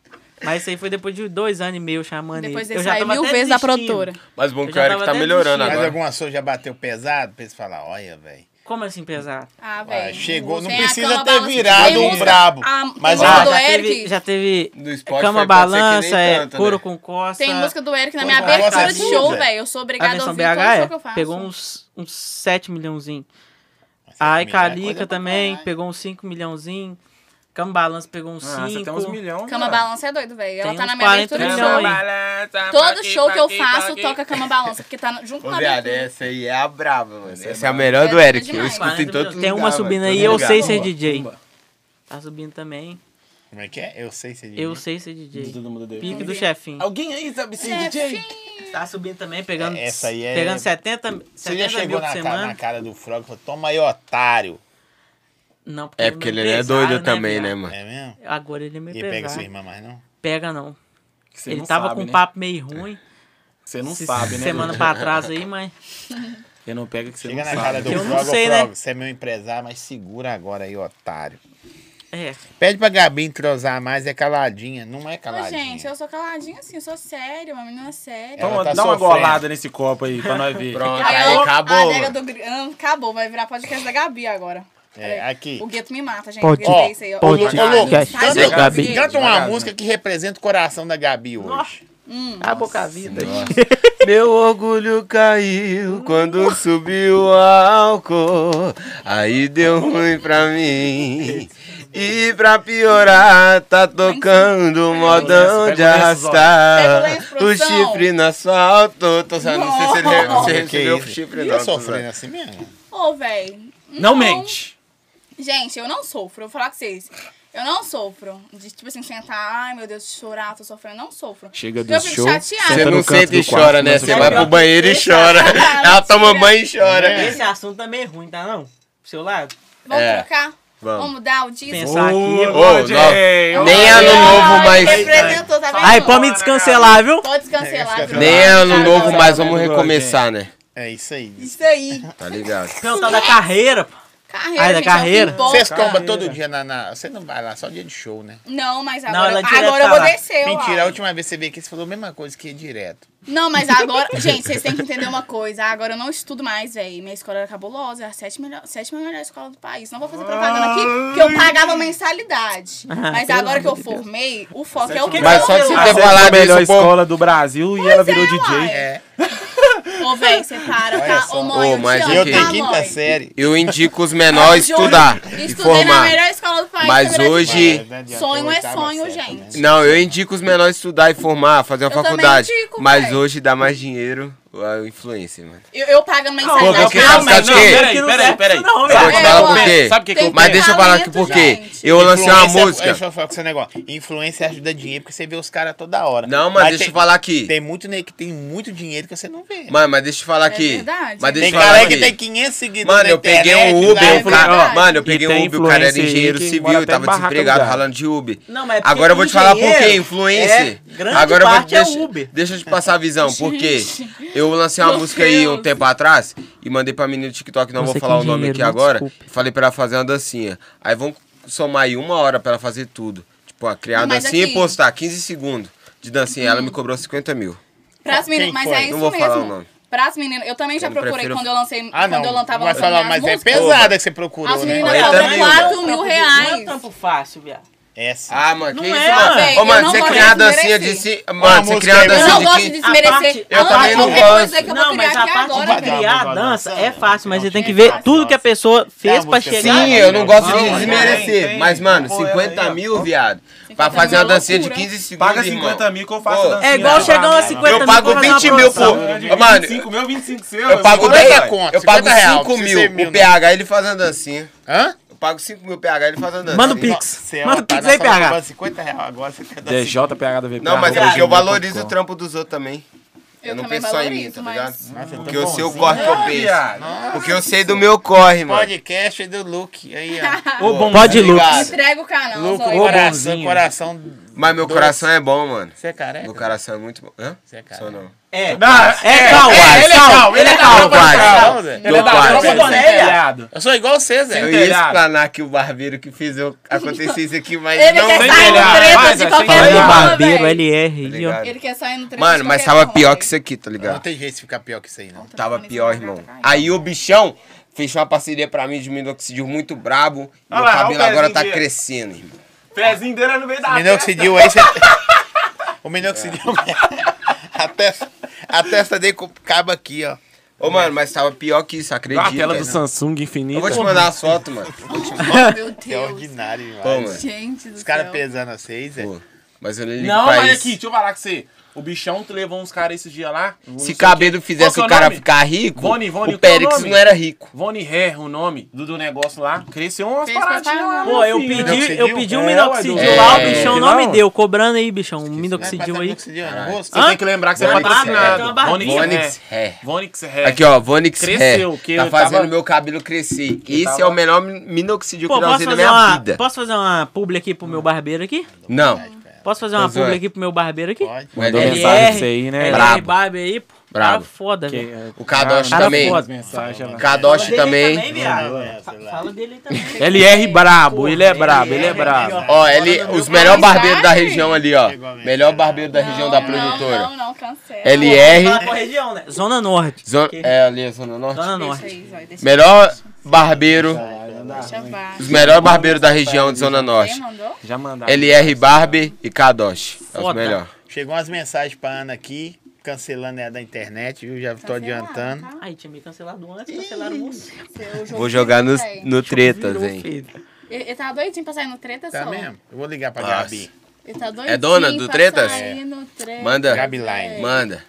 S5: Mas isso aí foi depois de dois anos e meio chamando ele.
S3: Depois
S5: Eu
S3: ele
S5: já
S3: saiu
S5: tava
S3: mil
S5: até
S3: vezes da
S5: desistindo.
S3: produtora.
S1: Mas bom
S5: Eu
S1: que o
S5: já
S1: Eric
S5: tava
S1: tá
S5: até
S1: melhorando
S5: desistindo.
S2: Mas
S1: agora.
S2: alguma sua já bateu pesado pra eles falar, olha, velho.
S5: Como assim, pesado?
S3: Ah,
S2: Ah,
S3: velho.
S2: chegou, não
S3: Tem
S2: precisa
S3: aquela
S2: ter
S3: balança-
S2: virado
S3: Tem
S2: um
S3: música-
S2: brabo.
S3: a-
S2: Mas
S3: tem
S5: Ah,
S2: já.
S3: música do
S5: já, teve,
S3: Eric?
S5: já teve
S1: No Spotify pode
S5: cama
S1: ser que nem
S5: balança, é
S1: tanto, né?
S5: couro com costa.
S3: Tem música do Eric na minha
S2: Pô, vai
S3: abertura
S2: lá,
S3: de
S2: tá
S3: show,
S2: tudo,
S3: velho. Eu sou
S5: A
S3: obrigada a
S5: versão
S3: ouvir todo show
S5: BH
S3: que eu
S5: é,
S3: faço.
S5: pegou uns, uns 7 milhãozinho. Aí
S1: é
S5: Calica também pegou uns 5 milhãozinho. Cama balança pegou uns 5.
S4: Ah, você tem uns milhões.
S3: Cama Balança é doido, velho. Ela
S5: Tem
S3: tá
S5: uns
S3: na minha abertura
S5: 40
S3: de
S5: milhões
S3: show.
S5: aí.
S4: Ah,
S3: Todo show que eu faço toca Cama Balança, porque tá no- junto com
S1: Ô,
S3: a
S1: viado,
S3: abertura.
S1: essa aí é a brava, mano. Essa é a melhor do
S3: É
S1: Eric. Eu
S3: demais.
S1: escuto em todo
S5: Tem uma
S1: lugar,
S5: subindo
S1: mano,
S5: aí,
S1: todo
S5: eu
S1: lugar.
S5: sei é ser DJ. Tá subindo também.
S2: Como é que é? Eu sei se ele.
S5: Eu sei ser DJ.
S4: Todo mundo deu.
S5: Pique do chefinho.
S4: Alguém aí sabe ser
S3: É,
S4: DJ?
S5: É Tá subindo também, pegando.
S2: É, essa aí é-
S5: Pegando 70,
S2: Você já
S5: 70
S2: chegou
S5: mil por
S2: na, ca-
S5: semana.
S2: na cara do Frog e falou, toma aí, otário.
S5: Não, porque
S1: É porque
S5: meio
S1: ele é
S5: pesado,
S1: doido também, né,
S5: viado?
S1: mano?
S2: É mesmo?
S5: Agora ele é meio
S2: E
S5: pesado.
S2: pega sua irmã mais não?
S5: Pega não.
S4: Você
S5: ele
S4: não
S5: tava
S4: sabe,
S5: com um
S4: né?
S5: papo meio ruim.
S4: Você não
S5: se-
S4: sabe, né?
S5: Semana
S4: doido?
S5: pra trás aí, mas.
S4: Você não pega que você
S2: Chega na
S4: não sabe.
S2: cara do
S5: Que eu não
S2: Frog, ô
S5: sei, né?
S2: Frog, você é meu empresário, mas segura agora aí, otário.
S5: É.
S2: Pede pra Gabi entrosar mais, é caladinha. Não é
S3: Ô,
S2: caladinha.
S3: gente, eu sou caladinha assim, eu sou séria, uma menina séria.
S2: Ela
S4: Toma,
S2: tá
S4: dá uma
S2: sofrendo.
S4: golada nesse copo aí pra nós ver.
S1: Pronto,
S3: Aí
S1: É, aí
S3: eu- A
S1: acabou.
S3: adega
S1: mano.
S3: do Gri- ah, Acabou, vai virar podcast da Gabi agora.
S2: É, aqui.
S3: O Gueto me mata, gente.
S6: Pode-
S3: o Gueto é isso aí, ó.
S2: Ô, Lu, ô,
S6: Podcast
S2: Lu,
S6: da
S2: canta,
S6: Gabi.
S2: canta uma
S4: Devagar,
S2: música que representa o coração da Gabi hoje.
S5: A boca vida.
S1: Meu orgulho caiu quando subiu o álcool. Aí deu ruim pra mim. E pra piorar, tá tocando um modão de
S4: Pega o lenço,
S1: arrastar
S3: pega o lenço,
S1: o
S3: produção.
S1: chifre no asfalto. Tô sabendo, não sei se ele É, você recebeu o chifre,
S2: Ele é
S1: não.
S2: sofrendo assim mesmo?
S3: Ô, velho.
S4: Não mente.
S3: Gente, eu não sofro, vou falar com vocês. Eu não sofro. De tipo assim, sentar, ai meu Deus, chorar, tô sofrendo. Não sofro.
S4: Chega
S3: Porque eu
S4: do
S3: fico
S4: show,
S3: chateada.
S1: Você
S4: Senta
S1: não
S4: no canto
S1: sente e
S4: do quarto,
S1: chora, né?
S4: começa
S1: Você
S4: a
S1: vai
S4: chorar.
S1: pro banheiro e chora. Ela toma banho e chora.
S5: Esse assunto também é ruim, tá não? Pro seu lado?
S3: Vamos
S1: É.
S3: trocar?
S1: Vamos.
S3: Vamos. mudar o disco?
S5: Pensar aqui.
S1: Ô, não, nem ano novo, mas.
S3: Representou, tá vendo?
S5: Aí, pode me descancelar, viu?
S3: Pode descancelar. viu?
S1: Nem ano novo,
S3: Tá,
S1: mas vamos recomeçar, né?
S2: É isso aí.
S3: Isso aí.
S1: Tá ligado?
S5: Perguntar da um carreira, pô.
S3: Carreira,
S5: Ah, da
S3: gente, é o que
S5: carreira?
S3: importa.
S2: Vocês tombam
S4: Carreira.
S2: todo dia na, na- Você não vai lá, só dia de show, né?
S3: Não, mas
S5: Não,
S3: agora,
S5: ela é direto
S3: agora eu vou
S5: lá.
S3: descer, eu
S2: Mentira, a
S3: acho.
S2: última vez que você veio aqui, você falou a mesma coisa que é direto.
S3: Não, mas agora... Gente, vocês têm que entender uma coisa. Agora eu não estudo mais, velho. Minha escola era cabulosa. Era a sétima melhor, sétima melhor escola do país. Não vou fazer propaganda aqui, porque eu pagava mensalidade.
S5: Ah,
S3: mas
S5: pelo
S3: agora que eu
S5: amor de Deus.
S3: formei, o foco é o
S5: melhor.
S1: Mas só de
S5: que
S1: você
S5: A
S4: Ah,
S1: ter
S5: sétima
S1: falado
S4: é melhor
S1: isso, pô.
S4: escola do Brasil e ela virou DJ.
S2: É.
S3: Ô, velho, você para,
S2: Olha
S3: tá?
S2: só.
S3: Ô, mãe,
S1: Ô,
S3: eu
S1: mas
S3: te
S2: E
S3: amo,
S2: eu
S1: aqui-
S3: tá,
S2: tenho
S1: Tá,
S2: quinta
S3: mãe?
S2: série.
S1: Eu indico os menores
S3: Juro,
S1: estudar e
S3: Estudei na
S1: formar.
S3: melhor escola do país.
S1: Mas
S3: primeira
S1: hoje- De-
S3: divisão.
S2: Mas não adianta,
S3: Sonho é
S2: oitava
S3: sonho,
S2: série,
S3: gente.
S2: né?
S1: Não, eu indico os menores estudar e formar, fazer uma
S3: Eu também
S1: faculdade.
S3: indico,
S1: mas
S3: véi.
S1: hoje dá mais dinheiro a influência, mano.
S3: Eu, eu pago
S1: Pô,
S3: mensalidade.
S1: mas que- sabe
S4: é
S5: mas
S1: de quê?
S5: peraí, peraí, peraí.
S1: Eu vou te
S3: velho.
S1: falar
S3: Eu
S1: por
S3: acho.
S1: quê.
S4: Sabe o que que
S3: Tem
S4: eu
S1: Mas deixa eu falar aqui
S3: talento,
S1: por quê.
S3: gente.
S1: Eu lancei uma
S2: Influência-
S1: música.
S2: Deixa eu falar com esse negócio. Influência ajuda dinheiro, porque você vê os caras toda hora.
S1: Não, mas deixa
S2: tem-
S1: eu falar aqui.
S2: Tem muito nego que tem muito dinheiro que você não vê.
S1: Mano, mas deixa eu falar aqui.
S3: É verdade.
S1: Mas deixa
S2: tem
S1: eu falar
S2: cara que
S1: aqui.
S2: tem 500 seguidores.
S1: Mano,
S2: na
S1: eu peguei
S2: internet, né? É
S1: um
S2: lá,
S1: Uber, o
S2: eu-
S1: cara,
S5: Ó,
S1: mano, eu
S4: e
S1: peguei
S4: tem
S1: um Uber, o cara era
S4: influencer aí
S1: engenheiro
S4: que
S1: civil
S4: mora
S1: e
S4: até em
S1: tava
S4: barraca do
S1: desempregado
S4: gado.
S1: ralando de Uber.
S5: Não, mas é porque
S1: Agora eu vou te falar por quê,
S5: engenheiro
S1: influencer.
S5: é- grande
S1: Agora eu vou
S5: parte é
S1: deixa-
S5: Uber.
S1: Deixa eu te passar a visão, porque eu lancei uma
S3: Meu
S1: música aí um
S3: Deus.
S1: tempo atrás e mandei pra menina do TikTok, não
S5: Você
S1: vou
S5: que
S1: falar
S5: é
S1: o nome
S5: engenheiro,
S1: aqui
S5: me
S1: agora.
S5: desculpe.
S1: Falei pra ela fazer uma dancinha. Aí vamos somar aí uma hora pra ela fazer tudo. Tipo, ó, criar
S3: Não,
S1: uma
S3: mas
S1: dancinha e
S3: aqui-
S1: postar 15 segundos de dancinha. Ela me cobrou 50 mil.
S3: Pras
S2: Quem
S3: meninas, mas
S2: foi?
S3: é
S2: Não
S3: isso
S1: vou
S3: mesmo.
S1: falar o nome.
S3: Pras meninas, eu também já
S1: não
S3: procurei
S1: prefiro-
S3: quando eu lancei,
S2: Ah, não.
S3: quando eu lan- tava
S2: vai
S3: lançando
S2: falar,
S3: minhas
S2: mas
S3: músicas.
S2: é pesada que você procurou,
S3: As
S2: né?
S3: meninas
S1: Olha,
S3: cobram
S1: também,
S3: 4 é mil
S5: Não é
S3: reais.
S5: trampo fácil, viado.
S2: Essa.
S1: Ah, mano,
S5: Não
S1: que
S5: é,
S1: isso, mano?
S3: velho,
S1: Ô,
S3: eu
S1: mano,
S3: não
S1: você
S3: gosto
S1: criar uma
S3: de
S1: dancinha de...
S3: desmerecer.
S1: ci-
S2: Uma
S1: Mano, você
S2: música
S1: criar uma
S2: aí,
S3: Eu
S1: dancinha
S3: não
S1: de...
S3: gosto de
S1: quin-
S3: desmerecer.
S5: Eu
S3: Não,
S5: também não
S3: qualquer
S1: gosto.
S3: coisa que eu
S5: Não,
S3: vou criar
S5: mas a
S3: aqui
S5: parte
S3: agora,
S5: de
S3: velho.
S5: criar
S2: Vai dar
S5: a
S2: uma
S5: dança é
S2: balançada.
S5: fácil, mas
S2: Não,
S5: você tem que
S2: é
S5: ver
S2: fácil,
S5: tudo que a
S2: fácil.
S5: pessoa fez
S2: Tem a
S5: pra
S2: música
S5: chegar.
S1: Sim,
S2: Tem,
S1: eu não gosto de
S4: tem,
S1: desmerecer.
S4: tem.
S1: Mas, mano,
S4: Pô, ela
S1: 50
S4: aí, ó.
S1: mil, viado. Pra
S3: 50
S1: fazer
S3: mil é
S1: uma dancinha de
S3: loucura.
S1: 15 segundos.
S4: Paga
S1: irmão.
S4: 50 mil que eu faço
S1: Ô,
S4: dancinha.
S5: É igual
S4: pra
S5: chegar
S4: mim.
S5: umas 50
S1: Eu
S5: mil
S1: pago
S5: pra fazer uma
S1: 20 mil, pô.
S4: é
S5: promoção.
S1: Ô, Mano,
S4: 25 mil, 25 seus.
S1: eu pago
S2: Olha aí a
S1: 10,
S2: conta,
S1: Eu pago
S2: 50 real,
S1: 5
S2: precisa ser mil,
S1: mil. O PH, ele faz uma dancinha.
S2: Hã?
S1: Eu pago 5 mil, o PH, ele faz uma dancinha.
S5: Manda o
S1: pico.
S5: pix.
S2: Você é
S5: Manda o
S2: otário,
S5: pix
S2: nós
S5: aí,
S2: falamos
S5: PH.
S2: pra 50 real agora, você quer dar cinco.
S4: DJPH do VP.
S1: Não, mas é
S5: Obrigado.
S1: porque eu valorizo o trampo dos outros também. Eu,
S3: Eu
S1: não
S3: também
S1: penso só em mim,
S3: valorizo,
S1: tá
S3: mas-
S1: ligado?
S2: Nossa, eu tô
S1: Porque eu sei o
S2: bonzinho.
S1: corre que eu
S4: viado.
S1: penso. Porque eu sei do meu corre, mano.
S2: Podcast do Luke, aí, ó.
S4: Ô, bom,
S5: Pode, Lucas.
S2: Obrigado.
S3: Entrega o canal,
S2: Luke,
S3: Zóio.
S2: coração,
S4: bonzinho.
S2: coração...
S1: Mas meu
S2: doce.
S1: coração é bom, mano.
S2: Você é careca?
S1: Meu coração é muito bom. Hã?
S2: Você é careca.
S1: Sou não.
S5: É,
S4: é
S5: calma,
S1: é,
S5: é
S1: ele é
S5: calma, ele é calma.
S1: Quase.
S2: Não, Zé.
S1: Tô quase.
S5: Ele é da-
S2: Eu sou igual você, Zé.
S1: Eu
S4: Sem
S1: ia
S4: telhado.
S1: explanar que o barbeiro que fez eu- acontecer isso aqui, mas
S3: Ele
S1: não
S3: quer
S1: tem
S3: sair no
S4: telhado.
S3: treta
S4: Vai,
S3: de
S4: Zé,
S3: qualquer
S4: sem
S5: Olha o
S4: telhado.
S3: forma,
S5: barbeiro,
S3: velho.
S5: LR, ó.
S1: tá ligado?
S3: Ele quer sair no treta
S1: Mano,
S3: de
S1: mas
S3: qualquer
S1: tava
S4: um.
S1: pior
S3: forma,
S1: que
S3: velho.
S1: isso aqui, tá
S2: Não
S1: ligado?
S2: tem jeito de ficar pior que isso aí, não.
S1: Tava pior, irmão. Aí o bichão fechou uma parceria pra mim de minoxidil muito brabo. E
S4: Olha
S1: meu
S4: lá,
S1: cabelo
S4: olha o
S1: agora
S4: pezinho
S1: tá
S4: dele.
S1: crescendo, irmão.
S4: Pezinho dele é no meio da
S2: O minoxidil aí você. o minoxidil. a, testa, a testa dele co- acaba aqui, ó.
S1: Ô, mano, mas tava pior que isso, acredita.
S4: A tela do
S1: né?
S4: Samsung infinita.
S1: Eu vou te mandar as fotos, mano.
S3: Meu
S2: Que é
S3: Deus.
S2: ordinário
S1: Pô,
S2: demais.
S1: mano.
S3: Gente do
S2: Os
S3: céu.
S2: caras pesando é. a seis, Zé.
S1: Pô, Mas eu nem ligo
S4: Não,
S1: pra
S4: mas
S1: isso.
S4: aqui, deixa eu falar com você. O bichão te levou uns caras esse dia lá. não sei
S1: Se
S4: o
S1: cabelo
S4: quê.
S1: fizesse
S4: Qual
S1: o
S4: que é
S1: cara
S4: nome?
S1: ficar rico,
S4: Vone, Vone,
S1: o
S4: qual é o
S1: Périx
S4: nome?
S1: não era rico.
S4: Von Herr, o nome do, do negócio lá. Cresceu umas
S3: Fez
S4: paradinhas
S3: pra
S4: lá.
S5: Pô, eu
S4: filho.
S5: pedi, eu pedi um
S4: É,
S5: minoxidil
S1: ué,
S5: lá, o
S1: é,
S5: bichão
S4: não?
S5: não me deu. Cobrando aí, bichão, um
S2: Vai passar
S5: minoxidil aí.
S2: minoxidil no
S1: Caralho.
S2: rosto?
S4: Você tem que lembrar que você é
S1: Vonix
S4: patrocinado.
S1: Hair.
S5: Tem uma barbinha.
S1: Vonix
S4: Vonix
S1: Hair.
S4: Hair. Vonix Hair.
S1: Aqui, ó, Vonix
S4: É, Cresceu,
S1: Hair.
S4: que
S1: Tá
S4: eu
S1: fazendo
S4: tava-
S1: meu cabelo crescer. Esse é
S4: tava-
S1: o melhor min- minoxidil
S5: Pô,
S1: que eu já
S5: posso
S1: usei na
S5: fazer,
S1: minha
S5: uma,
S1: vida.
S5: posso fazer uma publi aqui pro meu barbeiro aqui?
S1: Não, é
S5: Posso fazer uma
S1: Pois é.
S5: publi aqui pro meu barbeiro aqui?
S2: Pode.
S4: Mandou
S1: LR.
S4: mensagem pra você aí, né?
S1: Brabo.
S5: Ele barbe aí, pô.
S1: Brabo.
S5: Tá foda,
S4: Que-
S5: velho.
S1: o Kadosh
S4: Ah,
S5: Cara
S1: também.
S5: foda.
S4: Mensagem lá.
S1: Kadosh também.
S2: É, sei lá.
S5: Fala dele aí também.
S4: LR brabo, ele é brabo, ele é brabo.
S1: Ó, ele, os melhores barbeiros da região ali, ó. Melhor barbeiro da região da
S3: Não, Não,
S1: produtora.
S3: não, não, cancela.
S5: Fala com a
S1: LR,
S5: região, né? Zona Norte.
S1: Zona, é ali, a Zona Norte.
S5: Zona
S3: Deixa
S5: Norte.
S3: aí, Zóio, deixa-
S1: Melhor barbeiro,
S3: deixa baixo.
S1: os melhores barbeiros da região de Zona
S3: Quem
S1: Norte.
S3: mandou?
S4: Já mandaram.
S1: LR Barber e Kadosh. É os
S5: Foda.
S1: melhores.
S2: Chegou umas mensagens pra Ana aqui, cancelando ela da internet, viu? Já tô adiantando.
S3: tá?
S5: Aí, tinha me cancelado antes, cancelaram o moço.
S3: Seu jogo
S1: Vou jogar no,
S3: virou, velho.
S1: no tretas,
S5: Virou,
S1: hein?
S5: filho.
S3: Ele, ele tá doidinho pra sair no treta,
S2: Tá
S3: só.
S2: mesmo? Eu vou ligar pra
S1: Nossa.
S2: Gabi.
S3: Ele tá doidinho
S1: É dona do
S3: pra
S1: Tretas? É.
S3: sair no treta.
S1: Manda.
S2: Gabi Line.
S1: Manda.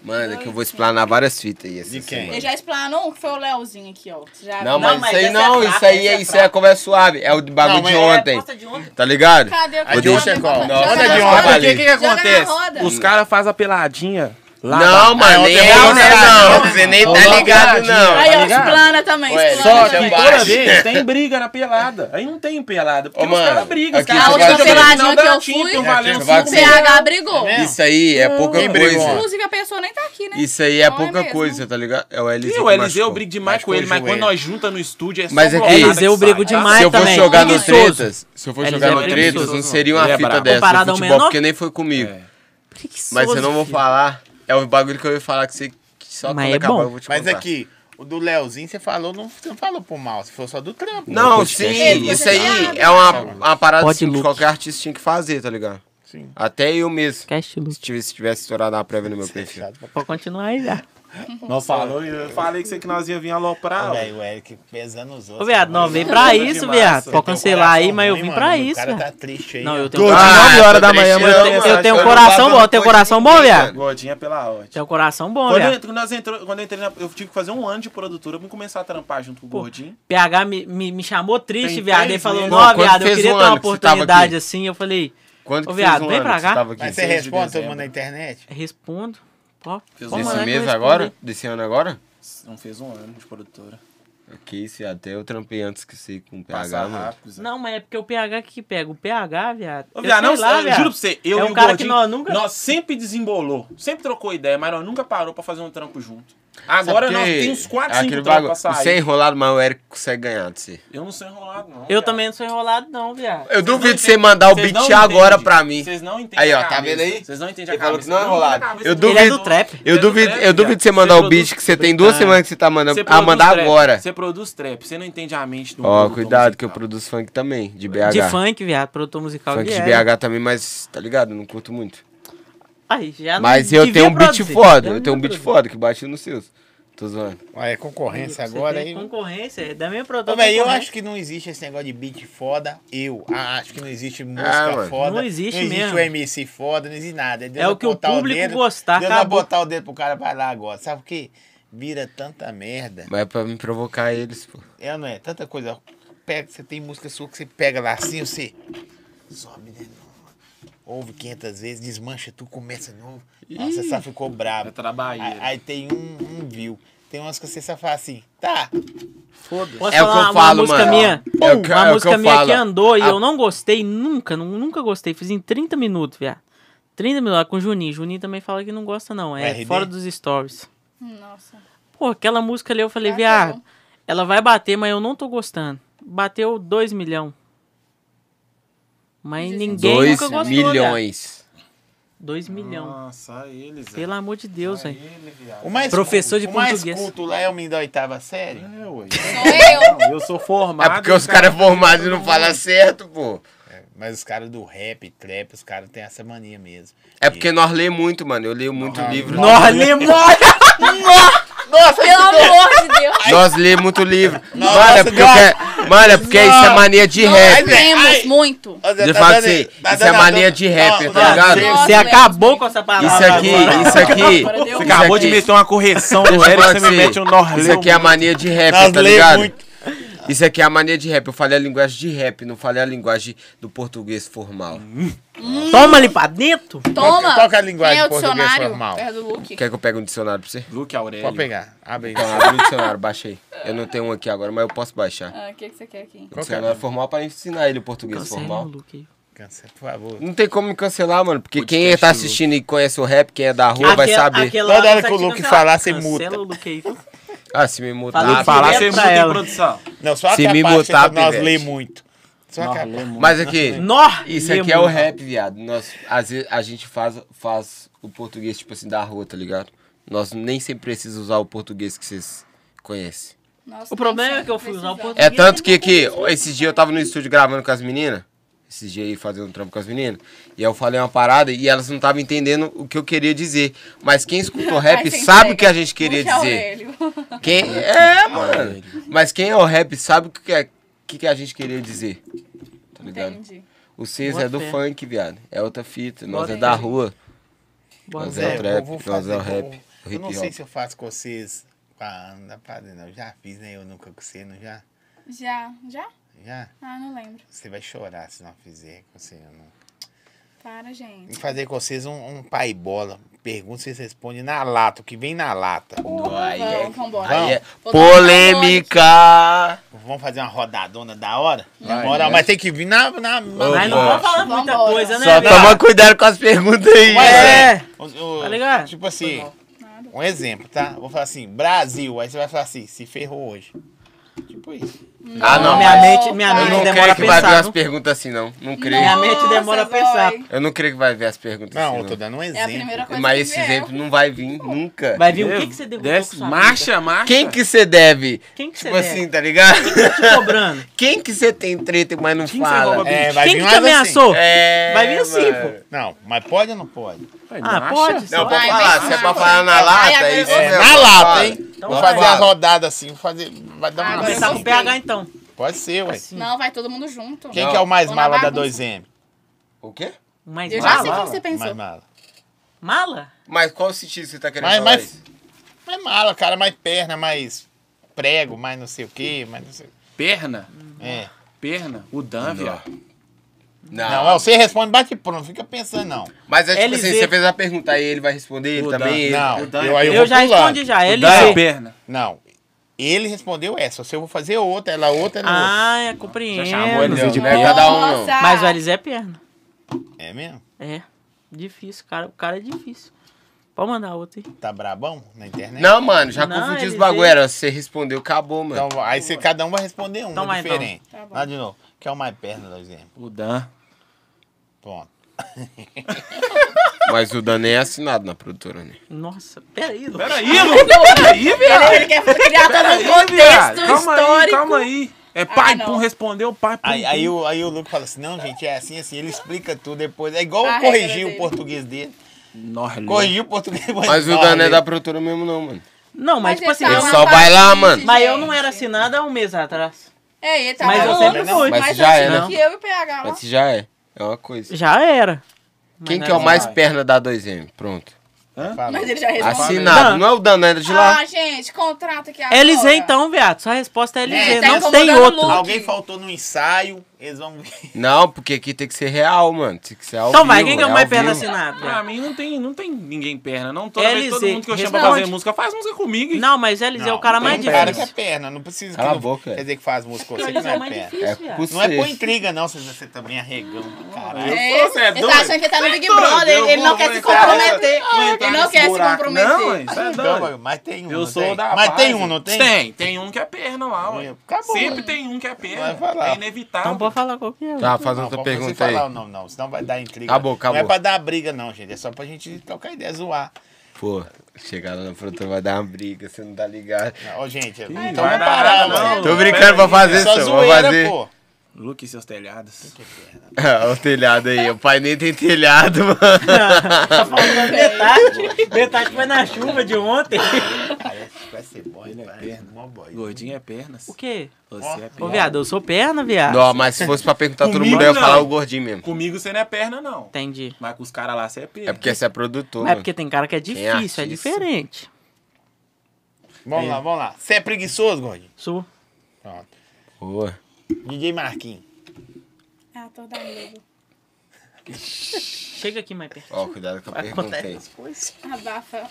S1: Manda, que eu vou explanar várias fitas aí. essa
S2: De quem?
S1: semana.
S3: Ele já explanou um que foi o Leozinho aqui, ó. Você Já
S1: Não,
S5: Não,
S1: mas
S5: mas
S1: isso aí
S5: essa
S1: não,
S5: é
S1: isso
S5: fraca,
S1: aí é
S5: essa é
S1: isso aí é conversa suave. É o de bagulho
S2: Não, mas
S1: de
S2: é
S1: ontem.
S5: Posta de ontem.
S1: Tá ligado?
S3: Cadê o
S2: A
S1: Vou
S2: de
S1: deixar-
S2: ontem é qual?
S1: Não,
S2: Manda
S1: não,
S2: de
S1: não,
S2: ontem.
S1: não.
S2: O que que
S3: Joga na
S2: acontece?
S3: roda.
S4: Os caras fazem a peladinha Lá,
S1: não,
S4: lá.
S1: mano, nem
S2: ontem eu
S1: é
S2: vou
S1: isso,
S2: lá,
S1: não.
S2: né?
S1: Você nem
S4: Ô,
S1: tá
S4: Lobo
S1: ligado,
S4: Gatinho,
S1: não.
S3: Aí,
S4: Tá
S3: ó,
S4: ligado?
S3: explana também,
S1: Ué,
S3: explana
S4: Só que
S1: Lá
S3: também.
S1: embaixo.
S4: toda vez tem briga na pelada. Aí não tem pelada. Porque
S1: Ô, mano,
S4: os caras brigam. os
S1: aqui,
S4: caras
S1: você
S4: jogam
S1: vai-
S4: no final
S3: Pelada
S4: da
S3: É, que eu
S4: Champions,
S3: fui,
S4: valendo
S1: você vai
S4: cinco
S3: O
S1: Sim.
S3: BH brigou.
S2: É mesmo?
S1: Isso aí é pouca
S4: Quem
S1: coisa.
S2: brigou ontem?
S3: Inclusive, a pessoa nem tá aqui, né?
S1: Isso aí é
S3: Não
S1: pouca
S3: mesmo.
S1: coisa, tá ligado? É o Eliseu.
S4: E o
S1: que
S4: Eliseu eu
S1: machucou.
S4: brigo demais com
S2: Machucou
S4: ele,
S2: o
S4: mas quando
S2: joelho.
S4: nós junta no estúdio é só
S1: Mas é que-
S4: bolada que
S1: Eliseu
S4: sai,
S5: brigo
S4: tá?
S5: demais.
S1: Se eu fosse
S5: também,
S1: jogar no
S5: preguiçoso.
S1: Tretas, se eu fosse
S5: Eliseu
S1: jogar no
S5: é
S1: Tretas,
S5: preguiçoso,
S1: não
S5: não.
S1: seria uma
S4: Ele é
S1: fita
S4: brabo.
S1: dessa
S5: Comparado
S1: no
S5: ao
S1: futebol,
S5: menor?
S1: porque nem foi comigo.
S4: É.
S5: Preguiçoso,
S1: Mas eu não vou
S5: filho.
S1: falar. É o bagulho que eu ia falar que você que só
S5: Mas
S1: quando
S5: é
S1: acabar
S5: bom.
S1: eu vou te
S2: Mas
S1: contar.
S2: aqui, o do Leozinho você falou, não, você não falou pro mal, você falou só do trampo.
S1: Não,
S4: podcast,
S1: sim,
S3: né? Ele
S1: isso
S3: foi
S1: aí
S3: jogado.
S1: é uma, uma parada
S5: Pode
S1: assim, que
S5: look.
S1: qualquer artista tinha que fazer, tá ligado?
S2: Sim.
S1: Até eu mesmo.
S5: Cast
S1: Se tivesse, se tivesse estourado a prévia no meu perfil.
S5: Pode continuar aí já.
S4: Nós falou, eu falei que você que nós ia vir aloprar.
S2: Ah,
S4: ó.
S2: velho, o Eric pesando os outros.
S5: Ô, viado, não,
S2: Mas
S5: vem
S2: eu
S5: pra
S4: Nada
S5: isso,
S4: demais,
S5: viado.
S4: só
S5: Pode
S2: tenho
S5: cancelar aí,
S2: um coração
S5: mas eu
S2: ruim,
S5: vim
S2: mano,
S5: pra
S2: O
S5: isso,
S2: cara
S5: velho.
S2: tá triste aí.
S5: Não,
S2: ó.
S5: eu
S1: Tô
S5: tenho um
S1: de nove horas da manhã,
S5: Eu tenho- eu tenho um coração bom, eu tenho um coração bom, viado.
S4: Gordinha pela ótima.
S5: Tem um coração bom,
S4: Quando, eu,
S5: velho.
S4: entro- nós entrou, quando eu entrei na, Eu tive que fazer um ano de produtora pra começar a trampar junto com o Gordinho.
S5: PH me, me, me chamou triste,
S4: Tem
S5: viado. Ele
S4: três
S5: falou,
S4: meses.
S5: não,
S1: Não, quando
S5: viado, eu
S1: fez
S5: queria
S1: um
S5: ter uma
S1: ano que você tava
S5: oportunidade
S1: aqui.
S5: assim. Eu falei,
S1: Quando que
S5: Ô, viado,
S1: fez um
S5: vem
S1: ano
S5: pra
S1: que
S5: cá.
S1: você tava aqui?
S2: Mas você
S4: de
S2: responde todo
S4: dezembro.
S2: mundo na internet?
S5: respondo. Pô, pô, mano,
S4: um
S1: Desse
S5: é que eu
S1: mês
S5: respondo.
S1: agora? Desse ano agora?
S4: Não fez um ano de produtora.
S1: Que isso, viado, até eu trampei antes que sei com o
S4: Passa
S1: PH, mano.
S4: rápido, Zé.
S5: Não, mas é porque o PH que pega. O PH, viado.
S4: Ô,
S5: eu
S4: viado,
S5: sei
S4: não,
S5: lá,
S4: eu
S5: viado.
S4: juro pra você, eu
S5: É
S4: e
S5: um
S4: o
S5: cara que
S4: Gordinho,
S5: nós nunca-
S4: sempre desembolou, sempre trocou ideia, mas nós nunca parou pra fazer um trampo junto. Agora
S1: Sabe
S4: nós
S1: que
S4: temos uns 4,
S1: é
S4: 5
S1: aquele
S4: trampos pra
S1: bagulho.
S4: sair.
S1: Você é enrolado, mas o Eric consegue ganhar de você.
S4: Eu não sou enrolado, não.
S5: Eu
S4: viado.
S5: também não sou enrolado, não, viado.
S1: Eu
S4: Vocês não
S1: duvido você
S4: entendem-
S1: mandar o
S4: vocês
S1: beat
S4: não
S1: agora
S4: entendem.
S1: pra mim.
S4: Vocês não entendem
S1: Aí,
S4: a
S1: ó, tá
S4: cabeça.
S1: vendo aí?
S4: Vocês não entendem a
S1: Ele falou
S4: cabeça.
S1: que não é
S4: Não entendem a
S1: enrolado.
S4: cabeça
S1: Eu
S4: do
S5: Ele é
S1: duvido-
S5: do
S4: produtor.
S5: trap.
S4: Você é
S1: Eu
S4: do
S1: duvido,
S4: trap,
S1: eu duvido
S4: viado.
S1: você mandar o
S4: produz-
S1: beat que você tem duas
S4: Ah.
S1: semanas que você tá mandando.
S4: Você
S1: Ah,
S4: produz
S1: mandar
S4: trap,
S1: agora.
S4: Você produz trap, você não entende a mente do
S1: Ó,
S4: produtor
S1: cuidado que eu
S4: musical.
S1: produzo funk também, de BH.
S5: De funk, viado. Produtor musical é.
S1: Funk de
S5: viado.
S1: BH também, mas tá ligado? Não curto muito.
S5: Aí, já não
S1: Mas eu
S5: devia
S1: tenho um beat
S5: produzir.
S1: foda,
S5: Já
S1: eu
S5: não
S1: tenho um beat
S5: produzir.
S1: foda que bate nos seus. Tô zoando.
S2: Olha, é concorrência agora,
S5: Você tem
S2: hein?
S5: Concorrência, é da minha produtora.
S2: Ô, velho, eu
S5: concorrência.
S2: acho que não existe esse negócio de beat foda. Eu acho que não existe
S1: Ah,
S2: música
S1: mano.
S2: foda.
S5: Não existe
S2: Não existe
S5: mesmo.
S2: o MC foda, não existe nada. Deus
S5: É o que o
S2: apontar
S5: público
S2: dedo,
S5: gostar,
S2: Deus vai
S5: acabou.
S2: botar o dedo pro cara, vai lá agora. Sabe o que? Vira tanta merda.
S1: Mas é pra me provocar eles, pô.
S2: É, não é? Tanta coisa. Pega, você tem música sua que você pega lá assim, você sobe, né? Ouve 500 vezes, desmancha tu, começa de novo. Nossa, essa ficou brava.
S4: É trabalheira.
S2: Aí, aí tem um, um view. Tem umas que você só fala assim, tá,
S5: Posso
S1: É o
S5: falar
S1: que eu
S5: uma, uma
S1: falo,
S5: música
S1: mano.
S5: minha?
S1: É o que-
S5: uma
S1: é o que
S5: música
S1: eu
S5: minha
S1: falo.
S5: que andou e
S1: A-
S5: eu não gostei nunca, nu- nunca gostei. Fiz em 30 minutos, viado. 30 minutos, com o Juninho. Juninho também fala que não gosta, não. É
S2: RD?
S5: fora dos stories.
S3: Nossa.
S5: Pô, aquela música ali eu falei,
S3: Ah, tá
S5: viado,
S3: bom.
S5: ela vai bater, mas eu não tô gostando. Bateu 2 milhões. Mas
S3: Dois
S5: ninguém
S1: Dois
S5: nunca gostou. né?
S1: milhões. É
S5: 2 milhões.
S4: Nossa, eles. Zé.
S5: Pelo amor de Deus,
S4: Só
S5: velho.
S4: ele, viado.
S2: O mais
S5: Professor de
S2: culto- o mais
S5: português.
S2: culto lá é o menino da oitava série.
S4: É, ué.
S3: Sou eu.
S4: Não, eu sou
S1: É
S4: formado.
S1: porque os caras formados não falam certo, pô.
S2: Mas os caras do rap, trap, os caras têm essa mania mesmo.
S1: É porque nós lê muito, mano. Eu leio muito livro.
S2: Nossa,
S5: Nós lemora!
S2: Nossa,
S3: Pelo amor de Deus.
S1: Nós lê muito livro.
S2: Nossa,
S1: mano, é porque, eu
S2: Deus.
S1: quero- mano, é porque isso é mania de
S3: Nós
S1: rap.
S2: Ai.
S3: temos muito.
S2: tá
S1: De
S4: Tá
S1: fato, sim. Isso é mania de rap, tá ligado?
S5: Você acabou com essa palavra.
S1: Isso aqui,
S5: agora. um
S1: isso aqui.
S5: Você
S1: isso
S4: Você acabou
S1: aqui-
S4: de meter uma correção
S1: Deixa
S4: no
S1: eu
S4: Eric,
S1: falar
S4: você
S1: com
S4: me
S1: você.
S4: mete um norleu.
S1: Isso aqui é a mania de rap,
S2: Nós
S1: tá
S2: lê
S1: ligado?
S2: muito.
S1: Isso aqui é a mania de rap. Eu falei a linguagem de rap, não falei a linguagem do português formal.
S5: Toma ali pra dentro.
S3: Toma.
S2: Qual que é a linguagem
S3: Quem é o
S2: de português
S3: dicionário?
S2: formal?
S3: É do Luke.
S1: Quer que eu pegue um dicionário pra você?
S4: Luke Aurélio.
S2: Pode pegar. Abre aí.
S1: Então, abre o dicionário, baixei. Eu não tenho um aqui agora, mas eu posso baixar.
S3: Ah, O que, que você quer aqui?
S1: O
S4: é?
S1: dicionário formal é pra ensinar ele o português
S5: Cancela o
S1: formal.
S5: Luke.
S2: Cancela, por favor.
S1: Não tem como me cancelar, mano, porque quem tá assistindo e conhece o rap, quem é da rua, vai
S5: Aquela-
S1: saber.
S5: aquela
S2: Toda hora
S5: você
S2: que o
S5: tinha
S2: Luke
S5: cancelar.
S2: falar, você muta.
S5: Cancela o Luke aí.
S1: Ah, se me
S5: Fala-
S1: mudar.
S4: Falar,
S5: Direto
S4: você
S5: pra
S4: muda em
S5: ela.
S4: produção.
S2: Não, só
S1: Se
S2: aquela
S1: me
S2: parte que
S1: mutar,
S2: você- nós
S1: pivete.
S2: lê muito. Só aquela
S4: Norleu,
S2: parte.
S4: mano.
S1: Mas aqui,
S5: Nó!
S1: isso aqui é o rap, viado. Nós, às vezes, a gente faz, faz o português, tipo assim, da rua, tá ligado? Nós nem sempre precisamos usar o português que vocês conhecem.
S3: Nossa,
S5: O problema
S3: não
S5: é que eu fui usar o português.
S1: É tanto que aqui, esses dias eu tava no estúdio gravando com as meninas. Esses dias aí fazendo um trampo com as meninas. E eu falei uma parada e elas não estavam entendendo o que eu queria dizer. Mas quem escutou rap
S3: Ai, sem
S1: sabe o
S3: entrega.
S1: que a gente queria
S3: Puxa
S1: dizer.
S3: Aurélio.
S1: Quem é, mano. Mas quem é o rap sabe o que, é, o que, que a gente queria dizer. Tá ligado?
S3: Entendi.
S1: O Cis
S5: Boa
S1: é do
S5: fé.
S1: funk, viado. É outra fita. Nós
S5: Bota
S1: é
S5: aí.
S1: da rua.
S5: Bora,
S1: Mas
S5: Zé.
S1: é. trap,
S2: eu vou
S1: nós é o rap,
S2: eu-
S1: o
S2: Eu não
S1: hip
S2: sei
S1: hop.
S2: se eu faço com vocês com a Ana Padre, não. Eu Já fiz, né? Eu nunca com você, não já?
S3: Já? Já?
S2: Já?
S3: Ah, não lembro.
S2: Você vai chorar se não fizer com você. Eu não.
S3: Para,
S2: Vou
S3: gente.
S2: fazer com vocês um, um pai bola. Pergunta, vocês respondem na lata, o que vem na lata.
S3: Porra,
S1: Aí é-
S3: vamos, vambora.
S1: Aí é
S3: Vou dar um
S1: polêmica.
S2: Vamos fazer uma rodadona da hora? Na
S1: Vai,
S2: moral,
S1: é.
S2: mas tem que vir na. na, na-
S5: Mas não
S1: Vambora.
S5: tá falando muita
S3: Vambora.
S5: coisa, né?
S1: é. Só
S5: velho?
S1: toma né? cuidado com as perguntas aí.
S2: Um exemplo. O- o-
S5: Tá ligado?
S2: Tipo assim,
S3: Nada.
S2: um exemplo, tá? Vou falar assim, Brasil. Aí você vai falar assim, se ferrou hoje. Tipo isso.
S1: Ah,
S5: Não,
S1: não.
S5: é. minha mente, minha
S3: Não,
S1: Eu
S5: mente
S1: não
S5: demora
S1: creio
S5: a
S1: que vai ver
S5: pensar.
S1: as
S5: viu?
S1: perguntas assim, não. Não creio.
S5: Minha mente demora a
S3: Nossa,
S5: pensar.
S3: Zói.
S1: Eu não creio que vai ver as perguntas
S2: Não,
S1: assim,
S2: eu tô dando um
S3: É a
S2: exemplo.
S3: primeira coisa
S1: Mas
S3: que
S1: esse
S3: vier.
S1: exemplo não vai vir nunca.
S5: Vai vir o que, que você derrubou
S4: Desce,
S5: com sua vida?
S4: Marcha, marcha.
S1: Quem que você deve?
S5: Quem que você
S1: Tipo
S5: deve?
S1: assim, tá ligado?
S5: Te cobrando.
S1: Quem que você tem treta, mas não
S4: Quem que você
S1: fala?
S4: rouba
S2: É, vai
S5: Quem
S2: vir
S5: que te
S2: mais
S5: ameaçou?
S1: É,
S5: Vai vir assim,
S1: mano.
S5: pô.
S2: Não, mas pode ou não pode?
S4: Vai,
S5: Ah,
S4: marcha.
S5: pode?
S1: Não,
S5: Só-
S1: pode
S3: Vai,
S1: falar.
S3: vai,
S1: Se é pra
S3: vai.
S1: falar na
S3: Vai,
S1: lata,
S3: agora
S1: é
S3: eu
S1: isso
S3: vou-
S2: É,
S1: mesmo.
S2: na lata,
S1: Fala.
S2: hein?
S5: Então
S2: vou
S5: vai.
S2: fazer a rodada assim, vou fazer. Vai dar
S3: Ah,
S2: uma. assim.
S5: Vamos começar com o PH então.
S2: Pode ser, ué.
S5: Assim.
S3: Não, vai todo mundo junto.
S2: Quem
S1: Não.
S2: que é o mais
S3: Vou na
S2: mala da
S3: bagunça.
S2: 2M?
S1: O quê?
S5: Mais
S3: Eu já sei
S5: mala?
S3: qual você pensou.
S2: Mais mala.
S5: Mala?
S1: Mas qual sentido você tá querendo
S2: Mas-
S1: falar
S2: mas-
S1: isso?
S2: Mais mala, cara, mais perna, mais prego, mais não sei o quê, mais não sei.
S4: Perna.
S2: É.
S4: Perna. O Dan, viado.
S1: Não,
S5: Ah.
S2: Não, é, você responde, bate pronto, não fica pensando, não.
S1: mas é tipo assim,
S5: LZ.
S1: você fez a pergunta, aí ele vai responder, ele
S4: O Dan.
S1: também... ele-
S2: Não,
S4: Dan-
S2: eu, aí eu,
S5: Eu,
S2: vou
S5: já
S2: pulando.
S5: respondi já. Ele
S4: Dan é
S5: já.
S4: perna.
S2: Não, ele respondeu essa. Se eu vou fazer outra, ela outra, ela
S5: Ah, é,
S4: Já chamou ele
S5: compreendo.
S4: de
S1: Entendeu? Não
S4: perna.
S1: é cada um, não.
S3: Nossa!
S5: Mas o LZ é perna.
S2: outra. É mesmo?
S5: É. Difícil, cara. O cara é difícil. Pode mandar outro aí.
S2: Tá brabão na internet?
S1: Não, mano, já
S5: Não,
S1: confundi os
S5: LZ.
S1: bagulho. Era, você respondeu, acabou, mano.
S2: Então, aí você, cada um vai responder uma
S5: Então vai, então.
S2: diferente.
S3: Tá bom.
S2: Lá de novo. Quer o mais perna, 2M?
S4: O Dan.
S2: Pronto. Então-
S1: Mas o Dan nem é assinado na produtora, né?
S5: Nossa, peraí. Lu.
S4: Peraí, mano. Peraí,
S3: Ele,
S4: velho.
S3: ele quer criar todo um contexto
S4: Calma aí,
S3: histórico.
S4: calma
S5: Ah,
S4: aí. É pai,
S3: não.
S4: pum, respondeu, pai,
S3: Uhum.
S4: pum.
S2: Aí,
S4: pum.
S2: aí, o, aí o Luco fala assim, não, gente, é assim, assim. Ele explica tudo depois. É igual
S3: A
S2: eu
S3: regra
S2: corrigir o
S3: dele.
S2: português dele.
S4: Nossa,
S2: Corrigir o português dele.
S1: Mas o Dan não é da produtora mesmo, não, mano.
S5: Não, mas, tipo assim.
S3: ele
S1: Ele
S3: tá
S5: eu-
S1: só
S3: na
S1: vai lá,
S3: parte,
S1: mano.
S5: Mas eu
S3: gente.
S5: não era assinada há um mês atrás.
S3: É, ele tá
S5: Mas eu
S3: falando,
S5: sempre fui.
S1: Mas
S3: mas
S1: já
S3: antes
S1: era.
S3: que eu e o PH lá.
S1: Mas se já é. É uma coisa.
S5: Já era.
S1: Quem
S5: Mas
S1: que é o
S5: era
S1: mais
S5: demais.
S1: perna da 2M? Pronto.
S3: Mas ele já respondeu.
S1: Assinado.
S5: Dan.
S1: Não é o Dan, não era de é. lá.
S3: Ah, gente, contrata aqui
S5: É
S3: agora.
S5: LZ então, viado. Sua resposta é LZ.
S3: É, tá
S5: não tem
S3: incomodando o
S5: outro.
S3: Lu.
S2: Alguém faltou no ensaio, eles vão ver.
S1: Não, porque aqui tem que ser real, mano. Tem que ser ao
S5: Então vai,
S1: vivo,
S5: quem que é o
S1: ao
S5: mais perna
S1: vivo.
S5: assinado?
S4: Pra
S5: viado?
S4: mim não tem, não tem ninguém perna, não. Toda
S5: LZ,
S4: vez todo mundo que eu chamo pra
S5: responde.
S4: fazer música, faz música comigo. hein?
S5: Não, mas LZ é o cara mais
S2: tem cara que é
S5: difícil.
S2: perna, não precisa.
S1: Cala
S2: que
S1: a
S2: não-
S4: é.
S1: boca.
S2: Quer dizer que faz música, você que
S5: LZ
S2: não
S5: é
S2: é
S5: o mais
S2: perna.
S1: É
S5: difícil, viado.
S1: com
S2: Não é por
S1: você.
S2: intriga, não, você, você também é arregão do caralho.
S3: É,
S4: Você é
S3: ele
S4: doido?
S3: tá achando que tá no Big
S4: Você é doido?
S3: Brother, ele,
S4: Eu
S3: não
S4: vou
S3: quer se
S4: entrar nessa-
S3: comprometer.
S4: vou entrar
S3: Ele não
S4: nesse
S3: quer se
S4: buraco. Não,
S3: comprometer.
S4: hein, você é
S2: Não,
S4: doido.
S2: mas tem um.
S4: Eu
S2: não
S4: sou
S2: tem?
S4: da
S2: Mas
S4: base.
S2: tem um, não tem?
S4: Tem, tem um que é perna lá, ué.
S2: Acabou,
S4: Sempre
S2: ué.
S4: tem um que é perna.
S2: Vai falar.
S4: É
S5: Então
S4: inevitável.
S5: pode falar qual que é.
S1: Tá, faz
S2: Não,
S1: outra
S2: pode você
S1: pergunta aí.
S2: falar o nome, não, senão vai dar intriga.
S1: Acabou,
S2: Não é
S1: acabou.
S2: pra dar briga, não, gente. É só pra gente trocar ideia, zoar.
S1: Pô, chegar lá na produtora vai dar uma briga, você não tá ligado.
S2: Ô, gente, então
S4: vai
S2: vamos
S4: dar
S2: parar,
S4: nada,
S2: mano.
S4: não.
S1: Tô
S4: Pera
S1: brincando, vou
S2: É
S4: aí,
S1: fazer,
S2: só
S1: só, vou
S2: zoeira,
S1: fazer.
S2: pô.
S4: Luke e seus telhados.
S2: é
S1: Ah, o telhado aí, o pai nem tem telhado, mano.
S5: Tá faltando metade. Metade foi na chuva de ontem.
S2: Parece que vai ser boy,
S4: Ele é
S2: parece
S4: perna.
S2: mó boy.
S4: Gordinho é pernas.
S5: O quê?
S4: Você é
S5: Ô,
S4: perna.
S5: viado, eu sou perna, viado.
S1: Não, mas se fosse pra perguntar todo
S4: Comigo
S1: mundo, eu ia
S4: não.
S1: falar o gordinho mesmo.
S4: Comigo você não é perna, não.
S5: Entendi.
S4: Mas com os caras lá você é perna.
S1: É porque você é produtor,
S5: Mas é
S1: mano.
S5: porque tem cara que é difícil,
S1: artista.
S5: é diferente.
S2: Vamos lá, vamos lá. Você é preguiçoso, gordinho?
S5: Sou.
S2: Pronto.
S1: Pô.
S2: DJ Marquinhos.
S3: Ah, tô dando medo.
S5: Chega aqui mais perto.
S1: Ó, cuidado com a pergunta
S5: Acontece
S1: aí.
S5: as coisas.
S3: Abafa.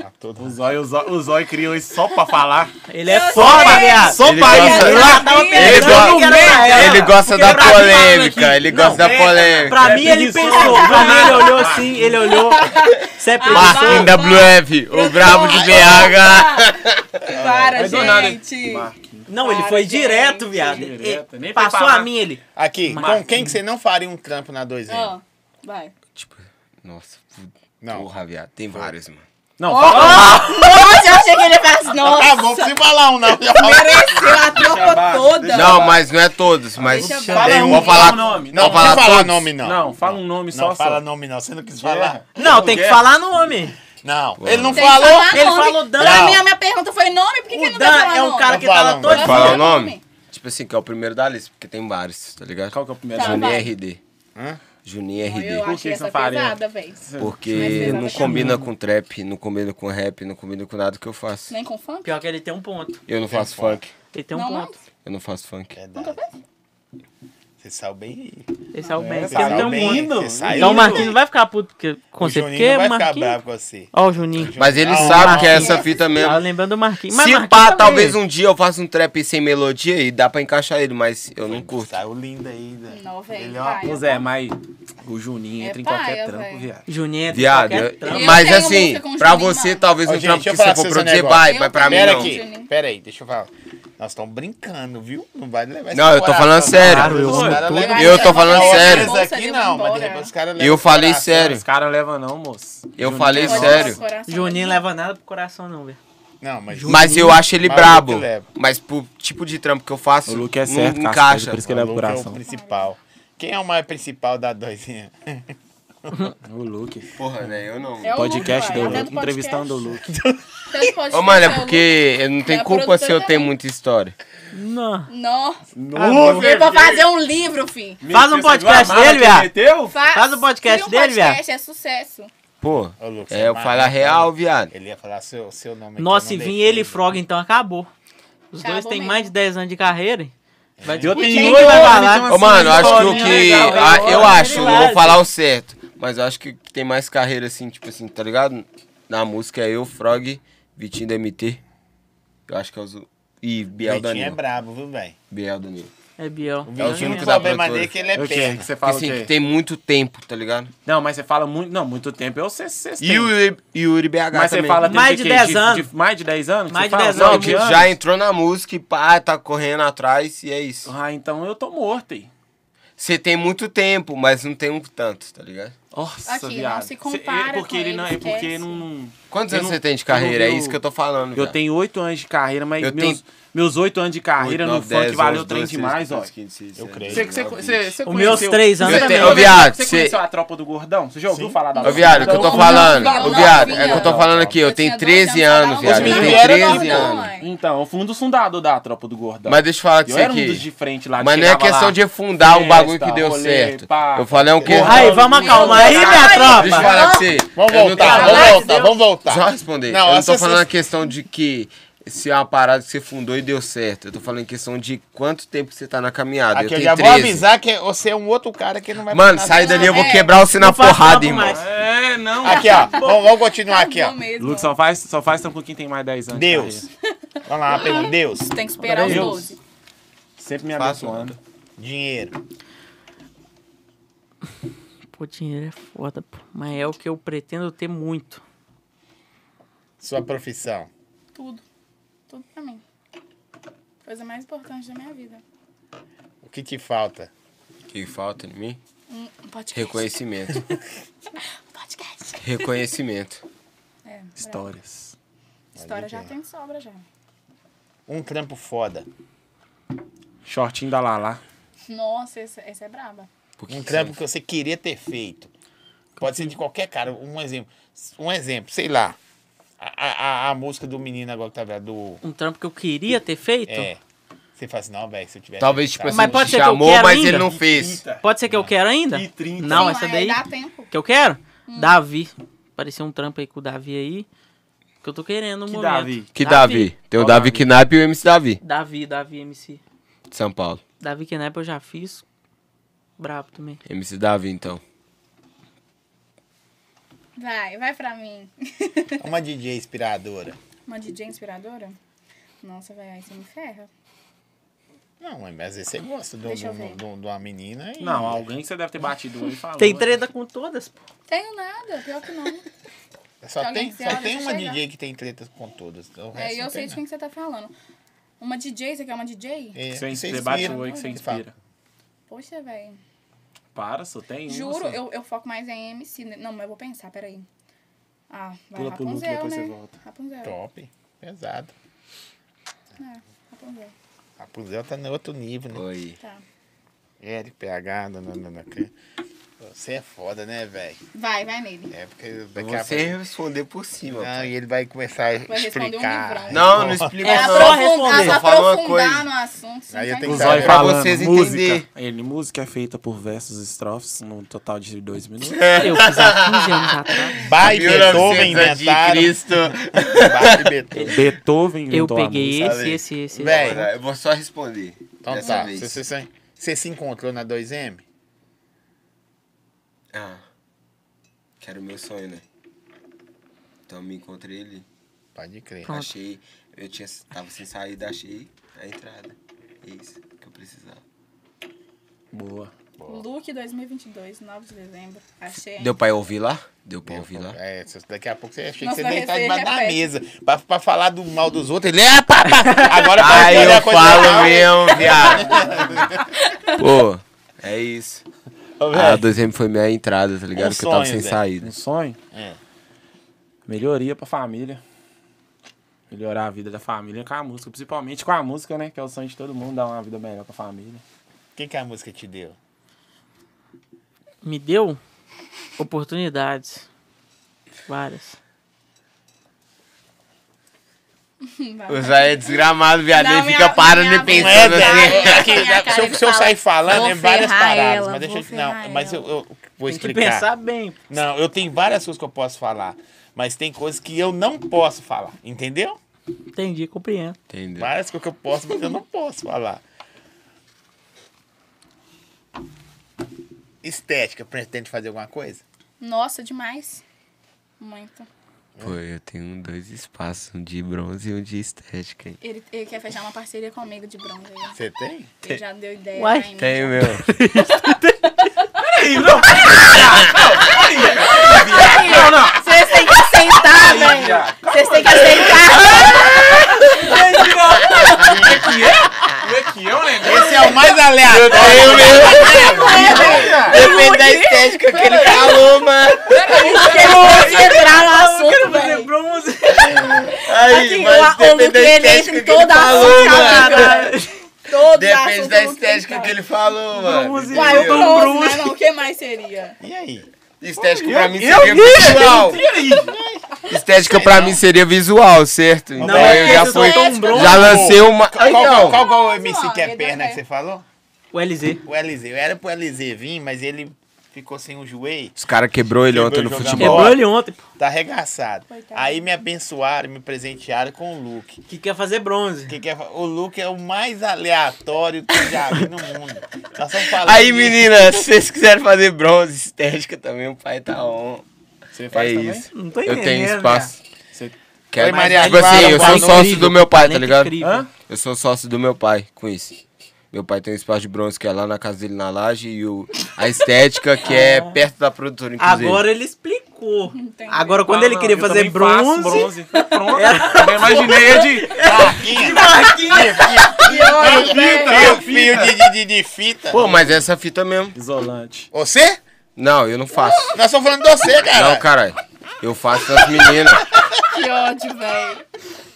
S2: Tá todo
S4: O Zói, o Zói, o Zói criou isso só pra falar.
S5: Ele é
S3: Eu
S5: foda,
S3: sei.
S5: viado.
S4: Só
S1: Ele
S4: pra
S1: gosta-
S4: isso.
S1: Ele
S4: Lá tava
S3: gosta-
S1: Ele,
S5: Ele
S4: perguntando
S5: não
S1: gosta-
S4: quem era pra ela.
S1: ele gosta da
S4: Porque pra mim,
S1: polêmica, ele gosta da
S4: é,
S1: polêmica.
S5: Pra mim, ele
S4: preguiçoso.
S5: pensou. Pra mim, ele olhou assim, ele olhou. Você é
S1: Marquinhos
S5: preguiçoso.
S1: WF, o brabo de BH.
S3: Para,
S4: Mas do nada,
S3: gente.
S4: Marquinhos.
S5: Não, ele
S3: Para,
S5: foi
S3: gente.
S5: direto, viado.
S4: Direto, nem
S5: Ele-
S4: foi
S5: Passou
S4: falar.
S5: a mim, ele.
S2: Aqui, com
S4: Marquinhos.
S2: quem que você não faria um trampo na 2M?
S3: Ó, vai.
S1: Tipo, nossa, pu-
S2: Não.
S1: porra, viado. Tem vários, mano.
S4: Não, fala.
S3: Nossa, eu achei que ele ia falar assim,
S2: Tá bom,
S3: nossa.
S2: precisa falar um, não. Já falou.
S3: Pareceu a tropa toda.
S1: Não, mas não é todos, mas
S3: Deixa eu-
S1: tem
S4: Fala um,
S1: vou falar.
S4: fala um nome.
S1: Não,
S2: Não, não
S1: falar
S2: precisa falar
S1: todos.
S2: nome, não.
S4: Não, fala um nome só.
S2: Não fala
S4: só. É.
S2: nome, não. Você não quis falar?
S5: Não, é? tem que falar nome.
S2: Não, ele não
S3: Tem que
S2: falou.
S3: falar
S5: Ele
S3: nome.
S5: falou Dan.
S3: tá Pra mim, a minha pergunta foi nome, por que, que ele
S5: O
S3: não quer
S5: Dan
S3: falar
S5: é um
S3: nome?
S5: cara que
S2: Não fala
S5: tava
S2: não,
S5: todo
S3: Pode
S1: Falar
S3: falar
S1: o
S5: dia.
S1: nome?
S3: nome.
S1: Tipo assim, que é o primeiro da lista, porque tem vários, tá ligado?
S4: Qual que é o primeiro
S3: Tá.
S4: nome?
S1: Juninho
S3: vai.
S1: RD.
S2: Hã?
S1: Juninho
S3: Eu
S1: RD.
S4: que
S3: achei
S4: que você
S3: essa
S4: faria?
S3: pesada, velho.
S1: Porque
S3: Mas
S1: não
S3: você
S1: combina com trap, não combina com rap, não combina com nada que eu faço.
S3: Nem com funk?
S5: Pior que ele tem um ponto.
S1: Eu não faço funk.
S5: Ele tem um
S3: Não,
S2: É.
S5: ponto.
S1: Eu não faço funk.
S2: Verdade. Você saiu bem.
S5: Ele saiu bem.
S2: você
S5: Porque eu
S2: saiu
S5: tenho
S2: bem,
S5: muito.
S2: você saiu
S5: Então o
S2: bem.
S5: Marquinhos não vai ficar puto que- com
S2: O
S5: você.
S2: Juninho não
S5: Porque
S2: vai
S5: o
S2: ficar bravo
S5: Marquinhos...
S2: com você.
S5: Ó o Juninho.
S1: Mas ele
S2: Ah, o
S1: sabe que é
S5: Marquinhos.
S1: essa fita mesmo.
S5: Tava lembrando do Marquinhos. Mas
S1: Se
S5: Marquinhos
S1: pá,
S5: também.
S1: talvez um dia eu faça um trap sem melodia e dá pra encaixar ele, mas eu não curto.
S2: Saiu lindo né? ainda.
S3: Não, velho,
S2: Ele, ó,
S3: vai.
S4: Ô Zé, é, mas o Juninho
S3: É
S4: entra em
S3: paia,
S4: qualquer
S3: velho.
S4: trampo, viado.
S5: Juninho entra em
S1: Viado,
S5: qualquer
S1: eu-
S5: trampo.
S3: Eu
S1: mas
S3: tenho
S1: assim,
S3: música com o
S1: pra
S3: Juninho,
S1: você,
S3: não.
S1: talvez
S2: Ô,
S1: um
S2: gente,
S1: trampo
S2: deixa eu
S1: que
S2: falar
S1: você
S2: com
S1: for
S2: vocês um
S1: produzir,
S2: negócio.
S1: vai,
S3: Eu
S1: vai pra mim
S2: Pera
S1: não.
S2: aqui,
S3: Juninho.
S2: pera aí, deixa eu falar. Nós estamos brincando, viu? Não vai levar esse
S1: Não, eu tô
S2: coração,
S1: falando
S2: não.
S1: sério.
S2: Claro,
S4: Eu
S2: os
S4: tô-
S2: caras levam-
S1: Eu tô falando
S2: Não,
S1: sério.
S2: eles aqui
S3: Ele vai
S2: não, mas
S3: embora.
S2: depois os caras levam
S1: Eu
S2: o
S1: falei
S2: coração.
S1: sério.
S4: Os caras não levam não, moço.
S1: Eu
S4: Juninho
S1: falei
S4: é
S3: Olha,
S1: sério.
S3: o um coração
S5: Juninho
S3: ali.
S5: leva nada pro coração, não, velho.
S2: Não, mas...
S1: Mas eu acho ele
S2: Maluco
S1: brabo.
S2: leva.
S1: Mas pro tipo de trampo que eu faço,
S4: O Luke é certo,
S1: não
S4: Cascais,
S1: encaixa.
S4: por isso que ele é
S2: Maluco é o
S4: coração.
S2: principal. Quem é o mais principal da doisinha?
S4: O Luke.
S1: Porra, né? Eu não.
S3: É o
S4: Podcast
S3: Luke,
S4: do
S3: vai, até
S4: Luke,
S3: podcast.
S4: entrevistando o Luke.
S3: Tanto podcast
S1: Ô, mano, é
S3: é o Luke.
S1: porque eu não
S3: É
S1: tenho
S3: o
S1: culpa
S3: produtor
S1: se eu tenho
S3: também.
S1: muita história.
S5: Não.
S3: Nossa,
S4: Nossa,
S3: eu vou fazer um livro, fi.
S5: Faz um podcast dele, viado.
S4: Meteu?
S3: Fa-
S5: Faz o podcast
S3: Cria um
S5: dele, viado.
S3: podcast, é sucesso.
S1: Pô,
S2: Ô, Lucas,
S1: é, eu
S2: mas-
S1: falo a real, viado.
S2: Ele ia falar seu, seu nome. aqui,
S5: Nossa,
S2: eu
S5: se
S2: não
S5: vir
S2: deixei.
S5: ele e Frog, então acabou. Os
S3: Acabou
S5: dois têm
S3: mesmo.
S5: mais de 10 anos de carreira. hein? Vai discutir
S4: tenho
S5: quem
S4: oito
S5: vai
S4: anos,
S5: falar.
S4: então,
S1: Ô, mano, eu acho que o
S4: historinha
S1: que.
S4: legal,
S1: a-
S4: legal,
S1: eu
S4: legal.
S1: acho, não vou
S5: Verdade.
S1: falar o certo. Mas eu acho que o que tem mais carreira, assim, tipo assim, tá ligado? Na música é eu, Frog, Vitinho da MT. Eu acho que é os. E Biel
S2: Vitinho é
S1: Danilo.
S2: brabo, viu, velho?
S1: Biel Danilo.
S5: É Biel.
S1: É o
S2: Vitinho,
S1: único
S2: o
S1: da
S2: problema
S1: produtora.
S2: dele é que ele é
S4: O quê?
S2: pena.
S4: Que
S1: Porque
S4: você fala o
S1: assim, que
S4: quê?
S1: tem muito tempo, tá ligado?
S4: Não, mas você fala muito. Não, muito tempo eu sei se
S1: E o Yuri, Yuri BH
S4: Mas você
S1: também.
S4: fala tem
S5: Mais
S4: que
S5: de
S4: quê?
S5: 10 anos.
S4: de- mais de 10 anos? que
S5: Mais
S4: você
S5: de
S4: fala?
S5: 10
S1: Não,
S5: anos.
S1: que
S5: Nove
S1: já entrou na música e pá, tá correndo atrás e é isso.
S4: Ah, então eu tô morto, hein?
S1: Você tem muito tempo, mas não tem um tanto, tá ligado?
S4: Nossa,
S3: Aqui, não
S4: viado.
S3: se
S4: Cê-
S3: compara
S4: é porque
S3: com
S4: ele
S3: ele,
S4: não, é porque
S3: esquece.
S4: ele não- não.
S1: Quantos
S4: eu
S1: anos
S4: não-
S1: você tem de
S4: eu não
S1: carreira? É
S4: vi o-
S1: isso que eu tô falando,
S4: Eu
S1: viado.
S4: tenho 8 anos de carreira, mas
S1: Eu
S4: meus,
S1: tenho-
S4: meus 8 anos de carreira
S1: Oito,
S4: no
S1: nove,
S4: funk
S1: dez,
S4: valeu
S1: onze,
S4: trem
S1: doze, treze,
S4: demais, ó.
S1: quatorze, quinze, dezesseis,
S2: Eu
S1: dezessete,
S2: creio.
S1: dezenove, vinte.
S5: Os meus três anos
S1: Eu
S5: também.
S1: tenho- Ô, viado,
S4: Você
S1: cê-
S4: conheceu a tropa do gordão? Você já ouviu
S2: Sim.
S4: falar da
S1: Ô,
S4: tropa
S1: viado, é o que
S4: do
S1: eu tô
S4: gordão?
S1: falando.
S3: Não,
S1: Ô, viado,
S3: não,
S1: é o que eu tô
S3: não,
S1: falando
S2: não.
S1: aqui. Eu tenho
S3: tinha
S1: 13
S3: dois anos,
S1: anos,
S3: eu tava
S1: viado. Eu
S2: ouvindo
S1: tenho
S2: era
S1: 13
S2: gordão,
S1: anos.
S3: mãe.
S4: Então, eu fui um dos fundadores da tropa do gordão.
S1: Mas deixa eu falar com
S4: eu
S1: você
S4: era um dos
S1: aqui.
S4: de frente lá.
S1: Mas não é
S4: chegava
S1: questão
S4: lá,
S1: de fundar um
S4: festa,
S1: bagulho que deu
S4: rolê,
S1: certo.
S4: pá.
S1: Eu falei é o quê?
S4: Porra,
S5: Aí, vamos acalmar aí, minha
S1: Deixa eu
S5: tropa.
S1: falar com você.
S2: Vamos
S1: Eu não
S2: voltar,
S1: tava-
S2: vamos
S5: Pelo
S2: voltar, vamos voltar.
S1: Só responder.
S2: Não,
S1: eu não
S2: essa- é
S1: tô falando
S2: essa-
S1: a questão de que se é uma parada que você fundou e deu certo. Eu tô falando em questão de quanto tempo você tá na caminhada.
S2: Aqui
S1: eu tenho
S2: eu já
S1: 13.
S2: vou avisar que você é um outro cara que tá não vai
S1: Mano,
S2: falar
S1: sai
S2: nada.
S1: dali, eu vou
S3: É.
S1: quebrar você na
S5: Não faz
S1: porrada,
S5: trampo
S1: irmão.
S5: mais.
S4: É, não.
S2: Aqui, ó. vamos, vamos continuar aqui, ó.
S3: Bom mesmo.
S4: Luke só faz, só faz trampo com quem tem mais 10 anos. de
S2: Deus.
S4: carreira.
S2: Vamos lá, uma pergunta. Deus,
S3: Tem que esperar os
S4: Deus.
S3: 12.
S4: Sempre me
S1: Faço
S4: abençoando.
S2: dinheiro.
S5: Pô, dinheiro é foda, pô. Mas é o que eu pretendo ter muito.
S2: Sua profissão.
S3: Tudo. Tudo pra mim. Coisa mais importante da minha vida.
S2: O que te falta?
S1: Que falta em mim?
S3: Um um podcast.
S1: Reconhecimento.
S3: Um podcast.
S1: Reconhecimento.
S3: É, bravo.
S4: Histórias.
S3: história já
S2: Olha
S3: tem de sobra já.
S2: Um trampo foda.
S4: Shortinho da Lala.
S3: Nossa, essa, essa é braba.
S1: Porque
S2: Um trampo que você queria ter feito. Pode ser de qualquer cara. Um exemplo. Um exemplo, sei lá. A, a- a, a música do menino agora que tá vendo, do.
S5: Um trampo que eu queria ter feito.
S2: É. Você fala assim, não, velho, se eu tivesse.
S1: Talvez, tipo assim,
S5: Mas pode
S1: te
S5: ser que eu
S1: chamou,
S5: quero
S1: mas ele
S5: ainda.
S1: não fez.
S5: Pode ser que eu quero ainda?
S4: E 30.
S5: Não,
S3: Sim,
S5: essa
S3: aí
S5: daí.
S3: Dá Hum. tempo.
S5: Que eu quero? Davi. Apareceu um trampo aí com o Davi aí. Que eu tô querendo um
S4: Que
S5: momento.
S4: Davi?
S1: Que Davi? Tem o
S4: Qual
S1: Davi
S4: Davi?
S1: Knapp e o MC Davi,
S5: Davi, Davi MC.
S1: de São Paulo.
S5: Davi Kenep eu já fiz. Brabo também.
S1: MC Davi, então.
S3: Vai, vai pra mim.
S1: assim,
S2: Uma DJ inspiradora.
S3: Uma DJ inspiradora? Nossa, velho, aí você me ferra.
S2: Não, mas às vezes você gosta de um- de
S3: Deixa eu
S2: um-
S3: ver.
S2: de um- de uma menina. E...
S4: Não, alguém que você deve ter batido o olho e falou.
S5: Tem treta com todas, pô.
S3: Tenho nada, pior que não.
S2: é Só tem,
S3: alguém que você
S2: só
S3: olha,
S2: tem
S3: você
S2: uma
S3: chega.
S2: DJ que tem tretas com todas. então O resto
S3: É, eu
S2: não
S3: sei
S2: tem,
S3: de quem que você tá falando. Uma DJ, você quer uma DJ?
S2: não. É,
S4: Que você inspira,
S2: você
S4: bate
S2: inspira.
S4: o olho que você inspira.
S3: Poxa, velho.
S4: Para, só tem
S3: Juro,
S4: uma, só.
S3: eu, eu foco mais em MC. né? Não, mas eu vou pensar, peraí. Ah, vai
S4: Pula pro Luke,
S3: Rapunzel,
S4: depois
S3: né?
S4: você volta.
S3: Rapunzel,
S2: Top. Pesado.
S3: É, Rapunzel.
S2: A Puzel tá no outro nível, né?
S1: Oi.
S3: Tá.
S2: Eric, PH, nananana. Você é foda, né, velho?
S3: Vai, vai nele.
S2: É porque daqui a
S1: Você
S2: pouco.
S1: responder por cima.
S2: Ah,
S1: pai.
S2: e ele vai começar a
S3: Vai responder um
S2: explicar.
S3: livrão.
S1: Não, não explica
S5: É
S1: não.
S5: só
S3: Aprofunda-
S5: responder.
S3: ah,
S1: Só fala uma coisa.
S3: aprofundar no assunto. sim,
S2: Aí eu
S3: tá
S2: tenho que
S4: Os
S3: entendendo.
S2: saber.
S4: olhos
S1: Pra
S4: falando,
S1: vocês entenderem.
S4: música. Ele, música é feita por versos e estrofes, num total de dois minutos.
S5: Eu fiz há 15 anos atrás.
S2: Vai, Beethoven,
S1: 1900 antes é de
S2: inventaram.
S1: Cristo.
S2: Vai, Beethoven.
S4: Beethoven
S5: Eu
S4: inventou a
S5: peguei
S4: música.
S5: esse,
S1: sabe?
S5: esse, esse.
S2: Véi.
S1: Eu vou só responder.
S2: Então
S1: dessa
S2: tá.
S1: vez.
S2: Se você, se Você se encontrou na 2M?
S1: Ah. Que era o meu sonho, né? Então eu me encontrei ali.
S2: Pode crer.
S5: Pronto.
S1: Achei. Eu tinha, tava sem saída, achei a entrada. É isso que eu precisava.
S4: Boa.
S3: Look 2022, 9 de dezembro. Achei.
S1: É. Deu pra eu ouvir lá? Deu pra eu ouvir lá?
S2: É, cê- daqui a pouco você achei que
S3: Nossa,
S2: você
S3: é
S2: tá
S3: vai
S2: deitar
S3: ser
S2: debaixo da
S3: repete.
S2: mesa. Pra, pra falar do mal dos outros, ele. Ah, pá, pá. Agora
S1: Aí
S2: olhar
S1: eu
S2: a coisa
S1: falo
S2: real.
S1: mesmo, viado. Pô, é isso. É.
S2: Ô, velho,
S1: A 2M foi minha entrada, tá ligado?
S2: Um
S1: Porque eu tava
S2: sonho,
S1: sem
S2: Zé.
S1: saída.
S4: Um sonho?
S2: É.
S4: Melhoria pra família. Melhorar a vida da família com a música. Principalmente com a música, né? Que é o sonho de todo mundo, dar uma vida melhor pra família.
S2: O que, que a música te deu?
S5: Me deu oportunidades. Várias.
S3: Vai.
S1: O Zé é desgramado, viado.
S3: Não,
S1: Ele
S3: minha-
S1: fica parando
S3: minha
S1: e
S3: avó-
S2: Não
S1: pensando
S2: é,
S1: assim.
S2: Zé? É que
S3: Minha cara,
S2: se eu,
S3: ele
S2: se eu
S3: fala,
S2: sair falando,
S5: "Vou
S2: é várias
S5: ferrar
S2: paradas.
S5: ela,
S2: mas deixa
S3: vou
S2: eu. Não,
S3: ferrar
S2: mas eu,
S3: ela.
S2: eu vou
S5: Tem que
S2: explicar.
S5: pensar bem.
S2: Não, eu tenho várias coisas que eu posso falar. Mas tem coisas que eu não posso falar. Entendeu?
S5: Entendi, compreendo.
S1: Entendeu?
S2: Várias coisas que eu posso, mas eu não posso falar. Estética, pretende fazer alguma coisa?
S3: Nossa, demais. Muito.
S1: Pô, eu tenho dois espaços, um de bronze e um de estética, hein?
S3: Ele, ele quer fechar uma parceria comigo de bronze aí.
S2: Você tem?
S3: Ele já deu ideia.
S5: Uai.
S3: pra mim.
S1: Tenho, meu.
S4: Não, não!
S3: Vocês têm que aceitar, velho. Vocês têm que aceitar.
S4: Como é que eu, né?
S2: Esse é o mais aleatório.
S1: Tenho, meu.
S2: Depende da estética que ele falou.
S1: mano.
S3: Tá
S5: Entrar no
S3: assunto,
S5: Ah, fazer
S3: velho.
S5: bronze.
S1: Aí,
S3: Aqui,
S1: mas
S3: o- o
S1: depende
S3: Luke,
S1: da
S3: ele entra
S1: estética
S3: em
S1: que ele
S3: toda a
S1: falou,
S3: sua
S1: mano.
S3: cara. Todo
S1: Depende
S3: assunto
S1: da
S3: do Luke,
S1: estética
S3: cara.
S1: que ele falou,
S5: Bronze.
S1: mano.
S3: Uai, o
S5: Meu
S3: bronze, né? Não, o que mais seria?
S2: E aí?
S1: Estética pra mim
S4: Eu-
S1: seria visual. Estética pra mim seria visual, certo? Então eu
S4: é
S1: já
S4: que
S1: fui.
S4: eu sou tão bronze,
S1: Já lancei uma.
S2: Qual, qual,
S1: Então,
S2: qual, qual o MC que é
S3: Olha,
S2: perna
S3: né?
S2: que você falou?
S5: O LZ.
S2: O LZ. Eu era pro LZ vir, mas ele ficou sem o joelho.
S1: os caras quebrou ele
S2: Quebrou
S1: ontem no
S2: jogando
S1: futebol.
S5: Quebrou ele ontem.
S2: Tá arregaçado.
S3: Coitado.
S2: Aí me abençoaram, me presentearam com o look.
S5: Que quer fazer bronze.
S2: Que que é- o look é o mais aleatório que eu já vi no mundo. Nós estamos falando.
S1: Aí,
S2: disso.
S1: meninas, se vocês quiserem fazer bronze, estética também, o pai tá on.
S4: Você
S1: É
S4: faz também?
S1: isso.
S5: Não tô
S1: Eu tenho
S5: entendendo,
S1: espaço.
S4: Você-
S1: Quero,
S2: Oi, Maria
S1: tipo assim,
S2: Clara,
S1: eu
S2: boa
S1: sou
S2: noite.
S1: sócio do meu pai, tá
S5: Talento
S1: ligado?
S5: incrível.
S4: Hã?
S1: Eu sou sócio do meu pai com isso. Meu pai tem um espaço de bronze que é lá na casa dele na laje e o, a estética que é perto da produtora, inclusive.
S5: Agora ele explicou.
S3: Entendi.
S5: Agora, quando
S4: Ah,
S5: ele
S4: não,
S5: queria
S4: eu
S5: fazer
S4: também faço
S5: bronze,
S4: bronze. Pronto. Eu imaginei é de.
S2: Marquinha,
S5: né?
S3: E olha, velho,
S2: meu fio de, de, de, de fita.
S1: Pô, mas é essa fita mesmo.
S4: Isolante.
S2: Você?
S1: Não, eu não faço.
S2: Nós estamos falando de você, cara.
S1: Não, caralho. Eu faço das meninas.
S3: que ódio, velho.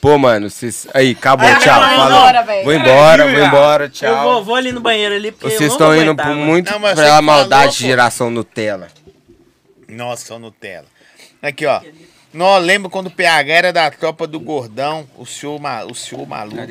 S1: Pô, mano, vocês. Aí, acabou,
S5: Ah,
S1: tchau.
S5: não, não,
S1: falou.
S3: embora, velho.
S1: vou embora, vou embora,
S5: eu vou,
S1: tchau.
S5: vou ali no banheiro ali, porque eu
S1: Vocês
S5: não
S1: estão
S5: vou
S1: indo
S5: aguentar,
S1: por
S5: mano.
S1: muito
S2: Não, mas você
S1: pela
S2: que falou,
S1: maldade
S2: pô.
S1: geração Nutella.
S2: Nossa, só Nutella. Aqui, ó. Nó, lembro quando o PH era da tropa do gordão, o senhor, ma, o senhor maluco.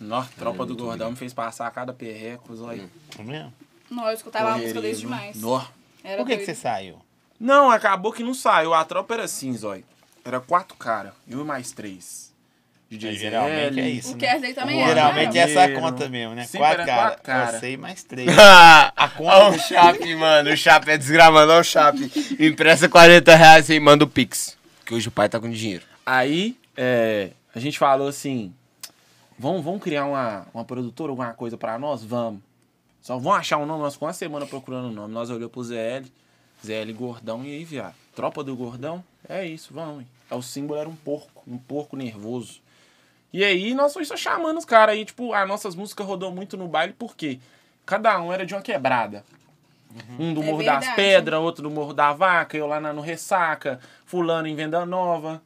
S4: Nossa, tropa do gordão me fez passar a cada perreco, zóio.
S2: Não é mesmo?
S3: Não, eu escutava a música desde demais.
S4: Nó.
S3: Era
S2: Por que, que você tá
S3: doido.
S2: saiu?
S4: Não, acabou que não saiu. A tropa era assim, zóio. Era quatro caras. Eu e mais três. DJ
S2: Mas geralmente é
S4: Zé,
S2: isso,
S3: O
S2: né?
S3: Kersley também era.
S2: Geralmente é
S3: né?
S4: Dinheiro.
S2: essa conta mesmo, né?
S4: Sempre
S2: Quatro
S4: era
S2: caras.
S4: quatro cara.
S2: Eu sei mais três.
S1: a
S2: conta
S1: o Chape, mano. O Chape é desgramando. Olha o Chape. Empresta 40 reais e manda o Pix. Que hoje o pai tá com dinheiro.
S4: Aí, é, a gente falou assim: vamos, vamos criar uma, uma produtora, alguma coisa pra nós? Vamos. Só vão achar um nome, nós ficamos uma semana procurando o nome. Nós olhamos pro ZL, ZL Gordão, e aí, viado, tropa do Gordão? É isso, vamos. hein. Aí O símbolo era um porco, um porco nervoso. E aí, nós foi só chamando os caras aí, tipo, as nossas músicas rodou muito no baile, porque cada um era de uma quebrada. Um do
S3: É
S4: Morro das
S3: verdade.
S4: Pedras, outro do Morro da Vaca, eu lá na, no Ressaca, fulano em Venda Nova.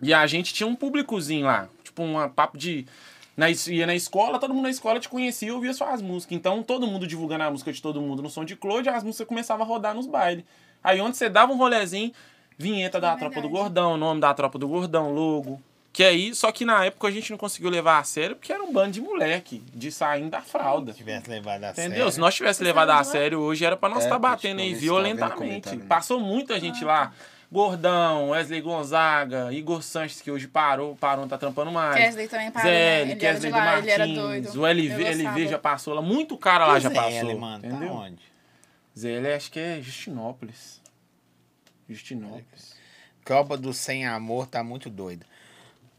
S4: E a gente tinha um públicozinho lá, tipo um papo de... Na, es- ia na escola, todo mundo na escola te conhecia e ouvia suas músicas. Então, todo mundo divulgando a música de todo mundo no som de Claude, as músicas começavam a rodar nos bailes. Aí, onde você dava um rolezinho, vinheta da Tropa do
S3: verdade.
S4: Gordão, nome da Tropa do Gordão, logo. Que aí, só que na época a gente não conseguiu levar a sério porque era um bando de moleque, de saindo da fralda.
S2: Se tivesse levado a
S4: Entendeu? Se
S2: sério.
S3: tá
S4: nós tivesse levado a sério hoje, era pra nós
S1: É,
S4: estar
S1: porque,
S4: batendo
S1: tipo,
S4: aí
S1: eles estavam vendo
S4: violentamente.
S1: comentário, né?
S4: Passou muita gente lá. Gordão, Wesley Gonzaga, Igor Sanches, que hoje parou, parou, não tá trampando mais.
S3: Kesley também parou, né?
S4: Zé,
S3: Ele era de
S4: Kesley do
S3: lá, ele era
S4: Martins,
S3: doido.
S4: o LV,
S3: Eu gostava.
S4: LV já passou lá, muito cara lá já
S2: Zé,
S4: passou.
S2: é, ele, mano,
S4: entendeu?
S2: tá onde?
S4: Zé, ele acho que é Justinópolis. Justinópolis.
S2: Copa do Sem Amor tá muito doida.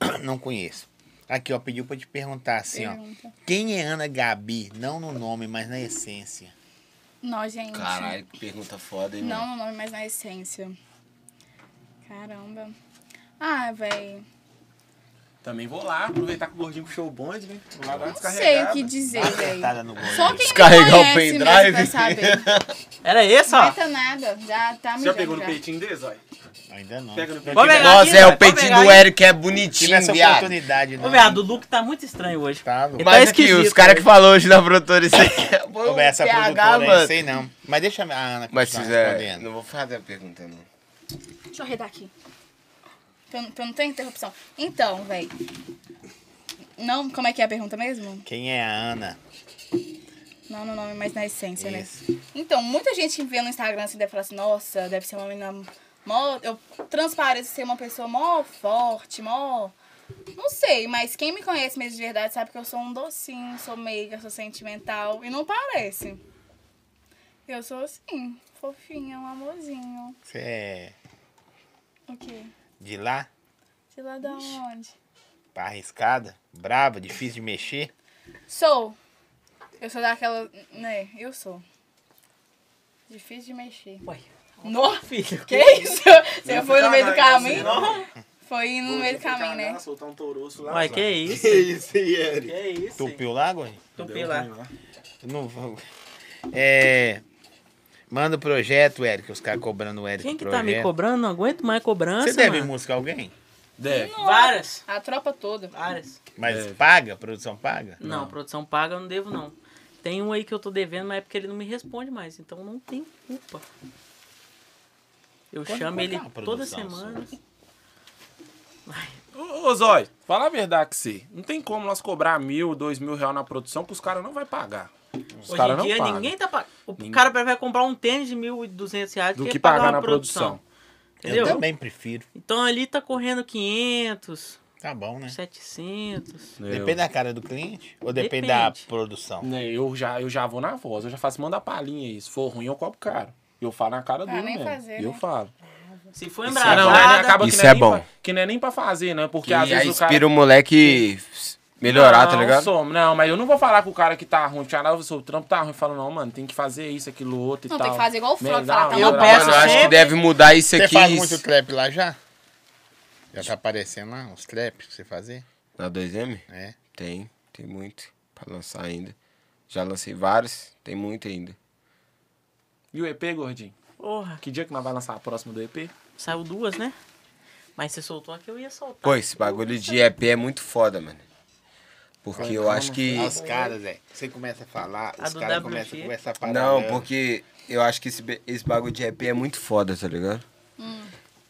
S2: Não conheço. Aqui, ó, pediu pra te perguntar assim, ó.
S3: Pergunta.
S2: Quem é Ana Gabi? Não no nome, mas na essência.
S3: Nó, gente.
S1: Caralho, que pergunta foda, hein,
S3: Não
S1: mano.
S3: no nome, mas na essência. Caramba. Ah, véi.
S4: Também vou lá, aproveitar que o gordinho puxou o bonde, né? Vou lá dar uma
S3: Não sei o
S4: descarregada.
S3: que dizer,
S2: Dá uma
S3: véi.
S2: apertada no gol.
S3: Só quem me
S1: Tá Descarregar o
S3: conhece mesmo
S1: pendrive.
S3: vai saber.
S5: Era esse, ó.
S3: Não tá nada. Já tá
S4: Você já
S3: mijando
S4: pegou no
S3: já.
S4: peitinho dele, Zói?
S2: Ainda não.
S4: Pega no
S2: Tive
S4: peitinho.
S5: pegar.
S1: Nossa,
S5: Pegadinha,
S1: é, o
S5: vai
S1: peitinho
S5: pegar
S1: do
S5: aí.
S1: Eric é bonitinho,
S2: essa
S1: viado.
S2: oportunidade, não.
S5: Ô, viado, o Luke tá muito estranho hoje.
S2: Tá louco.
S5: Ele
S1: Mas aqui,
S5: esquisito,
S1: os caras
S5: velho.
S1: que falou hoje da produtora, isso aqui é bom.
S2: Ô, mas essa
S1: PH,
S2: produtora, aí,
S1: mano.
S2: não sei não. Mas deixa a Ana
S1: Mas se
S2: continuar
S1: quiser,
S2: respondendo.
S1: não vou fazer a pergunta, não.
S3: Deixa eu arredar aqui. Pra eu, pra eu não ter interrupção. Então, véi. Não, como é que é a pergunta mesmo?
S2: Quem é a Ana?
S3: Não no nome, mas na essência,
S5: é
S3: né?
S2: Isso.
S3: Então, muita gente que vê no Instagram assim deve falar assim, nossa, deve ser uma menina mó. Eu transpareço ser uma pessoa mó forte, mó. Não sei, mas quem me conhece mesmo de verdade sabe que eu sou um docinho, sou meiga, sou sentimental. E não parece. Eu sou assim, fofinha, um amorzinho.
S2: Você é
S3: O quê?
S2: de lá?
S3: De lá da onde?
S2: Pá arriscada? Brava? Difícil de mexer?
S3: Sou. Eu sou daquela. Né, eu sou. Difícil de mexer.
S5: Ué,
S3: Nossa!
S5: filho. é
S3: Que isso? Você foi no meio do caminho? Foi no meio do caminho, né?
S4: Soltar um touroço lá.
S5: Ué, que é isso?
S1: é
S6: isso, hein, Eric?
S5: Que é isso? hein?
S2: Tupiu lá, Gordinho?
S5: Tupi lá.
S1: um
S2: Não vou. É. Manda o projeto, Eric. Os caras cobrando o Eric.
S5: Quem que
S2: pro
S5: tá me
S2: projeto.
S5: cobrando? Não aguento mais cobrança,
S2: Você deve
S5: mano.
S2: música a alguém?
S4: Deve.
S5: Várias.
S3: A tropa toda.
S5: Várias.
S2: Mas paga? Produção paga?
S5: Não, produção paga eu não devo, não. Tem um aí que eu tô devendo, mas é porque ele não me responde mais. Então não tem culpa. Eu
S2: Quanto-
S5: chamo
S2: quanto é
S5: ele
S2: uma
S5: toda
S2: produção
S5: semana.
S4: Ô, ô, Zói, fala a verdade que você. Não tem como nós cobrar mil, dois mil reais na produção que os caras não vão pagar. Os
S5: Hoje
S4: caras
S5: em
S4: não
S5: dia
S4: pagam.
S5: ninguém tá pagando. O
S4: Ninguém.
S5: cara vai comprar um tênis de 1.200 reais
S4: Do
S5: do
S4: que
S5: pagar,
S4: pagar
S5: uma
S4: na produção.
S5: Entendeu?
S2: Eu também prefiro.
S5: Então ali tá correndo 500,
S2: Tá bom, né?
S5: 700.
S2: Depende da cara do cliente ou depende,
S5: Depende.
S2: da produção?
S4: Né, Eu já, eu já vou na voz, eu já faço, manda a palhinha aí. Se for ruim, eu cobro caro. Eu falo na cara
S3: Ah,
S4: dele
S3: nem
S4: mesmo.
S3: fazer,
S4: eu
S3: né?
S4: falo.
S5: Se for
S4: Não, não,
S5: embrasada,
S4: acaba que
S1: Isso
S4: não
S1: é
S4: nem
S1: bom.
S4: pra- que não é nem pra fazer, né? Porque
S1: Que
S4: às
S1: aí
S4: vezes o cara.
S1: inspira o moleque melhorar, tá
S4: Não,
S1: ligado?
S4: sou- não, mas eu não vou falar com o cara que tá ruim. Tchau, o trampo tá ruim. Fala, não, mano, tem que fazer isso, aquilo, outro e
S3: Não,
S4: tal.
S3: tem que fazer igual o Frog,
S4: Melhor,
S3: falar, tá
S5: Eu
S3: uma
S5: peço
S1: Mano, eu acho que
S5: sempre-
S1: deve mudar isso
S2: Você
S1: aqui.
S2: faz muito trap lá já? Já tá aparecendo lá uns traps pra você fazer?
S1: Na 2M?
S2: É.
S1: Tem, tem muito pra lançar ainda. Já lancei vários, tem muito ainda.
S4: E o EP, gordinho?
S5: porra,
S4: Que dia que nós vai lançar a próxima do
S5: É
S4: EP?
S5: saiu duas, né? Mas você soltou aqui, eu ia soltar.
S1: Pô, esse bagulho de EP é muito foda, mano. Porque eu
S2: é
S1: acho que.
S2: Os caras, Zé. Você começa a falar,
S5: A
S2: os
S5: do
S2: caras
S5: WG.
S2: começam a conversar parada.
S1: Não, porque eu acho que esse, be- esse bagulho de EP é muito foda, tá ligado?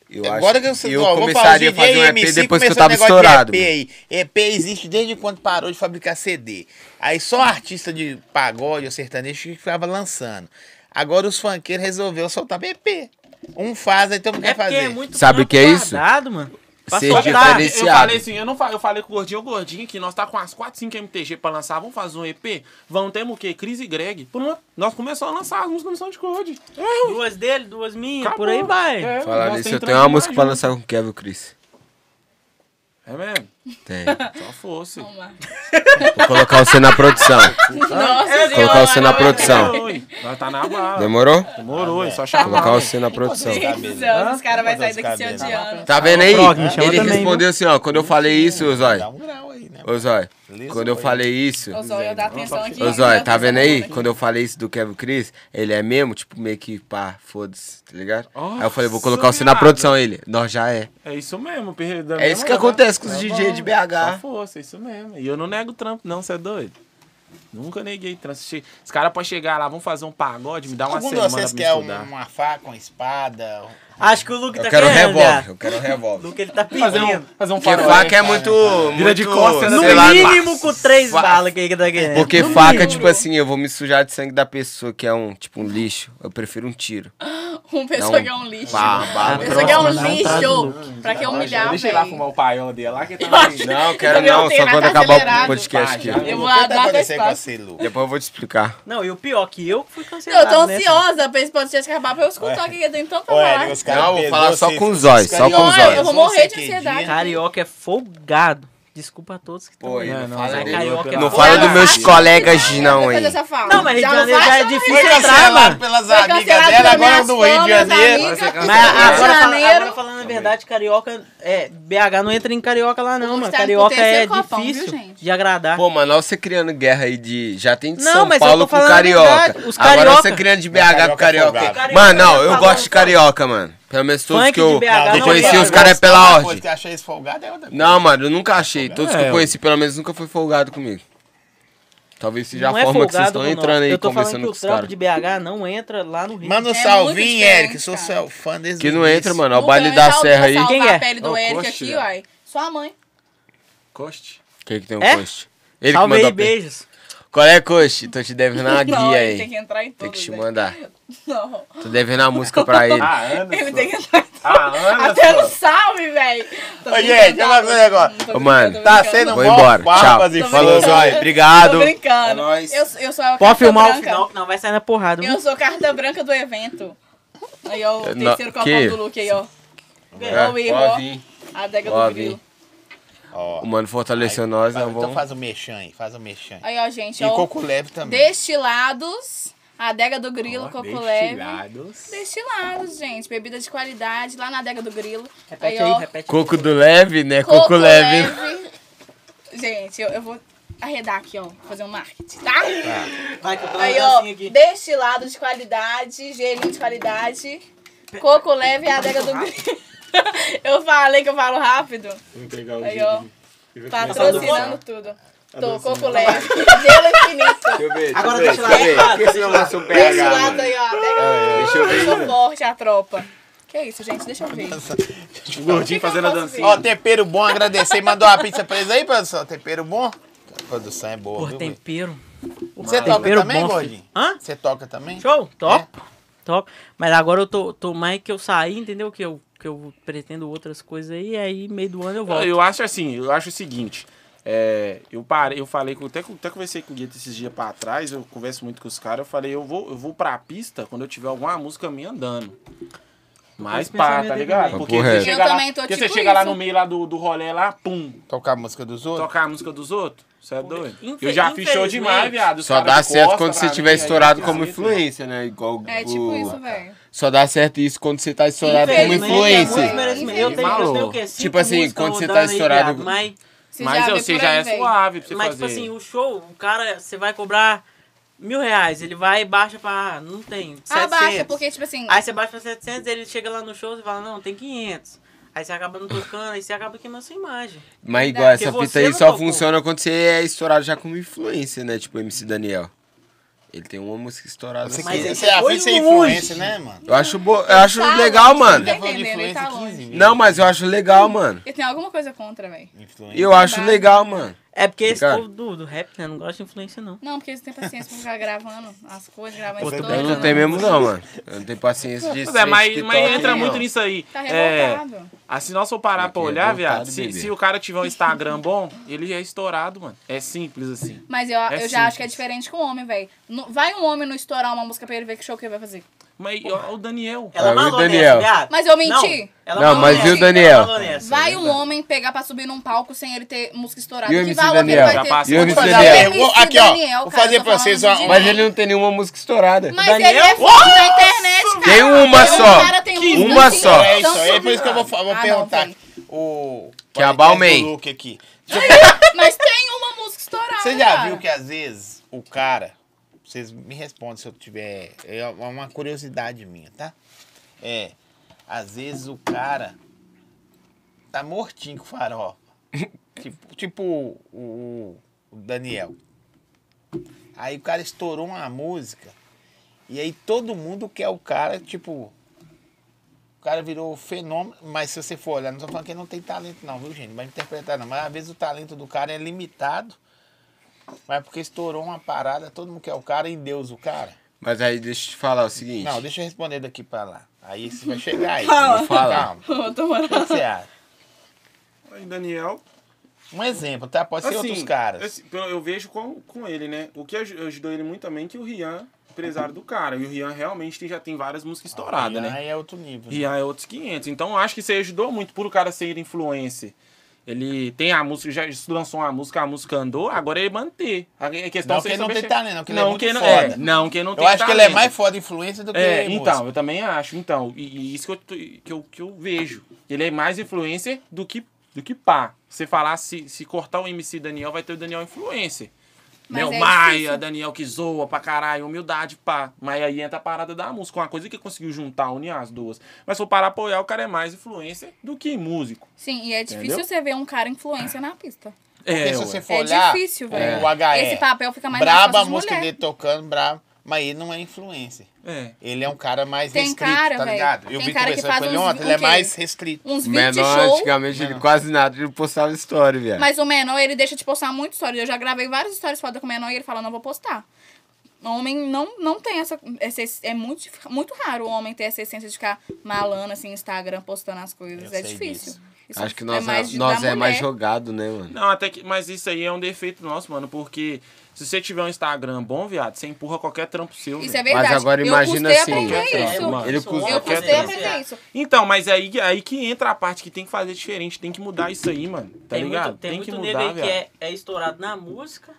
S1: Eu
S2: Agora que eu,
S1: eu
S2: ó, vou falar
S1: começaria a
S2: os
S1: fazer um
S2: DJ,
S1: EP
S2: MC
S1: depois que eu
S2: começou
S1: tava
S2: o negócio de
S1: estourado.
S2: EP,
S1: mano.
S2: aí. EP existe desde quando parou de fabricar CD. Aí só artista de pagode ou sertanejo que ficava lançando. Agora os funkeiros resolveu soltar EP. Um faz, aí todo mundo
S5: É
S2: quer
S5: porque
S2: fazer.
S5: é muito
S1: Sabe o
S5: trampo
S1: que é isso?
S5: guardado, mano. Pra
S1: Ser
S5: soltar.
S1: diferente.
S4: Eu
S1: Diferenciado.
S4: falei assim, eu, não fa- eu falei com o Gordinho, ô Gordinho, que nós tá com as 4, 5 MTG pra lançar, vamos fazer um EP? Vamos, temos o quê? Cris e Greg. Por uma- nós começamos a lançar as músicas no SoundCloud. É,
S5: Duas dele, duas minhas,
S4: acabou.
S5: por aí vai.
S4: É,
S1: Falar
S4: nós
S1: nisso,
S4: tem
S1: eu
S2: então
S1: tenho uma
S4: três
S1: música pra
S4: mais
S1: lançar com o Kevin e o Chris.
S4: junto. É mesmo?
S1: Tem.
S4: Só fosse.
S3: Uma.
S1: Vou colocar você na produção.
S4: é
S3: Nossa,
S1: Vou colocar você na produção.
S4: Nós tá na bala.
S1: Demorou?
S4: Demorou,
S2: Ah,
S4: é
S2: Zé.
S4: só chamar.
S1: Colocar você na produção.
S3: Deus, os caras vão sair daqui se
S2: Cabelo.
S3: odiando.
S1: Tá vendo aí?
S5: Frog, me chama
S1: Ele
S5: também,
S1: respondeu assim, ó. Quando eu falei isso,
S2: Dá
S1: Zóia.
S2: um grau aí, né?
S1: Ô, Zóia.
S2: Liso
S1: Quando eu
S2: foi.
S1: falei isso...
S3: Ô, é Zóia, dá atenção aqui.
S1: Ô, Zóia,
S3: Dá
S1: tá vendo
S3: atenção
S1: aí?
S3: aqui.
S1: Quando eu falei isso do Kevin Chris, ele é mesmo, tipo, meio que pá, foda-se, tá ligado? Aí eu falei, vou
S4: Nossa,
S1: colocar você na
S4: viado.
S1: produção, ele. Nós já é.
S4: É isso mesmo, perdão.
S1: É isso que acontece com os DJ de
S4: Tá Só
S1: BH.
S4: força, é isso mesmo. E eu não nego trampo, não, você é doido? Nunca neguei trampo. Che- Os
S1: é
S4: caras podem chegar lá, vão fazer um pagode, me dá uma
S2: Algum de
S4: semana
S2: vocês
S4: pra me
S2: quer
S4: estudar.
S2: uma, uma faca, uma espada? um-
S5: Acho que o Luke
S1: Eu
S5: tá
S1: quero um
S5: querendo.
S1: revólver,
S5: viado.
S1: eu quero um
S5: O
S1: revólver.
S5: Luke, ele tá
S4: Fazer um,
S5: pedindo.
S4: fazer um
S1: Porque
S4: farol,
S1: faca
S4: né?
S1: é muito.
S4: Vira de
S1: muito, sei
S4: costas,
S5: né, No
S1: lá,
S5: mínimo com três
S1: fa-
S5: balas que ele tá querendo.
S1: Porque
S5: No
S1: faca,
S5: mínimo.
S1: tipo assim, eu vou me sujar de sangue da pessoa que é um, tipo, um lixo. Eu prefiro um tiro.
S3: Um pessoa
S1: Não.
S3: que é um lixo.
S1: Bah, bah,
S3: Esse aqui é um
S5: Próxima, não, tá,
S3: lixo pra que humilhar,
S4: Deixa ele lá
S3: velho.
S4: fumar o paiola dele lá que tá
S1: Não,
S3: Eu
S1: quero
S3: também
S1: é não,
S3: odeio,
S1: só
S3: mas
S1: quando
S3: tá
S1: acabar o
S3: acelerado.
S1: podcast aqui.
S3: Eu vou
S2: O que tá
S3: dar dois
S2: acontecendo com
S3: passos.
S2: você, Lu?
S1: Depois eu vou te explicar.
S5: Não, e o pior, que eu fui cancelado.
S3: Eu tô
S5: né?
S3: ansiosa pra esse podcast acabar pra eu escutar o que que tem tanto pra
S2: Olha,
S3: falar.
S2: os caras
S1: Não, eu vou
S2: pesou,
S1: falar só
S2: se-
S1: com os olhos, só
S2: carioca
S1: com os olhos.
S3: Eu
S2: pesou,
S3: vou morrer
S2: sei
S3: de
S2: que dia.
S3: ansiedade.
S5: Carioca é folgado. Desculpa a todos que
S1: Pô,
S5: tão-
S1: não,
S4: não,
S1: fala
S4: não,
S1: dele.
S5: carioca é
S1: Não
S5: foda.
S1: fala dos
S3: Não,
S1: meus
S3: faz
S1: colegas, não,
S3: Fazer
S1: hein?
S3: essa fala.
S5: Não, mas Rio de
S3: não
S5: Janeiro já
S3: faz,
S5: é
S3: não
S5: difícil
S2: Foi
S5: entrar,
S2: cancelado
S5: mano.
S2: pelas
S3: Foi
S2: amigas dela,
S3: cancelado pelas
S2: agora é
S3: minhas
S2: do Rio de
S3: fãs, minhas
S2: Janeiro.
S1: Vai
S3: amigas.
S1: ser é
S5: Mas
S1: cancelado.
S3: Rio de
S5: agora, fala-
S3: Janeiro.
S5: agora falando a verdade, carioca. É, BH não entra em carioca lá, não,
S3: Vamos
S5: mano.
S3: estar no
S5: Carioca é
S3: terceiro copão, viu,
S5: difícil
S3: gente?
S5: de agradar.
S1: Pô, mano, olha você criando guerra aí de. Já tem de
S5: Não,
S1: São
S5: mas eu
S1: Paulo
S5: tô
S1: com
S5: falando a
S1: carioca.
S5: verdade, os
S1: Agora
S5: carioca.
S1: você criando de BH com
S2: Mas carioca é
S1: carioca.
S2: folgado.
S1: Mano, não,
S5: Carioca
S1: eu
S5: já
S1: gosto de
S5: falou,
S1: carioca, mano. Pelo menos todos
S5: Funk
S1: que eu,
S5: de BH,
S1: que eu
S5: não,
S1: conheci,
S5: deixa
S1: os
S5: eu
S1: caras é pela
S2: Coisa
S1: ordem.
S2: que eu achei esse folgado é outra coisa.
S1: Não, mano, eu nunca achei. Todos que
S4: É,
S1: eu conheci, pelo menos, nunca foi folgado comigo. Talvez seja
S5: não
S1: a
S5: é
S1: forma que vocês
S5: folgado,
S1: estão
S5: não.
S1: entrando aí
S5: Eu tô falando
S1: conversando
S5: que
S1: com
S5: o
S1: os caras.
S5: trampo de BH não entra lá no Rio.
S2: Manda um
S3: É muito
S2: salvinho,
S3: diferente,
S2: Eric. Sou
S3: cara.
S2: seu fã desde
S1: Que
S2: o
S1: não
S2: início.
S1: entra, mano.
S3: Não,
S1: Ó, O baile da
S3: salva-
S1: serra aí.
S5: Quem
S3: salva
S5: é?
S3: a pele do
S4: Ô,
S3: Eric
S4: coxa,
S3: aqui,
S4: velho.
S3: uai. Sua mãe.
S4: Coste.
S1: Quem que tem o
S5: É?
S1: coche? Ele que
S5: Salve
S1: mandou.
S5: aí,
S1: a per-
S5: beijos.
S1: Qual é, coche? Tô te devendo uma guia
S3: Não, ele tem
S1: aí.
S3: que entrar em tudo.
S1: Tem que te
S3: né?
S1: mandar.
S3: Não.
S1: Tô devendo a música pra ele.
S4: A Tá, Ana. tá
S3: Ele
S4: só.
S3: tem que entrar em
S1: Ah,
S3: tudo.
S4: A Ana.
S3: Até
S4: só.
S3: no salve, velho.
S2: Ô, gente, eu vou fazer agora.
S1: Ô, mano,
S2: Tá sendo
S1: Vou
S2: bom.
S1: embora. Tchau.
S2: Barbas e
S1: Falou,
S2: flores.
S1: Zóia. Obrigado.
S3: Tô brincando.
S2: É nóis.
S3: Eu, eu sou a
S5: Pode
S3: carta
S5: filmar
S3: branca.
S5: o final, não vai sair na porrada. viu?
S3: Eu sou carta branca do evento. Aí, ó, o
S1: Eu É, não-
S3: terceiro copão
S1: que?
S3: do Luke aí, ó.
S1: É,
S3: Ó, o Igor, ó.
S1: pode vir.
S3: A adega
S1: Ó,
S3: do grilo.
S1: vim.
S2: Ó,
S1: O mano fortaleceu nós, nós
S2: Então
S1: vamos.
S2: faz o mexão aí, faz o mexão aí.
S3: Aí, ó, gente,
S2: E
S3: ó.
S2: coco leve também.
S3: Destilados. A adega do grilo,
S4: Ó,
S3: coco leve.
S4: destilados.
S3: Destilados, gente. Bebida de qualidade lá na adega do grilo.
S5: Repete aí,
S3: ó,
S5: repete.
S4: assim.
S1: Coco do leve, né? Coco leve.
S3: leve. Gente, eu, eu vou arredar aqui, ó. Fazer um marketing, tá?
S5: Vai que eu tô
S3: Aí,
S5: dando
S3: ó,
S5: assim aqui.
S3: destilado de qualidade, gelinho de qualidade, coco leve e a adega do grilo. Eu falei que eu falo rápido.
S4: Vou entregar o
S3: Aí,
S4: jeito
S3: ó.
S4: de-
S3: Patrocinando tudo. Tô, coco leve. Gelo infinito.
S1: eu ver.
S5: Agora deixa eu ver, deixa eu ver.
S1: esse negócio é um
S3: Destilado aí, ó. Adega
S1: É, Deixa né?
S3: do grilo. Sou forte a tropa. Que isso, gente? Deixa eu ver.
S4: O gordinho
S3: Por que que eu
S4: fazendo a
S3: não posso
S4: dancinha.
S2: Ó, tempero bom, agradecer. Mandou uma pizza pra eles aí, produção. Tempero bom. A produção é boa,
S5: Por
S2: viu? velho?
S5: tempero.
S2: Você toca
S5: tempero
S2: também,
S5: bom, filho.
S2: gordinho?
S5: Hã?
S2: Você toca também?
S5: Show, top. Top. Mas agora eu tô, tô mais que eu saí, entendeu? Que eu, que eu pretendo outras coisas aí, aí meio do ano eu volto.
S4: Eu acho assim, eu acho o seguinte. é, eu parei, eu falei com. Até, com- até conversei com o Gueto esses dias pra trás, eu converso muito com os caras, eu falei, eu vou, eu vou pra pista quando eu tiver alguma música minha andando. Mas
S5: esse
S4: pá,
S5: pensamento
S4: tá
S5: aí
S4: ligado?
S5: também.
S4: Porque
S1: Papo
S4: você
S1: reto.
S4: chega,
S3: Eu
S4: lá,
S3: também tô
S4: porque
S3: tipo
S4: você chega lá
S3: isso.
S4: no meio lá do, do rolê lá, pum,
S2: Tocar a música dos outros?
S4: tocar a música dos outros. Você é doido?
S5: Infe-
S4: Eu já fiz show demais,
S5: infelizmente.
S4: viado. os
S1: Só
S4: caras
S1: dá
S4: de
S1: certo
S4: costa
S1: quando
S4: pra
S1: você
S4: mim,
S1: tiver
S4: aí,
S1: estourado
S4: assim,
S1: como
S4: assim.
S1: influência, né? Igual
S3: É
S1: o-
S3: tipo isso, velho.
S1: Só dá certo isso quando você tá estourado como
S5: Infelizmente, é muito
S1: influência.
S5: merecimento. Eu tenho, eu tenho o quê? Cinco
S1: Tipo assim,
S5: músicas
S1: quando você tá
S5: rodando aí,
S1: estourado-
S5: viado, Mas,
S3: Você
S4: Mas
S3: vê
S4: você
S3: por
S4: já
S3: aí,
S4: é
S3: véi.
S4: suave pra você
S5: mas tipo
S4: fazer.
S5: assim, o show, o cara, você vai cobrar mil reais, ele vai e baixa pra. Não tem. 700.
S3: Abaixa, porque, tipo assim,
S5: Aí você baixa pra 700, ele chega lá no show e fala, não, tem 500. Aí você acaba não tocando, aí você acaba queimando sua imagem.
S1: Mas igual, essa
S5: Porque
S1: fita
S5: você
S1: aí
S5: não
S1: só
S5: tocou.
S1: funciona quando você é estourado já como influência, né? Tipo o MC Daniel. Ele tem uma música estourada.
S2: Você,
S1: assim.
S5: Mas
S2: quis-
S5: esse
S2: você já
S5: foi
S2: fez
S4: é
S2: sem
S5: longe.
S2: influência, né, mano?
S1: Eu acho, bo... eu acho
S3: Tá,
S1: legal,
S3: você
S1: mano.
S3: tá
S2: Já falou de
S3: entendendo, ele tá
S2: influência
S3: longe.
S2: 15 vezes.
S1: Não, mas eu acho legal, mano.
S3: Ele tem alguma coisa contra, velho.
S2: Influência.
S1: Eu acho legal, mano.
S5: É porque esse
S1: Cara.
S5: povo do, do rap, né? Não gosta de influência, não.
S3: Não, porque eles têm paciência pra ficar gravando as coisas, gravando
S5: Pô,
S3: as
S5: também
S1: Eu não
S3: coisas. né?
S1: tenho mesmo, não, mano. Eu não tenho paciência de
S4: Pois é, mas,
S1: TikTok,
S4: mas entra
S1: não.
S4: muito nisso aí.
S3: Tá
S4: É,
S3: revoltado.
S4: Assim, nós for parar
S1: Aqui
S4: pra
S1: é
S4: olhar,
S1: voltado,
S4: viado, se,
S1: bebê.
S4: se o cara tiver um Instagram bom, ele é estourado, mano. É simples assim.
S3: Mas eu, eu
S4: simples.
S3: já acho que é diferente com o homem, velho. Vai um homem não estourar uma música pra ele ver que show que ele vai fazer.
S4: Mas ó, o Daniel.
S1: Ah,
S5: Ela é
S1: e o
S5: malonesta,
S1: Daniel?
S5: viado.
S3: Mas eu menti?
S5: ela
S1: Não,
S5: é
S1: mas
S5: malonesta,
S1: viu,
S5: ela é
S1: Daniel?
S5: malonesta.
S3: Vai um homem pegar pra subir num palco sem ele ter música estourada.
S1: E o
S3: que
S1: MC
S3: valor
S1: Daniel?
S3: que
S4: Já
S3: ele vai
S4: passa
S3: ter?
S1: E o
S4: um
S1: MC
S2: Vou fazer-
S1: Daniel?
S2: eu vou- aqui, ó. Vou
S3: cara,
S2: fazer
S3: tô
S2: pra vocês
S3: falando
S2: uma-
S3: de
S1: Mas
S3: mim.
S1: ele não tem nenhuma música estourada.
S3: Mas
S5: Daniel-
S3: ele é foda na internet, cara.
S1: Tem uma
S3: Ele é um
S1: só.
S3: cara, tem
S1: Que-
S3: música
S1: uma
S3: assim,
S1: só.
S2: É
S3: então
S2: isso aí, é por
S3: sobre-
S2: isso que eu vou, fa- eu vou
S3: Ah, não,
S2: perguntar
S3: véi.
S2: o...
S1: Que é a
S2: podcast
S1: Balmain.
S2: do Luke aqui.
S3: Mas tem uma música estourada.
S2: Você já viu
S3: cara.
S2: que às vezes o cara. Vocês me respondem se eu tiver. É uma curiosidade minha, tá? É. Às vezes o cara tá mortinho com farofa. tipo tipo o, o- o Daniel. Aí o cara estourou uma música. E aí todo mundo quer o cara, tipo. cara virou fenômeno, mas se você for olhar, não estou falando que ele não tem talento, não, viu, gente? Não vai interpretar, não. Mas às vezes o talento do cara é limitado, mas porque estourou uma parada, todo mundo quer o cara e Deus o cara.
S1: Mas aí deixa eu te falar o seguinte.
S2: Não, deixa eu responder daqui pra lá. Aí você vai chegar aí.
S3: Fala.
S1: Fala.
S2: Calma.
S3: Eu tô
S2: O que que
S3: morando.
S2: você acha?
S4: Aí, Daniel.
S2: Um exemplo, tá? Pode ser
S4: Assim,
S2: outros caras.
S4: esse- pelo- eu vejo com, com ele, né? O que aj- ajudou ele muito também é que o Rian, empresário do cara. E o Rian realmente tem- já tem várias músicas estouradas, né?
S2: Aí é outro nível. né?
S4: Rian é outros 500. Então eu acho que isso aí ajudou muito por o cara ser influencer. Ele tem a música, já lançou uma música, a música andou, agora ele manter. A que- a questão
S2: Não
S4: é se
S2: que ele não
S4: saber
S2: tem
S4: chegar.
S2: talento, não, que ele é muito
S4: que não,
S2: foda.
S4: não, que ele não tem
S2: Eu acho que ele é
S4: talento.
S2: mais foda influência do que
S4: É,
S2: músico.
S4: então, eu também acho. Então, e, e isso que eu, tô- que, eu, que eu vejo. Ele é mais influencer do que, do que pá. Você falar, se, se cortar o MC Daniel, vai ter o Daniel influencer.
S3: Mas
S4: Mel
S3: é
S4: Maia,
S3: difícil.
S4: Daniel que zoa pra caralho, humildade, pá. Mas aí entra a parada da música, uma coisa que conseguiu juntar, unir as duas. Mas se for parar pra apoiar, o cara é mais influencer do que músico.
S3: Sim, e é difícil
S4: Entendeu?
S3: você ver um cara influência na pista.
S4: É,
S2: Porque se
S4: ué.
S2: você for
S3: É
S2: olhar,
S3: difícil, velho.
S2: o HE,
S3: Esse papel fica mais nas
S2: braba a
S3: costas de
S2: música
S3: mulher.
S2: dele tocando, brabo, mas ele não é influencer.
S4: É.
S2: Ele é um cara mais
S3: Tem
S2: restrito,
S3: cara,
S2: tá
S3: velho.
S2: ligado? Eu
S3: Tem
S2: vi
S3: cara que
S2: conversando
S3: faz
S2: com ele
S3: uns-
S2: ontem,
S3: o
S2: ele é
S3: quê?
S2: mais restrito.
S3: Uns 20
S1: Menor, é.
S3: shows.
S1: antigamente, ele quase nada, ele postava história, viado.
S3: Mas o menor, ele deixa de postar muito stories. Eu já gravei várias stories foda com o menor e ele fala, não vou postar. Homem não, não tem essa, essa- É muito, dif- muito raro o homem ter essa essência de ficar malando assim, Instagram, postando as coisas.
S2: Eu
S3: é
S2: sei
S3: difícil. Isso
S1: Acho que nós é,
S3: de-
S1: nós
S3: da
S1: é mais
S3: mulher.
S1: jogado, né, mano?
S4: Não, até que. Mas isso aí é um defeito nosso, mano. Porque se você tiver um Instagram bom, viado, você empurra qualquer trampo seu.
S3: Isso
S4: velho.
S3: é verdade.
S1: agora
S3: eu
S1: imagina
S3: custei
S1: assim,
S3: aprender
S4: qualquer
S3: isso.
S4: trampo, mano.
S1: Ele custou
S3: Eu
S1: qualquer
S3: custei
S1: trampo.
S5: é,
S3: aprender isso.
S4: Então, mas aí, aí que entra a parte que tem que fazer diferente, tem que mudar isso aí, mano. Tá
S5: tem
S4: ligado?
S5: muito, tem muito
S4: que
S5: nego
S4: mudar,
S5: aí
S4: velho.
S5: que é, é estourado na música,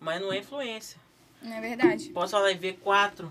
S5: mas não é influência.
S3: Não é verdade.
S5: Posso falar em V4?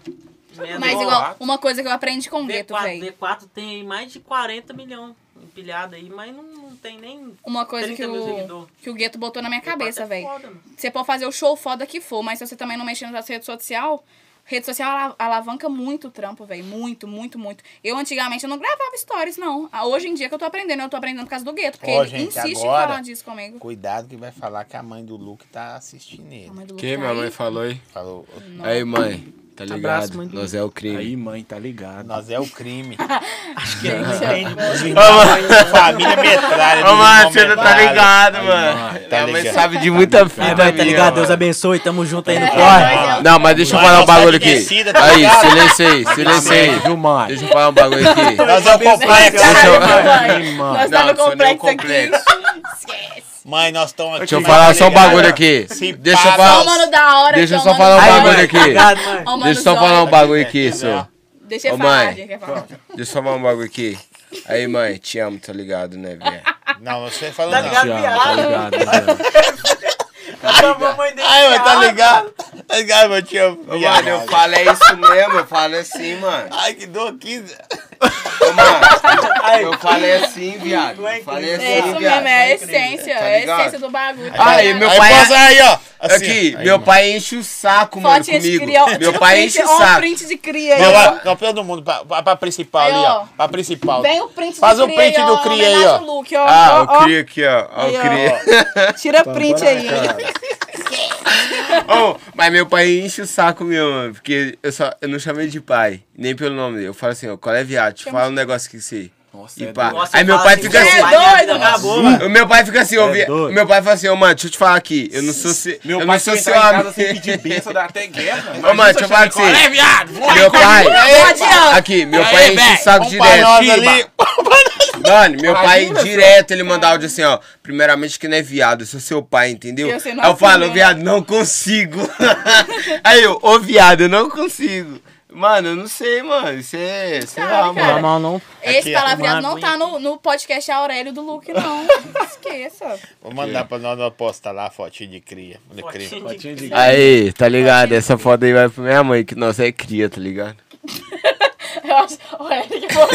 S5: Menor.
S3: Mas igual, um uma coisa que eu aprendi com o Gueto,
S5: V4,
S3: velho.
S5: V4 tem mais de 40 milhões empilhado aí, mas não, não tem nem
S3: Uma coisa que
S5: 30 mil
S3: o,
S5: seguidor.
S3: que o Gueto botou na minha
S5: V4
S3: cabeça,
S5: é
S3: velho.
S5: foda, mano.
S3: Você pode fazer o show foda que for, mas se você também não mexer na sua rede social, rede social ala- alavanca muito o trampo, velho. Muito, muito, muito. Eu antigamente eu não gravava stories, não. Ah, Hoje em dia que eu tô aprendendo, eu tô aprendendo por causa do gueto, porque
S2: Ó,
S3: ele
S2: gente,
S3: insiste
S2: agora-
S3: em falar disso comigo.
S2: Cuidado que vai falar que a mãe do Luke tá assistindo
S3: A
S2: ele.
S3: mãe do Luke
S1: Que
S3: tá
S1: minha
S3: aí.
S1: mãe falou aí?
S2: Falou,
S1: Aí, mãe, tá ligado?
S5: Abraço, mãe.
S1: Nós é o crime.
S4: Aí, mãe, tá ligado.
S2: nós é o crime.
S5: Entende?
S2: Família metralha.
S1: Ô, mano, você
S2: menino
S1: não tá
S2: metralha.
S1: ligado, mano.
S2: tá
S1: Minha mãe
S2: ligado.
S1: sabe de muita fita,
S4: tá
S1: minha, mano.
S5: abençoe, tamo junto aí
S1: É.
S5: no
S1: Corre. Não, mas deixa eu
S2: Mas
S1: falar um
S2: não sai
S1: bagulho
S2: de
S1: aqui.
S2: descida, tá
S1: Aí,
S2: ligado?
S1: silência aí, silência aí.
S4: mãe?
S1: Deixa eu falar um bagulho aqui.
S2: Nós é o complexo.
S1: Deixa eu-
S3: Mãe, Nós tá
S1: Não,
S3: no
S1: isso não é um
S3: complexo aqui.
S1: complexo.
S3: Esquece.
S2: Mãe, nós estamos aqui.
S1: Deixa eu
S2: mas
S1: falar
S2: tá
S1: só um
S2: ligado?
S1: bagulho aqui.
S2: Se
S1: Deixa eu
S2: passa-
S3: Ó,
S1: falar.
S3: o mano da hora.
S1: Deixa eu
S3: aqui,
S1: só
S3: ó, o
S1: falar um
S3: mano da
S1: bagulho
S3: hora.
S1: aqui.
S5: mano.
S3: Ó, o mano
S1: Deixa eu só
S3: zóio.
S1: falar um bagulho aqui, isso.
S3: Deixa eu
S1: Ô,
S3: falar,
S1: mãe.
S3: Diego, quer falar.
S1: Deixa eu só falar um bagulho aqui. Aí, mãe, te amo, tá ligado, né, velho?
S2: Não, você falou
S5: Tá
S2: não.
S5: ligado, viado?
S4: tá
S5: A mamãe dele.
S2: Ai, mas tá ligado? Tá ligado, meu tio?
S1: Ô, mano, eu falo é isso mesmo, eu falo assim, mano.
S2: Ai, que dor, 15.
S1: Ô, mano, eu falei assim, viado. Eu falei
S3: É isso
S1: assim,
S3: mesmo,
S1: viado.
S3: é a essência,
S1: Tá
S3: é a
S1: ligado?
S3: essência do bagulho.
S1: Aí, meu
S2: Aí,
S1: pai- é
S2: posso- aí, ó. Assim,
S1: Aqui,
S2: ó.
S1: meu
S2: Aí,
S1: pai enche o saco, mano,
S3: Fotinha de
S1: comigo.
S3: cria, ó,
S1: Meu
S3: tipo
S1: pai
S3: print,
S1: enche o
S3: ó,
S1: saco.
S3: print de cria aí,
S2: Vai
S3: ó.
S1: é-
S2: lá, não, todo mundo, pra, pra, pra principal
S3: Aí,
S2: ali, ó.
S3: ó.
S2: Pra principal.
S3: Vem o print
S2: Faz
S3: do
S1: um
S2: o
S3: Cria
S2: print
S3: aí,
S2: do
S3: ó,
S2: Cria aí,
S3: homenagem
S2: ó.
S3: ao Luke, ó.
S1: Ah,
S3: ó,
S1: o cria aqui, ó. Ó,
S3: Aí,
S1: o
S3: ó.
S1: cria.
S3: ó. Tira
S5: Tá
S3: print aí.
S1: Ô, mas meu pai enche o saco meu, mano, porque eu, só, eu não chamo ele de pai, nem pelo nome dele. Eu falo assim, ó, qual é viado? Te fala um negócio que você.
S4: Nossa,
S1: E
S4: é
S1: pá.
S4: doido.
S1: Aí meu pai fica assim.
S3: "Você é doido,
S5: Acabou,
S1: O meu pai fica assim, ô, vi-
S4: é doido.
S1: meu pai fala assim, ô mano, deixa eu te falar aqui, eu não sou, se,
S4: Meu
S1: eu
S4: pai
S1: não sou
S4: se
S1: seu
S4: entrar em casa
S1: amigo.
S4: sem pedir bênção, dá até guerra.
S1: Ô mano, deixa eu falar com
S4: É,
S1: você.
S4: viado!
S1: Meu pai, é, aqui, meu
S4: Aí,
S1: pai enche
S4: véi,
S1: o saco
S2: Um pra
S1: direto.
S2: nós ali.
S1: Mano, meu pai
S4: Imagina,
S1: direto, ele manda áudio assim, ó. Primeiramente que não é viado, eu sou seu pai, entendeu?
S3: Eu sei, não
S1: Aí eu falo,
S3: filho, né?
S1: viado, não consigo. Aí eu, ô viado, eu não consigo. Mano, eu não sei, mano. Isso é, sei
S3: Cara,
S1: lá,
S3: cara.
S1: mano.
S5: mal não.
S3: Esse
S2: Aqui, ó,
S3: palavreado não
S5: uma
S3: tá
S5: aguinha
S3: no, no podcast é Aurélio do Luke, não. Esqueça.
S2: Vou mandar pra nós, nós postar lá a fotinha de cria. De cria.
S4: Potinho de
S1: Aí, tá ligado? Essa foto aí vai pra minha mãe, que nós é cria, tá ligado?
S3: Eu acho. Olha que bom.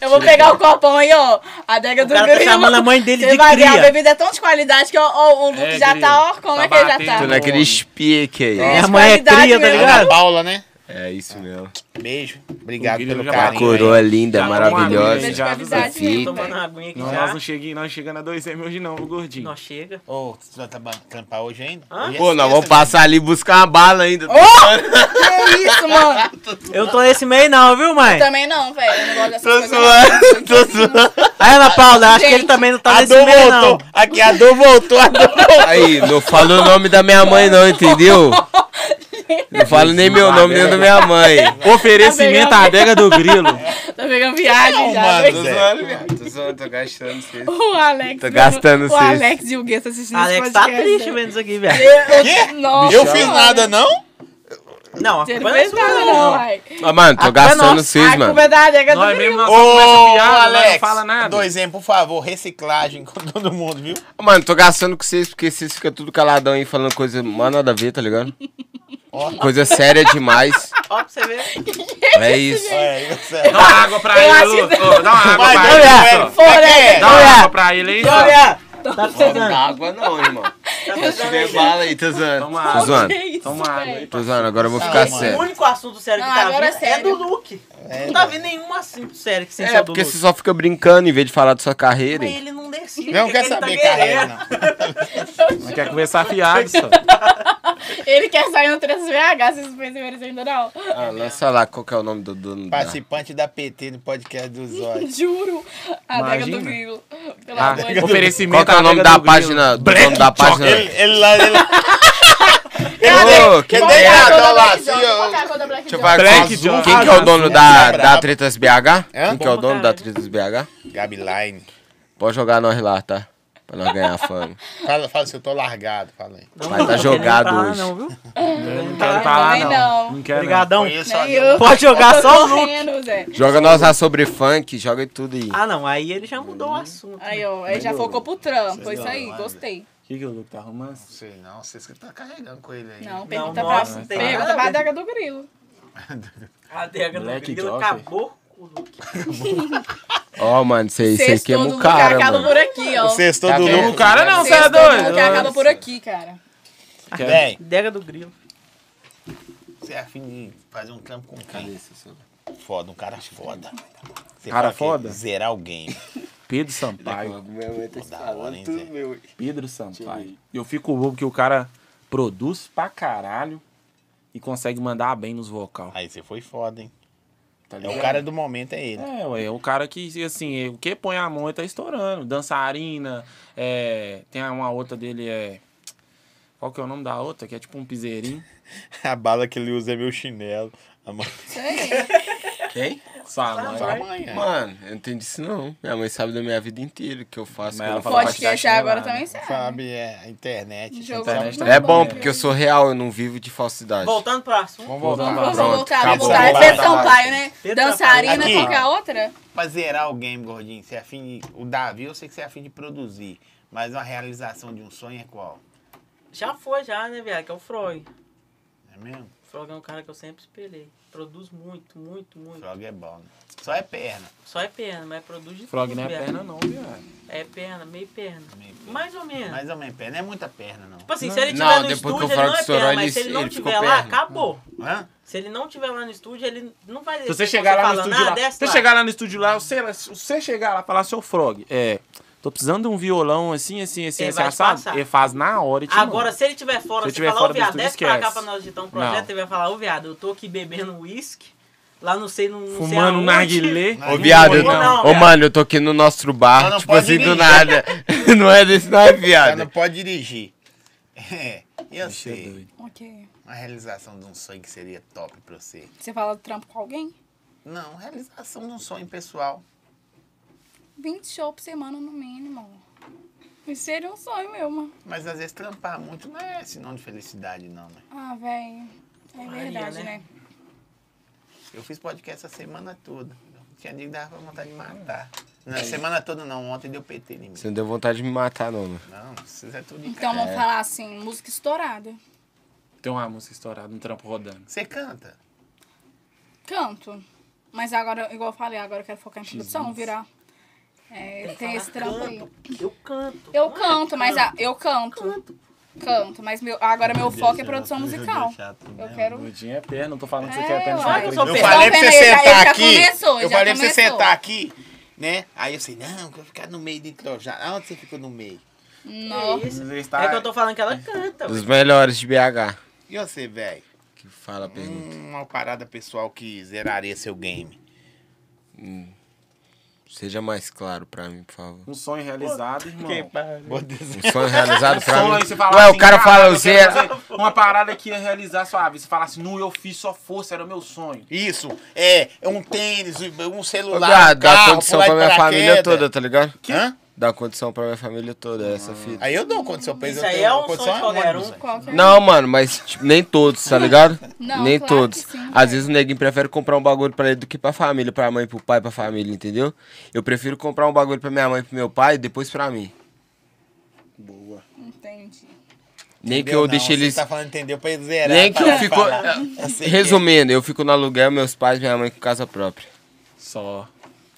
S3: Eu vou pegar o copão aí, ó. A adega
S5: O
S3: do
S5: cara tá
S3: Grilo.
S5: chamando a mãe dele
S3: Você
S5: de
S3: vai ver,
S5: cria.
S3: a bebida é tão de qualidade que ó, ó, o Luke
S4: É,
S3: já
S4: Grilo.
S3: tá, ó. Como
S4: Tá
S3: é que ele já
S4: batendo.
S1: Tô
S3: tá?
S1: naquele espique aí.
S3: É,
S5: Minha mãe é
S3: qualidade
S5: cria, tá
S3: mesmo.
S5: ligado?
S2: Ana Paula, né?
S1: É isso mesmo.
S2: Beijo. Obrigado
S4: Guilherme
S2: pelo
S4: já
S2: carinho.
S4: procurou
S2: aí.
S6: Coroa linda,
S4: Já tomou
S6: maravilhosa.
S4: uma aguinha, já.
S6: fofinha.
S5: Tá Tomando uma aguinha aqui
S4: Não,
S5: já.
S4: nós não chegamos, nós não chegamos na 2M hoje não, viu, gordinho?
S5: Nós chega.
S2: Ô, você vai tá ban- trampar hoje ainda?
S5: Hã?
S2: Hoje é
S6: Pô, nós
S2: sexta,
S6: vamos passar ali buscar uma bala ainda.
S3: Que isso, mano?
S5: Eu tô nesse meio não, viu, mãe?
S3: Também não, velho. Eu não gosto dessas
S6: Tô
S3: coisas.
S6: zoando, tô zoando.
S5: Aí, Ana Paula, acho que
S3: Gente,
S5: ele também não tá
S2: A
S5: nesse
S2: dor
S5: meio
S2: voltou.
S5: não.
S2: Aqui, é a dor voltou. A dor voltou.
S6: Aí, não fala o nome da minha mãe não, entendeu? Não fala nem meu nome, nem o da minha mãe.
S4: Oferecimento à adega do grilo.
S3: não. Tá pegando viagem
S2: Não,
S3: já.
S2: mano.
S3: velho.
S1: Tô
S2: Zé.
S6: é
S1: zoando, viado. Tô zoando, tô gastando vocês.
S3: O Alex.
S6: Tô gastando
S3: O
S6: vocês.
S3: Alex e o Gui estão assistindo esse
S5: Alex tá
S3: podcast,
S5: triste
S3: velho.
S5: vendo isso aqui, velho.
S3: Eu-
S2: Quê?
S3: Nossa,
S2: Eu fiz
S3: mano.
S2: nada, não?
S5: Não, a
S3: Você
S5: culpa
S3: não
S5: não é
S3: fez
S5: sua,
S3: nada,
S5: não.
S3: não, ai.
S6: Mas, mano, tô
S5: culpa é
S6: gastando
S5: nossa.
S6: vocês,
S3: A
S6: mano.
S3: culpa é da adega
S4: Nós
S3: do Grilo.
S4: mesmo, nós
S2: Ô,
S4: começa piada, nós
S2: Alex.
S4: não fala nada.
S2: Dois M, por favor. Reciclagem com todo mundo, viu?
S6: Mano, tô gastando com vocês porque vocês ficam tudo caladão aí falando coisa mano nada a ver, tá ligado?
S2: Ó.
S6: Coisa séria demais.
S5: Ó, pra você ver.
S6: É isso.
S2: É, isso é.
S4: Dá uma água pra ele,
S3: acho
S4: ô, ô, Dá uma água
S2: Vai,
S4: pra
S2: dois
S4: ele,
S2: M.
S4: só.
S2: Vai,
S3: Alex.
S4: Dá uma água pra ele, hein, só.
S5: Dá pra você ver.
S1: água não, irmão. Se tiver bala aí, Tá tô zoando.
S4: Toma
S6: Tô
S4: água.
S6: zoando.
S3: Que isso,
S4: Toma água aí.
S3: velho.
S6: Tô zoando, agora eu vou
S2: Não,
S6: ficar
S2: mano.
S5: O
S6: sério.
S5: único assunto sério
S3: Não,
S5: que tá
S3: agora é
S5: vindo é do
S3: sério.
S5: Luke.
S2: É,
S5: não tá
S2: mano.
S5: vindo nenhum assunto sério que sem ser
S6: É,
S5: o do
S6: porque
S5: Luke.
S6: você só fica brincando em vez de falar da sua carreira.
S5: Mas
S6: hein?
S5: ele não decide. o
S2: Não
S5: que
S2: quer
S5: que ele tá
S2: saber
S5: querendo.
S2: carreira, não.
S4: Não quer conversar fiado, só.
S3: Ele quer sair no 3VH, vocês pensam que ainda não.
S6: Ah, lança lá qual que é o nome do dono da...
S2: Participante da PT no podcast do Zóio.
S3: Juro. A adega do
S4: Imagina.
S3: Grilo. Pelo
S4: Ah,
S3: amor de Deus.
S6: Qual
S4: oferecimento
S6: que é o
S4: à
S6: nome
S4: adega
S6: da
S4: do grilo.
S6: página? Do dono da página?
S2: Ele, ele lá, ele lá.
S6: Ô, que
S2: Quem
S3: Qual que é
S2: tem
S3: a cor
S2: a
S3: da
S2: dó lá, assim,
S3: Black Jones? Qual que é a cor da Black
S1: Deixa eu
S3: Jones?
S1: falar
S4: Black
S1: com
S4: Jones.
S6: Quem que é o dono da, da Tretas BH?
S2: Hã?
S6: Quem que é o
S5: Bom pra
S6: dono da
S5: caralho.
S6: Tretas BH?
S2: Gabi Line.
S6: Pode jogar nós lá, tá? Pra nós ganhar fama.
S2: Fala, fala se eu tô largado, fala aí.
S5: Não,
S6: Vai
S5: não
S6: tá
S5: quer nem
S6: jogado
S5: falar,
S6: hoje.
S5: Não, viu?
S4: Eu Não quero falar,
S3: Também
S4: não.
S3: não.
S4: Não quero, não.
S5: Obrigadão.
S2: Conheço a
S3: Nem
S2: dor.
S3: eu.
S5: Pode jogar
S3: Eu tô
S5: só o Luke.
S3: correndo, Zé.
S6: Joga nós lá sobre funk, joga tudo aí.
S5: Ah, não. Aí ele já mudou o assunto.
S3: Aí, ó, aí já focou pro trampo. Isso aí, gostei.
S4: O que, que o Luke tá arrumando?
S2: Não sei não, vocês que tá carregando com ele aí.
S3: Não, pergunta
S5: Não,
S3: pra,
S5: nossa, não tem nada
S3: pergunta
S5: a
S3: pra
S5: ver.
S3: adega do Grilo.
S5: A adega do
S4: Black
S5: Grilo
S4: Jockey.
S5: acabou com o Luke.
S6: Ó, mano, cê, cê
S1: é
S3: Sexto
S6: queima
S3: do
S6: o
S3: Luke
S6: cara,
S3: acaba
S6: mano.
S3: por aqui, ó.
S2: O sexto
S6: Tá
S2: do
S6: vendo?
S4: O
S2: Lucas.
S4: cara não, você
S3: Sexto
S4: é
S3: do
S4: doido.
S3: Luke acaba por aqui, cara.
S2: Véi,
S5: Adega do Grilo.
S2: você é afim de fazer um trampo com quem? Foda, um cara foda. Você
S4: Cara
S2: fala que
S4: foda?
S2: Zerar o game.
S4: Pedro Sampaio.
S2: Da hora, hein, Zé?
S1: é
S4: Pedro Sampaio. Eu fico bobo que o cara produz pra caralho e consegue mandar bem nos vocal.
S2: Aí você foi foda, hein?
S4: Tá
S2: É
S4: ligado?
S2: o cara do momento, é ele.
S4: É, ué, é o cara que, assim, é, o que põe a mão ele tá estourando. Dançarina, é, tem uma outra dele, é. Qual que é o nome da outra? Que é tipo um piseirinho.
S2: A bala que ele usa é meu chinelo. A mãe-
S3: Isso aí.
S1: Quem?
S4: Sua mãe.
S2: Sua mãe, é.
S1: Mano, eu não entendi isso não. Minha mãe sabe da minha vida inteira o que eu faço.
S4: Mas
S1: que eu
S4: ela
S1: não faço.
S4: fala pra
S6: é
S4: te dar
S3: Podcast agora
S4: chinelada.
S3: também sabe.
S2: Sabe, é a internet.
S3: Jogo
S2: sabe?
S4: internet
S1: É bom, porque eu sou real, eu não vivo de falsidade.
S5: Voltando pro assunto.
S4: Vamos voltar
S3: Vamos
S4: lá.
S1: Pronto,
S3: voltar, vamos
S1: acabou.
S3: voltar. É
S2: Acabou.
S3: Pedro Sampaio, né?
S5: Pedro
S3: Dançarina,
S2: Sampaio.
S3: qual que é a outra?
S2: Pra zerar o game, gordinho, você é afim de... O Davi, eu sei que você é afim de produzir. Mas uma realização de um sonho é qual?
S5: Já foi, já, né, viado? Que é o Frog.
S2: É mesmo?
S5: O Frog é um cara que eu sempre espelhei. Produz muito, muito, muito.
S2: Frog é bom, né? Só é perna.
S5: Só é perna, mas produz de
S4: Frog
S5: tudo,
S4: não é
S5: viado.
S4: perna, não, viado.
S5: É perna, meio perna.
S2: Meio perna.
S5: Mais ou menos.
S2: Mais ou menos perna. Não é muita perna, não.
S5: Tipo assim, se ele
S1: Não,
S5: tiver no
S1: depois que o
S5: estúdio, ele
S1: Frog
S5: não é
S1: estourou,
S5: perna, mas
S1: ele-
S5: se ele não
S1: ele ficou
S5: tiver lá,
S1: perna.
S5: acabou.
S2: Hã?
S5: Se ele não tiver lá no estúdio, ele não vai...
S4: Se você chegar lá no
S5: falando,
S4: estúdio
S5: "Ah,
S4: lá, se
S5: desce
S4: você chegar lá no estúdio lá, você, se você chegar lá e falar, seu Frog, é, tô precisando de um violão assim, assim, assim,
S5: Ele
S4: assim,
S5: vai te
S4: assado.
S5: passar.
S4: Ele faz na hora e te
S5: Agora,
S4: manda.
S5: se ele tiver fora,
S4: Se ele
S5: você
S4: tiver
S5: falar,
S4: fora
S5: ô
S4: do
S5: viado,
S4: estúdio,
S5: desce pra cá
S4: esquece.
S5: pra nós editar um projeto,
S4: Não.
S5: ele vai falar, ô viado, eu tô aqui bebendo uísque, lá não sei, não, não sei
S4: Fumando um
S5: aonde."
S4: narguilé.
S6: Ô, viado, eu-
S5: é Não, não,
S6: ô,
S5: viado.
S6: mano, eu tô aqui no nosso
S2: Não,
S6: bar,
S2: não
S6: tipo
S2: pode
S6: assim,
S2: dirigir.
S6: do nada. não é desse, não é
S2: Ela não
S6: viado.
S2: pode dirigir. É, eu
S4: Ixi, é
S2: sei.
S4: doido.
S3: Ok.
S2: Uma realização de um sonho que seria top pra você.
S3: Você fala do trampo com alguém?
S2: Não, realização de um sonho pessoal.
S3: 20 shows por semana no mínimo. Isso seria um sonho meu, mano.
S2: Mas às vezes trampar muito não é sinal de felicidade, não, né?
S3: Ah, velho. É
S5: Maria,
S3: verdade,
S5: né?
S3: né?
S2: Eu fiz podcast essa semana toda. Tinha dia que dava vontade de matar.
S3: É
S2: Não, semana toda não. Ontem deu PT em mim.
S1: Você não deu vontade de me matar, não, né? mano.
S2: Não, vocês é tudo de
S3: Então
S2: cara.
S3: vamos falar assim, música estourada.
S4: Tem uma música estourada, um trampo rodando.
S2: Você canta.
S3: Canto. Mas agora, igual eu falei, agora eu quero focar em produção, virar. É, tem esse trampo aí.
S5: Eu canto.
S3: Eu
S5: Não é
S3: canto, mas a- eu canto.
S5: canto.
S3: Canto, mas meu, agora meu
S2: Deus
S3: foco é
S2: do céu,
S3: produção
S2: eu tô
S3: musical.
S2: chato, né?
S3: Eu quero.
S4: Mudinha é perna, não tô falando que você
S3: É,
S4: quer perna.
S3: eu
S4: você
S5: acho que eu sou
S4: acredita.
S2: Eu
S5: Vocês
S2: falei pra
S3: tão
S2: você
S3: vendo aí, já-
S2: sentar
S3: ele já
S2: aqui.
S3: começou,
S2: eu
S3: já
S2: falei pra você
S3: começou.
S2: sentar aqui, né? Aí eu sei, não, que eu vou ficar no meio de entrojado. Aonde você ficou no meio?
S3: Não.
S5: É, isso.
S4: Você está-
S5: é que eu tô falando que ela canta.
S1: Os
S5: ué.
S1: melhores de BH.
S2: E você, velho?
S1: Que fala a pergunta.
S2: Hum, uma parada pessoal que zeraria seu game.
S1: Seja mais claro pra mim, por favor.
S4: Um sonho realizado, irmão.
S1: Um sonho realizado pra
S4: Sonho,
S1: mim.
S4: você fala
S1: Ué,
S4: assim,
S1: o cara
S4: "Caralho,
S1: fala,
S4: eu
S1: você. é-"
S4: quero fazer Uma parada que ia realizar sua vida. Você fala assim, não, eu fiz só força, era o meu sonho.
S2: Isso, é, é um tênis, um um
S1: Ô,
S2: celular,
S1: Dá,
S2: um
S1: dá
S2: carro,
S1: condição
S2: pular de
S1: pra minha família
S2: paraquedas.
S1: toda, tá ligado?
S2: Hã?
S1: Dá condição pra minha família toda, é
S4: Ah.
S1: essa fita.
S2: Aí eu dou condição pra eles.
S5: Isso
S2: eu
S5: aí
S2: tenho
S5: é
S2: uma
S5: um
S2: condição
S5: sonho de qualquer
S2: enorme,
S5: um.
S2: velho.
S3: Qual que é?
S1: Não, mano, mas tipo, nem todos, tá ligado?
S3: Não,
S1: nem
S3: claro que
S1: todos.
S3: sim,
S1: Às
S3: velho.
S1: vezes o neguinho prefere comprar um bagulho pra ele do que pra família, pra mãe, pro pai, pra família, entendeu? Eu prefiro comprar um bagulho pra minha mãe, pro meu pai, e depois pra mim.
S4: Boa.
S3: Entendi.
S1: Nem que
S2: Entendeu?
S1: eu
S2: Não,
S1: deixe eles.
S2: Você tá falando, entendeu? Pra eles zerar.
S1: Nem que
S2: pra
S1: eu fico.
S2: falar. Eu sei que é.
S1: Resumindo, eu fico no aluguel, meus pais, minha mãe com casa própria.
S4: Só.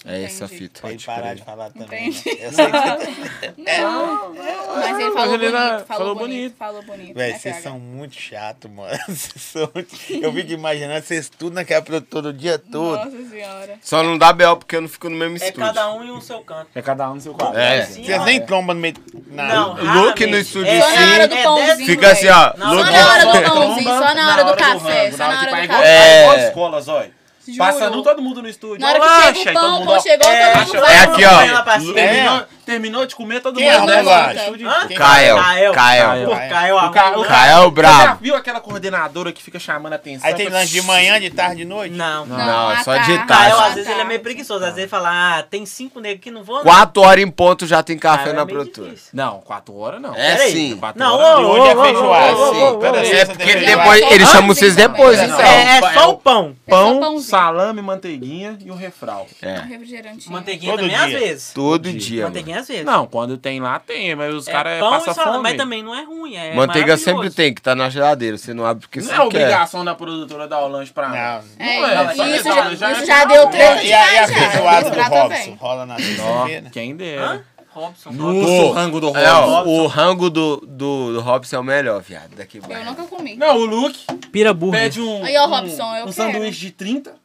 S1: É essa a
S3: Entendi.
S1: fita.
S2: Pra ele parar de falar também.
S3: Entendi.
S2: né? Eu sei que você tem-
S3: Mas ele falou
S4: ele
S3: bonito,
S4: era-
S3: falou,
S4: falou
S3: bonito,
S4: bonito.
S3: falou bonito.
S2: Véi,
S3: né,
S2: vocês
S3: PH?
S2: são muito chato, mano. Vocês são muito- Eu fico imaginando vocês tudo naquela produtora o dia todo.
S3: Nossa senhora.
S1: Só não dá B.O. porque eu não fico no mesmo
S5: É
S1: estúdio.
S5: cada um em um seu canto.
S4: É cada um no seu quarto.
S1: É.
S5: Sim,
S2: Vocês
S5: ó.
S2: nem trombam no meio. na-
S5: Não,
S1: Luke no
S5: raramente.
S1: estúdio
S5: É,
S1: sim. Só na
S3: hora do
S5: é
S3: pãozinho,
S5: dez-
S1: Fica assim, ó.
S5: Não,
S3: Só
S1: Luke-
S3: na hora do
S4: Tromba
S3: pãozinho, só na hora do café, só na hora do
S4: igual-
S1: É.
S3: café.
S4: igual escolas, olha.
S3: Juro.
S4: Passando todo mundo no estúdio.
S3: Na hora que
S4: Ó,
S3: chega o
S4: acha, e
S2: então
S3: pão,
S4: todo
S3: o
S4: mundo,
S3: pão
S2: um
S4: ó,
S3: chegou, todo
S4: acha,
S3: mundo
S5: É
S3: vai.
S1: aqui, ó.
S5: Põe lá pra cima.
S4: Terminou, terminou de comer, todo
S2: Quem
S4: mundo
S2: é
S4: né,
S2: o
S4: lá,
S2: Lula?
S4: estúdio.
S5: Hã?
S1: O Caio.
S5: Caio.
S1: Caio.
S5: Pô, Caio,
S4: O Caio, o
S5: amor.
S1: Caio
S4: Você já
S1: brabo.
S4: viu aquela coordenadora que fica chamando a atenção?
S2: Aí tem
S4: pra-
S2: lanche de manhã, de tarde, de noite?
S5: Não. não.
S1: Não, é
S3: à
S1: só de
S3: tarde.
S1: tarde.
S5: Caio,
S1: Ah,
S5: às vezes ele é meio preguiçoso. Às vezes ele fala, ah, tem cinco negros que não vão. não.
S1: Quatro horas em ponto já tem
S5: Caio
S1: café
S5: é
S1: na
S5: meio
S1: produtora.
S5: difícil.
S4: Não, quatro horas não.
S1: É
S5: Peraí.
S1: sim.
S4: Quatro
S5: Não,
S4: horas
S5: ô,
S2: De
S5: ô,
S2: hoje é
S5: ô, ô,
S4: Ah,
S2: feijoada.
S5: ô, ô, ô,
S2: Sim, pera aí,
S5: ô.
S1: É
S2: essa
S1: porque
S2: tem
S1: depois
S2: feijoada.
S5: Ah,
S1: eles chamam vocês
S3: Pãozinho
S1: depois,
S3: também.
S1: então.
S5: É, é só o pão.
S4: Pão,
S3: pãozinho.
S4: salame, manteiguinha e o refral.
S3: Um
S1: É.
S3: refrigerante.
S5: Manteiguinha
S2: Todo
S5: também, é
S2: dia.
S5: às vezes.
S1: Todo dia, mano.
S5: Manteiguinha, às vezes.
S4: Não, quando tem lá tem, mas os
S5: É
S4: caras
S5: pão
S4: passam
S5: e salame,
S4: fome.
S5: mas também não é ruim. É
S1: Manteiga
S5: maravilhoso.
S1: sempre tem, que tá na geladeira. Você não abre porque
S4: Não
S1: você
S4: é
S1: não quer.
S4: obrigação da produtora dar o lanche pra
S2: Não.
S4: nós.
S3: É,
S4: Não
S3: isso,
S4: só
S3: isso
S4: legal,
S3: já,
S4: é
S3: isso já deu treta
S2: E a, e a
S3: demais, já.
S2: feijoada do
S3: Isso já
S2: Robson?
S3: também.
S2: Rola na
S4: Ó,
S2: sexta-feira?
S4: quem
S5: Hã?
S4: dera.
S5: Robson. Robson.
S4: Nossa, o rango do
S1: É, ó,
S4: Robson.
S1: o rango do, do, do Robson é o melhor, viado. Daqui pra
S3: Eu nunca comi.
S4: Não, o Luke
S5: Pira burro.
S4: pede um,
S3: Aí, ó,
S4: um-
S3: Robson, eu quero.
S4: um sanduíche de 30,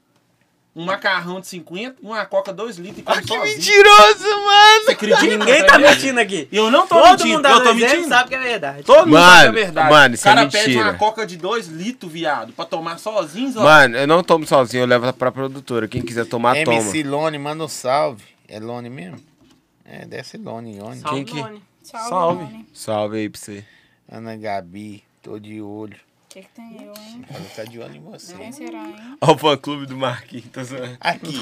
S4: um macarrão de 50, uma coca 2 litros e come
S1: Ah, que
S4: sozinho.
S1: mentiroso, mano!
S4: Você acredita? é
S5: Ninguém tá mentindo aqui.
S4: Eu não tô
S5: Todo
S4: mentindo,
S5: mundo tá
S4: eu tô
S5: dizendo,
S4: mentindo.
S5: sabe que é verdade.
S4: Todo mundo sabe a
S1: Mano,
S4: verdade.
S1: mano, isso
S4: o cara
S1: é
S4: pede uma
S1: mentira.
S4: coca de 2 litros, viado, pra tomar sozinho. Zó.
S1: Mano, eu não tomo sozinho, eu levo pra produtora. Quem quiser tomar,
S2: MC
S1: toma.
S2: Lone, manda um salve. É Lone mesmo? É, deve ser Lone, Lone.
S5: Salve,
S1: que-
S5: Lone.
S4: Salve.
S3: Salve. Noni.
S1: Salve aí pra você.
S2: Ana Gabi, tô de olho.
S3: O que, que tem eu, hein?
S2: Ela tá de olho em você.
S3: Quem será, hein?
S1: Ó o fã-clube do Marquinhos. tá zoando.
S2: Aqui.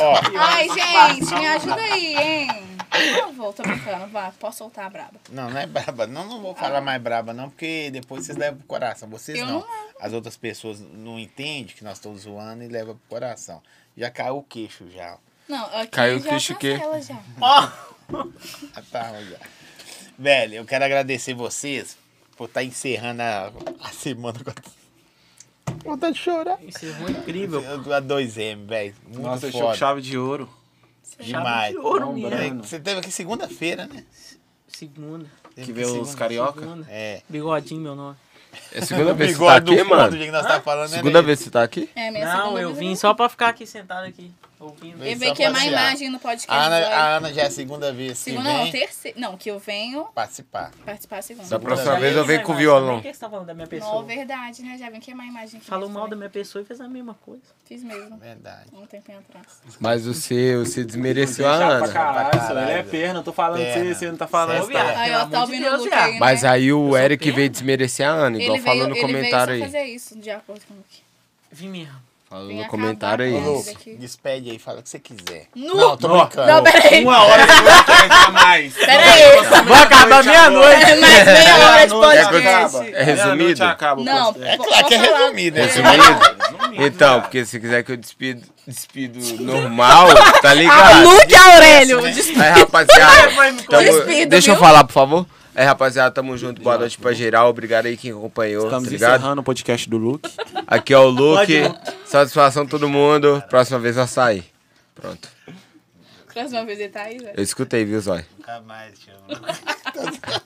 S2: Ó,
S3: Ai, gente, me ajuda aí, hein? Por favor, tô brincando, vá, posso soltar a braba.
S2: não, não é braba. Não, não vou falar mais braba, não, porque depois vocês levam pro coração. Vocês
S3: Eu
S2: não.
S3: não
S2: As outras pessoas não entendem que nós estamos zoando e levam pro coração. Já caiu o queixo já.
S3: Não, aqui
S1: Caiu o
S3: já
S1: queixo o quê?
S3: cancela já.
S2: A palma já. Ah, tá, Velho, eu quero agradecer vocês por estar encerrando a, a semana com a... Vontade de chorar.
S5: Isso é ruim, incrível.
S2: A 2M, velho. Muito
S4: Nossa,
S2: Nossa,
S4: fechou com
S2: foda.
S4: chave de ouro.
S2: Demais.
S5: Chave de ouro,
S4: Não,
S5: minha.
S4: brother.
S2: Você- Você teve aqui segunda-feira, né?
S5: Segunda.
S4: Que vê os
S2: Segunda.
S4: carioca.
S5: Segunda.
S2: É.
S5: Bigodinho, meu nome.
S1: É a segunda vez que você tá
S2: Bigode do
S1: aqui,
S2: fundo,
S1: mano?
S2: do jeito que nós tá falando, né,
S1: Segunda
S2: velho?
S1: vez que você tá aqui?
S3: É, minha
S5: Não,
S3: segunda
S5: eu
S3: vez
S5: vim só pra ficar aqui sentado aqui, ouvindo.
S3: Eu
S2: Vem
S3: vim
S2: só
S3: queimar a
S2: passear.
S3: é imagem no podcast.
S1: Ah,
S2: A Ana,
S1: né,
S3: hoje.
S2: a Ana já é a segunda vez
S3: Segunda,
S2: que
S3: não,
S2: vem
S3: terceira. Não, que eu venho
S2: participar.
S3: participar a segunda.
S1: Da
S3: Não,
S1: próxima
S5: Já
S1: vez eu
S5: vi
S1: venho
S5: essa
S1: com o
S5: imagem.
S1: violão.
S5: é um Por que você tá falando da minha pessoa?
S3: verdade, né? Já vim queimar a imagem aqui.
S5: Falou
S3: mesmo,
S5: mal da
S3: né?
S5: minha pessoa e fez a mesma coisa.
S3: Fiz mesmo,
S2: Verdade.
S3: um tempinho atrás.
S1: Mas você, você desmereceu a
S4: é Chato pra
S1: Ana.
S4: caralho,
S2: Pra
S4: senhor.
S2: caralho.
S4: Ele é perna, eu tô falando que
S2: Perna.
S4: você, você não tá falando.
S2: Cê
S5: Ô,
S4: tá-
S5: viado,
S3: Aí,
S5: pelo
S3: ó,
S5: amor
S3: tá
S5: de
S3: ouvindo
S5: Deus,
S3: o Luke
S5: viado.
S3: aí, né?
S1: Mas aí o Eric
S5: perna.
S1: veio desmerecer a Ana, igual
S3: Ele
S1: falou
S3: veio,
S1: no
S3: ele
S1: comentário
S3: veio só
S1: aí.
S3: fazer isso, de acordo com o Luke.
S5: Vim mesmo.
S1: Falou
S3: Vem
S1: no
S3: acabar
S1: comentário aí.
S3: com
S2: Ô,
S3: Esse
S2: Luke,
S3: daqui.
S2: despede aí, fala o que você quiser.
S3: Nu!
S2: Não, tô
S1: Tá
S2: brincando.
S3: Não, peraí.
S4: Uma hora eu não aguento mais.
S3: Peraí.
S1: Vai acabar meia-noite.
S3: Mais meia hora de
S4: Meia-noite
S3: podcast.
S4: acaba.
S1: É resumido?
S4: Meia-noite acaba o
S3: Não,
S4: podcast.
S2: É claro que é
S3: Vou falar.
S2: resumido, né?
S1: Resumido?
S4: Resumido,
S1: Então,
S4: viado.
S1: porque se quiser que eu despido, despido normal, tá ligado?
S3: Luke Aurélio.
S1: Aí, rapaziada, tamo-
S3: Despido,
S1: deixa eu
S3: viu?
S1: falar, por favor. É, rapaziada, tamo junto. Boa noite pra geral. Obrigado aí quem acompanhou,
S4: Estamos
S1: tá ligado?
S4: encerrando o podcast do Luke.
S1: Aqui é o Luke.
S5: Pode
S1: Satisfação todo mundo. Próxima vez eu sair. Pronto.
S3: Próxima vez ele tá aí, velho.
S1: Eu escutei, viu, Zói?
S2: Nunca mais, tio.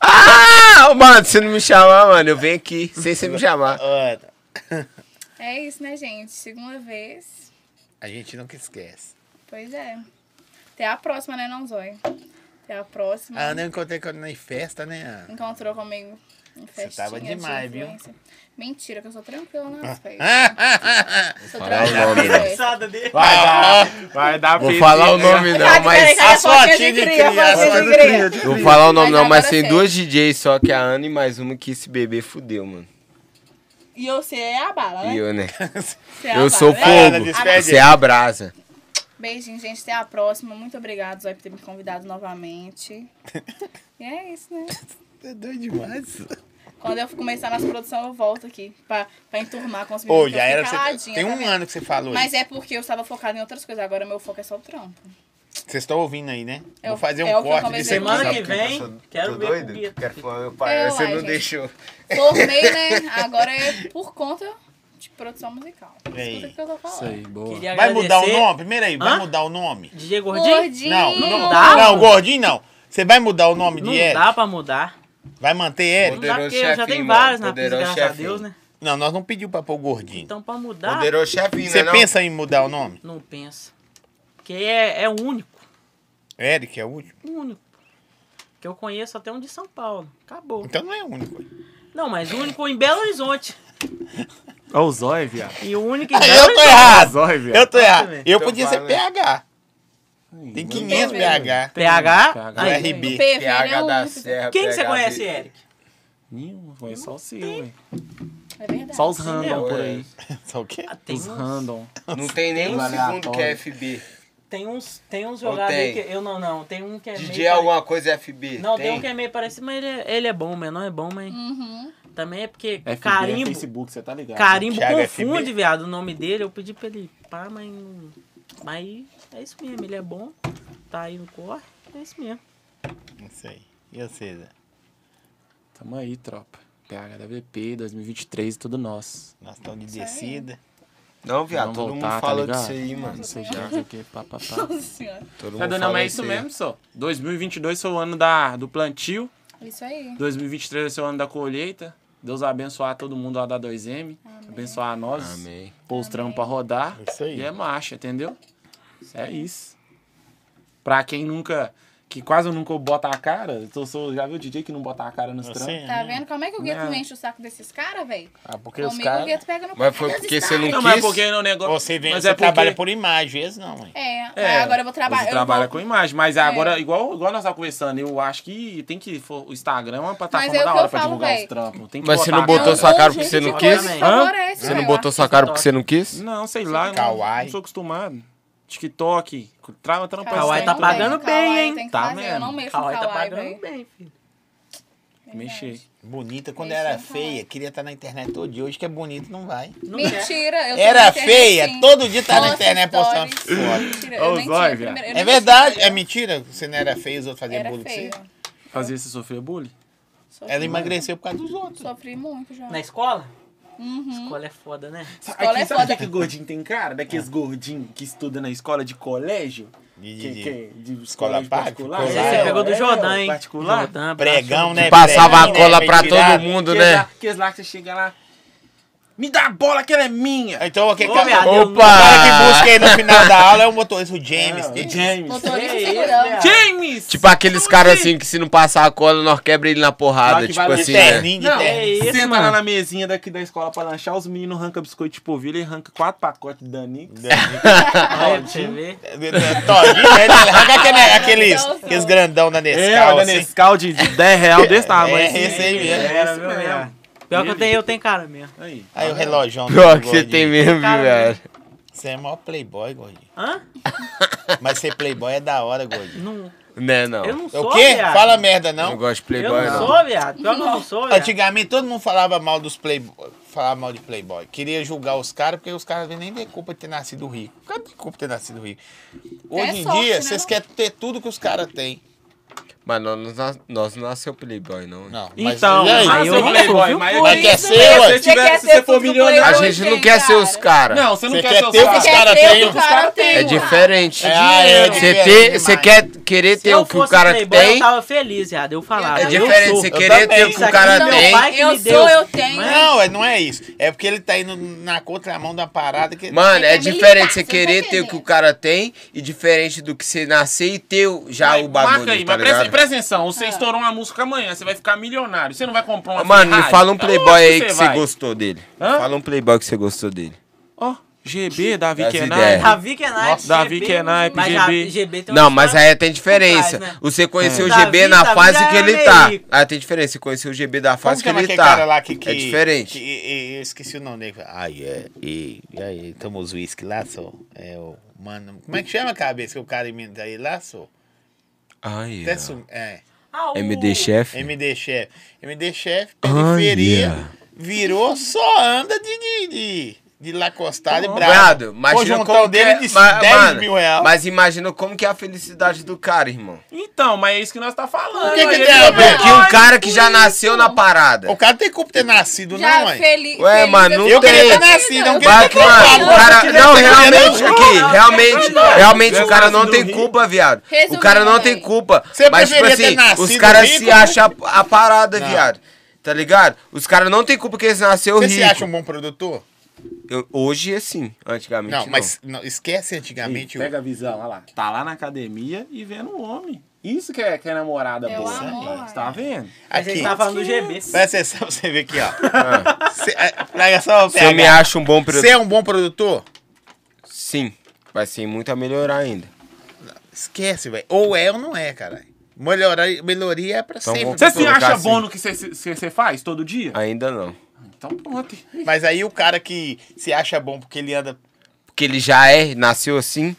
S1: Ah! Mano, se não me chamar, mano, eu venho aqui sem você me chamar.
S2: Olha,
S3: É isso, né, gente? Segunda vez.
S2: a gente nunca esquece.
S3: Pois é. Até a próxima, né, não, Zói? Até a próxima.
S2: A Ana Ah, eu encontrei quando na festa, né, Ana?
S3: Encontrou comigo em festinha
S2: tava demais,
S3: de
S2: viu?
S3: influencer. Mentira, que eu sou tranquila nas festas.
S2: Ah,
S3: Sou
S1: falar o
S3: tranquila
S1: nome,
S3: nas
S6: né?
S1: não.
S3: festas.
S5: Engraçada dele.
S4: Vai dar, vai dar
S6: Vou
S4: PT,
S6: falar o
S4: né?
S6: nome não, mas.
S2: a fotinha de cria, a
S3: fotinha de cria.
S6: Não vou falar o nome
S3: Mas
S6: não, mas
S3: agora
S6: tem
S3: sei.
S6: duas DJs só, que é a Ana e mais uma que esse bebê fudeu, mano.
S3: E você é a bala, né?
S6: E eu, né?
S3: Você é a
S6: Eu sou
S3: bala, né?
S2: Ana,
S6: fogo.
S2: despede.
S6: Você é a brasa.
S3: Beijinho, gente. Até a próxima. Muito obrigada, Zói, por ter me convidado novamente. e é isso, né?
S2: Você é doido demais.
S3: Quando eu começar nas produções, eu volto aqui pra, pra enturmar com os
S2: Ô,
S3: meninos. que eu
S2: já era.
S3: fico
S2: Você...
S3: caladinha,
S2: Tem
S3: tá
S2: um
S3: vendo?
S2: ano que você falou
S3: Mas
S2: isso.
S3: é porque eu estava focada em outras coisas. Agora meu foco é só o trampo.
S2: Vocês estão ouvindo aí, né?
S3: É
S2: Vou
S3: o-
S2: fazer um
S3: é o que eu
S2: corte
S3: conversei
S2: disso
S3: com
S5: Semana
S2: aqui.
S5: que vem, quero ver o Guia.
S1: Quero falar meu
S3: Eu,
S1: pai, você
S3: ai,
S1: não
S3: gente.
S1: deixou.
S3: Formei, né? Agora é por conta de produção musical.
S2: Ei,
S3: Escuta o que eu tô
S4: Isso
S3: falando.
S4: aí, boa.
S5: Queria
S2: Vai mudar o
S5: agradecer.
S2: nome? Primeiro aí, vai
S5: Hã?
S2: mudar o nome?
S5: DJ Gordinho?
S3: Gordinho!
S2: Não, não
S5: dá?
S2: Não, gordinho não. Você vai mudar o nome
S5: Não
S2: de Eric?
S5: dá pra mudar.
S2: Vai manter Eric?
S5: Não dá
S1: Poderoso
S5: porque já
S1: chefinho,
S5: tem
S1: mano.
S5: vários na pista,
S1: Poderoso
S5: graças a
S1: chefinho.
S5: Deus, né?
S2: Não, nós não pedimos pra pôr gordinho.
S5: Então pra mudar,
S1: Poderoso chefinho,
S2: Você
S1: né? não?
S2: pensa em mudar o nome?
S5: não pensa. Porque é, é o único.
S2: Eric é o último.
S5: O único. Que eu conheço até um de São Paulo. Acabou.
S2: Então não é o único.
S5: Não, mas o único em Belo Horizonte.
S4: Ó o zóio, viado.
S5: E é o único em Belo
S2: Eu tô
S5: Horizonte.
S4: Ó o
S2: errado.
S4: zóio, viado.
S2: Eu tô errado.
S5: também.
S2: Eu
S1: Então
S2: podia ser
S1: vai, né?
S2: PH. Tem
S4: mano.
S2: 500 PH.
S5: PH?
S4: PH.
S5: Aí.
S2: RB.
S3: O PV, ele é
S1: PH
S3: um
S1: da
S3: único.
S1: Serra.
S5: Quem que você
S1: PHB.
S5: conhece, Eric?
S4: Nenhum, foi só o seu, ué.
S3: É verdade.
S4: Só os random por aí.
S2: Só o quê?
S5: Ah, tem,
S4: Os
S5: uns,
S4: random.
S1: Não tem nem
S5: Os
S1: um segundo que é
S4: aleatórios.
S1: FB.
S5: tem uns. Tem uns
S1: Ou
S5: jogados aí
S1: tem?
S5: que. Eu não, não. Tem um que é
S1: DJ
S5: meio.
S1: alguma coisa FB.
S5: Não, tem. um que é meio parecido, mas ele é, ele é bom, o menor é bom, mas.
S3: Uhum.
S5: Também é porque
S4: FB,
S5: carimbo.
S4: Facebook, você tá ligado.
S5: Carimbo
S2: Thiago
S5: confunde,
S2: FB.
S5: viado, o nome dele. Eu pedi pra ele pá, mas. não- Mas é isso mesmo, ele é bom. Tá aí no corre, é isso mesmo.
S2: Não sei. E você, Zé?
S4: Tamo aí, tropa. PHWP 2023 e tudo nosso.
S2: Nós estamos de
S3: Isso aí.
S2: descida.
S1: Não, viado,
S4: Vamos
S1: todo
S4: voltar,
S1: mundo
S4: tá
S1: fala
S4: ligado?
S1: disso aí, mano.
S4: Não sei o que, não sei o que, pá, pá, pá.
S3: Nossa senhora.
S1: Todo mundo
S4: Tá dando,
S1: fala
S4: mas é isso
S1: aí.
S4: mesmo, só. 2022 foi o ano da, do plantio,
S3: Isso aí.
S4: 2023 vai ser o ano da colheita. Deus abençoar todo mundo lá da 2M, abençoar nós,
S1: Amém.
S4: pôr os trampos pra rodar.
S2: É isso aí.
S4: E é marcha, entendeu? É isso. Pra quem nunca, que quase nunca bota a cara, eu sou, já viu o DJ que não bota a cara nos trampos?
S2: Você,
S3: Tá
S2: né?
S3: vendo? Como é que o Gueto
S4: Não.
S3: não enche o saco desses caras, velho?
S2: Ah, porque os
S3: Comigo o
S2: caras...
S3: Gueto pega no
S1: Mas
S3: cu
S1: foi
S3: desses
S1: porque você
S3: caras.
S1: não
S4: Não, mas é
S1: quis?
S4: porque no negócio...
S2: Você, vem,
S4: mas
S2: você
S4: é porque-
S2: trabalha por imagem, eles não, mãe.
S3: É, mas
S4: É,
S3: agora eu vou trabalhar.
S4: Você
S3: eu vou-
S4: trabalha
S3: É.
S4: com imagem, mas é agora, igual, igual nós estávamos conversando, eu acho que tem que. O Instagram é uma plataforma
S3: é o
S4: da
S3: que
S4: hora
S3: eu
S4: pra
S3: falo,
S4: divulgar
S3: véi.
S4: os trampos. Tem que
S6: Mas você
S4: botar
S6: não
S4: a
S6: botou
S4: cara.
S6: sua cara
S3: Ou
S6: porque você
S3: gente
S6: não
S3: de
S6: quis?
S3: coisa que
S5: Hã?
S3: favorece,
S6: Você não
S3: velho.
S6: botou sua cara porque você não quis?
S4: Não, sei lá, não,
S2: Kawaii.
S4: não sou acostumado. TikTok, trava trampa
S3: Kawaii
S5: Kawaii
S4: esse
S5: tá
S4: trem,
S3: não
S4: velho.
S5: pagando
S3: tem,
S5: bem,
S3: Kawaii
S5: hein?
S3: tem que
S4: Tá
S3: fazer, Eu
S4: vendo?
S3: não mexo no
S5: Kawaii tá
S3: Kawaii,
S5: pagando
S3: velho.
S5: bem, filho.
S4: Mexer.
S2: Bonita quando
S3: Eles
S2: era
S3: não falam.
S2: feia, queria estar na internet todo dia. Hoje que é bonito, não vai.
S5: Não quer.
S3: Mentira, eu sou
S2: Era
S3: da internet,
S2: feia,
S3: sim.
S2: todo dia tá na
S3: Nossa,
S2: internet postando
S3: stories.
S2: foto.
S3: Mentira,
S4: Ô,
S3: eu nem
S4: zóio,
S3: tinha primeiro- eu
S2: É
S3: nem
S2: verdade,
S3: tinha
S2: é mentira. que Você não era feia, os outros faziam
S3: Era
S2: bullying com você.
S3: feia.
S4: Fazer você sofrer bullying?
S3: Sofri,
S2: Ela emagreceu por causa dos outros.
S3: sofri muito já.
S5: Na escola?
S3: Uhum.
S5: Escola é foda, né?
S3: Escola é
S4: sabe
S3: foda.
S4: que gordinho tem cara? Daqueles gordinhos que estudam na escola de colégio?
S2: De-
S4: Que-
S2: de-
S4: que- de
S2: Escola
S4: colégio
S2: paga,
S4: particular?
S2: Olá,
S5: Esse
S2: particular.
S5: você
S2: é,
S5: pegou do
S4: é,
S5: Jordan, hein?
S4: Particular?
S5: Jordan,
S2: Pregão,
S5: braço.
S2: né?
S6: Passava
S2: Pregão,
S6: a cola
S2: né?
S6: pra
S2: Retirado.
S6: todo mundo,
S4: Aqueles
S6: né?
S4: lá- Aqueles lá que você chega lá. Me dá a bola que ela é minha!
S2: Então, o que, que
S5: Ô, viado, eu
S6: Opa!
S5: nunca-
S2: O cara
S1: Ah.
S2: que busca aí no final da aula é o motorista, o James.
S4: Ah,
S2: que-
S4: James.
S3: Motorista
S5: Que isso,
S3: segurando.
S5: viado?
S4: James!
S6: Tipo aqueles caras assim que se não passar a cola, nós quebra ele na
S4: Lá
S6: porrada.
S4: que
S6: Tipo
S4: vai
S6: assim,
S4: no
S6: né?
S2: terninho de
S4: Não,
S2: terno.
S5: é isso,
S4: senta
S5: mano.
S4: lá na mesinha daqui da escola pra lanchar, os meninos arrancam biscoito de polvilha e arranca quatro pacotes de Danix.
S5: Aí, pra você ver.
S2: Todinho, né? Ele arranca aquele- aqueles, aqueles grandão da
S4: É, o
S2: Nescau,
S4: da
S2: assim.
S4: Nescau de, de 10 real desse tamanho.
S2: É,
S4: assim.
S2: esse aí
S1: né?
S2: mesmo.
S4: Era,
S1: é
S5: Esse
S4: viu,
S5: mesmo.
S4: mesmo.
S5: Pior que eu
S4: Ele.
S5: tenho, eu tenho cara mesmo.
S4: Aí.
S2: Aí o relógio.
S6: Pior que você tem mesmo, viu,
S5: Cara,
S6: velho?
S2: Você é maior playboy, gordinho.
S5: Hã?
S2: Mas ser playboy é da hora, gordinho.
S5: Não,
S6: Né, não.
S5: eu
S6: Eu
S5: não
S2: É
S5: sou,
S2: O quê?
S5: viado.
S2: Fala Tá merda,
S6: não
S2: não.
S6: gosto de
S5: Eu
S6: Playboy,
S5: não
S6: não.
S5: sou, viado. Pior que eu não sou, viado.
S2: Antigamente todo mundo falava mal dos playboy, falava mal de playboy. Queria julgar os caras, porque os caras às vezes nem têm culpa de ter nascido rico. O cara tem culpa de ter nascido rico. Hoje em
S3: sorte,
S2: dia,
S3: né,
S2: vocês
S3: não?
S2: querem ter tudo que os caras têm.
S1: Mas nós, não nas- nós não nasceu playboy, não.
S2: Não, mas
S4: Então,
S2: e aí?
S4: mas
S5: eu
S4: eu
S5: não
S4: playboy,
S5: sou,
S4: mas é
S5: viu?
S4: mas
S2: Mas quer
S4: se
S2: ser,
S4: você
S2: ué?
S4: tiver-
S3: quer ser
S4: se você
S3: tudo
S4: for
S3: que eu
S4: milionário.
S1: A
S3: Hoje,
S1: gente não
S3: hein,
S1: quer ser os
S3: cara?
S1: caras.
S4: Não, você não
S2: Você
S4: quer
S2: quer
S4: ser os
S2: ter o que os
S3: Você
S4: caras.
S3: quer
S2: cara
S3: ter
S2: tem,
S3: o que o
S2: os
S3: cara tem.
S1: É
S3: ué.
S1: diferente.
S2: Ah, é
S1: Você
S2: diferente
S1: ter,
S2: demais.
S1: você quer querer
S5: Se
S1: ter o
S5: eu
S1: que o
S5: fosse
S1: cara
S5: playboy, eu
S1: tem.
S5: tava feliz, viado. Eu falava.
S1: É
S5: eu
S1: diferente
S5: sou.
S1: você
S2: eu
S1: querer
S2: também.
S1: ter o que
S5: Isso
S1: o
S5: aqui
S1: cara
S5: não
S1: tem.
S5: vai- que
S3: Eu
S5: me
S3: sou,
S5: deu.
S3: eu tenho.
S2: Não, é- não é isso. É porque ele tá indo na contramão da parada que
S1: Mano, é
S3: Você quer
S1: diferente
S3: militar,
S1: você
S3: você
S1: querer
S3: tá
S1: ter o
S3: entendendo.
S1: que o cara tem e diferente do que você nascer e ter o- já
S4: Vai,
S1: o bagulho,
S4: Marca aí,
S1: tá
S4: mas presta,
S1: ligado?
S4: presta atenção,
S3: Ah.
S4: você estourou uma música amanhã, você vai ficar milionário. Você não vai comprar uma
S1: Mano, me
S4: Ferrari?
S1: fala um
S4: Lógico
S1: playboy aí que você
S4: vai.
S1: gostou dele.
S4: Hã?
S1: Fala um playboy que você gostou dele.
S4: Ó, GB, Davi
S1: Das
S4: Kenai.
S1: ideias.
S5: Davi Kenai,
S4: Nossa, Davi
S5: GB,
S4: Kenai,
S5: mas
S4: GB.
S5: a- GB
S3: Então
S5: tem
S1: Não,
S5: uma
S1: mas
S5: história-
S1: aí tem diferença.
S5: Por trás, né?
S1: Você conheceu o
S5: Davi,
S1: GB na
S5: Davi
S1: fase
S5: já
S1: que ele
S5: era
S1: tá.
S5: meio-
S1: Aí tem diferença, você conheceu o GB da
S2: Como
S1: fase que
S2: chama
S1: ele
S2: aquele
S1: tá.
S2: cara lá que, que-
S1: É diferente.
S2: que- e- e- eu esqueci o nome dele. Ah, é. E, e aí, toma os uísque lá, só. É o. Mano, como é que chama a cabeça que o cara imita aí lá, só?
S1: Ai,
S2: Até sum- É.
S5: Ah, o-
S1: MD Chef?
S2: MD Chef. MD Chef, periferia.
S1: yeah.
S2: Virou, só anda de. de, de, de
S4: Tá
S2: lacostado e bravo.
S1: Brado,
S2: o
S1: imagina
S2: juntão
S1: como que
S2: tá dele
S1: é-
S2: de
S1: ma-
S2: 10
S1: mano,
S2: mil reais.
S1: Mas imagina como que é a felicidade do cara, irmão.
S4: Então, mas é isso que nós tá falando.
S2: O que que
S4: aí,
S2: tem a
S4: ele-
S2: ver?
S1: Que um cara que já nasceu na
S2: É. O
S1: parada.
S2: cara não tem culpa de ter nascido,
S3: Já
S2: não, mãe.
S3: feliz.
S1: Ué,
S3: feliz
S1: mano, não
S2: Eu queria ter
S1: tem.
S2: nascido, não queria
S1: Vai
S2: ter
S1: que, mano, o
S2: culpado.
S1: cara. Não, realmente,
S2: Não,
S1: aqui, realmente,
S4: não.
S1: realmente o cara não
S4: Resumindo,
S1: tem
S4: rico.
S1: culpa, viado. O
S3: Resumindo,
S1: cara não
S3: velho.
S1: tem culpa.
S2: Você
S1: Mas, tipo
S2: preferia ter
S1: assim, os
S2: nascido
S1: caras
S2: rico,
S1: se
S2: né?
S1: acham a a parada, viado. Tá ligado? Os caras não tem culpa que eles nasceram
S2: Você se acha
S1: ricos.
S2: um bom produtor?
S1: Eu- Hoje, assim, antigamente.
S2: Não, mas não, esquece antigamente.
S4: Ih,
S2: o-
S4: Pega a visão, olha lá. Tá lá na academia e vendo o homem. Isso que é, que é namorada
S3: É o
S4: boa.
S3: amor.
S4: Você tá vendo?
S5: Mas
S2: Aqui.
S5: ele tava falando do GB.
S2: Presta atenção pra você ver aqui, ó. Cê- é, Pega só o
S1: Se eu me
S2: PH.
S1: acho um bom
S2: Você
S1: produtor.
S2: é um bom produtor?
S1: Sim. Vai ser muito a melhorar ainda.
S2: Esquece, velho. Ou é ou não é, caralho. Melhoria, melhoria é pra
S1: Então
S2: sempre.
S1: vamos-
S4: Você se
S1: Colocar
S4: acha
S1: assim.
S4: bom no que você faz todo dia?
S1: Ainda não.
S4: Então pronto. hein?
S2: Mas aí o cara que se acha bom porque ele anda.
S1: Porque ele já é, nasceu assim.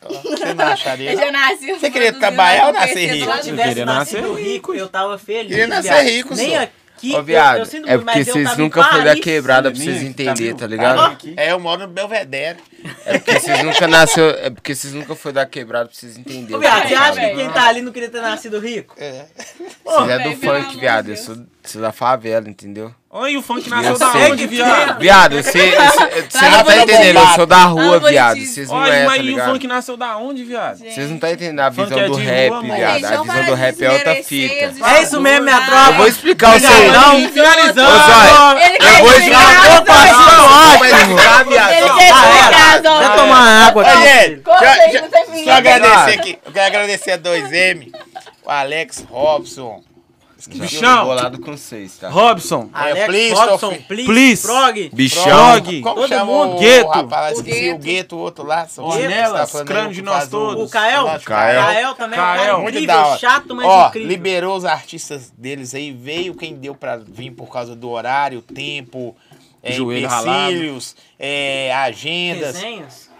S2: Você não acharia?
S3: Eu já nasci.
S2: Você queria
S3: produzindo,
S2: trabalhar ou
S3: eu
S2: nascer
S3: cresci
S2: rico?
S3: lá
S5: Se
S3: no
S5: eu
S4: queria
S5: tivesse
S4: nascer
S5: nascido
S4: rico.
S5: rico, eu tava feliz.
S2: Queria
S5: viado.
S2: nascer rico,
S5: Nem
S2: só.
S5: aqui,
S1: Ó,
S5: eu-
S1: viado.
S5: eu sinto
S1: é
S5: muito, mas
S1: porque
S5: eu
S1: vocês
S5: tava em
S1: nunca foram da
S5: Paris.
S1: quebrada pra
S4: Minha,
S1: vocês
S4: que tá
S1: entenderem,
S4: viu?
S1: tá
S4: Tá
S1: ligado?
S4: aqui.
S2: É, eu moro no Belvedere.
S1: É porque vocês nunca nasceu. É porque vocês nunca foram da quebrada pra vocês entenderem.
S5: Ô, viado, você
S1: tá
S5: acha que
S1: ligado?
S5: quem tá ali não queria ter nascido rico?
S1: Vocês é do funk,
S3: Velho, pelo amor de
S1: viado. Eu
S3: Deus.
S1: sou, sou da favela, entendeu?
S4: Olha, e o funk nasceu da
S1: sei.
S4: onde, viado?
S1: Viado, você você não
S2: Tava
S1: tá
S2: no
S1: entendendo. Eu
S2: bombado.
S1: sou da rua,
S3: Tava
S1: viado.
S3: bonitinho.
S1: Vocês não
S4: Olha,
S1: é, tá
S4: mas e o funk
S1: ligado?
S4: nasceu da onde, viado?
S1: Vocês não tá entendendo a
S4: Funk
S1: visão
S4: é
S1: do
S4: de
S1: rap,
S4: rua, mano.
S1: viado.
S3: Gente,
S1: A
S3: não
S1: visão
S3: para
S1: do
S3: de
S1: rap é outra
S3: desmerecer
S1: fita.
S3: os
S5: É isso mesmo, minha
S3: bagulho.
S5: tropa.
S1: Eu vou explicar o seu.
S4: Finalizando,
S1: Ô,
S4: finalizando.
S1: Zóia,
S3: Ele
S1: eu
S3: quer
S1: vou
S3: explicar,
S1: explicar.
S6: Passou
S1: tá Vai explicar, viado.
S3: Ele quer
S5: Ah, é.
S3: explicar,
S5: Vai
S3: Zó.
S5: tomar água
S2: Ô,
S5: aqui.
S2: gente,
S3: Corta
S2: já-
S3: aí,
S2: já-
S3: não tem fim.
S2: só agradecer aqui. Eu quero agradecer a 2M, o Alex Robson.
S4: Bichão.
S1: Bolado com vocês, tá?
S4: Robson.
S2: É,
S5: Alex,
S2: please,
S5: Robson,
S2: Toffee.
S5: please,
S4: Please.
S5: Prog.
S1: Bichão.
S4: Prog.
S2: Como
S5: Todo
S2: chama
S5: mundo.
S2: o
S4: Gueto.
S2: rapaz?
S3: O
S2: Esqueci o
S3: Gueto.
S2: Gueto, o outro lá. só-
S4: Ornelas,
S2: tá falando
S4: crânio
S2: aí,
S4: de
S2: que
S4: nós
S1: um
S2: faz
S4: todos.
S5: O Cael?
S2: Nossa,
S1: Cael.
S5: Cael também é um cara
S4: Cael.
S2: Muito da
S5: incrível,
S2: hora.
S5: chato, mas
S2: Ó,
S5: incrível.
S2: liberou os artistas deles aí, veio quem deu pra vir por causa do horário, tempo, é,
S4: Joelho
S2: empecilhos, é, agendas,
S5: Resenhas?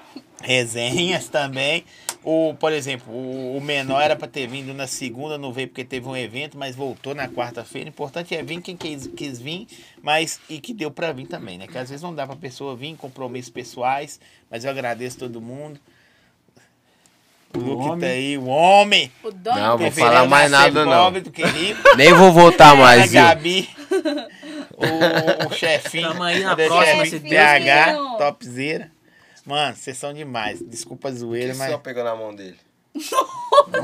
S2: resenhas também. O, por exemplo, o, o menor era pra ter vindo na segunda, não veio porque teve um evento, mas voltou na quarta-feira. O importante é vir quem quis, quis vir, mas e que deu pra vir também, né? Que às vezes não dá pra pessoa vir, compromissos pessoais, mas eu agradeço todo mundo. O Luke tá
S4: homem.
S2: aí, o homem!
S3: O dono
S1: Não,
S3: do
S1: vou
S2: Preferiu
S1: falar mais
S2: nascer
S1: nada, não.
S2: pobre do que rico.
S1: Nem vou voltar
S2: A
S1: mais, viu?
S2: Gabi, o, o chefinho.
S5: Tamo aí na
S2: o
S5: próxima,
S2: chefinho,
S5: se Deus
S2: PH,
S3: quiser.
S2: topzera. Mano, vocês são demais. Desculpa a zoeira, mas
S1: pegou na mão dele?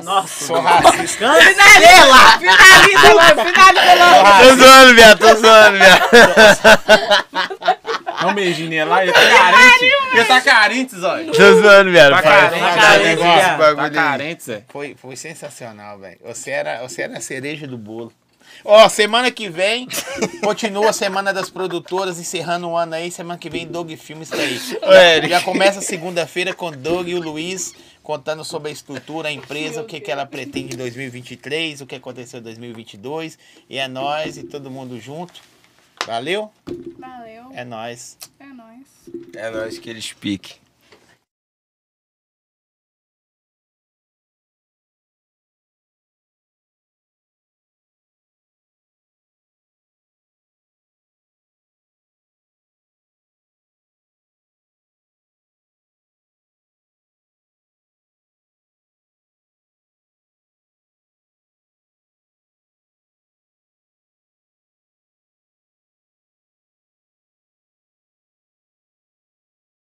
S5: Nossa.
S2: sou racista.
S5: Cancela! Finaliza lá, finaliza lá.
S1: Tô zoando, viado, tô zoando, viado.
S4: Dá um beijinho nele lá, ele tá carente. Ele tá carente, Zóio.
S1: Tô zoando, viado.
S4: Tá
S1: Fala-
S4: carente,
S1: fala
S5: carente,
S1: desse
S5: viado.
S4: Tá
S1: bagulho aí.
S4: carente, Zé.
S2: Foi, foi sensacional, velho. Você era, você era a cereja do bolo. Ó, semana que vem, continua a Semana das Produtoras, encerrando o ano aí. Semana que vem, Doug Filmes tá aí.
S1: Eric.
S2: Já começa segunda-feira com Doug e o Luiz contando sobre a estrutura, a empresa, o que, que ela pretende em 2023, o que aconteceu em 2022. E é nós e todo mundo junto. Valeu?
S3: Valeu,
S2: É nós.
S3: é nóis.
S1: É nóis que eles piquem.